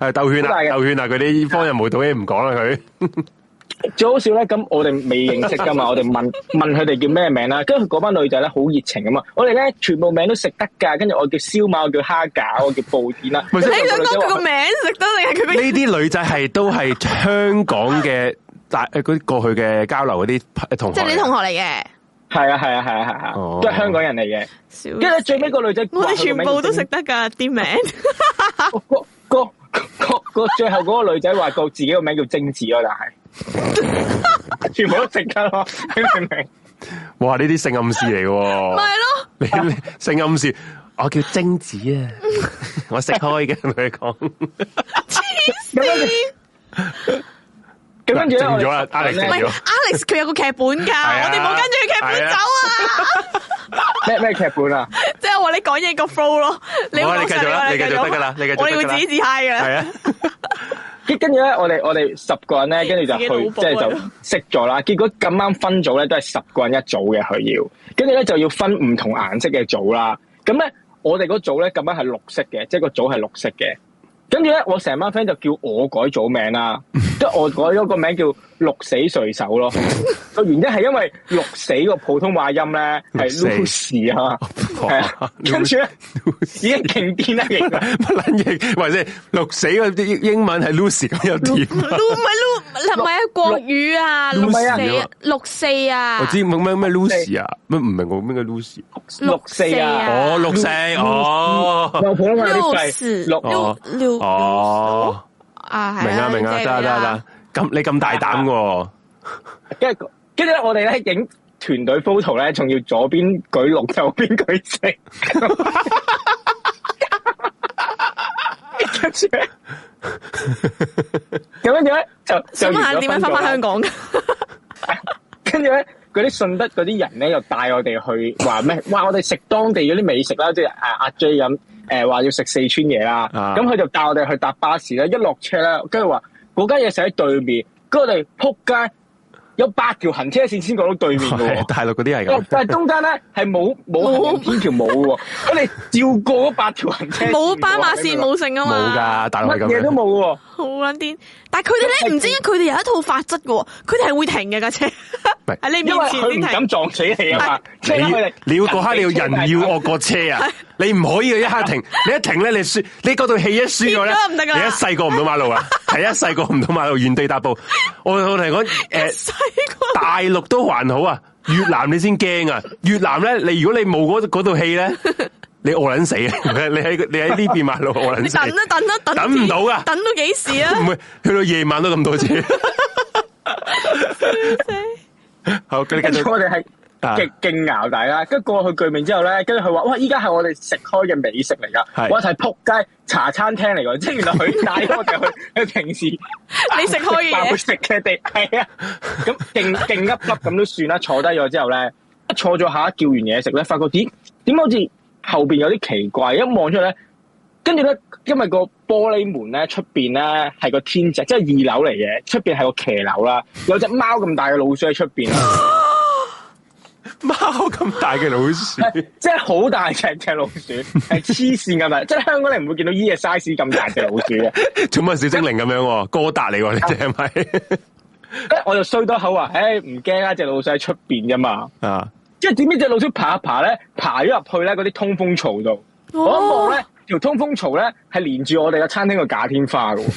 Speaker 2: 係兜圈
Speaker 6: 好
Speaker 2: 啊，
Speaker 6: 大嘅
Speaker 2: 兜圈啊！佢啲荒淫無道嘢唔講啦，佢
Speaker 6: 最好笑咧，咁我哋未認識 噶嘛，我哋問問佢哋叫咩名啦，跟住嗰班女仔咧好熱情噶嘛，我哋咧全部名都食得㗎，跟住我叫燒賣，我叫蝦餃，我叫布甸啦。
Speaker 2: 咪
Speaker 6: 跟
Speaker 2: 先
Speaker 6: 住
Speaker 1: 你想
Speaker 6: 個女
Speaker 1: 講
Speaker 6: 仔
Speaker 1: 佢
Speaker 6: 話
Speaker 1: 個名食得定係佢個
Speaker 2: 呢啲女仔係都係香港嘅大誒嗰啲過去嘅交流嗰啲同
Speaker 1: 即
Speaker 2: 學嚟
Speaker 1: 係
Speaker 2: 嘅，
Speaker 1: 你同學嚟嘅？
Speaker 6: 係啊係啊係啊係啊，
Speaker 2: 哦
Speaker 6: 都係香港人嚟嘅。
Speaker 1: 笑
Speaker 6: 跟住咧最尾個女仔，
Speaker 1: 我哋全部都食。得㗎啲名，
Speaker 6: 個個個個個最後嗰個女仔話個自己個名叫精子咯，但 係全部都食得咯，你明唔明？
Speaker 2: 哇！呢啲性暗示嚟嘅
Speaker 1: 咪
Speaker 2: 喎，
Speaker 1: 係咯？
Speaker 2: 你你性暗示，我叫精子啊，我食開嘅，同佢講
Speaker 1: 黐線！
Speaker 6: 咁跟住咧，
Speaker 2: 靜
Speaker 6: 我哋
Speaker 2: 咗啦，Alex
Speaker 1: 喂
Speaker 2: 靜咗。
Speaker 1: ，Alex 佢有個劇本㗎，
Speaker 2: 啊
Speaker 1: 我哋冇跟住佢劇本走啊！
Speaker 6: 咩咩劇本啊？
Speaker 1: 即係我話你講嘢個 flow 咯，你
Speaker 2: 好啊
Speaker 1: 講
Speaker 2: 你繼續啦
Speaker 1: 晒
Speaker 2: 你繼續得㗎啦你繼續
Speaker 1: 我哋
Speaker 2: 得㗎
Speaker 1: 會
Speaker 2: 啦
Speaker 1: 自己自嗨㗎
Speaker 2: 系
Speaker 1: 啦。
Speaker 2: 啊，
Speaker 6: 跟跟住咧，我哋我哋十個 人咧，跟住就
Speaker 1: 自己
Speaker 6: 去
Speaker 1: 腦補
Speaker 6: 即係
Speaker 1: 喺
Speaker 6: 就
Speaker 1: 度
Speaker 6: 識咗啦。結果咁啱分組咧，都係十個人一組嘅佢要，跟住咧就要分唔同顏色嘅組啦。咁咧我哋嗰組咧咁啱係綠色嘅，即係個組係綠色嘅。跟住咧，我成班 friend 就叫我改組名 啦，即係我改咗個名叫鹿死誰手咯。個原因係因為鹿死個普通話音咧係
Speaker 2: 鹿死
Speaker 6: Lucy 啊嘛，係啊，跟住咧已經勁癲啦， 勁啦
Speaker 2: 乜撚嘢？或者六死嗰啲英英文係 Lucy 咁又
Speaker 1: ，Lu
Speaker 2: 點？
Speaker 1: 唔系 Lu，唔系啊，國語啊，
Speaker 2: 六
Speaker 1: 六
Speaker 2: 四啊
Speaker 1: 四啊六四啊，
Speaker 2: 我知咩咩咩 Lucy 啊？咩唔明我咩叫 Lucy？
Speaker 1: 六
Speaker 6: 六四啊
Speaker 1: 啊！
Speaker 2: 哦，六四哦，
Speaker 6: 又普通話有啲
Speaker 1: 六
Speaker 6: 廢
Speaker 1: 四
Speaker 6: 鹿
Speaker 1: 六六
Speaker 2: 哦，
Speaker 1: 啊，係
Speaker 2: 明啊明啊，得啊得啊得啊，咁你咁大膽喎！
Speaker 6: 跟住跟住咧，我哋咧影團隊 photo 咧，仲要左邊舉六，右邊舉四。跟住咧，咁樣樣咧就
Speaker 1: 想
Speaker 6: 就
Speaker 1: 問
Speaker 6: 完
Speaker 1: 下
Speaker 6: 咗
Speaker 1: 點樣
Speaker 6: 分
Speaker 1: 翻
Speaker 6: 組
Speaker 1: 翻
Speaker 6: 啦
Speaker 1: 香 港嘅？
Speaker 6: 跟住咧，嗰啲順德嗰啲人咧，又帶我哋去話咩？哇！我哋食當地嗰啲美食啦，即係阿阿 J 咁，誒話要食四川嘢啦。
Speaker 2: 啊
Speaker 6: 咁佢就帶我哋去搭巴士啦，一落車啦，跟住話嗰間嘢食喺對面，跟住我哋撲街有八條行車線先過到對面 嘅
Speaker 2: 係啊
Speaker 6: 喎。
Speaker 2: 大陸嗰哦啲係
Speaker 6: 哦
Speaker 2: 咁，
Speaker 6: 但但係中間咧係冇冇行人天橋冇嘅喎，我哋照過嗰八條行車線嘅喎，
Speaker 1: 冇斑馬線冇剩啊嘛，
Speaker 2: 冇㗎，大陸係
Speaker 6: 乜
Speaker 2: 咁
Speaker 6: 嘢都
Speaker 2: 樣。
Speaker 6: 冇喎。
Speaker 1: 好撚癲！但係佢哋咧唔知點解佢哋有一套法則嘅喎，佢哋係會停嘅架車
Speaker 2: 係
Speaker 1: 喺你
Speaker 6: 因
Speaker 1: 面
Speaker 6: 為
Speaker 1: 前
Speaker 6: 佢
Speaker 1: 先
Speaker 6: 唔敢
Speaker 1: 停。
Speaker 6: 撞死你啊嘛，即係
Speaker 2: 你
Speaker 6: 因為
Speaker 2: 要你要嗰刻你要人
Speaker 6: 人哋
Speaker 2: 要惡過車啊！你唔可以一刻停，你一停咧你輸，你嗰度氣一輸咗
Speaker 1: 跌
Speaker 2: 咧
Speaker 1: 咗唔得，㗎啦
Speaker 2: 你一世過唔到馬路啊！係一世過唔到馬路，原地踏步。我我同你講，誒。
Speaker 1: 細個
Speaker 2: 大陸都還好啊，越南你先驚啊！越南咧，你如果你冇嗰嗰套 戲咧，你餓撚死啊！ 你喺你喺呢邊馬路餓
Speaker 1: 你
Speaker 2: 撚死，
Speaker 1: 等一等一等，
Speaker 2: 等唔到㗎
Speaker 1: 等到幾 時
Speaker 2: 唔
Speaker 1: 啊？
Speaker 2: 會去到夜晚都咁多 車。好，佢哋
Speaker 6: 跟
Speaker 2: 繼
Speaker 6: 住
Speaker 2: 續
Speaker 6: 我哋係
Speaker 2: 啊
Speaker 6: 極勁熬底啦，跟住過去巨面之後咧，跟住佢話：哇！依家係我哋食開嘅美食嚟
Speaker 2: 係
Speaker 6: 㗎，我係仆街茶餐廳嚟㗎，即係原來佢帶我哋去去平時
Speaker 1: 你食開嘅嘢
Speaker 6: 食嘅地係啊， 咁勁勁噏噏咁都算啦。坐低咗之後咧，一坐咗下叫完嘢食咧，發覺咦點解好似後邊有啲奇怪，一望出去咧，跟住咧因為個玻璃門咧出邊咧係個天井，即係二樓嚟嘅，出邊係個騎樓啦，有隻貓咁大嘅老鼠喺出邊啦。
Speaker 2: 貓咁大嘅老 鼠，
Speaker 6: 即係好大隻隻老鼠，係黐線咁大，即係香港你唔會見到依嘅 size 咁大隻老鼠嘅。
Speaker 2: 做乜小精靈咁樣喎？哥達嚟喎，你哋係
Speaker 6: 跟住我就衰多口話，唉唔驚啦，隻老鼠喺出邊啫嘛。
Speaker 2: 咪啊？
Speaker 6: 即係點知隻老鼠爬一爬咧，爬咗入去咧嗰啲通風槽度。
Speaker 1: 哦
Speaker 6: 我一望咧，條通風槽咧係連住我哋嘅餐廳個假天花嘅喎。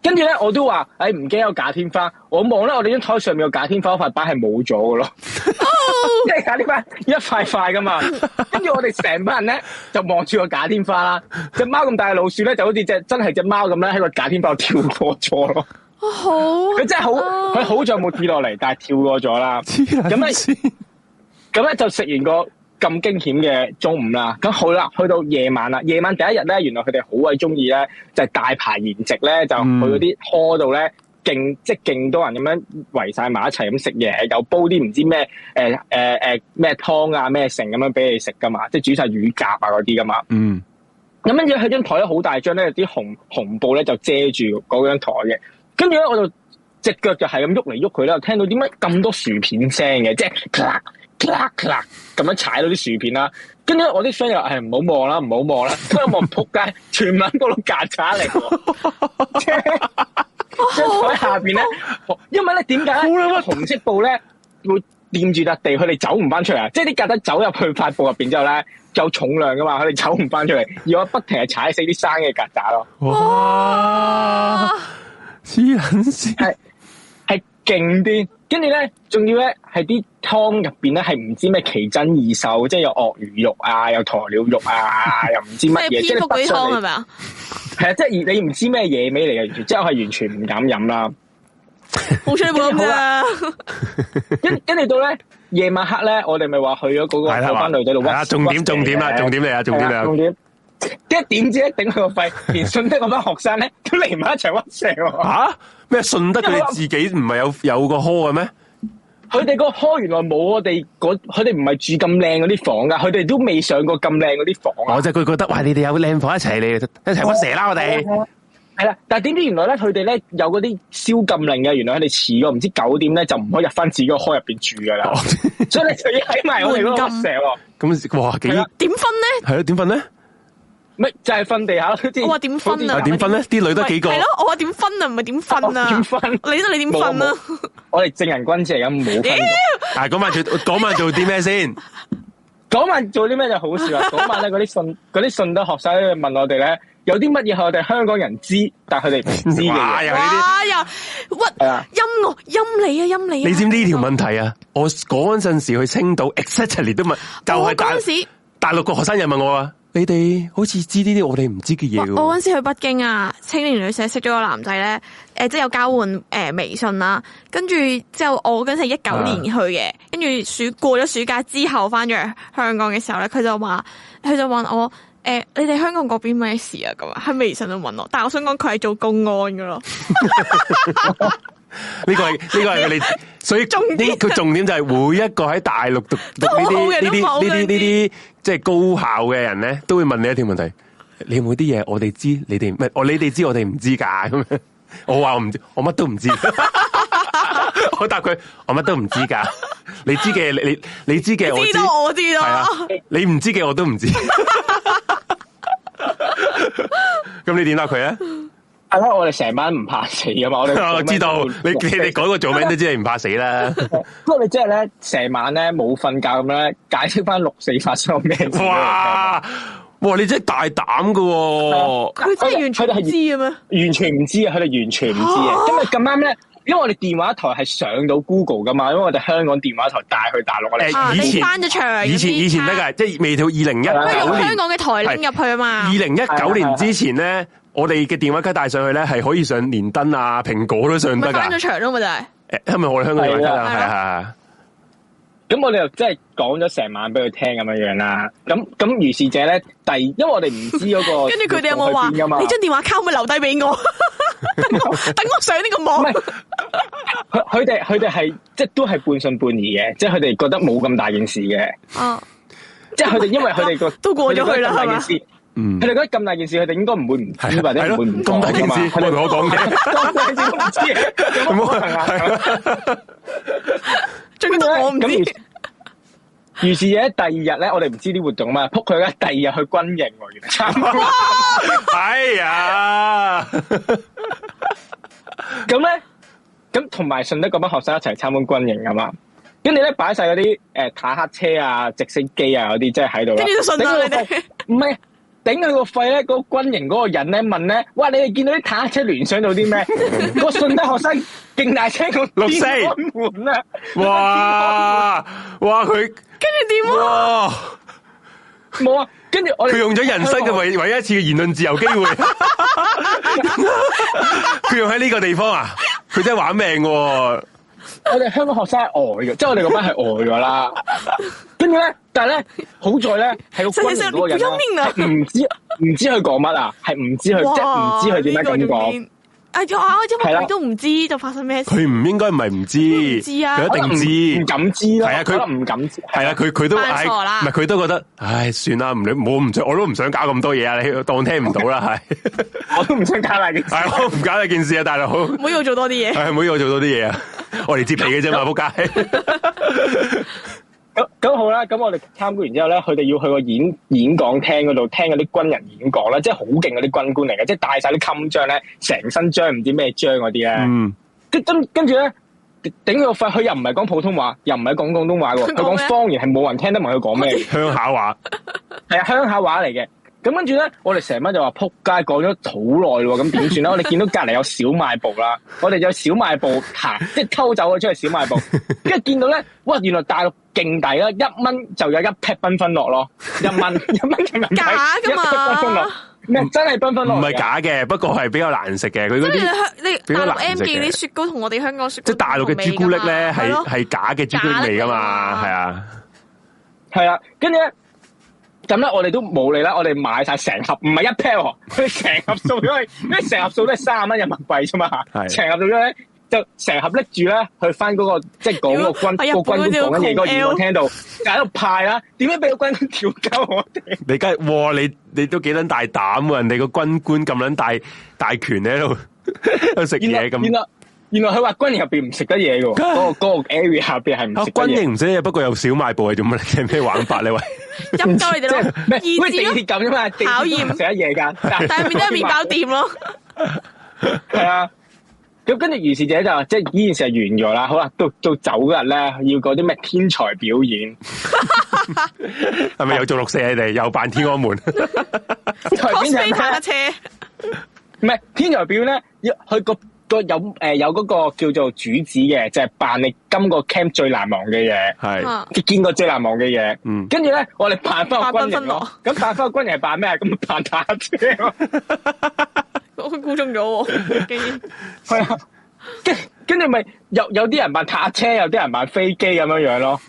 Speaker 6: 跟住咧，我都話：，唉唔驚有假天花。我望咧，我哋張台上面個假天花塊板係冇咗嘅咯。 即係假天花一塊塊噶嘛。跟住我哋成班人咧就望住個假天花啦。只貓咁大嘅老鼠咧，就好似只真係只貓咁咧喺個假天花度跳過咗咯。
Speaker 1: 哇好
Speaker 6: 佢真係好，佢好在冇跌落嚟，但係跳過咗啦。
Speaker 2: 黐撚
Speaker 6: 咁
Speaker 2: 線，
Speaker 6: 咁咧就食完個咁驚險嘅中午啦，咁好啦，去到夜晚啦，夜晚第一日咧，原來佢哋好鬼中意咧，就係大排筵席咧，就去嗰啲 hall 度咧，勁即係勁多人咁樣圍晒埋一齊咁食嘢，又煲啲唔知咩誒誒誒咩湯啊咩剩咁樣俾你食噶嘛，即係煮晒乳鴿啊嗰啲噶嘛。
Speaker 2: 嗯，
Speaker 6: 咁跟住佢張台咧好大張咧，有啲紅紅布咧就遮住嗰張台嘅。跟住咧我就隻腳就係咁喐嚟喐佢啦，聽到點解咁多薯片聲嘅，即係咔咔咔咁樣踩到啲薯片啦。跟住呢我啲 friend 又係唔好望啦，唔好望啦，跟住望撲街，全晚個碌曱甴嚟 喎。即係張台下邊咧，因為咧點解
Speaker 2: 好
Speaker 6: 咧
Speaker 2: 啦
Speaker 6: 紅色布咧會掂住笪地，佢哋走唔翻出嚟啊！即係啲曱甴走入去塊布入邊之後咧，有重量噶嘛，佢哋走唔翻出嚟，而我不停係踩死啲生嘅曱甴咯，
Speaker 2: 哇，黐撚線，
Speaker 6: 係係勁啲。跟住咧，仲要咧係啲湯入邊咧係唔知咩奇珍異獸，即係有鱷魚肉啊，有鴕鳥肉 啊，又唔知乜
Speaker 1: 咩
Speaker 6: 嘢，即
Speaker 1: 蝙蝠嗰
Speaker 6: 係你
Speaker 1: 啲
Speaker 6: 不
Speaker 1: 湯
Speaker 6: 信
Speaker 1: 係咪啊？
Speaker 6: 係啊，即係你唔知咩野味嚟嘅，完全即係我係完全唔敢飲啦。
Speaker 1: 好彩你冇咁
Speaker 6: 好
Speaker 1: 咋，
Speaker 6: 跟跟住到咧夜晚黑咧，我哋咪話去咗嗰個
Speaker 2: 係啦
Speaker 6: 嗰班女仔度
Speaker 2: 係啦
Speaker 6: 屈，
Speaker 2: 重點
Speaker 6: 屈
Speaker 2: 重點啦
Speaker 6: 嘅
Speaker 2: 重點嚟啊重點嚟啊
Speaker 6: 係重點。跟住點知咧頂佢個肺，連順德嗰班學生咧都嚟埋一齊屈蛇喎。
Speaker 2: 吓啊咩？順德佢哋自己唔係有有個 hall 嘅咩？
Speaker 6: 佢哋個科原來冇我哋嗰，佢哋唔係住咁靚嗰啲房噶，佢哋都未上過咁靚嗰啲房啊。
Speaker 2: 哦
Speaker 1: 啊
Speaker 2: 我就佢覺得，喂，你哋有靚房一齊，你哋一齊屈蛇啦，我哋
Speaker 6: 系啦，但系點知原來咧，佢哋咧有嗰啲宵禁令嘅，原來佢哋遲咗唔知九點咧就唔可以入翻自己個開入边住噶
Speaker 1: 啊
Speaker 2: 哦
Speaker 6: 啦，所以咧就要喺埋我哋嗰
Speaker 1: 換
Speaker 6: 個
Speaker 1: 禁
Speaker 6: hostel 喎，
Speaker 2: 咁哇幾
Speaker 6: 係啦
Speaker 2: 係
Speaker 1: 點分咧？
Speaker 2: 咯？點分咧？
Speaker 6: 咪就係瞓地下咯，即係
Speaker 1: 我話點分啊
Speaker 2: 啊點分咧？啲女得幾個？
Speaker 1: 係咯，我話點分啊，唔係點瞓啊？
Speaker 6: 點分
Speaker 1: 你得你點 瞓啊？
Speaker 6: 我哋正人君子嚟咁冇分過。
Speaker 2: 啊，嗰晚做嗰晚做啲咩 先？
Speaker 6: 嗰晚做啲咩就好笑啦！嗰晚咧，嗰啲信嗰啲信德學生咧問我哋咧，有啲乜嘢係我哋香港人知，但係佢哋唔知嘅
Speaker 2: 哇！
Speaker 6: 嘢。
Speaker 2: 又係呢啲。
Speaker 1: 哇！又屈
Speaker 6: 係啊
Speaker 1: 陰我陰你啊，陰你啊！
Speaker 2: 你知唔知呢條問題啊？我嗰陣時去青島，exactly 都問，就
Speaker 1: 我
Speaker 2: 係
Speaker 1: 嗰
Speaker 2: 大
Speaker 1: 陣時。
Speaker 2: 大陸個學生又問我啊，你哋好似知呢啲我哋唔知嘅嘢
Speaker 1: 我
Speaker 2: 喎
Speaker 1: 我嗰陣時去北京啊，青年旅社識咗個男仔咧，诶、即係有交換诶、誒微信啦，跟住之後我嗰陣時一九
Speaker 2: 啊
Speaker 1: 年去嘅，跟住暑過咗暑假之後翻咗嚟香港嘅時候咧，佢就話佢就問我。诶、你哋香港嗰邊咩事啊？咁啊，喺微信度問我，但系我想講佢係做公安噶咯，
Speaker 2: 呢個係呢個係 佢哋，所以
Speaker 1: 重
Speaker 2: 呢
Speaker 1: 點
Speaker 2: 佢重點就係每一個喺大陸讀讀
Speaker 1: 都
Speaker 2: 呢
Speaker 1: 好
Speaker 2: 啲
Speaker 1: 嘅
Speaker 2: 呢
Speaker 1: 都好
Speaker 2: 啲
Speaker 1: 嘅
Speaker 2: 呢啲呢啲即係高校嘅人咧，都會問你一條問題：你有冇啲嘢我哋知，你哋唔係我哦你哋知，我哋唔知㗎咁樣。我話我唔知，我乜都 唔知。我答佢：我乜都唔知㗎。你知嘅你你你知嘅我
Speaker 1: 知道我知道
Speaker 2: 系啊
Speaker 1: 啊，，
Speaker 2: 你唔知嘅我都唔知。 咁你點答佢啊？
Speaker 6: 係啦，我哋成晚唔怕死噶嘛，我哋
Speaker 2: 我知道你你哋改個做名都知你唔怕死啦。
Speaker 6: 不過你即係咧成晚咧冇瞓覺咁咧，解釋翻六四發生咩事俾我聽。啊
Speaker 2: 哇！哇！你真係大膽噶、喎！
Speaker 1: 佢真係完全
Speaker 6: 佢哋
Speaker 1: 唔知
Speaker 6: 係
Speaker 1: 嘅咩？
Speaker 6: 完全唔知啊！佢哋完全唔知啊！因為咁啱咧，因為我哋電話台係上到 Google 噶嘛，因為我哋香港電話台帶去大陸，我哋
Speaker 2: 誒
Speaker 1: 啊，
Speaker 2: 以前
Speaker 1: 你翻咗場，
Speaker 2: 以前以前得，㗎，即係未到二零一
Speaker 6: 哎
Speaker 1: 不如
Speaker 2: 九
Speaker 1: 用
Speaker 2: 年
Speaker 1: 香，港嘅台拎入去啊嘛
Speaker 2: 二，零一九年之前咧，我哋嘅電話卡帶上去咧係可以上連登啊、蘋果都上
Speaker 1: 咪
Speaker 2: 得
Speaker 1: 翻咗
Speaker 2: 㗎。
Speaker 1: 場咯，咪就係。
Speaker 2: 誒係咪我哋香港電話卡啊？
Speaker 1: 係
Speaker 2: 係
Speaker 1: 啦
Speaker 2: 啊
Speaker 6: 咁我哋又真係講咗成晚俾佢聽咁樣樣啦。咁咁如是者咧，第因為我哋唔知嗰個
Speaker 1: 跟住佢哋有冇話
Speaker 6: 去邊㗎 嘛
Speaker 1: 你張電話卡可唔可以留低 俾我？等我等我上呢個網
Speaker 6: 唔。係佢佢哋佢哋係即係都係半信半疑嘅，即係佢哋覺得冇咁大件事嘅，
Speaker 1: 啊，
Speaker 6: 即係佢哋因為佢哋個
Speaker 1: 都過咗去啦
Speaker 6: 佢哋覺得咁大件事
Speaker 2: 嗯
Speaker 6: 佢哋覺得咁大件事，佢哋應該唔會唔
Speaker 2: 係
Speaker 6: 知
Speaker 2: 啊，
Speaker 6: 或
Speaker 2: 係
Speaker 6: 者唔
Speaker 2: 咯
Speaker 6: 會唔
Speaker 2: 咁大件事，我
Speaker 6: 講㗎嘛
Speaker 2: 同我講嘅。
Speaker 6: 咁大件事都唔知嘅，有
Speaker 2: 唔
Speaker 6: 冇
Speaker 2: 好
Speaker 6: 可能啊？
Speaker 1: 最緊要我唔
Speaker 6: 咁
Speaker 1: 知。
Speaker 6: 於是者第二日咧，我哋唔知啲活動嘛，撲佢咧，第二日去軍營喎，原來參加。
Speaker 2: 哎呀，
Speaker 6: 咁咧，咁同埋順德嗰班學生一齊參觀軍營啊嘛。跟住咧擺晒嗰啲誒坦克車啊、直升機啊嗰啲，即係喺度啦。
Speaker 1: 跟住就信啦，你
Speaker 6: 頂佢個
Speaker 1: 哋
Speaker 6: 肺唔係頂佢個肺咧，嗰、個軍營嗰個人咧問咧：，哇！你哋見到啲坦克車聯想到 啲咩？個順德學生勁大聲講
Speaker 2: 六四
Speaker 6: 天安門啊！
Speaker 2: 哇哇佢
Speaker 1: 跟住點啊？
Speaker 2: 哇
Speaker 6: 冇啊！跟住我哋
Speaker 2: 佢用咗人生嘅唯唯一一次嘅言論自由 機會，佢用喺呢個地方啊！佢真係玩命喎！
Speaker 6: 我哋香港學生係呆嘅，即係我哋嗰班係呆咗啦。 跟住咧，但係咧，好在咧係個軍營嗰個
Speaker 1: 細細聲你唔
Speaker 6: 人
Speaker 1: 要命啊
Speaker 6: 啦係唔知唔知佢講乜啊，係唔知佢即
Speaker 1: 哇！
Speaker 6: 係唔知佢點解
Speaker 1: 呢
Speaker 6: 咁
Speaker 1: 個仲
Speaker 6: 講。
Speaker 1: 癲。啊啊！因為
Speaker 6: 係啦
Speaker 1: 佢都唔知就發生咩事。
Speaker 2: 佢唔應該唔係唔知，
Speaker 1: 唔知啊
Speaker 2: 佢一定
Speaker 6: 唔
Speaker 2: 知。
Speaker 6: 敢知啦，
Speaker 2: 係啊佢
Speaker 6: 可能唔敢知，
Speaker 2: 係啦，佢佢都
Speaker 1: 扮
Speaker 2: 唉，
Speaker 1: 傻啦
Speaker 2: 唔係佢都覺得，唉，算啦，唔理，我唔想，我都唔想搞咁多嘢啊！你當聽唔 到啦，係，
Speaker 6: 我都唔想搞大件事。
Speaker 2: 係我唔搞呢件事啊，大佬，
Speaker 1: 唔好要我做多啲嘢。
Speaker 2: 係唔好以為我做到啲嘢啊，我嚟接你嘅 啫嘛，仆街。
Speaker 6: 咁咁好啦，咁我哋參觀完之後咧，佢哋要去個演演講廳嗰度聽嗰啲軍人演講啦，即係好勁嗰啲軍官嚟嘅，即係戴晒啲襟章咧，成身章唔知咩章嗰啲咧。
Speaker 2: 嗯，
Speaker 6: 跟跟跟住咧，頂佢個肺，佢又唔係講普通話，又唔係講廣東話喎，
Speaker 1: 佢
Speaker 6: 佢
Speaker 1: 講
Speaker 6: 講
Speaker 1: 咩啊
Speaker 6: 方言係冇人聽得明佢講咩，
Speaker 2: 鄉下話。
Speaker 6: 係啊鄉下話嚟嘅。咁跟住咧，我哋成班就話撲街講咗好耐咯，咁點算咧？我哋見到隔離有小賣部啦，我哋有小賣部行，即係偷走咗出去小賣部，跟住見到咧，哇！原來大陸勁抵啦，一蚊就有一劈繽紛樂咯，一蚊一蚊人民幣
Speaker 1: 假㗎嘛
Speaker 6: 一劈繽紛樂，咩真係繽紛樂
Speaker 2: 唔
Speaker 6: 嚟嘅
Speaker 2: 係假嘅，不過係比較難食嘅。佢嗰
Speaker 1: 即係
Speaker 2: 啲
Speaker 1: 你你
Speaker 2: 比較
Speaker 1: 大陸
Speaker 2: 難
Speaker 1: M
Speaker 2: 食嘅
Speaker 1: 記啲雪糕同我哋香港雪糕
Speaker 2: 即係大陸嘅朱古力咧，係
Speaker 1: 係
Speaker 2: 係假嘅朱古力味噶
Speaker 1: 假
Speaker 2: 嘛，係
Speaker 1: 㗎
Speaker 2: 啊。
Speaker 6: 系啦，跟住咧，咁咧我哋都冇理啦，我哋買晒成盒，唔係 一 pair，喎佢哋成盒數，因為因為成盒數都係三十蚊人民幣啫嘛，
Speaker 2: 係
Speaker 6: 成盒數咧就成盒拎住咧去翻嗰、個即係講個軍
Speaker 1: 哎呀
Speaker 6: 個軍官講緊嘢嗰個
Speaker 1: 本嗰條
Speaker 6: 員
Speaker 1: 狂
Speaker 6: 我聽到就喺度派啦，點解俾個軍官調教我哋？
Speaker 2: 你梗係哇，你你都幾撚大膽喎！人哋個軍官咁撚大大權喺度 喺度食
Speaker 6: 原來
Speaker 2: 嘢
Speaker 6: 原
Speaker 2: 咁，
Speaker 6: 來原來佢話軍營入邊唔食得嘢嘅喎，嗰、個嗰個 area 入邊係唔
Speaker 2: 啊
Speaker 6: 食得
Speaker 2: 軍
Speaker 6: 嘢。
Speaker 2: 營唔使嘢，不過有小賣部係做乜？ 你咩玩法 你喂？
Speaker 1: 入鳩你哋
Speaker 6: 即係
Speaker 1: 咯，
Speaker 6: 咩？好
Speaker 1: 意
Speaker 6: 似地
Speaker 1: 志咯，
Speaker 6: 鐵咁啫嘛，地鐵
Speaker 1: 考驗
Speaker 6: 都唔食得嘢㗎，
Speaker 1: 但係面都係麵包店咯，
Speaker 6: 系啊，咁跟住如是者就話即係呢件事係完咗啦。好啦，到到走嗰日咧，要嗰啲咩天才表演，
Speaker 2: 係咪又做六四你哋又扮天安 門？
Speaker 6: 天才表
Speaker 1: cosplay
Speaker 6: 演
Speaker 1: 坦克
Speaker 6: 係
Speaker 1: 車，
Speaker 6: 咩？唔係天才表演咧，要佢個個有诶、有嗰個叫做主旨嘅，就係扮你今個 camp 最難忘嘅嘢。
Speaker 2: 係
Speaker 1: 啊
Speaker 6: 見見過最難忘嘅嘢，
Speaker 2: 嗯
Speaker 6: 跟住咧，我哋扮翻個軍
Speaker 1: 扮
Speaker 6: 營
Speaker 1: 分
Speaker 6: 咯
Speaker 1: 咯。
Speaker 6: 咁扮翻個軍營係扮咩？啊咁扮坦克車咯。
Speaker 1: 我估中咗喎，竟然
Speaker 6: 系啊，跟跟住咪有有啲人扮塔車，有啲人扮飛機咁樣 樣咯。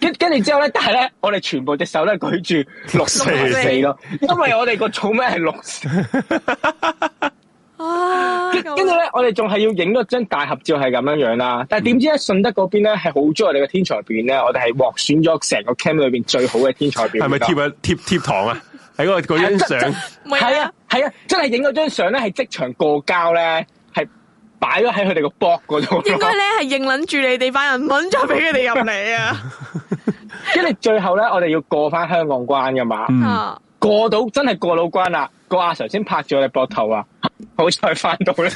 Speaker 6: 跟跟住之後咧，但係咧，我哋全部隻手咧舉住六四
Speaker 2: 六
Speaker 1: 四
Speaker 6: 四咯，因為我哋個草名係六四。
Speaker 1: 啊，
Speaker 6: 跟跟住咧，我哋仲係要影咗張大合照係咁樣樣啦。
Speaker 2: 嗯
Speaker 6: 但係點知咧，順德嗰邊咧係好中意我哋嘅天才表演咧，我哋係獲選咗成個 camp 裏邊最好嘅天才表演。
Speaker 2: 係咪貼啊貼貼堂啊？喺嗰個 嗰張相
Speaker 1: 唔係
Speaker 6: 係
Speaker 1: 啊
Speaker 6: 啊，係啊，真係影咗張相咧，係即場過膠咧，係擺咗喺佢哋個 blog 嗰度咯。
Speaker 1: 應該咧係應撚住你哋班人，唔撚再俾佢哋入嚟啊
Speaker 6: 因為最後咧，我哋要過翻香港關噶嘛，
Speaker 2: 嗯
Speaker 1: 啊！
Speaker 6: 過到真係過到關啦，個阿 Sir 先拍住我哋膊頭啊， 好彩翻到咧，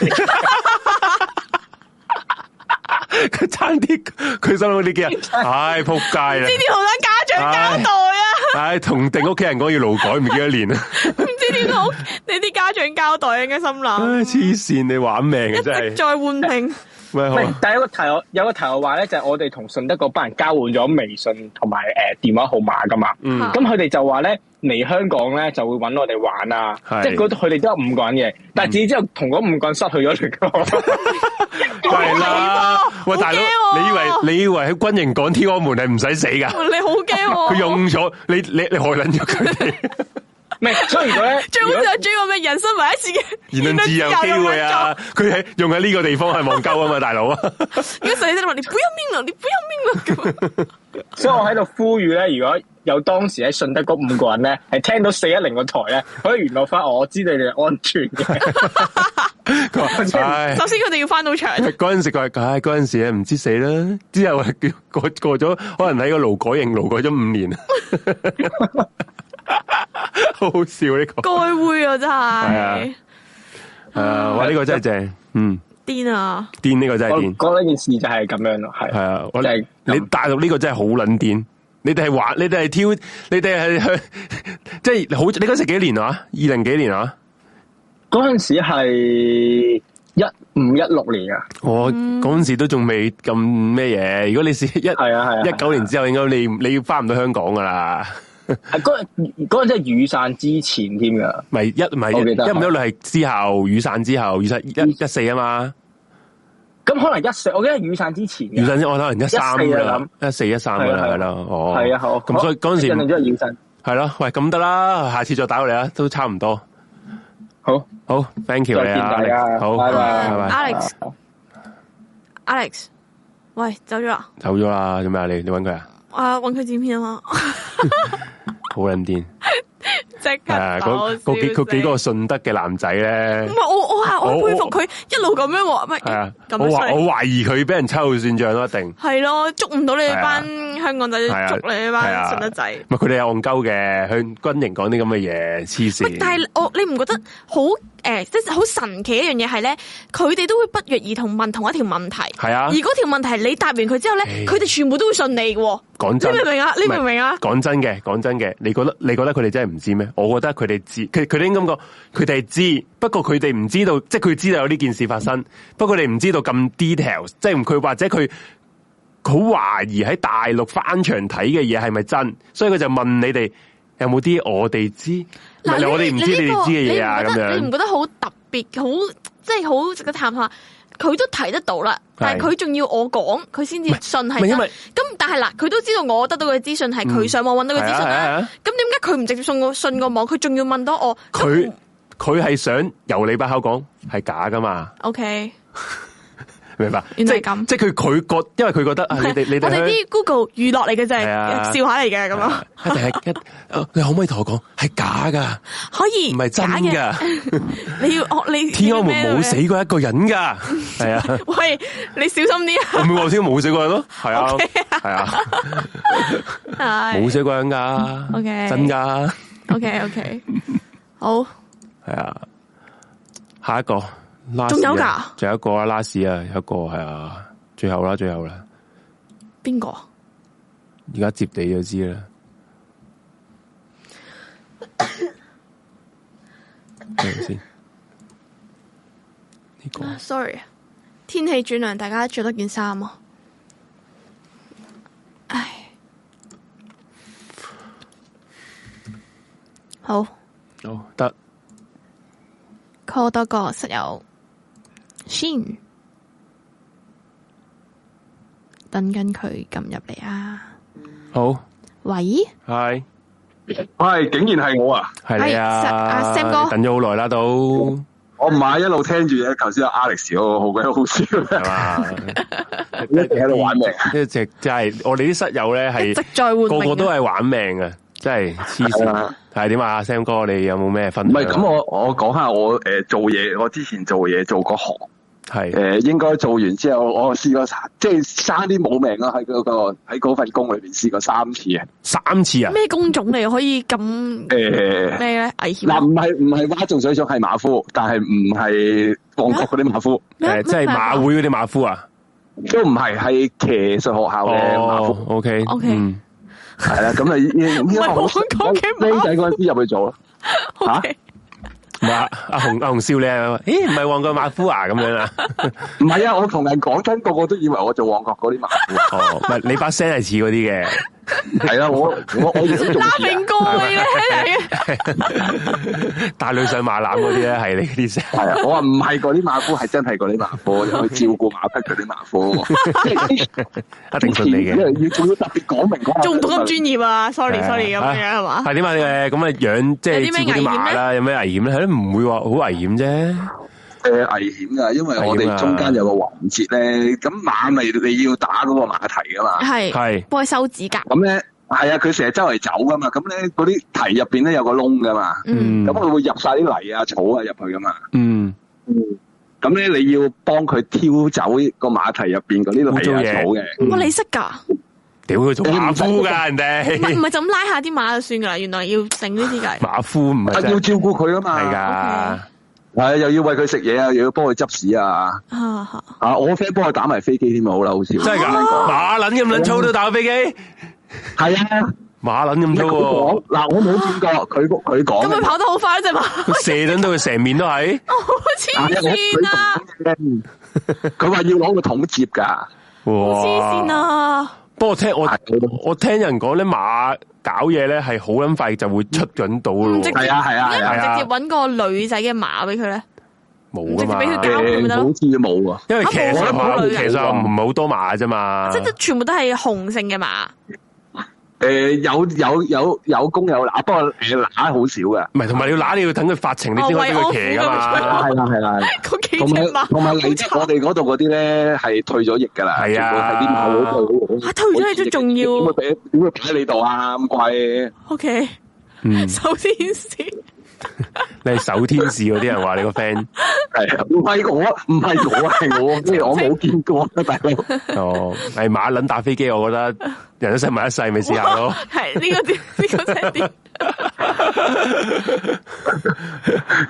Speaker 2: 佢 差啲，佢心諗呢 幾日，唉仆街啦
Speaker 1: 呢！啲好多家長交代啊，
Speaker 2: 唉，同定屋企人講要勞改唔記得 年啊
Speaker 6: 啊
Speaker 2: 啦，
Speaker 1: 唔知點好，你啲家長交代應該心
Speaker 2: 唉
Speaker 1: 諗，
Speaker 2: 黐線你玩命
Speaker 1: 一
Speaker 2: 嘅真
Speaker 1: 直
Speaker 2: 係，
Speaker 1: 在換拼，
Speaker 2: 喂
Speaker 6: 唔
Speaker 2: 好
Speaker 6: 係
Speaker 2: 啊，
Speaker 6: 但係有個題我有個題我話咧，就係、我哋同順德嗰班人交換咗微信同埋誒電話號碼噶嘛，
Speaker 2: 嗯
Speaker 6: 咁佢哋就話咧嚟香港咧就會揾我哋玩啊，
Speaker 2: 係
Speaker 6: 即係嗰度佢哋都有五個人嘅，但係至之後同嗰五個人失去咗聯絡，
Speaker 2: 係啦，
Speaker 1: 好
Speaker 2: 喂大佬
Speaker 1: 驚，喎
Speaker 2: 你以為你以為喺軍營講天安門係唔使死 㗎？
Speaker 1: 你好驚
Speaker 2: 佢
Speaker 1: 喎。
Speaker 2: 用咗你你你害撚咗佢 哋，
Speaker 6: 唔係，所以如果咧，
Speaker 1: 最好
Speaker 6: 如
Speaker 1: 就
Speaker 6: 果
Speaker 1: 係追個咩人生唯一次嘅
Speaker 2: 言論自由機會啊！佢喺用喺呢個地方係 望鳩啊嘛，大佬啊，
Speaker 1: 言論自由咁樣做！如果上你都話你不要命了，你不要 命了咁。啊
Speaker 6: 所以我喺度呼籲咧，如果有當時喺順德嗰五個人咧，係聽到四一零個台咧，可以聯絡翻我，我知道你哋係安全嘅。
Speaker 2: 佢話唉。
Speaker 1: 首先佢哋要翻到場，
Speaker 2: 嗰阵时佢話唉，嗰阵时咧唔知死啦，之後過過咗，可能喺個勞改營勞改咗五年， 好好笑呢、個。
Speaker 1: 該會啊真係
Speaker 2: 啊诶、哇！呢、個真係正，嗯，
Speaker 1: 癲啊！
Speaker 2: 癲呢、個真係
Speaker 6: 我
Speaker 2: 癲，
Speaker 6: 講一件事就係咁樣咯，
Speaker 2: 係
Speaker 6: 係
Speaker 2: 啊！我
Speaker 6: 就係咁
Speaker 2: 你大陸呢個真係好撚癲，你哋係玩，你哋係挑，你哋係去，即係好，你嗰時幾年啊？二零幾年啊？
Speaker 6: 嗰陣時係一五一六年啊，
Speaker 2: 我嗰阵时都仲未咁咩嘢，如果你是一
Speaker 6: 係啊係啊
Speaker 2: 一九年之後，應該你你要翻唔到香港噶啦。
Speaker 6: 係嗰嗰陣時係雨傘之前添㗎，
Speaker 2: 唔係一唔係
Speaker 6: 我
Speaker 2: 一
Speaker 6: 記得
Speaker 2: 一唔一六係之後雨傘之後雨傘一一四啊嘛，
Speaker 6: 咁可能一四，我記得係雨傘之前
Speaker 2: 雨
Speaker 6: 嘅，
Speaker 2: 傘我可能一三
Speaker 6: 14
Speaker 2: 㗎啦
Speaker 6: 啊，
Speaker 2: 一四一三噶啦
Speaker 6: 係啊
Speaker 2: 係啦，哦，
Speaker 6: 係啊，好
Speaker 2: 咁所以嗰陣時
Speaker 6: 印象中係雨傘，
Speaker 2: 係咯，喂咁得啦，下次再打過嚟啦，都差唔多，
Speaker 6: 好，
Speaker 2: 好，thank you
Speaker 6: 再
Speaker 2: 你
Speaker 6: 見
Speaker 2: 啊
Speaker 6: 大家，
Speaker 2: Alex，好，
Speaker 6: 拜
Speaker 1: 拜
Speaker 2: 拜拜，
Speaker 1: Alex Alex，喂，走咗啦！
Speaker 2: 走咗啦，做咩啊？你你搵佢啊？
Speaker 1: 啊，搵佢剪片啊嘛，
Speaker 2: 好撚 癲，
Speaker 1: 即刻
Speaker 2: 係啊！嗰
Speaker 1: 搞
Speaker 2: 嗰幾嗰幾
Speaker 1: 笑
Speaker 2: 個
Speaker 1: 死
Speaker 2: 順德嘅男仔
Speaker 1: 唔
Speaker 2: 咧，
Speaker 1: 係我我係我
Speaker 2: 我
Speaker 1: 佩服佢一路咁樣喎，唔係
Speaker 2: 係啊，我
Speaker 1: 咁樣
Speaker 2: 懷
Speaker 1: 衰
Speaker 2: 我懷疑佢俾人抽算賬咯，一定。
Speaker 1: 係咯，捉唔到你哋班香港仔，
Speaker 2: 係啊
Speaker 1: 捉你哋
Speaker 2: 係
Speaker 1: 班
Speaker 2: 啊
Speaker 1: 順德仔。
Speaker 2: 唔係佢哋係戇鳩嘅，向軍營講啲咁嘅嘢，黐
Speaker 1: 喂
Speaker 2: 線。
Speaker 1: 但係我你唔覺得好诶，即係好神奇一樣嘢係咧，佢哋都會不約而同問同一條問題。
Speaker 2: 係啊
Speaker 1: 而嗰條問題你答完佢之後咧，
Speaker 2: 唉
Speaker 1: 佢哋全部都會信你嘅喎。
Speaker 2: 講
Speaker 1: 你
Speaker 2: 真，
Speaker 1: 明唔明啊？你明唔明啊？
Speaker 2: 讲真嘅，講真嘅，你覺得你觉得佢哋真係唔知咩？我覺得佢哋知，佢佢哋應該咁講，佢哋知，不過佢哋唔知道，即係佢知道有呢件事發生，不過佢哋唔知道咁 detail，即係佢或者佢好懷疑喺大陸翻牆睇嘅嘢係咪真，所以佢就問你哋有冇啲我哋知，唔
Speaker 1: 嗱，
Speaker 2: 係我哋唔知
Speaker 1: 你呢
Speaker 2: 你哋
Speaker 1: 個
Speaker 2: 知嘅嘢啊
Speaker 1: 你唔
Speaker 2: 咁
Speaker 1: 覺得你唔
Speaker 2: 樣，
Speaker 1: 覺得好特別，好即係好值得探討下？佢都睇得到啦，但係佢仲要我講，佢先至
Speaker 2: 唔係
Speaker 1: 信係
Speaker 2: 唔係
Speaker 1: 真。
Speaker 2: 因為
Speaker 1: 咁但係嗱，佢都知道我得到嘅資訊係佢
Speaker 2: 嗯
Speaker 1: 上網揾到嘅資訊
Speaker 2: 係啊係啊係
Speaker 1: 啦
Speaker 2: 啊。
Speaker 1: 咁點解佢唔直接信我信個網？佢仲要問多我？哦
Speaker 2: 佢佢係想由你把口講係假噶嘛。
Speaker 1: O K，
Speaker 2: 明白？
Speaker 1: 原
Speaker 2: 即
Speaker 1: 來
Speaker 2: 係
Speaker 1: 係咁
Speaker 2: 即係佢佢覺，因為佢覺得啊，你哋 你哋
Speaker 1: 我哋啲 Google 娛樂嚟嘅啫
Speaker 2: 係啊，
Speaker 1: 笑話嚟嘅咁啊，
Speaker 2: 一定係一， 啊你可唔可以同我講係假噶，
Speaker 1: 可以
Speaker 2: 唔係真
Speaker 1: 假嘅。啊
Speaker 2: 噶？
Speaker 1: 你要我你
Speaker 2: 天安門冇。
Speaker 1: 你
Speaker 2: 死過一個人噶，係 啊。
Speaker 1: 咩喂，你小心啲啊
Speaker 2: 我咪話先冇死過人咯，係 啊，係啊，！
Speaker 1: 係
Speaker 2: 冇死過人噶
Speaker 1: OK
Speaker 2: 真噶，
Speaker 1: OK OK，好，
Speaker 2: 係啊。下一個，拉
Speaker 1: 仲有
Speaker 2: 屎啊
Speaker 1: 㗎
Speaker 2: 仲有一個啊，拉屎啊，有一個係啊，最後啦，最後啦，
Speaker 1: 邊個？啊
Speaker 2: 而家接你就知啦。睇下先，呢個
Speaker 1: 啊 Sorry，啊天氣轉涼，大家着多件衫啊！唉，好
Speaker 2: 好得
Speaker 1: call 多個室友先，等緊佢撳入嚟啊！
Speaker 2: 好
Speaker 1: 喂，
Speaker 2: ，hi，
Speaker 7: 喂，竟然系我啊！
Speaker 2: 係你啊，
Speaker 1: 係阿 Sam 哥
Speaker 2: 你等咗好耐啦都。
Speaker 7: 我唔系一路聽住嘢，頭先阿 Alex 嗰個好鬼好笑，
Speaker 2: 系嘛？
Speaker 7: 一直喺度玩命
Speaker 2: 一直真系我哋啲室友咧
Speaker 1: 一
Speaker 2: 系
Speaker 1: 直在換名
Speaker 2: 个
Speaker 1: 啊
Speaker 2: 个都系玩命嘅，真系黐
Speaker 7: 係
Speaker 2: 线
Speaker 7: 啊。
Speaker 2: 系点啊，Sam 哥，你有冇咩分
Speaker 7: 唔
Speaker 2: 享？
Speaker 7: 係咁，我我講下我诶、呃做嘢，我之前做嘢做嗰行，
Speaker 2: 系
Speaker 7: 诶、應应該做完之後，我試過即係生啲冇命啦，喺嗰、個喺嗰份工裏边試過三次啊。
Speaker 2: 三次啊，
Speaker 1: 咩工種嚟可以咁
Speaker 7: 诶、
Speaker 1: 咩咧？危險啊
Speaker 7: 嗱，唔係唔係挖中水廠係馬夫，但係唔係旺角嗰啲馬夫，
Speaker 1: 咩
Speaker 2: 诶，即系马会嗰啲马夫啊。
Speaker 7: 都唔係係騎術學校嘅馬
Speaker 2: 哦
Speaker 7: 夫，
Speaker 2: ，OK
Speaker 1: OK
Speaker 2: 嗯
Speaker 7: 係啦、咁啊，呢
Speaker 1: 係
Speaker 7: 呢
Speaker 1: 香港嘅馬夫
Speaker 7: 僆仔嗰陣時入去做啦。 嚇
Speaker 1: OK
Speaker 2: 唔係啊阿红阿红笑你啊，咦，唔系旺角马夫啊咁 样啊？
Speaker 7: 唔係啊，我同人講真，個個都以為我做旺角嗰啲馬夫。啊
Speaker 2: 哦，唔系你把声系似 嗰啲嘅。
Speaker 7: 系啦，我我我亦都仲
Speaker 1: 拉 明哥啊你咧嚟 嘅，
Speaker 2: 带女上馬攬嗰啲咧，係你啲聲。
Speaker 7: 系啊，我話唔係嗰啲馬夫，係真係嗰啲馬夫，去照顧馬匹嗰啲馬夫，
Speaker 2: 一定信 你嘅
Speaker 7: 要仲要特別講明講，
Speaker 1: 仲唔到咁專業啊？Sorry Sorry 咁
Speaker 2: 係啊
Speaker 1: 樣係嘛？
Speaker 2: 係點啊？诶，咁啊養即
Speaker 1: 有
Speaker 2: 係
Speaker 1: 啲咩
Speaker 2: 照顧啲
Speaker 1: 危險
Speaker 2: 馬
Speaker 1: 咧
Speaker 2: 啦，有咩危險咧？係咯，唔會話好危險啫。
Speaker 7: 诶危險噶，因為我
Speaker 2: 危險啊
Speaker 7: 哋中間有個環節咧，咁馬咪你要打嗰個馬蹄噶
Speaker 2: 嗯
Speaker 7: 嘛，
Speaker 1: 係
Speaker 2: 係
Speaker 1: 幫佢修指甲，
Speaker 7: 咁咧係啊，佢成日周圍走噶嘛，咁咧嗰啲蹄入边咧有個窿噶嘛，
Speaker 1: 嗯，
Speaker 7: 咁佢會入晒啲泥啊草啊入去噶嘛，
Speaker 2: 嗯，
Speaker 7: 咁咧你要幫佢挑走個馬蹄入边嗰啲
Speaker 2: 污糟
Speaker 7: 泥啊
Speaker 2: 嘢
Speaker 7: 草嘅。
Speaker 1: 哇你識㗎？
Speaker 2: 屌佢做馬夫噶人
Speaker 1: 唔
Speaker 7: 嗯
Speaker 1: 係唔
Speaker 2: 哋，
Speaker 1: 係就咁拉下啲馬就算㗎啦，原來要整呢啲㗎。
Speaker 2: 馬夫唔係
Speaker 7: 啊，
Speaker 2: 真
Speaker 7: 要
Speaker 2: 係
Speaker 7: 照顧佢啊嘛，
Speaker 2: 噶，
Speaker 7: 係啊，又要喂佢食嘢啊，又要幫佢執屎啊，
Speaker 1: 啊哈
Speaker 7: 啊，我 friend 幫佢打埋飛機添啊，好啦，好笑，
Speaker 2: 真係
Speaker 1: Oh
Speaker 2: 㗎，馬撚咁撚粗都打飛機，
Speaker 7: 係啊，
Speaker 2: 馬撚咁
Speaker 7: 佢
Speaker 2: 粗
Speaker 7: 講嗱，我冇見過佢
Speaker 1: 咁
Speaker 7: 佢講
Speaker 1: 佢
Speaker 7: 嘅，
Speaker 1: 跑得好快啫嘛，好
Speaker 2: 喎，佢射撚到佢成面都係，
Speaker 7: 啊
Speaker 1: 黐線啊！
Speaker 7: 佢講嘅 佢話要攞個桶接㗎，
Speaker 1: 好黐線
Speaker 2: 哇！
Speaker 1: 啊！
Speaker 2: 不過我聽我
Speaker 7: 係
Speaker 2: 我聽人講咧，馬搞嘢咧係好撚快就會出緊到咯
Speaker 1: 唔，直
Speaker 7: 係啊係啊
Speaker 1: 點解唔
Speaker 7: 係啊，
Speaker 2: 係啊
Speaker 1: 直接揾個女仔嘅馬俾佢咧？
Speaker 2: 冇噶嘛
Speaker 1: 唔直接俾佢
Speaker 7: 誒
Speaker 1: 搞咪得咯
Speaker 7: 好似冇啊，
Speaker 2: 因為騎
Speaker 1: 我
Speaker 2: 實
Speaker 1: 都
Speaker 2: 馬
Speaker 1: 冇
Speaker 2: 騎
Speaker 1: 女
Speaker 2: 實唔係好多馬啫嘛
Speaker 1: 即，係全部都係雄性嘅馬，
Speaker 7: 誒有有有有公有乸，不過誒乸好少㗎，
Speaker 2: 唔係同埋你要揦你要等佢發情，你先可以俾佢騎噶
Speaker 1: 哦喂
Speaker 2: 嘛
Speaker 1: 我。
Speaker 7: 係啦係啦。
Speaker 1: 嗰 幾隻
Speaker 7: 嗯同埋
Speaker 1: 馬
Speaker 7: 同埋嚟得
Speaker 1: 好
Speaker 7: 我
Speaker 1: 慘。
Speaker 7: 哋嗰度嗰啲咧係退咗役㗎啦，
Speaker 2: 係啊
Speaker 7: 全部係啲馬會退咗役
Speaker 1: 嚇啊退咗役都仲要
Speaker 7: 點會俾點會擺喺你度啊？咁貴
Speaker 1: O K，
Speaker 2: 嗯，
Speaker 1: 首先先，
Speaker 2: 你係守天使嗰啲人話你個 friend
Speaker 7: 係啊，唔係我，唔係我，係我，即係我冇見過啊，大佬。
Speaker 2: 哦，係馬撚打飛機，我覺得人一世物一世，咪試 下咯。
Speaker 1: 係呢個點？呢個真係點？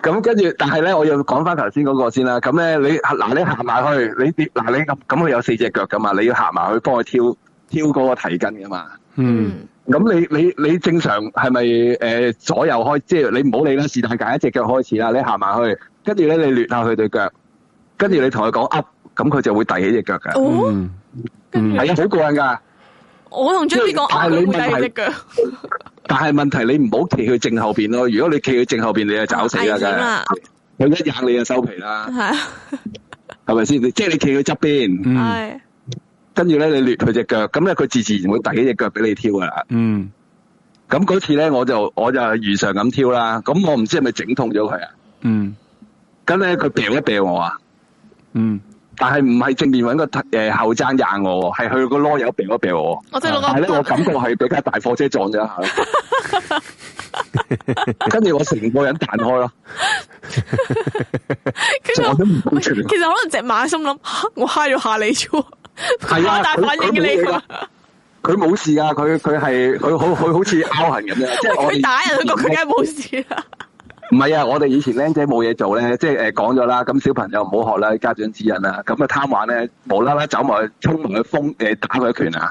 Speaker 7: 咁跟住，但係咧，我要講翻頭先嗰個先啦。咁咧，你嗱，你行埋去，你跌嗱，你咁咁佢有四隻腳噶嘛，你要行埋去幫佢挑挑嗰個蹄筋噶嘛。
Speaker 2: 嗯。
Speaker 1: 嗯，
Speaker 7: 咁你你你正常係咪誒左右開？即係你唔好理啦，是但揀一隻腳開始啦。你行埋去，跟住咧你掠下佢對腳，跟住你同佢講 up，咁佢就會遞起隻腳㗎。
Speaker 1: 哦，
Speaker 2: 嗯
Speaker 1: 跟住
Speaker 7: 係啊，好過癮㗎。
Speaker 1: 我同 J B 講，
Speaker 7: 但係
Speaker 1: 啊
Speaker 7: 你
Speaker 1: 佢會
Speaker 7: 問題
Speaker 1: 第只腳，
Speaker 7: 但係問題你唔好企佢正後邊咯。如果你企佢正後邊，你就找死
Speaker 1: 危
Speaker 7: 啦，
Speaker 1: 險
Speaker 7: 梗係。
Speaker 1: 啦，
Speaker 7: 佢一硬你就收皮啦，
Speaker 1: 係啊
Speaker 7: 係咪先？你即係你企佢側邊，
Speaker 2: 嗯
Speaker 1: 係
Speaker 7: 跟住咧你掠佢隻腳，咁咧佢自自然會遞起隻腳俾你挑㗎啦。
Speaker 2: 嗯，
Speaker 7: 咁嗰次咧我就我就如常咁挑啦。咁我唔知係咪整痛咗佢啊？
Speaker 2: 嗯
Speaker 7: 咁咧佢掉一掉我啊。
Speaker 2: 嗯
Speaker 7: 但係唔係正面揾個诶後踭硬我喎，係佢個啰柚避一避我喎。
Speaker 1: 我真係攞個
Speaker 7: 但係咧，我感覺係俾架大貨車撞咗一下 咯，跟住我成個人彈開咯，
Speaker 1: 跟住
Speaker 7: 撞
Speaker 1: 我
Speaker 7: 都唔到出嚟。
Speaker 1: 其實可能只馬心諗， 吓我蝦咗下你啫喎，
Speaker 7: 係啊
Speaker 1: 咁大反應嘅你咁啊，
Speaker 7: 佢冇事噶，佢佢係佢好佢好似拗痕 咁樣，即係我哋
Speaker 1: 佢打人，佢覺佢梗係冇事啦。
Speaker 7: 唔係啊！我哋以前僆仔冇嘢做咧，即係誒講咗啦，咁小朋友唔好學啦，家長指引啦，咁啊貪玩咧，無啦啦走埋去衝埋去封誒打佢一拳啊，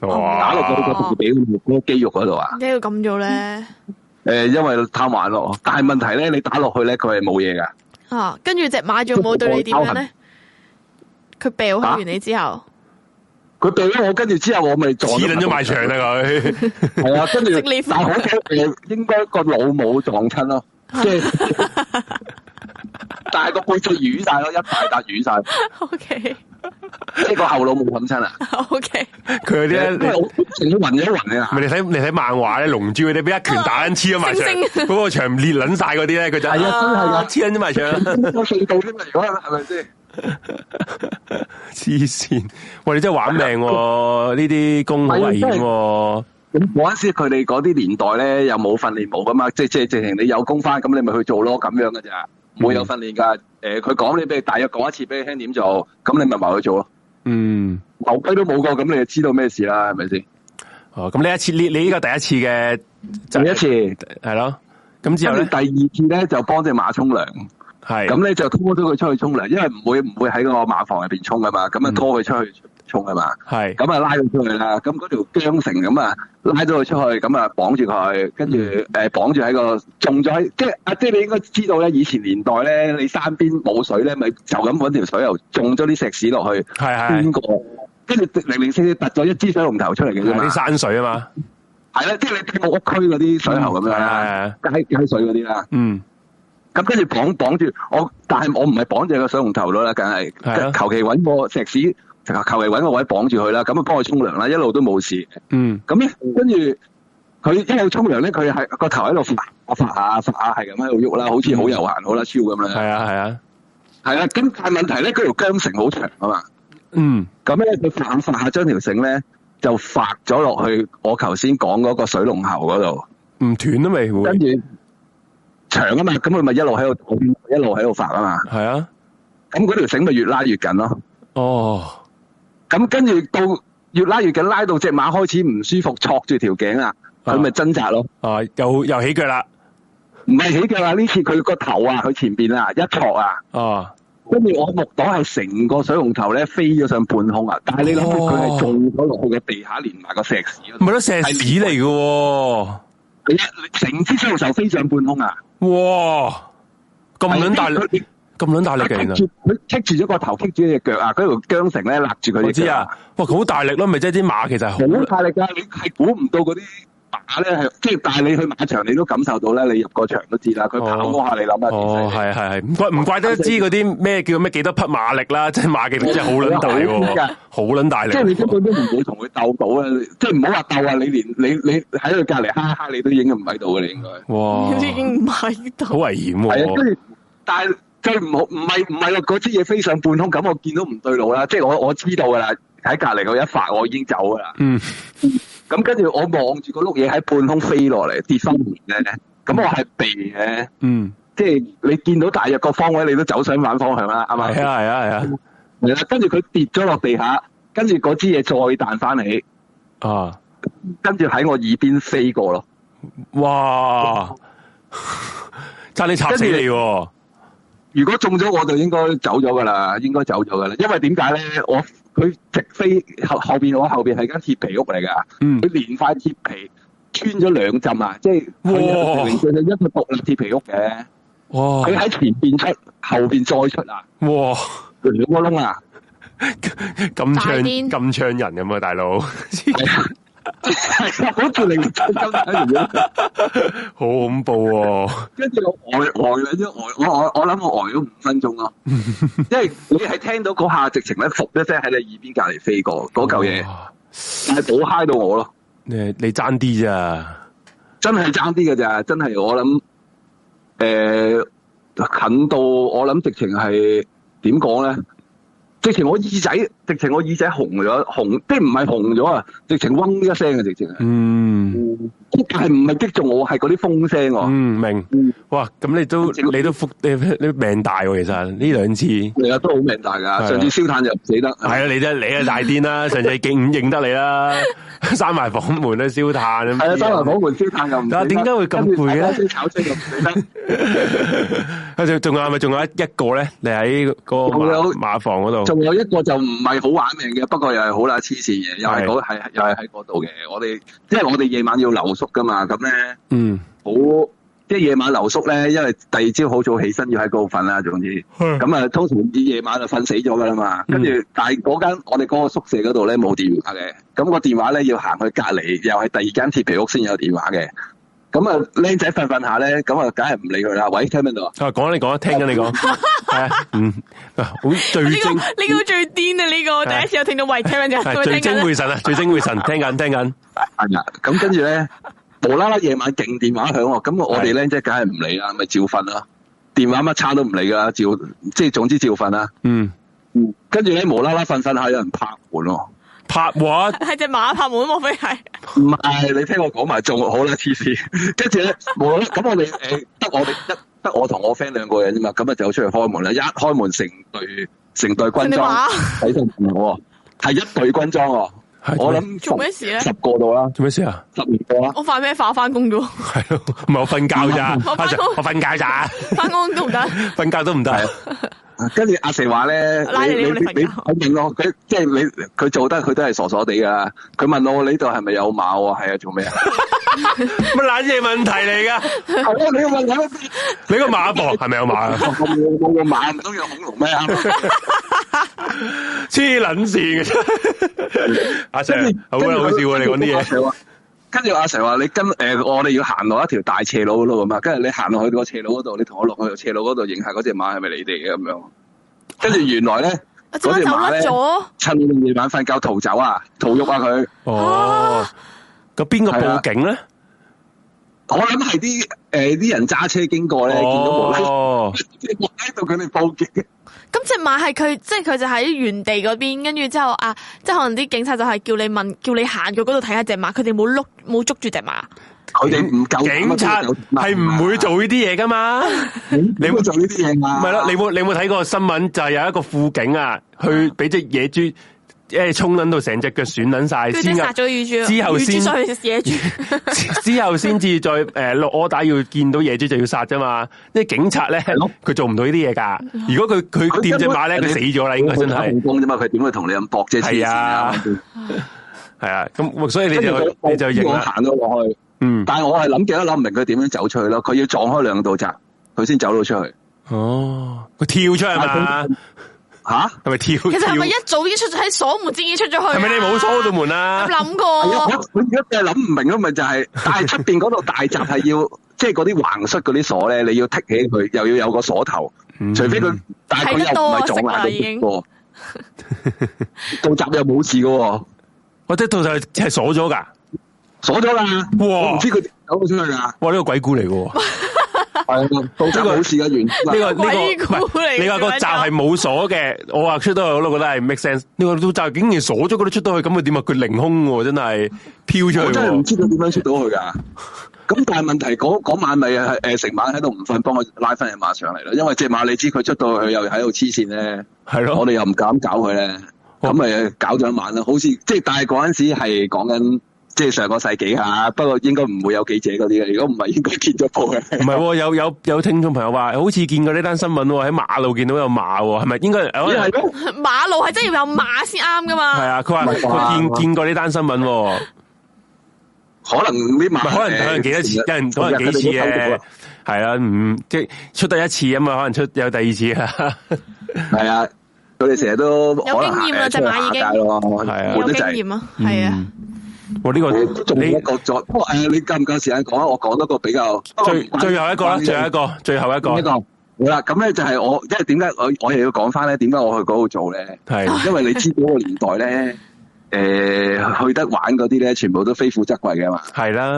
Speaker 7: 打落佢
Speaker 2: 哇！
Speaker 7: 個部髀嗰個肌肉嗰度啊！
Speaker 1: 點解要咁做咧？
Speaker 7: 誒，呃因為貪玩咯，但係問題咧，你打落去咧，佢係冇嘢噶，
Speaker 1: 啊，跟住只馬仲冇對你點樣咧？佢掉下完你之 後，
Speaker 7: 佢避咗我，跟住之後我咪撞
Speaker 2: 似捻咗埋牆
Speaker 7: 牆
Speaker 2: 啦 佢，
Speaker 7: 係啊，跟住
Speaker 1: 即你
Speaker 7: 但係好嘅，誒呃應該個老母撞親咯，即係，但係個背脊瘀晒咯，一大笪瘀晒，
Speaker 1: O K
Speaker 7: 即係個後腦冇冚親啊，
Speaker 1: O K，
Speaker 2: 佢嗰啲
Speaker 7: 因
Speaker 2: 咧，
Speaker 7: 為
Speaker 2: 你
Speaker 7: 我成咗暈咗暈啊
Speaker 2: 咪。你睇你睇漫畫咧，龍珠嗰啲俾一拳打緊黐咗埋牆，
Speaker 1: 星星
Speaker 2: 嗰個牆裂捻晒嗰啲咧，佢就
Speaker 7: 係啊
Speaker 2: 黐捻咗埋牆啦，
Speaker 7: 有隧道添啊！如果係咪先？
Speaker 2: 黐線！喂，你真係玩命喎，呢啲工好危
Speaker 7: 啊
Speaker 2: 險喎。
Speaker 7: 咁嗰陣時佢哋嗰啲年代咧，又冇訓練冇噶嘛，即係即係直情你有工翻，咁你咪去做咯，咁樣嘅咋，
Speaker 2: 嗯
Speaker 7: 冇有訓練㗎。誒、呃佢講你俾你大約講一次俾你聽點做，咁你咪埋去做咯。
Speaker 2: 嗯，
Speaker 7: 牛雞都冇過，咁你就知道咩事啦，係咪先？
Speaker 2: 哦，咁呢一次呢你呢個第一次嘅
Speaker 7: 就一次，
Speaker 2: 係咯，咁之後
Speaker 7: 跟
Speaker 2: 咧
Speaker 7: 住第二次咧就幫只馬沖涼，
Speaker 2: 係
Speaker 7: 咁咧就拖咗佢出去沖涼，因為唔會唔會喺個馬房入邊沖噶嘛，咁
Speaker 2: 嗯
Speaker 7: 啊拖佢出去沖啊嘛。
Speaker 2: 係
Speaker 7: 咁啊拉佢出去啦，咁嗰條缰繩咁啊拉咗佢出去，咁啊綁住佢，跟住
Speaker 2: 嗯
Speaker 7: 誒綁住喺個種咗喺，即係阿姐你應該知道咧，以前年代咧，你山邊冇水咧，咪就咁揾條水喉種咗啲石屎落去，
Speaker 2: 係係
Speaker 7: 邊個？跟住零零四四突咗一支水龍頭出嚟嘅啫
Speaker 2: 係
Speaker 7: 嘛
Speaker 2: 啲，山水啊嘛，
Speaker 7: 係啦，即係你啲木屋區嗰啲水喉咁樣啦，
Speaker 2: 係係係
Speaker 7: 街街水嗰啲啦，
Speaker 2: 嗯
Speaker 7: 咁跟住綁綁住我，但係我唔係綁住個水龍頭度啦，梗係
Speaker 2: 係啊
Speaker 7: 求其揾個石屎，求求其揾個位綁住佢啦，咁啊幫佢沖涼啦，一路都冇事。
Speaker 2: 嗯
Speaker 7: 咁咧，跟住佢一路沖涼咧，佢係個頭喺度發下發下發下，係咁喺度喐啦，好似好悠閒好啦，超咁
Speaker 2: 係
Speaker 7: 啦。
Speaker 2: 啊係啊
Speaker 7: 係啦，咁但係問題咧，佢條缰繩好長啊嘛，
Speaker 2: 嗯
Speaker 7: 咁咧佢發下發下將條繩咧就發咗落去我頭先講嗰個水龍喉嗰度，
Speaker 2: 唔斷都未會
Speaker 7: 跟住長啊嘛，咁佢咪一路喺度一路喺度發啊嘛，
Speaker 2: 係啊
Speaker 7: 咁嗰條繩咪越拉越緊咯。
Speaker 2: 哦
Speaker 7: 咁跟住到越拉越緊，拉到只馬開始唔舒服，戳住條頸啦，佢咪掙扎咯。
Speaker 2: 啊又又起腳啦
Speaker 7: 唔係起腳啊！呢次佢個頭啊，佢前邊啊一戳啊，
Speaker 2: 啊
Speaker 7: 跟住我目睹係成個水龍頭咧飛咗上半空啊！但係你諗下
Speaker 2: 哦
Speaker 7: 佢係中咗落去嘅地下，連埋個石屎嗰
Speaker 2: 唔
Speaker 7: 度，
Speaker 2: 係咯石屎嚟嘅喎。
Speaker 7: 你一你成支水龍頭飛上半空啊！
Speaker 2: 哇！咁撚大力，
Speaker 7: 係
Speaker 2: 咁撚大力嘅原來
Speaker 7: 佢棘，住佢棘住咗個頭，棘住咗只腳啊！嗰條韁繩咧勒住佢
Speaker 2: 我
Speaker 7: 隻
Speaker 2: 知
Speaker 7: 腳，
Speaker 2: 啊！哇，佢好大力咯，咪即係啲馬其實係好
Speaker 7: 好大力㗎！你係估唔到嗰啲馬咧係，即係但係你去馬場你都感受到咧，你入個場都知啦。佢跑嗰下你諗下幾犀利
Speaker 2: 哦，係係係，唔怪唔怪得知嗰啲咩叫咩幾多匹馬力啦，即係馬嘅力真係好撚大喎，好撚大力
Speaker 7: 啊即係你根本都唔會同佢鬥到啊！即係唔好話鬥啊！你連你你喺佢隔離哈哈，你都影唔喺度嘅，你應該
Speaker 2: 哇！
Speaker 1: 已經唔喺
Speaker 2: 哦好
Speaker 1: 度，
Speaker 2: 危險
Speaker 7: 係啊。
Speaker 2: 喎，
Speaker 7: 跟住，但係最唔好唔係唔係嗰支嘢飛上半空，咁我見到唔對路啦。即係我我知道㗎啦，喺隔離佢一發，我已經走㗎啦。
Speaker 2: 嗯，
Speaker 7: 咁跟住我望住個碌嘢喺半空飛落嚟，跌翻嚟咧。咁我係避嘅，
Speaker 2: 嗯，
Speaker 7: 即係你見到大約個方位，你都走想反方向啦，啱唔啱
Speaker 2: 係？啊係啊係
Speaker 7: 係啦，跟住佢跌咗落地下，跟住嗰支嘢再彈翻起，
Speaker 2: 啊，啊，
Speaker 7: 跟住喺我耳邊飛過咯。
Speaker 2: 哇！差啲插死你喎，
Speaker 7: 如果中咗我就應該走咗噶啦，應該走咗噶啦，因為點解咧？我佢直飛後後邊，我後邊係間鐵皮屋嚟噶，
Speaker 2: 嗯
Speaker 7: 佢，連塊鐵皮穿咗兩浸啊！即係佢
Speaker 2: 哇
Speaker 7: 有明明就一個獨立鐵皮屋嘅，
Speaker 2: 哇
Speaker 7: 佢喺前邊出，後邊再出啊，
Speaker 2: 哇！
Speaker 7: 兩個窿啊！
Speaker 2: 咁唱
Speaker 1: 癲
Speaker 2: 咁唱人咁啊，大佬，
Speaker 7: 係啊好似令人真心睇完
Speaker 2: 好恐怖喎！
Speaker 7: 跟住我呆呆啦，即呆，我我我諗我呆咗五分鐘 咯，因為你係聽到嗰下直情咧，伏一聲喺你耳邊隔離飛過嗰嚿嘢，
Speaker 2: 哇
Speaker 7: 但係冇嗨到我咯。
Speaker 2: 你你爭啲咋？
Speaker 7: 真係爭啲嘅咋，真係我諗誒、近到我諗直情係點講咧？直情我耳仔，直情我耳仔紅咗，紅即係唔係紅咗啊，直情嗡一聲嘅直情係，啊
Speaker 2: 嗯
Speaker 7: 但係唔係擊中我，係嗰啲風聲喎。
Speaker 2: 嗯明
Speaker 7: 嗯，
Speaker 2: 哇咁你都
Speaker 7: 整個
Speaker 2: 你都福你你命大喎，其實呢兩次 係
Speaker 7: 你啊都好命大
Speaker 2: 啊
Speaker 7: 㗎，上次燒炭就唔死得。
Speaker 2: 啊，你真係你啊大癲啦，上次勁唔認得你啦， 閂埋房門咧燒炭咁，
Speaker 7: 係啊，三環房門燒炭又唔死
Speaker 2: 但係
Speaker 7: 得。
Speaker 2: 點解會咁
Speaker 7: 跟住
Speaker 2: 攰嘅咧
Speaker 7: 大家先炒車又唔死得。
Speaker 2: 啊仲仲有咪仲有一一個咧？你喺嗰個
Speaker 7: 仲有
Speaker 2: 馬馬房嗰度，
Speaker 7: 仲有一個就唔係好玩命嘅，不過又係好啦黐線嘅，又係嗰係又係喺嗰度嘅。我哋即係我哋夜晚要留宿噶嘛，咁咧
Speaker 2: 嗯
Speaker 7: 好即係夜晚留宿咧，因為第二朝好早起身要喺嗰度瞓啦，總之咁啊，通常啲夜晚就瞓死咗噶啦嘛。跟住但係嗰間我哋嗰個宿舍嗰度咧冇電話嘅，咁個電話咧要行去隔離，又係第二間鐵皮屋先有電話嘅。咁啊，僆仔瞓瞓下咧，咁啊，梗係唔理佢啦。喂，聽唔聽到啊？
Speaker 2: 啊講你講，聽緊你 講，係啊嗯啊好聚
Speaker 1: 呢個
Speaker 2: 精
Speaker 1: 呢個最癲啊！呢個我第一次有聽到喂聽緊就
Speaker 2: 係聚精會神啊，聚精會神，聽緊聽緊。
Speaker 7: 係啊，咁跟住咧，無啦啦夜晚勁電話響喎，咁我哋咧即係梗係唔理啦，咪照瞓啦。電話乜叉都唔理噶啦，照即係總之照瞓啦。
Speaker 2: 嗯，
Speaker 7: 跟住咧無啦啦瞓瞓下有人拍門喎，
Speaker 2: 拍 what？
Speaker 1: 係只馬拍門，莫非係？
Speaker 7: 唔係你聽我講埋仲好啦，黐線。跟住咧無啦啦，咁我哋誒得我哋得得我同我 friend 兩個人啫嘛，咁啊走出去開門啦，一開門成隊成隊軍
Speaker 1: 你
Speaker 7: 裝
Speaker 1: 話
Speaker 7: 喺度門喎，係一隊軍裝喎。
Speaker 2: 係
Speaker 7: 我 諗
Speaker 1: 做咩事咧
Speaker 7: 十？個度啦，
Speaker 2: 做咩事啊？
Speaker 7: 十二個啦。
Speaker 1: 我犯咩法？翻工啫，
Speaker 2: 系咯，唔係我瞓覺咋，
Speaker 1: 我
Speaker 2: 阿
Speaker 1: 翻
Speaker 2: Sir，
Speaker 1: 工
Speaker 2: 我瞓覺 咋，
Speaker 1: 翻工都唔得。
Speaker 2: 瞓覺都唔得。
Speaker 7: 跟住阿成話咧，
Speaker 1: 拉你
Speaker 7: 你
Speaker 1: 你
Speaker 7: 你
Speaker 1: 你
Speaker 7: 你
Speaker 1: 瞓覺
Speaker 7: 我明咯，佢即係你佢做得佢都係傻傻地噶。佢問我呢度係咪有馬喎？係啊，做咩啊？
Speaker 2: 乜懒嘢問題嚟噶？
Speaker 7: 係啊你問我
Speaker 2: 你個馬房係咪有馬啊？
Speaker 7: 我冇冇個馬，唔通有恐龍咩？
Speaker 2: 黐撚 線嘅，阿 Sir，好啦，好笑喎！你講啲嘢，
Speaker 7: 嘢。跟住阿 Sir 話：你跟誒、呃我哋要行落一條大斜路嗰度咁啊，跟住你行落去個斜路嗰度，你同我落去個斜路嗰度影下嗰只馬係咪你哋嘅咁樣。 跟住原來咧，
Speaker 1: 我隻馬走甩咗，
Speaker 7: 趁我哋夜晚瞓覺逃走啊，逃獄啊佢。
Speaker 2: 哦，咁邊個報警咧？
Speaker 7: 我諗係啲誒啲人揸車經過咧，見到無 啦啦
Speaker 2: 哦，
Speaker 7: 我喺度佢哋報警，
Speaker 1: 咁只馬係佢，即係佢就喺原地嗰邊，跟住之後啊，即係可能啲警察就係叫你問，叫你行咗嗰度睇下只馬，佢哋冇碌冇捉住只馬。
Speaker 7: 佢哋唔夠啊
Speaker 2: 警察係唔會，做呢啲嘢噶嘛？
Speaker 7: 你會做呢啲嘢嘛？
Speaker 2: 唔係咯，你冇你冇睇過新聞，就係有一個副警啊，去俾只野豬誒衝撚到成隻腳損撚晒，
Speaker 1: 佢即
Speaker 2: 先
Speaker 1: 殺咗乳豬，
Speaker 2: 啊之後先
Speaker 1: 乳豬所以食 野豬。
Speaker 2: 之後先至再诶落 order 要見到野豬就要殺啫嘛，因為警察咧
Speaker 7: 咯
Speaker 2: 佢做唔到呢啲嘢㗎。如果佢佢掂只馬咧，佢死咗啦，應
Speaker 7: 啊
Speaker 2: 該真係
Speaker 7: 控工啫嘛，佢點會同你咁搏啫？
Speaker 2: 係啊係啊。咁所以你
Speaker 7: 跟
Speaker 2: 就
Speaker 7: 住佢
Speaker 2: 你就認
Speaker 7: 我
Speaker 2: 啦，
Speaker 7: 行咗落去，
Speaker 2: 嗯，
Speaker 7: 但係我係諗極都諗唔明佢點樣走出去咯。佢要撞開兩道閘，佢先走到出去
Speaker 2: 哦，佢跳出去嘛，
Speaker 7: 吓。
Speaker 2: 係咪跳？
Speaker 1: 其實係咪啊
Speaker 2: 跳
Speaker 1: 一早已經出喺鎖門之前已經出咗去？
Speaker 2: 係咪你冇鎖到門
Speaker 1: 有
Speaker 2: 啦？
Speaker 1: 諗
Speaker 7: 係啊
Speaker 1: 過？
Speaker 7: 我我而家真係諗唔明咯，咪 就係，但係出邊嗰度大閘係要，即係嗰啲橫摔嗰啲鎖咧，你要剔起佢，又要有個鎖頭，
Speaker 2: 嗯
Speaker 7: 除非佢，但係佢
Speaker 1: 睇得
Speaker 7: 又
Speaker 1: 多
Speaker 7: 唔
Speaker 1: 啊
Speaker 7: 係撞
Speaker 1: 食啦
Speaker 7: 爛
Speaker 1: 已經
Speaker 7: 到個，到閘又冇事嘅喎，
Speaker 2: 我哦即係到就係鎖咗㗎。
Speaker 7: 鎖咗啦，
Speaker 2: 哇
Speaker 7: 我唔知佢點走咗出去㗎，
Speaker 2: 哇！呢個鬼故嚟㗎喎。
Speaker 7: 係啊，到閘冇事嘅啊
Speaker 2: 呢
Speaker 7: 完，
Speaker 2: 個呢
Speaker 1: 鬼
Speaker 2: 個
Speaker 1: 故
Speaker 2: 唔
Speaker 1: 嚟
Speaker 2: 係
Speaker 1: 嘅
Speaker 2: 你話個
Speaker 1: 呢
Speaker 2: 閘係冇鎖嘅，我話出到去我都覺得係 make sense。你話到閘竟然鎖咗嗰度出到去，咁佢點啊？佢凌空喎，真係飄出去
Speaker 7: 我真係
Speaker 2: 喎。
Speaker 7: 唔知佢點樣出到去㗎。咁但係問題嗰嗰晚咪係誒成晚喺度唔瞓，幫我拉翻只馬上嚟咯。因為只馬你知佢出到去又喺度黐線咧。
Speaker 2: 係咯
Speaker 7: 我，哋又唔敢搞佢咧，
Speaker 2: 哦
Speaker 7: 咁咪搞咗一晚啦。好似即係，但係嗰陣時係講緊即係上個世紀嚇，不過應該唔會有記者嗰啲嘅。如果唔係，應該揭咗報
Speaker 2: 唔
Speaker 7: 嘅。
Speaker 2: 係喎，有有有聽眾朋友話，好似見過呢單新聞喎，喺馬路見到有馬喎，係咪應該？呃
Speaker 7: 咦
Speaker 2: 係
Speaker 7: 係咯，
Speaker 1: 馬路係真係要有馬先啱噶嘛？
Speaker 2: 啊，佢話
Speaker 7: 唔係啩
Speaker 2: 佢見見過呢單新聞喎，唔
Speaker 7: 可能呃呢晚
Speaker 2: 係可能可能幾多次，有人可能幾次嘅，係啊，唔即係出得一次啊嘛，可能出有第二次啊，
Speaker 7: 係啊，佢哋成日都可能
Speaker 1: 有經驗啦
Speaker 7: 行呃
Speaker 1: 隻馬已經
Speaker 7: 出去下街咯，
Speaker 2: 係啊
Speaker 7: 悶
Speaker 1: 有
Speaker 7: 得
Speaker 1: 經
Speaker 7: 滯。
Speaker 1: 驗啊，係啊。
Speaker 2: 哇！呢個
Speaker 7: 我仲有
Speaker 2: 你
Speaker 7: 一個作，不過誒，你夠唔夠時間講啊？我講多個比較
Speaker 2: 最最後一個啦，最後一個，最後一個
Speaker 7: 呢個好啦，咁咧就係我，因為點解我我又要講翻咧？點解我去嗰度做咧？
Speaker 2: 係
Speaker 7: 因為你知嗰個年代咧，诶、去得玩嗰啲咧，全部都非富則貴嘅嘛，
Speaker 2: 係啦，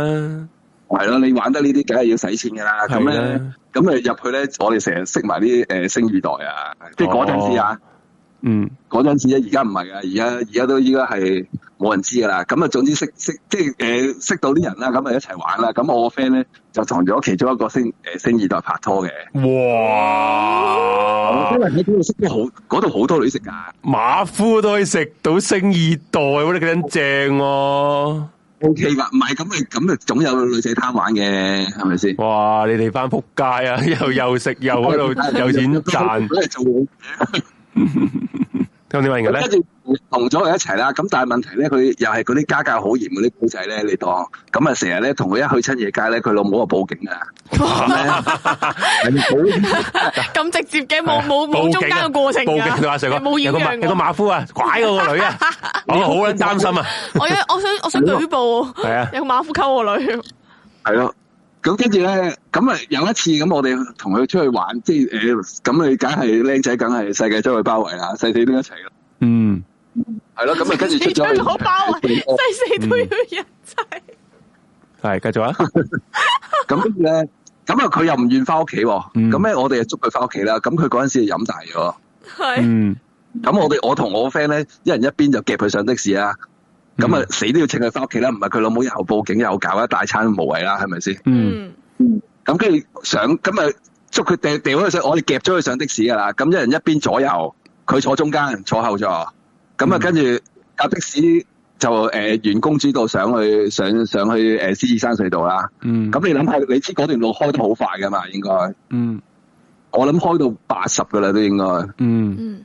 Speaker 7: 係咯，你玩得呢啲，梗係要使錢噶啦。咁
Speaker 2: 係
Speaker 7: 咧
Speaker 2: 啦，
Speaker 7: 呃咁诶入去咧，我哋成日識埋啲诶星二代啊，即係嗰陣時啊，
Speaker 2: 嗯，
Speaker 7: 嗰陣時咧，而家唔係噶，而家而家都依家係冇人知噶啦。咁啊，總之識識即係誒、呃、識到啲人啦，咁啊一齊玩啦。咁我個 friend 咧就同咗其中一個星誒、呃星二代拍拖嘅，哦
Speaker 2: 哇哦
Speaker 7: 因！為喺嗰度識咗好，嗰度好多女食㗎。
Speaker 2: 马夫都可以食到星二代，我覺得幾正喎！
Speaker 7: O K 㗎，唔係咁咪啊咁咪總有女仔貪玩嘅，係咪先？啊
Speaker 2: 哇！你哋班仆街啊， 又又食又喺 度啊有錢賺，
Speaker 7: 都係做嘢
Speaker 2: 咁點解嘅
Speaker 7: 跟
Speaker 2: 咧？
Speaker 7: 住同咗佢一齊啦，咁但係問題咧，佢又係嗰啲家教好嚴嗰啲古仔咧，你當咁啊，成日咧同佢一去親夜街咧，佢老母就報警 啊，
Speaker 1: 咁直接嘅，冇冇冇
Speaker 2: 報
Speaker 1: 中
Speaker 2: 警
Speaker 1: 間
Speaker 2: 嗯啊
Speaker 1: 嘅過程
Speaker 2: 報警
Speaker 1: 㗎
Speaker 2: 同阿 Sir
Speaker 1: 冇
Speaker 2: 講，有
Speaker 1: 掩
Speaker 2: 個馬
Speaker 1: 養
Speaker 2: 有個馬夫啊，拐我個 女啊，我好撚擔心啊！
Speaker 1: 我一我想我想舉報，
Speaker 2: 係啊，
Speaker 1: 有個馬夫溝我女，
Speaker 7: 係咯。咁跟住咧，咁啊有一次咁，我哋同佢出去玩，即係誒，咁啊你梗係僆仔，梗係世界周圍包圍啦，細細都一齊啦，
Speaker 2: 嗯，
Speaker 7: 係咯。咁啊，跟住出咗 去，
Speaker 1: 攞包啊，細細都要一齊。
Speaker 2: 係繼 續啊，
Speaker 7: 咁跟住咧，咁啊佢又唔願翻屋企喎，
Speaker 2: 嗯
Speaker 7: 咁咧我哋就捉佢翻屋企啦。咁佢嗰陣時就飲大咗，
Speaker 1: 係
Speaker 2: 嗯，
Speaker 7: 咁我哋我同我 friend 咧，一人一邊就夾佢上的士啊。咁啊，死都要請佢翻屋企啦，唔係佢老母又報警又搞一大餐無謂啦，係咪先？
Speaker 2: 嗯，
Speaker 1: 嗯
Speaker 7: 咁跟住上，咁啊捉佢掉掉咗佢上，我哋夾咗佢上的士噶啦，咁一人一邊左右，佢坐中間，坐後座，咁啊
Speaker 2: 嗯
Speaker 7: 跟住架的士就誒、呃、沿公主道上去上上去誒、呃、獅子山隧道啦。
Speaker 2: 嗯，
Speaker 7: 咁你諗下，你知嗰段路開得好快噶嘛？應該
Speaker 2: 嗯，
Speaker 7: 我諗開到八十噶啦都應該。
Speaker 2: 嗯，
Speaker 1: 嗯，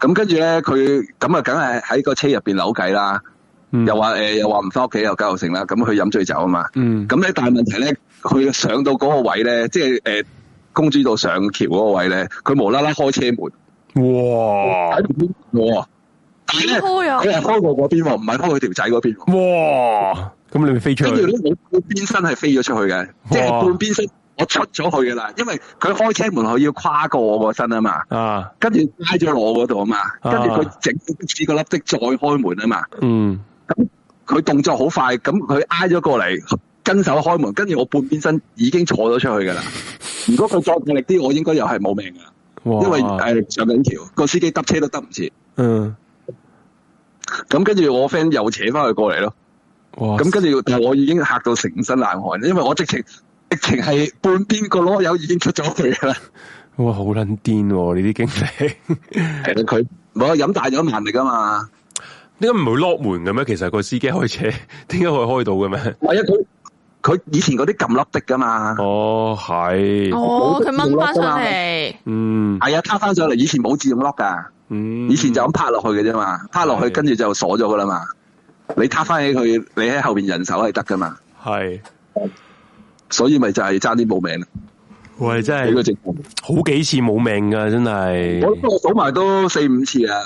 Speaker 7: 咁跟住咧，佢咁啊，梗係喺個車入邊扭計啦，
Speaker 2: 嗯
Speaker 7: 又，話誒、呃又話唔翻屋企又搞又成啦，咁佢飲醉酒啊嘛。
Speaker 2: 嗯，
Speaker 7: 咁咧，但係問題咧，佢上到嗰個位咧，即係誒、呃公主道上橋嗰個位咧，佢無啦啦開車門
Speaker 2: 哇
Speaker 7: 喺度喎，但
Speaker 1: 點
Speaker 7: 係咧
Speaker 1: 開啊
Speaker 7: 佢？係開過嗰邊喎，唔係開佢條仔嗰邊喎。
Speaker 2: 嗯哇！咁你咪飛出
Speaker 7: 跟
Speaker 2: 去，
Speaker 7: 住咧，我半邊身係飛咗出去嘅，即係
Speaker 2: 哇
Speaker 7: 半邊身我出咗去噶啦，因為佢開車門佢要跨過我個身啊嘛，
Speaker 2: 啊，
Speaker 7: 跟住拉咗落我嗰度啊嘛，跟住佢
Speaker 2: 啊
Speaker 7: 整到的士個粒的再開門啊嘛，
Speaker 2: 嗯，
Speaker 7: 佢動作好快，咁佢挨咗過嚟，跟手開門，跟住我半邊身已經坐咗出去噶啦。如果佢再大力啲，我應該又係冇命噶，
Speaker 2: 哇，
Speaker 7: 因為誒、呃上緊橋，個司機搭車都搭唔切。
Speaker 2: 嗯，
Speaker 7: 咁跟住我 friend 又扯翻佢過嚟咯。
Speaker 2: 哇，
Speaker 7: 咁跟住，但係我已經嚇到成身冷汗，因為我直情直情係半邊個啰柚已經出咗去 噶啦。
Speaker 2: 哇，好撚癲喎！呢啲經歷，
Speaker 7: 係啦，佢我飲大咗萬力噶
Speaker 2: 哦
Speaker 7: 嘛。
Speaker 2: 點解唔會 lock 門嘅咩？其實個司機開車， 點解會開到嘅咩？
Speaker 7: 或者佢佢以前嗰啲撳粒的噶嘛。
Speaker 2: 哦，係，
Speaker 1: 哦，佢掹翻上嚟，
Speaker 2: 嗯，
Speaker 7: 係啊，攤翻上嚟，以前冇自動 lock 㗎。
Speaker 2: 嗯，
Speaker 7: 以前就咁拍落去嘅啫嘛，拍落去
Speaker 2: 係
Speaker 7: 跟住就鎖咗噶啦嘛。你撻翻起佢，你喺後邊人手係得噶嘛，
Speaker 2: 係，
Speaker 7: 所以咪就係爭啲冇命
Speaker 2: 喂，真
Speaker 7: 俾個
Speaker 2: 係
Speaker 7: 政府。
Speaker 2: 好幾次冇命噶，真係。
Speaker 7: 我我數埋都四五次啊，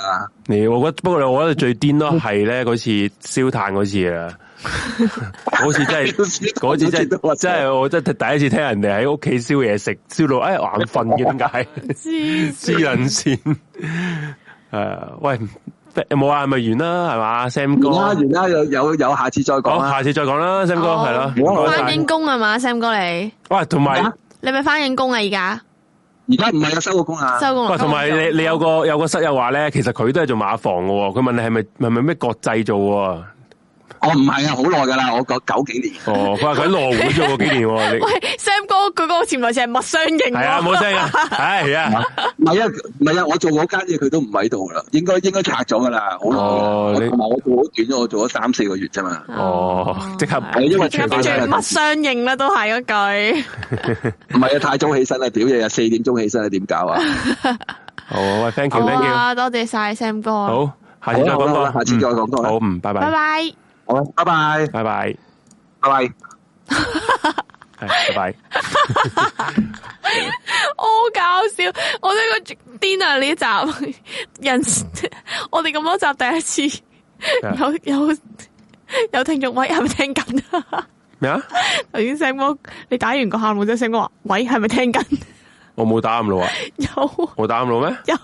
Speaker 2: 你我覺得不過我覺得最癲咯係咧嗰次燒炭嗰次 啊，嗰次真係嗰次真係真係我真係第一次聽人哋喺屋企燒嘢食，燒到哎眼瞓嘅點
Speaker 1: 黐
Speaker 2: 解？ 黐撚線誒，喂冇啊，咪完啦係嘛，Sam
Speaker 7: 而家
Speaker 2: 哥，
Speaker 7: 而家有有有下次再講
Speaker 2: 好
Speaker 7: 啦
Speaker 2: 下。次再講啦，Sam 哥
Speaker 1: 好
Speaker 2: 係啦，唔該
Speaker 1: 翻
Speaker 2: 晒
Speaker 1: 緊。工係嘛，Sam 哥你，
Speaker 2: 喂，同埋
Speaker 7: 咩啊
Speaker 1: 你咪翻緊工啊？而家
Speaker 7: 而家唔係有收過工啊，
Speaker 1: 收工
Speaker 2: 喂，
Speaker 1: 啦。
Speaker 2: 同埋你你有個有個室友話咧，其實佢都係做馬房嘅喎，佢問你係咪係咪咩國際做喎？
Speaker 7: 我唔係啊，好耐㗎啦，我個九幾年。
Speaker 2: 哦，佢話佢喺羅湖做過幾年喎， 你
Speaker 1: 喂，Sam 哥佢嗰個潛台詞係物相應
Speaker 2: 係啊，
Speaker 1: 喎，
Speaker 2: 冇聲啊，係啊，
Speaker 7: 唔係啊，唔係啊，我做嗰間嘢佢都唔喺度啦，應該應該拆咗㗎啦，好耐
Speaker 2: 哦
Speaker 7: 㗎啦。
Speaker 2: 你
Speaker 7: 同埋我做好短咗，我做咗三四個月啫嘛。
Speaker 2: 哦，即刻
Speaker 7: 係因為
Speaker 1: 即刻變
Speaker 7: 除
Speaker 1: 咗物相應啦，都係嗰句。
Speaker 7: 唔係啊，太早起身啦，屌日日四點鐘起身啊，點搞啊？
Speaker 2: 好啊，喂，thank
Speaker 1: 好
Speaker 2: you，thank you，
Speaker 1: 啊，多謝晒 Sam 哥。，
Speaker 2: 好，下次再講
Speaker 7: 好啦好
Speaker 2: 過，
Speaker 7: 啦下次再講過
Speaker 2: 嗯
Speaker 7: 啦
Speaker 2: 好，嗯，拜
Speaker 1: 拜
Speaker 2: 拜，
Speaker 1: 拜。
Speaker 7: 好啦，拜拜，
Speaker 2: 拜拜，
Speaker 7: 拜拜。
Speaker 2: 係，拜拜。
Speaker 1: 好搞笑，我呢个癫啊呢集人，我哋咁多集第一次
Speaker 2: 咩啊
Speaker 1: 有有有听众喂，係咪聽緊啊？
Speaker 2: 咩啊？
Speaker 1: 頭先 Sam 哥你打完個喊冇啫，Sam 哥話喂係咪聽緊？
Speaker 2: 我冇打暗路啊，
Speaker 1: 有
Speaker 2: 我打暗路咩？
Speaker 1: 有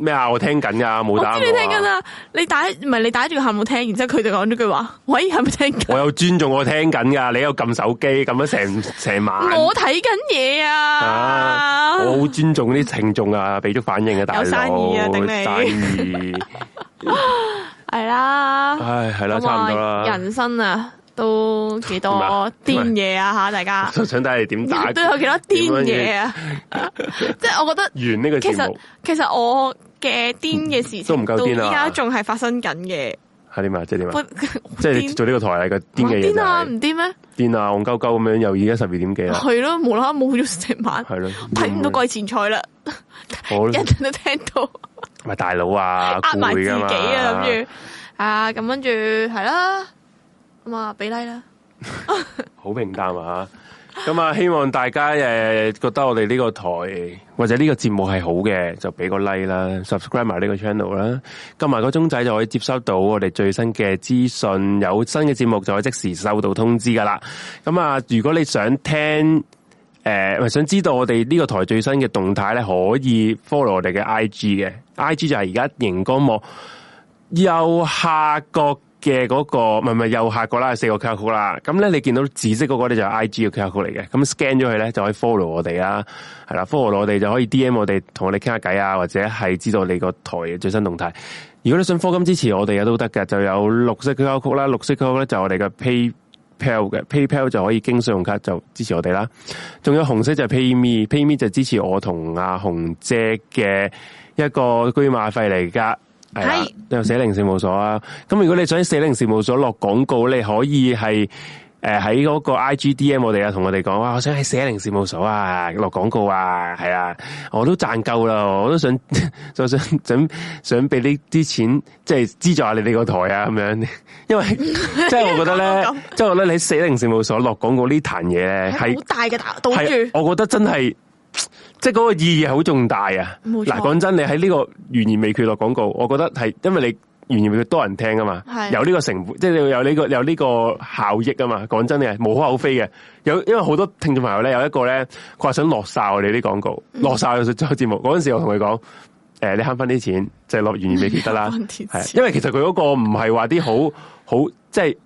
Speaker 2: 咩啊？我聽緊噶，冇
Speaker 1: 我
Speaker 2: 打
Speaker 1: 知你
Speaker 2: 我啊
Speaker 1: 聽緊啦，你打唔係你打住個喊冇聽，然之後佢就講咗句話：喂，係咪聽緊？
Speaker 2: 我有尊重我聽緊噶，你有撳手機撳咗成成晚。
Speaker 1: 我睇緊嘢啊！
Speaker 2: 啊我好尊重啲聽眾啊，俾足反應啊，大佬。
Speaker 1: 有生意啊頂你
Speaker 2: 生意，
Speaker 1: 係啦，
Speaker 2: 唉，係啦，
Speaker 1: 咁
Speaker 2: 差唔多
Speaker 1: 啊，
Speaker 2: 啦。
Speaker 1: 人生啊都幾多
Speaker 2: 點啊
Speaker 1: 癲嘢啊吓，大家
Speaker 2: 就想睇你點 打，
Speaker 1: 都有幾多癲嘢
Speaker 2: 點樣
Speaker 1: 啊！ 即係我覺得
Speaker 2: 完呢個
Speaker 1: 其
Speaker 2: 節
Speaker 1: 實
Speaker 2: 目
Speaker 1: 其實我嘅癲嘅事
Speaker 2: 都唔
Speaker 1: 情
Speaker 2: 夠
Speaker 1: 到
Speaker 2: 癲啊
Speaker 1: 依家仲係發生緊嘅，
Speaker 2: 係點啊？即係點
Speaker 1: 不
Speaker 2: 啊？即係你做呢個台係個癲嘅嘢就
Speaker 1: 癲啊，
Speaker 2: 係
Speaker 1: 唔癲咩？
Speaker 2: 癲啊，戇鳩鳩咁樣，又而家十二點幾啊啦，
Speaker 1: 係咯，無啦啦冇咗成晚，
Speaker 2: 係咯，
Speaker 1: 睇唔到季前賽啦，
Speaker 2: 我
Speaker 1: 人人都聽到。
Speaker 2: 咪大佬啊，
Speaker 1: 呃埋自己
Speaker 2: 攰㗎
Speaker 1: 啊，
Speaker 2: 嘛
Speaker 1: 諗住啊，咁跟住係啦，咁啊俾 like 啦，
Speaker 2: 好平淡啊！咁啊，希望大家誒覺得我哋呢個台或者呢個節目係好嘅，就俾個 like 啦，subscribe 埋呢個 channel 啦，撳埋個鐘仔就可以接收到我哋最新嘅資訊，有新嘅節目就可以即時收到通知噶啦。咁啊，如果你想聽誒、呃，想知道我哋呢個台最新嘅動態咧，可以 follow 我哋嘅 I G 嘅，I G 就係而家熒光幕右下角嘅嗰、個，唔係唔係右下角啦，有四個 QR code 啦。咁咧，你見到紫色嗰個咧就係 I G 嘅 QR code 嚟嘅。咁 scan 咗佢咧就可以 follow 我哋啦，係啦，follow 我哋就可以 D M 我哋，同我哋傾下偈啊，或者係知道你個台嘅最新動態。如果你想科金支持我哋嘅都得嘅，就有綠色 QR code 啦，綠色 QR code 咧就係我哋嘅 Pay。PayPal 嘅 PayPal 就可以經信用卡就支持我哋啦，仲有紅色就係 PayMe，PayMe 就支持我同阿紅姐嘅一個居馬費嚟噶，係啦
Speaker 1: 係，
Speaker 2: 有四零事務所啊。咁如果你想喺四零事務所落廣告，你可以係誒喺嗰個 IGDM 我哋啊，同我哋講哇，我想喺四零事務所啊落廣告啊，係啊，我都賺夠啦，我都想 就想想想俾呢啲錢即係資助下你哋個台啊咁樣，因為即係我覺得
Speaker 1: 講到
Speaker 2: 咧
Speaker 1: 咁，
Speaker 2: 即係我覺得你喺四零事務所落廣告呢壇嘢咧係
Speaker 1: 好。大嘅打賭
Speaker 2: 係，
Speaker 1: 注，
Speaker 2: 我覺得真係。即係嗰個意義係好重大啊！
Speaker 1: 冇錯
Speaker 2: 嗱，講真，你喺呢個懸而未決落廣告，我覺得係因為你懸而未決多人聽啊嘛，
Speaker 1: 係
Speaker 2: 有呢個成本，即係你有呢、個有呢個效益啊嘛。講真嘅，無可厚非嘅。有因為好多聽眾朋友咧，有一個咧，佢話想落晒我哋啲廣告，落晒我哋做節目嗰陣時，我同佢講：誒、你慳翻啲錢，就係落懸而未決得啦。
Speaker 1: 慳啲錢
Speaker 2: 係，因為其實佢嗰個唔係話啲好好即係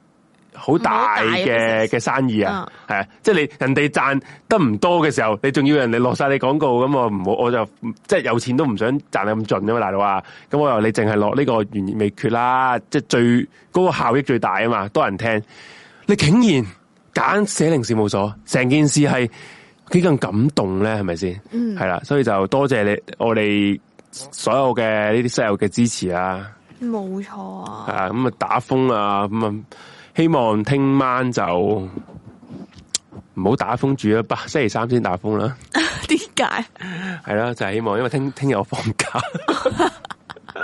Speaker 2: 好
Speaker 1: 唔係好大
Speaker 2: 大
Speaker 1: 嘅
Speaker 2: 嘅
Speaker 1: business 嗯
Speaker 2: 嘅生意啊，系啊，即系你人哋賺得唔多嘅時候，你仲要人哋落晒你廣告，咁我唔好，我就即係有錢都唔想賺得咁盡噶嘛，大佬啊，咁我話你淨係落呢個懸而未決啦，即係最嗰、個效益最大啊嘛，多人聽，你竟然揀寫零事務所，成件事係幾咁感動咧，係咪先？
Speaker 1: 嗯
Speaker 2: 係啦，所以就多謝你我哋所有嘅呢啲室友嘅支持啊。
Speaker 1: 冇錯啊，
Speaker 2: 啊，咁啊打風啊，咁啊希望聽晚就唔好打風住啦，吧星期三先打風啦，
Speaker 1: 點解？啊
Speaker 2: 係啦，就係希望，因為聽聽日我放假，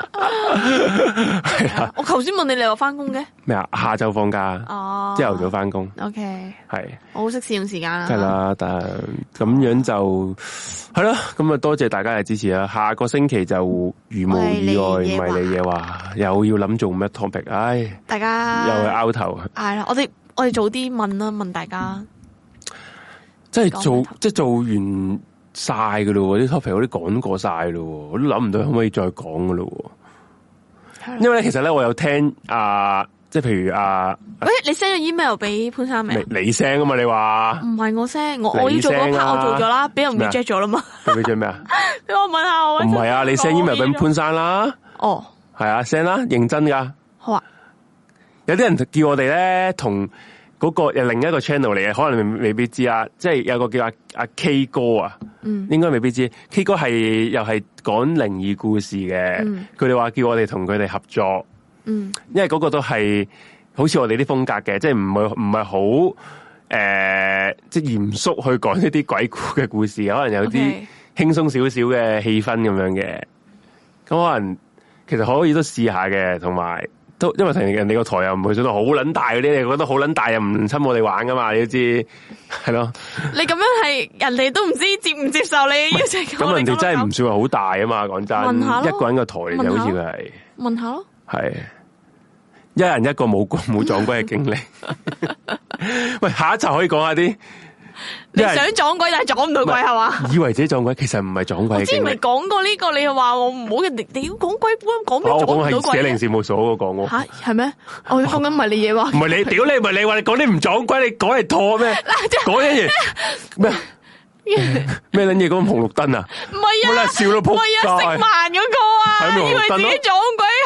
Speaker 2: 係啦，
Speaker 1: 我頭先問你，你話翻工嘅？
Speaker 2: 咩啊，下晝放假，
Speaker 1: 哦，
Speaker 2: 朝頭早翻工，
Speaker 1: ，OK，
Speaker 2: 係。
Speaker 1: 我好識善用時間啊啦，
Speaker 2: 係，啦，但係咁樣就係咯，咁啊多謝大家嘅支持啦。下個星期就如無意外，
Speaker 1: 迷你嘢話
Speaker 2: 迷你嘢話又要諗做咩 topic，唉，
Speaker 1: 大
Speaker 2: 又係啊
Speaker 1: 家
Speaker 2: 拗頭。
Speaker 1: 係啦，我哋我哋早啲問啦，問大
Speaker 2: 嗯
Speaker 1: 家
Speaker 2: 即係
Speaker 1: 講
Speaker 2: 做
Speaker 1: 開頭
Speaker 2: 即係做完晒噶咯喎，啲 topic 我都講過晒咯喎，我都諗唔到可唔可以再講噶咯
Speaker 1: 係
Speaker 2: 喎。因為咧，其實咧，我有聽啊，即係譬如啊，
Speaker 1: 喂，你 send 咗 email 俾潘生未
Speaker 2: 你
Speaker 1: 啊？嗯
Speaker 2: 你聲啊嘛，你話
Speaker 1: 唔係我 send，我我要做嗰
Speaker 2: 你 send 啊
Speaker 1: part 我做咗啦，俾人
Speaker 2: 咩啊
Speaker 1: reject 咗啦嘛。
Speaker 2: 你做咩啊？
Speaker 1: 俾我問下我
Speaker 2: 唔係啊，你 send email 俾潘生啦，
Speaker 1: 哦，
Speaker 2: 係啊，send 啦，認真噶。
Speaker 1: 好啊，
Speaker 2: 有啲人叫我哋咧同嗰個又另一個 channel 嚟嘅，可能你未必知啊。即係有個叫阿阿 K 哥啊，
Speaker 1: 嗯
Speaker 2: 應該未必知。K 哥係又係講靈異故事嘅
Speaker 1: 嗯，
Speaker 2: 佢哋話叫我哋同佢哋合作，
Speaker 1: 嗯
Speaker 2: 因為嗰個都係好似我哋啲風格嘅，即係唔係唔係好誒，即係嚴肅去講一啲鬼故嘅故事，可能有啲
Speaker 1: OK
Speaker 2: 輕鬆少少嘅氣氛咁樣嘅。咁可能其實可以都試下嘅，同埋都因為同人哋個台又唔會做到好撚大嗰啲，你覺得好撚大又唔侵我哋玩噶嘛，你都知係咯。
Speaker 1: 你咁樣係人哋都唔知接唔接受你嘅邀請，
Speaker 2: 咁人哋真係唔
Speaker 1: 係
Speaker 2: 算話好大啊嘛，講真，
Speaker 1: 問下咯
Speaker 2: 一個人個台嚟就好似佢係。
Speaker 1: 唔問下咯。
Speaker 2: 系一 人一個冇冇撞鬼嘅經歷。喂，下一集可以講下啲
Speaker 1: 你
Speaker 2: 因為
Speaker 1: 想撞鬼但系撞唔到鬼係嘛？
Speaker 2: 以為自己撞鬼，其實唔係撞
Speaker 1: 我
Speaker 2: 鬼嘅
Speaker 1: 之前
Speaker 2: 經
Speaker 1: 咪
Speaker 2: 歷。
Speaker 1: 講過呢個，你又話我唔好嘅，你你要講鬼故咁講咩
Speaker 2: 我
Speaker 1: 撞唔
Speaker 2: 講
Speaker 1: 到
Speaker 2: 係寫
Speaker 1: 鬼
Speaker 2: 零
Speaker 1: 啊？
Speaker 2: 事務所嗰個講我，
Speaker 1: 吓係咩？我講緊唔係你 嘢話
Speaker 2: 唔，係你屌你，唔係你話你講啲唔撞鬼，你講嚟拖咩？講啲嘢咩 咩撚嘢嗰個紅綠燈啊？
Speaker 1: 唔係
Speaker 2: 冇
Speaker 1: 啊
Speaker 2: 啦，，笑到
Speaker 1: 唔
Speaker 2: 仆
Speaker 1: 係啊，色
Speaker 2: 街，
Speaker 1: 盲嗰個啊，
Speaker 2: 係咪
Speaker 1: 以
Speaker 2: 黃
Speaker 1: 為
Speaker 2: 燈
Speaker 1: 自
Speaker 2: 咯
Speaker 1: 己撞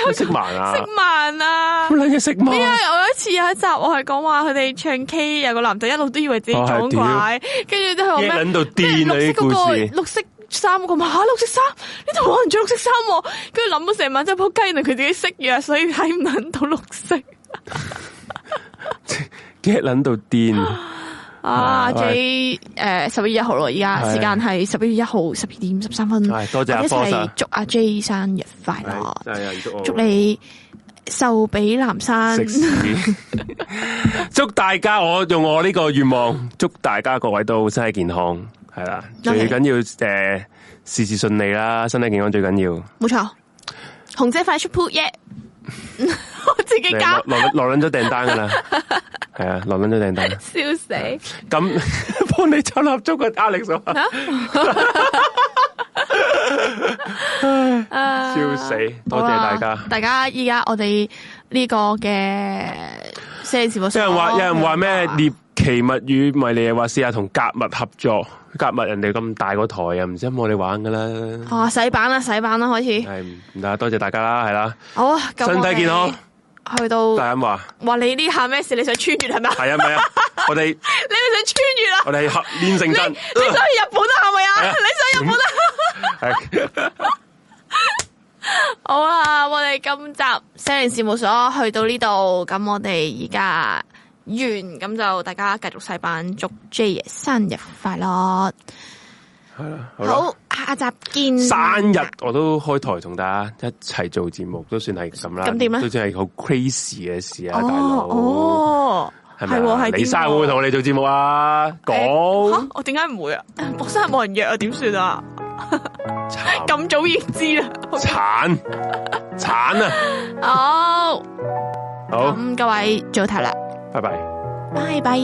Speaker 1: 鬼，
Speaker 2: 色盲啊
Speaker 1: 色！盲啊
Speaker 2: 乜！撚嘢色盲
Speaker 1: 因為我有一次有一集我係講話佢哋唱 K 有個男仔一路都以為自己撞
Speaker 2: 哦係
Speaker 1: 鬼，跟住都係話
Speaker 2: 嘢
Speaker 1: 咩
Speaker 2: 撚到癲啊！呢
Speaker 1: 咩綠
Speaker 2: 啲
Speaker 1: 色嗰
Speaker 2: 故事
Speaker 1: 個綠色衫嗰個嘛嚇綠色衫，呢度冇人着綠色衫喎，跟住諗咗成晚真係仆街，原來佢自己識藥，所以睇唔撚到綠色
Speaker 2: get 撚到癲。
Speaker 1: 啊
Speaker 2: 啊
Speaker 1: ！J 誒十一月一號咯，而家
Speaker 2: 係
Speaker 1: 時間係十一月一號十二點十三分，
Speaker 2: 係多謝阿
Speaker 1: 我哋一
Speaker 2: Boss
Speaker 1: 齊
Speaker 2: 啊
Speaker 1: 祝阿 J 生日快樂，
Speaker 2: 係真係有人我
Speaker 1: 祝你壽比南山
Speaker 2: 食。 屎！祝大家，我用我呢個願望，祝大家各位都身體健康，係啦，
Speaker 1: 多謝
Speaker 2: 最緊要诶事事順利啦，身體健康最緊要。
Speaker 1: 冇錯，紅姐快出 put 耶！我自己加
Speaker 2: 落落落撚咗訂單噶啦，係啊，落撚咗訂單。
Speaker 1: 笑死，
Speaker 2: 咁 幫你抽蠟燭個壓力咗，
Speaker 1: 啊
Speaker 2: 笑死！多謝
Speaker 1: 好
Speaker 2: 大家
Speaker 1: 啦。啊大家依家我哋呢個嘅四字有
Speaker 2: 有人話有人話咩
Speaker 1: 啊
Speaker 2: 獵奇物語，迷你又話試下同格物合作，格物人哋咁大個台啊，唔知有冇你玩噶啦。
Speaker 1: 哦，洗版啦，洗版啦，開始
Speaker 2: 系唔得，多謝大家啦，係啦，
Speaker 1: 好啊！咁
Speaker 2: 嗯身體健康，
Speaker 1: 去到
Speaker 2: 大家話
Speaker 1: 話你呢下咩事？你想穿越係咪啊？
Speaker 2: 係啊，咪啊，我哋
Speaker 1: 你咪想穿越啊？
Speaker 2: 我哋合練成真，
Speaker 1: 你想去日本啊？係咪啊？
Speaker 2: 係啊
Speaker 1: 你想日本啊？
Speaker 2: 係
Speaker 1: 好啦，我哋今集西人事務所去到呢度，咁我哋而家完，咁就大家繼續細版，祝 J 生日快樂！
Speaker 2: 好啦
Speaker 1: 好，下集見。
Speaker 2: 生日啊我都開台同大家一齊做節目，都算係咁啦。
Speaker 1: 咁點咧
Speaker 2: 都算係好 crazy 嘅事啊，
Speaker 1: 哦
Speaker 2: 大佬。
Speaker 1: 哦，
Speaker 2: 係
Speaker 1: 係
Speaker 2: 咪
Speaker 1: 喎
Speaker 2: 啊？
Speaker 1: 係
Speaker 2: 李生會唔會同我哋做節目啊？
Speaker 1: 誒
Speaker 2: 講
Speaker 1: 吓，我點解唔會啊？博生日冇人約啊，點算啊？
Speaker 2: 慘
Speaker 1: 咁早已經知啦。
Speaker 2: 慘慘啊！
Speaker 1: 好，
Speaker 2: 好，
Speaker 1: 咁各位早唞啦，
Speaker 2: 拜拜。
Speaker 1: 拜拜。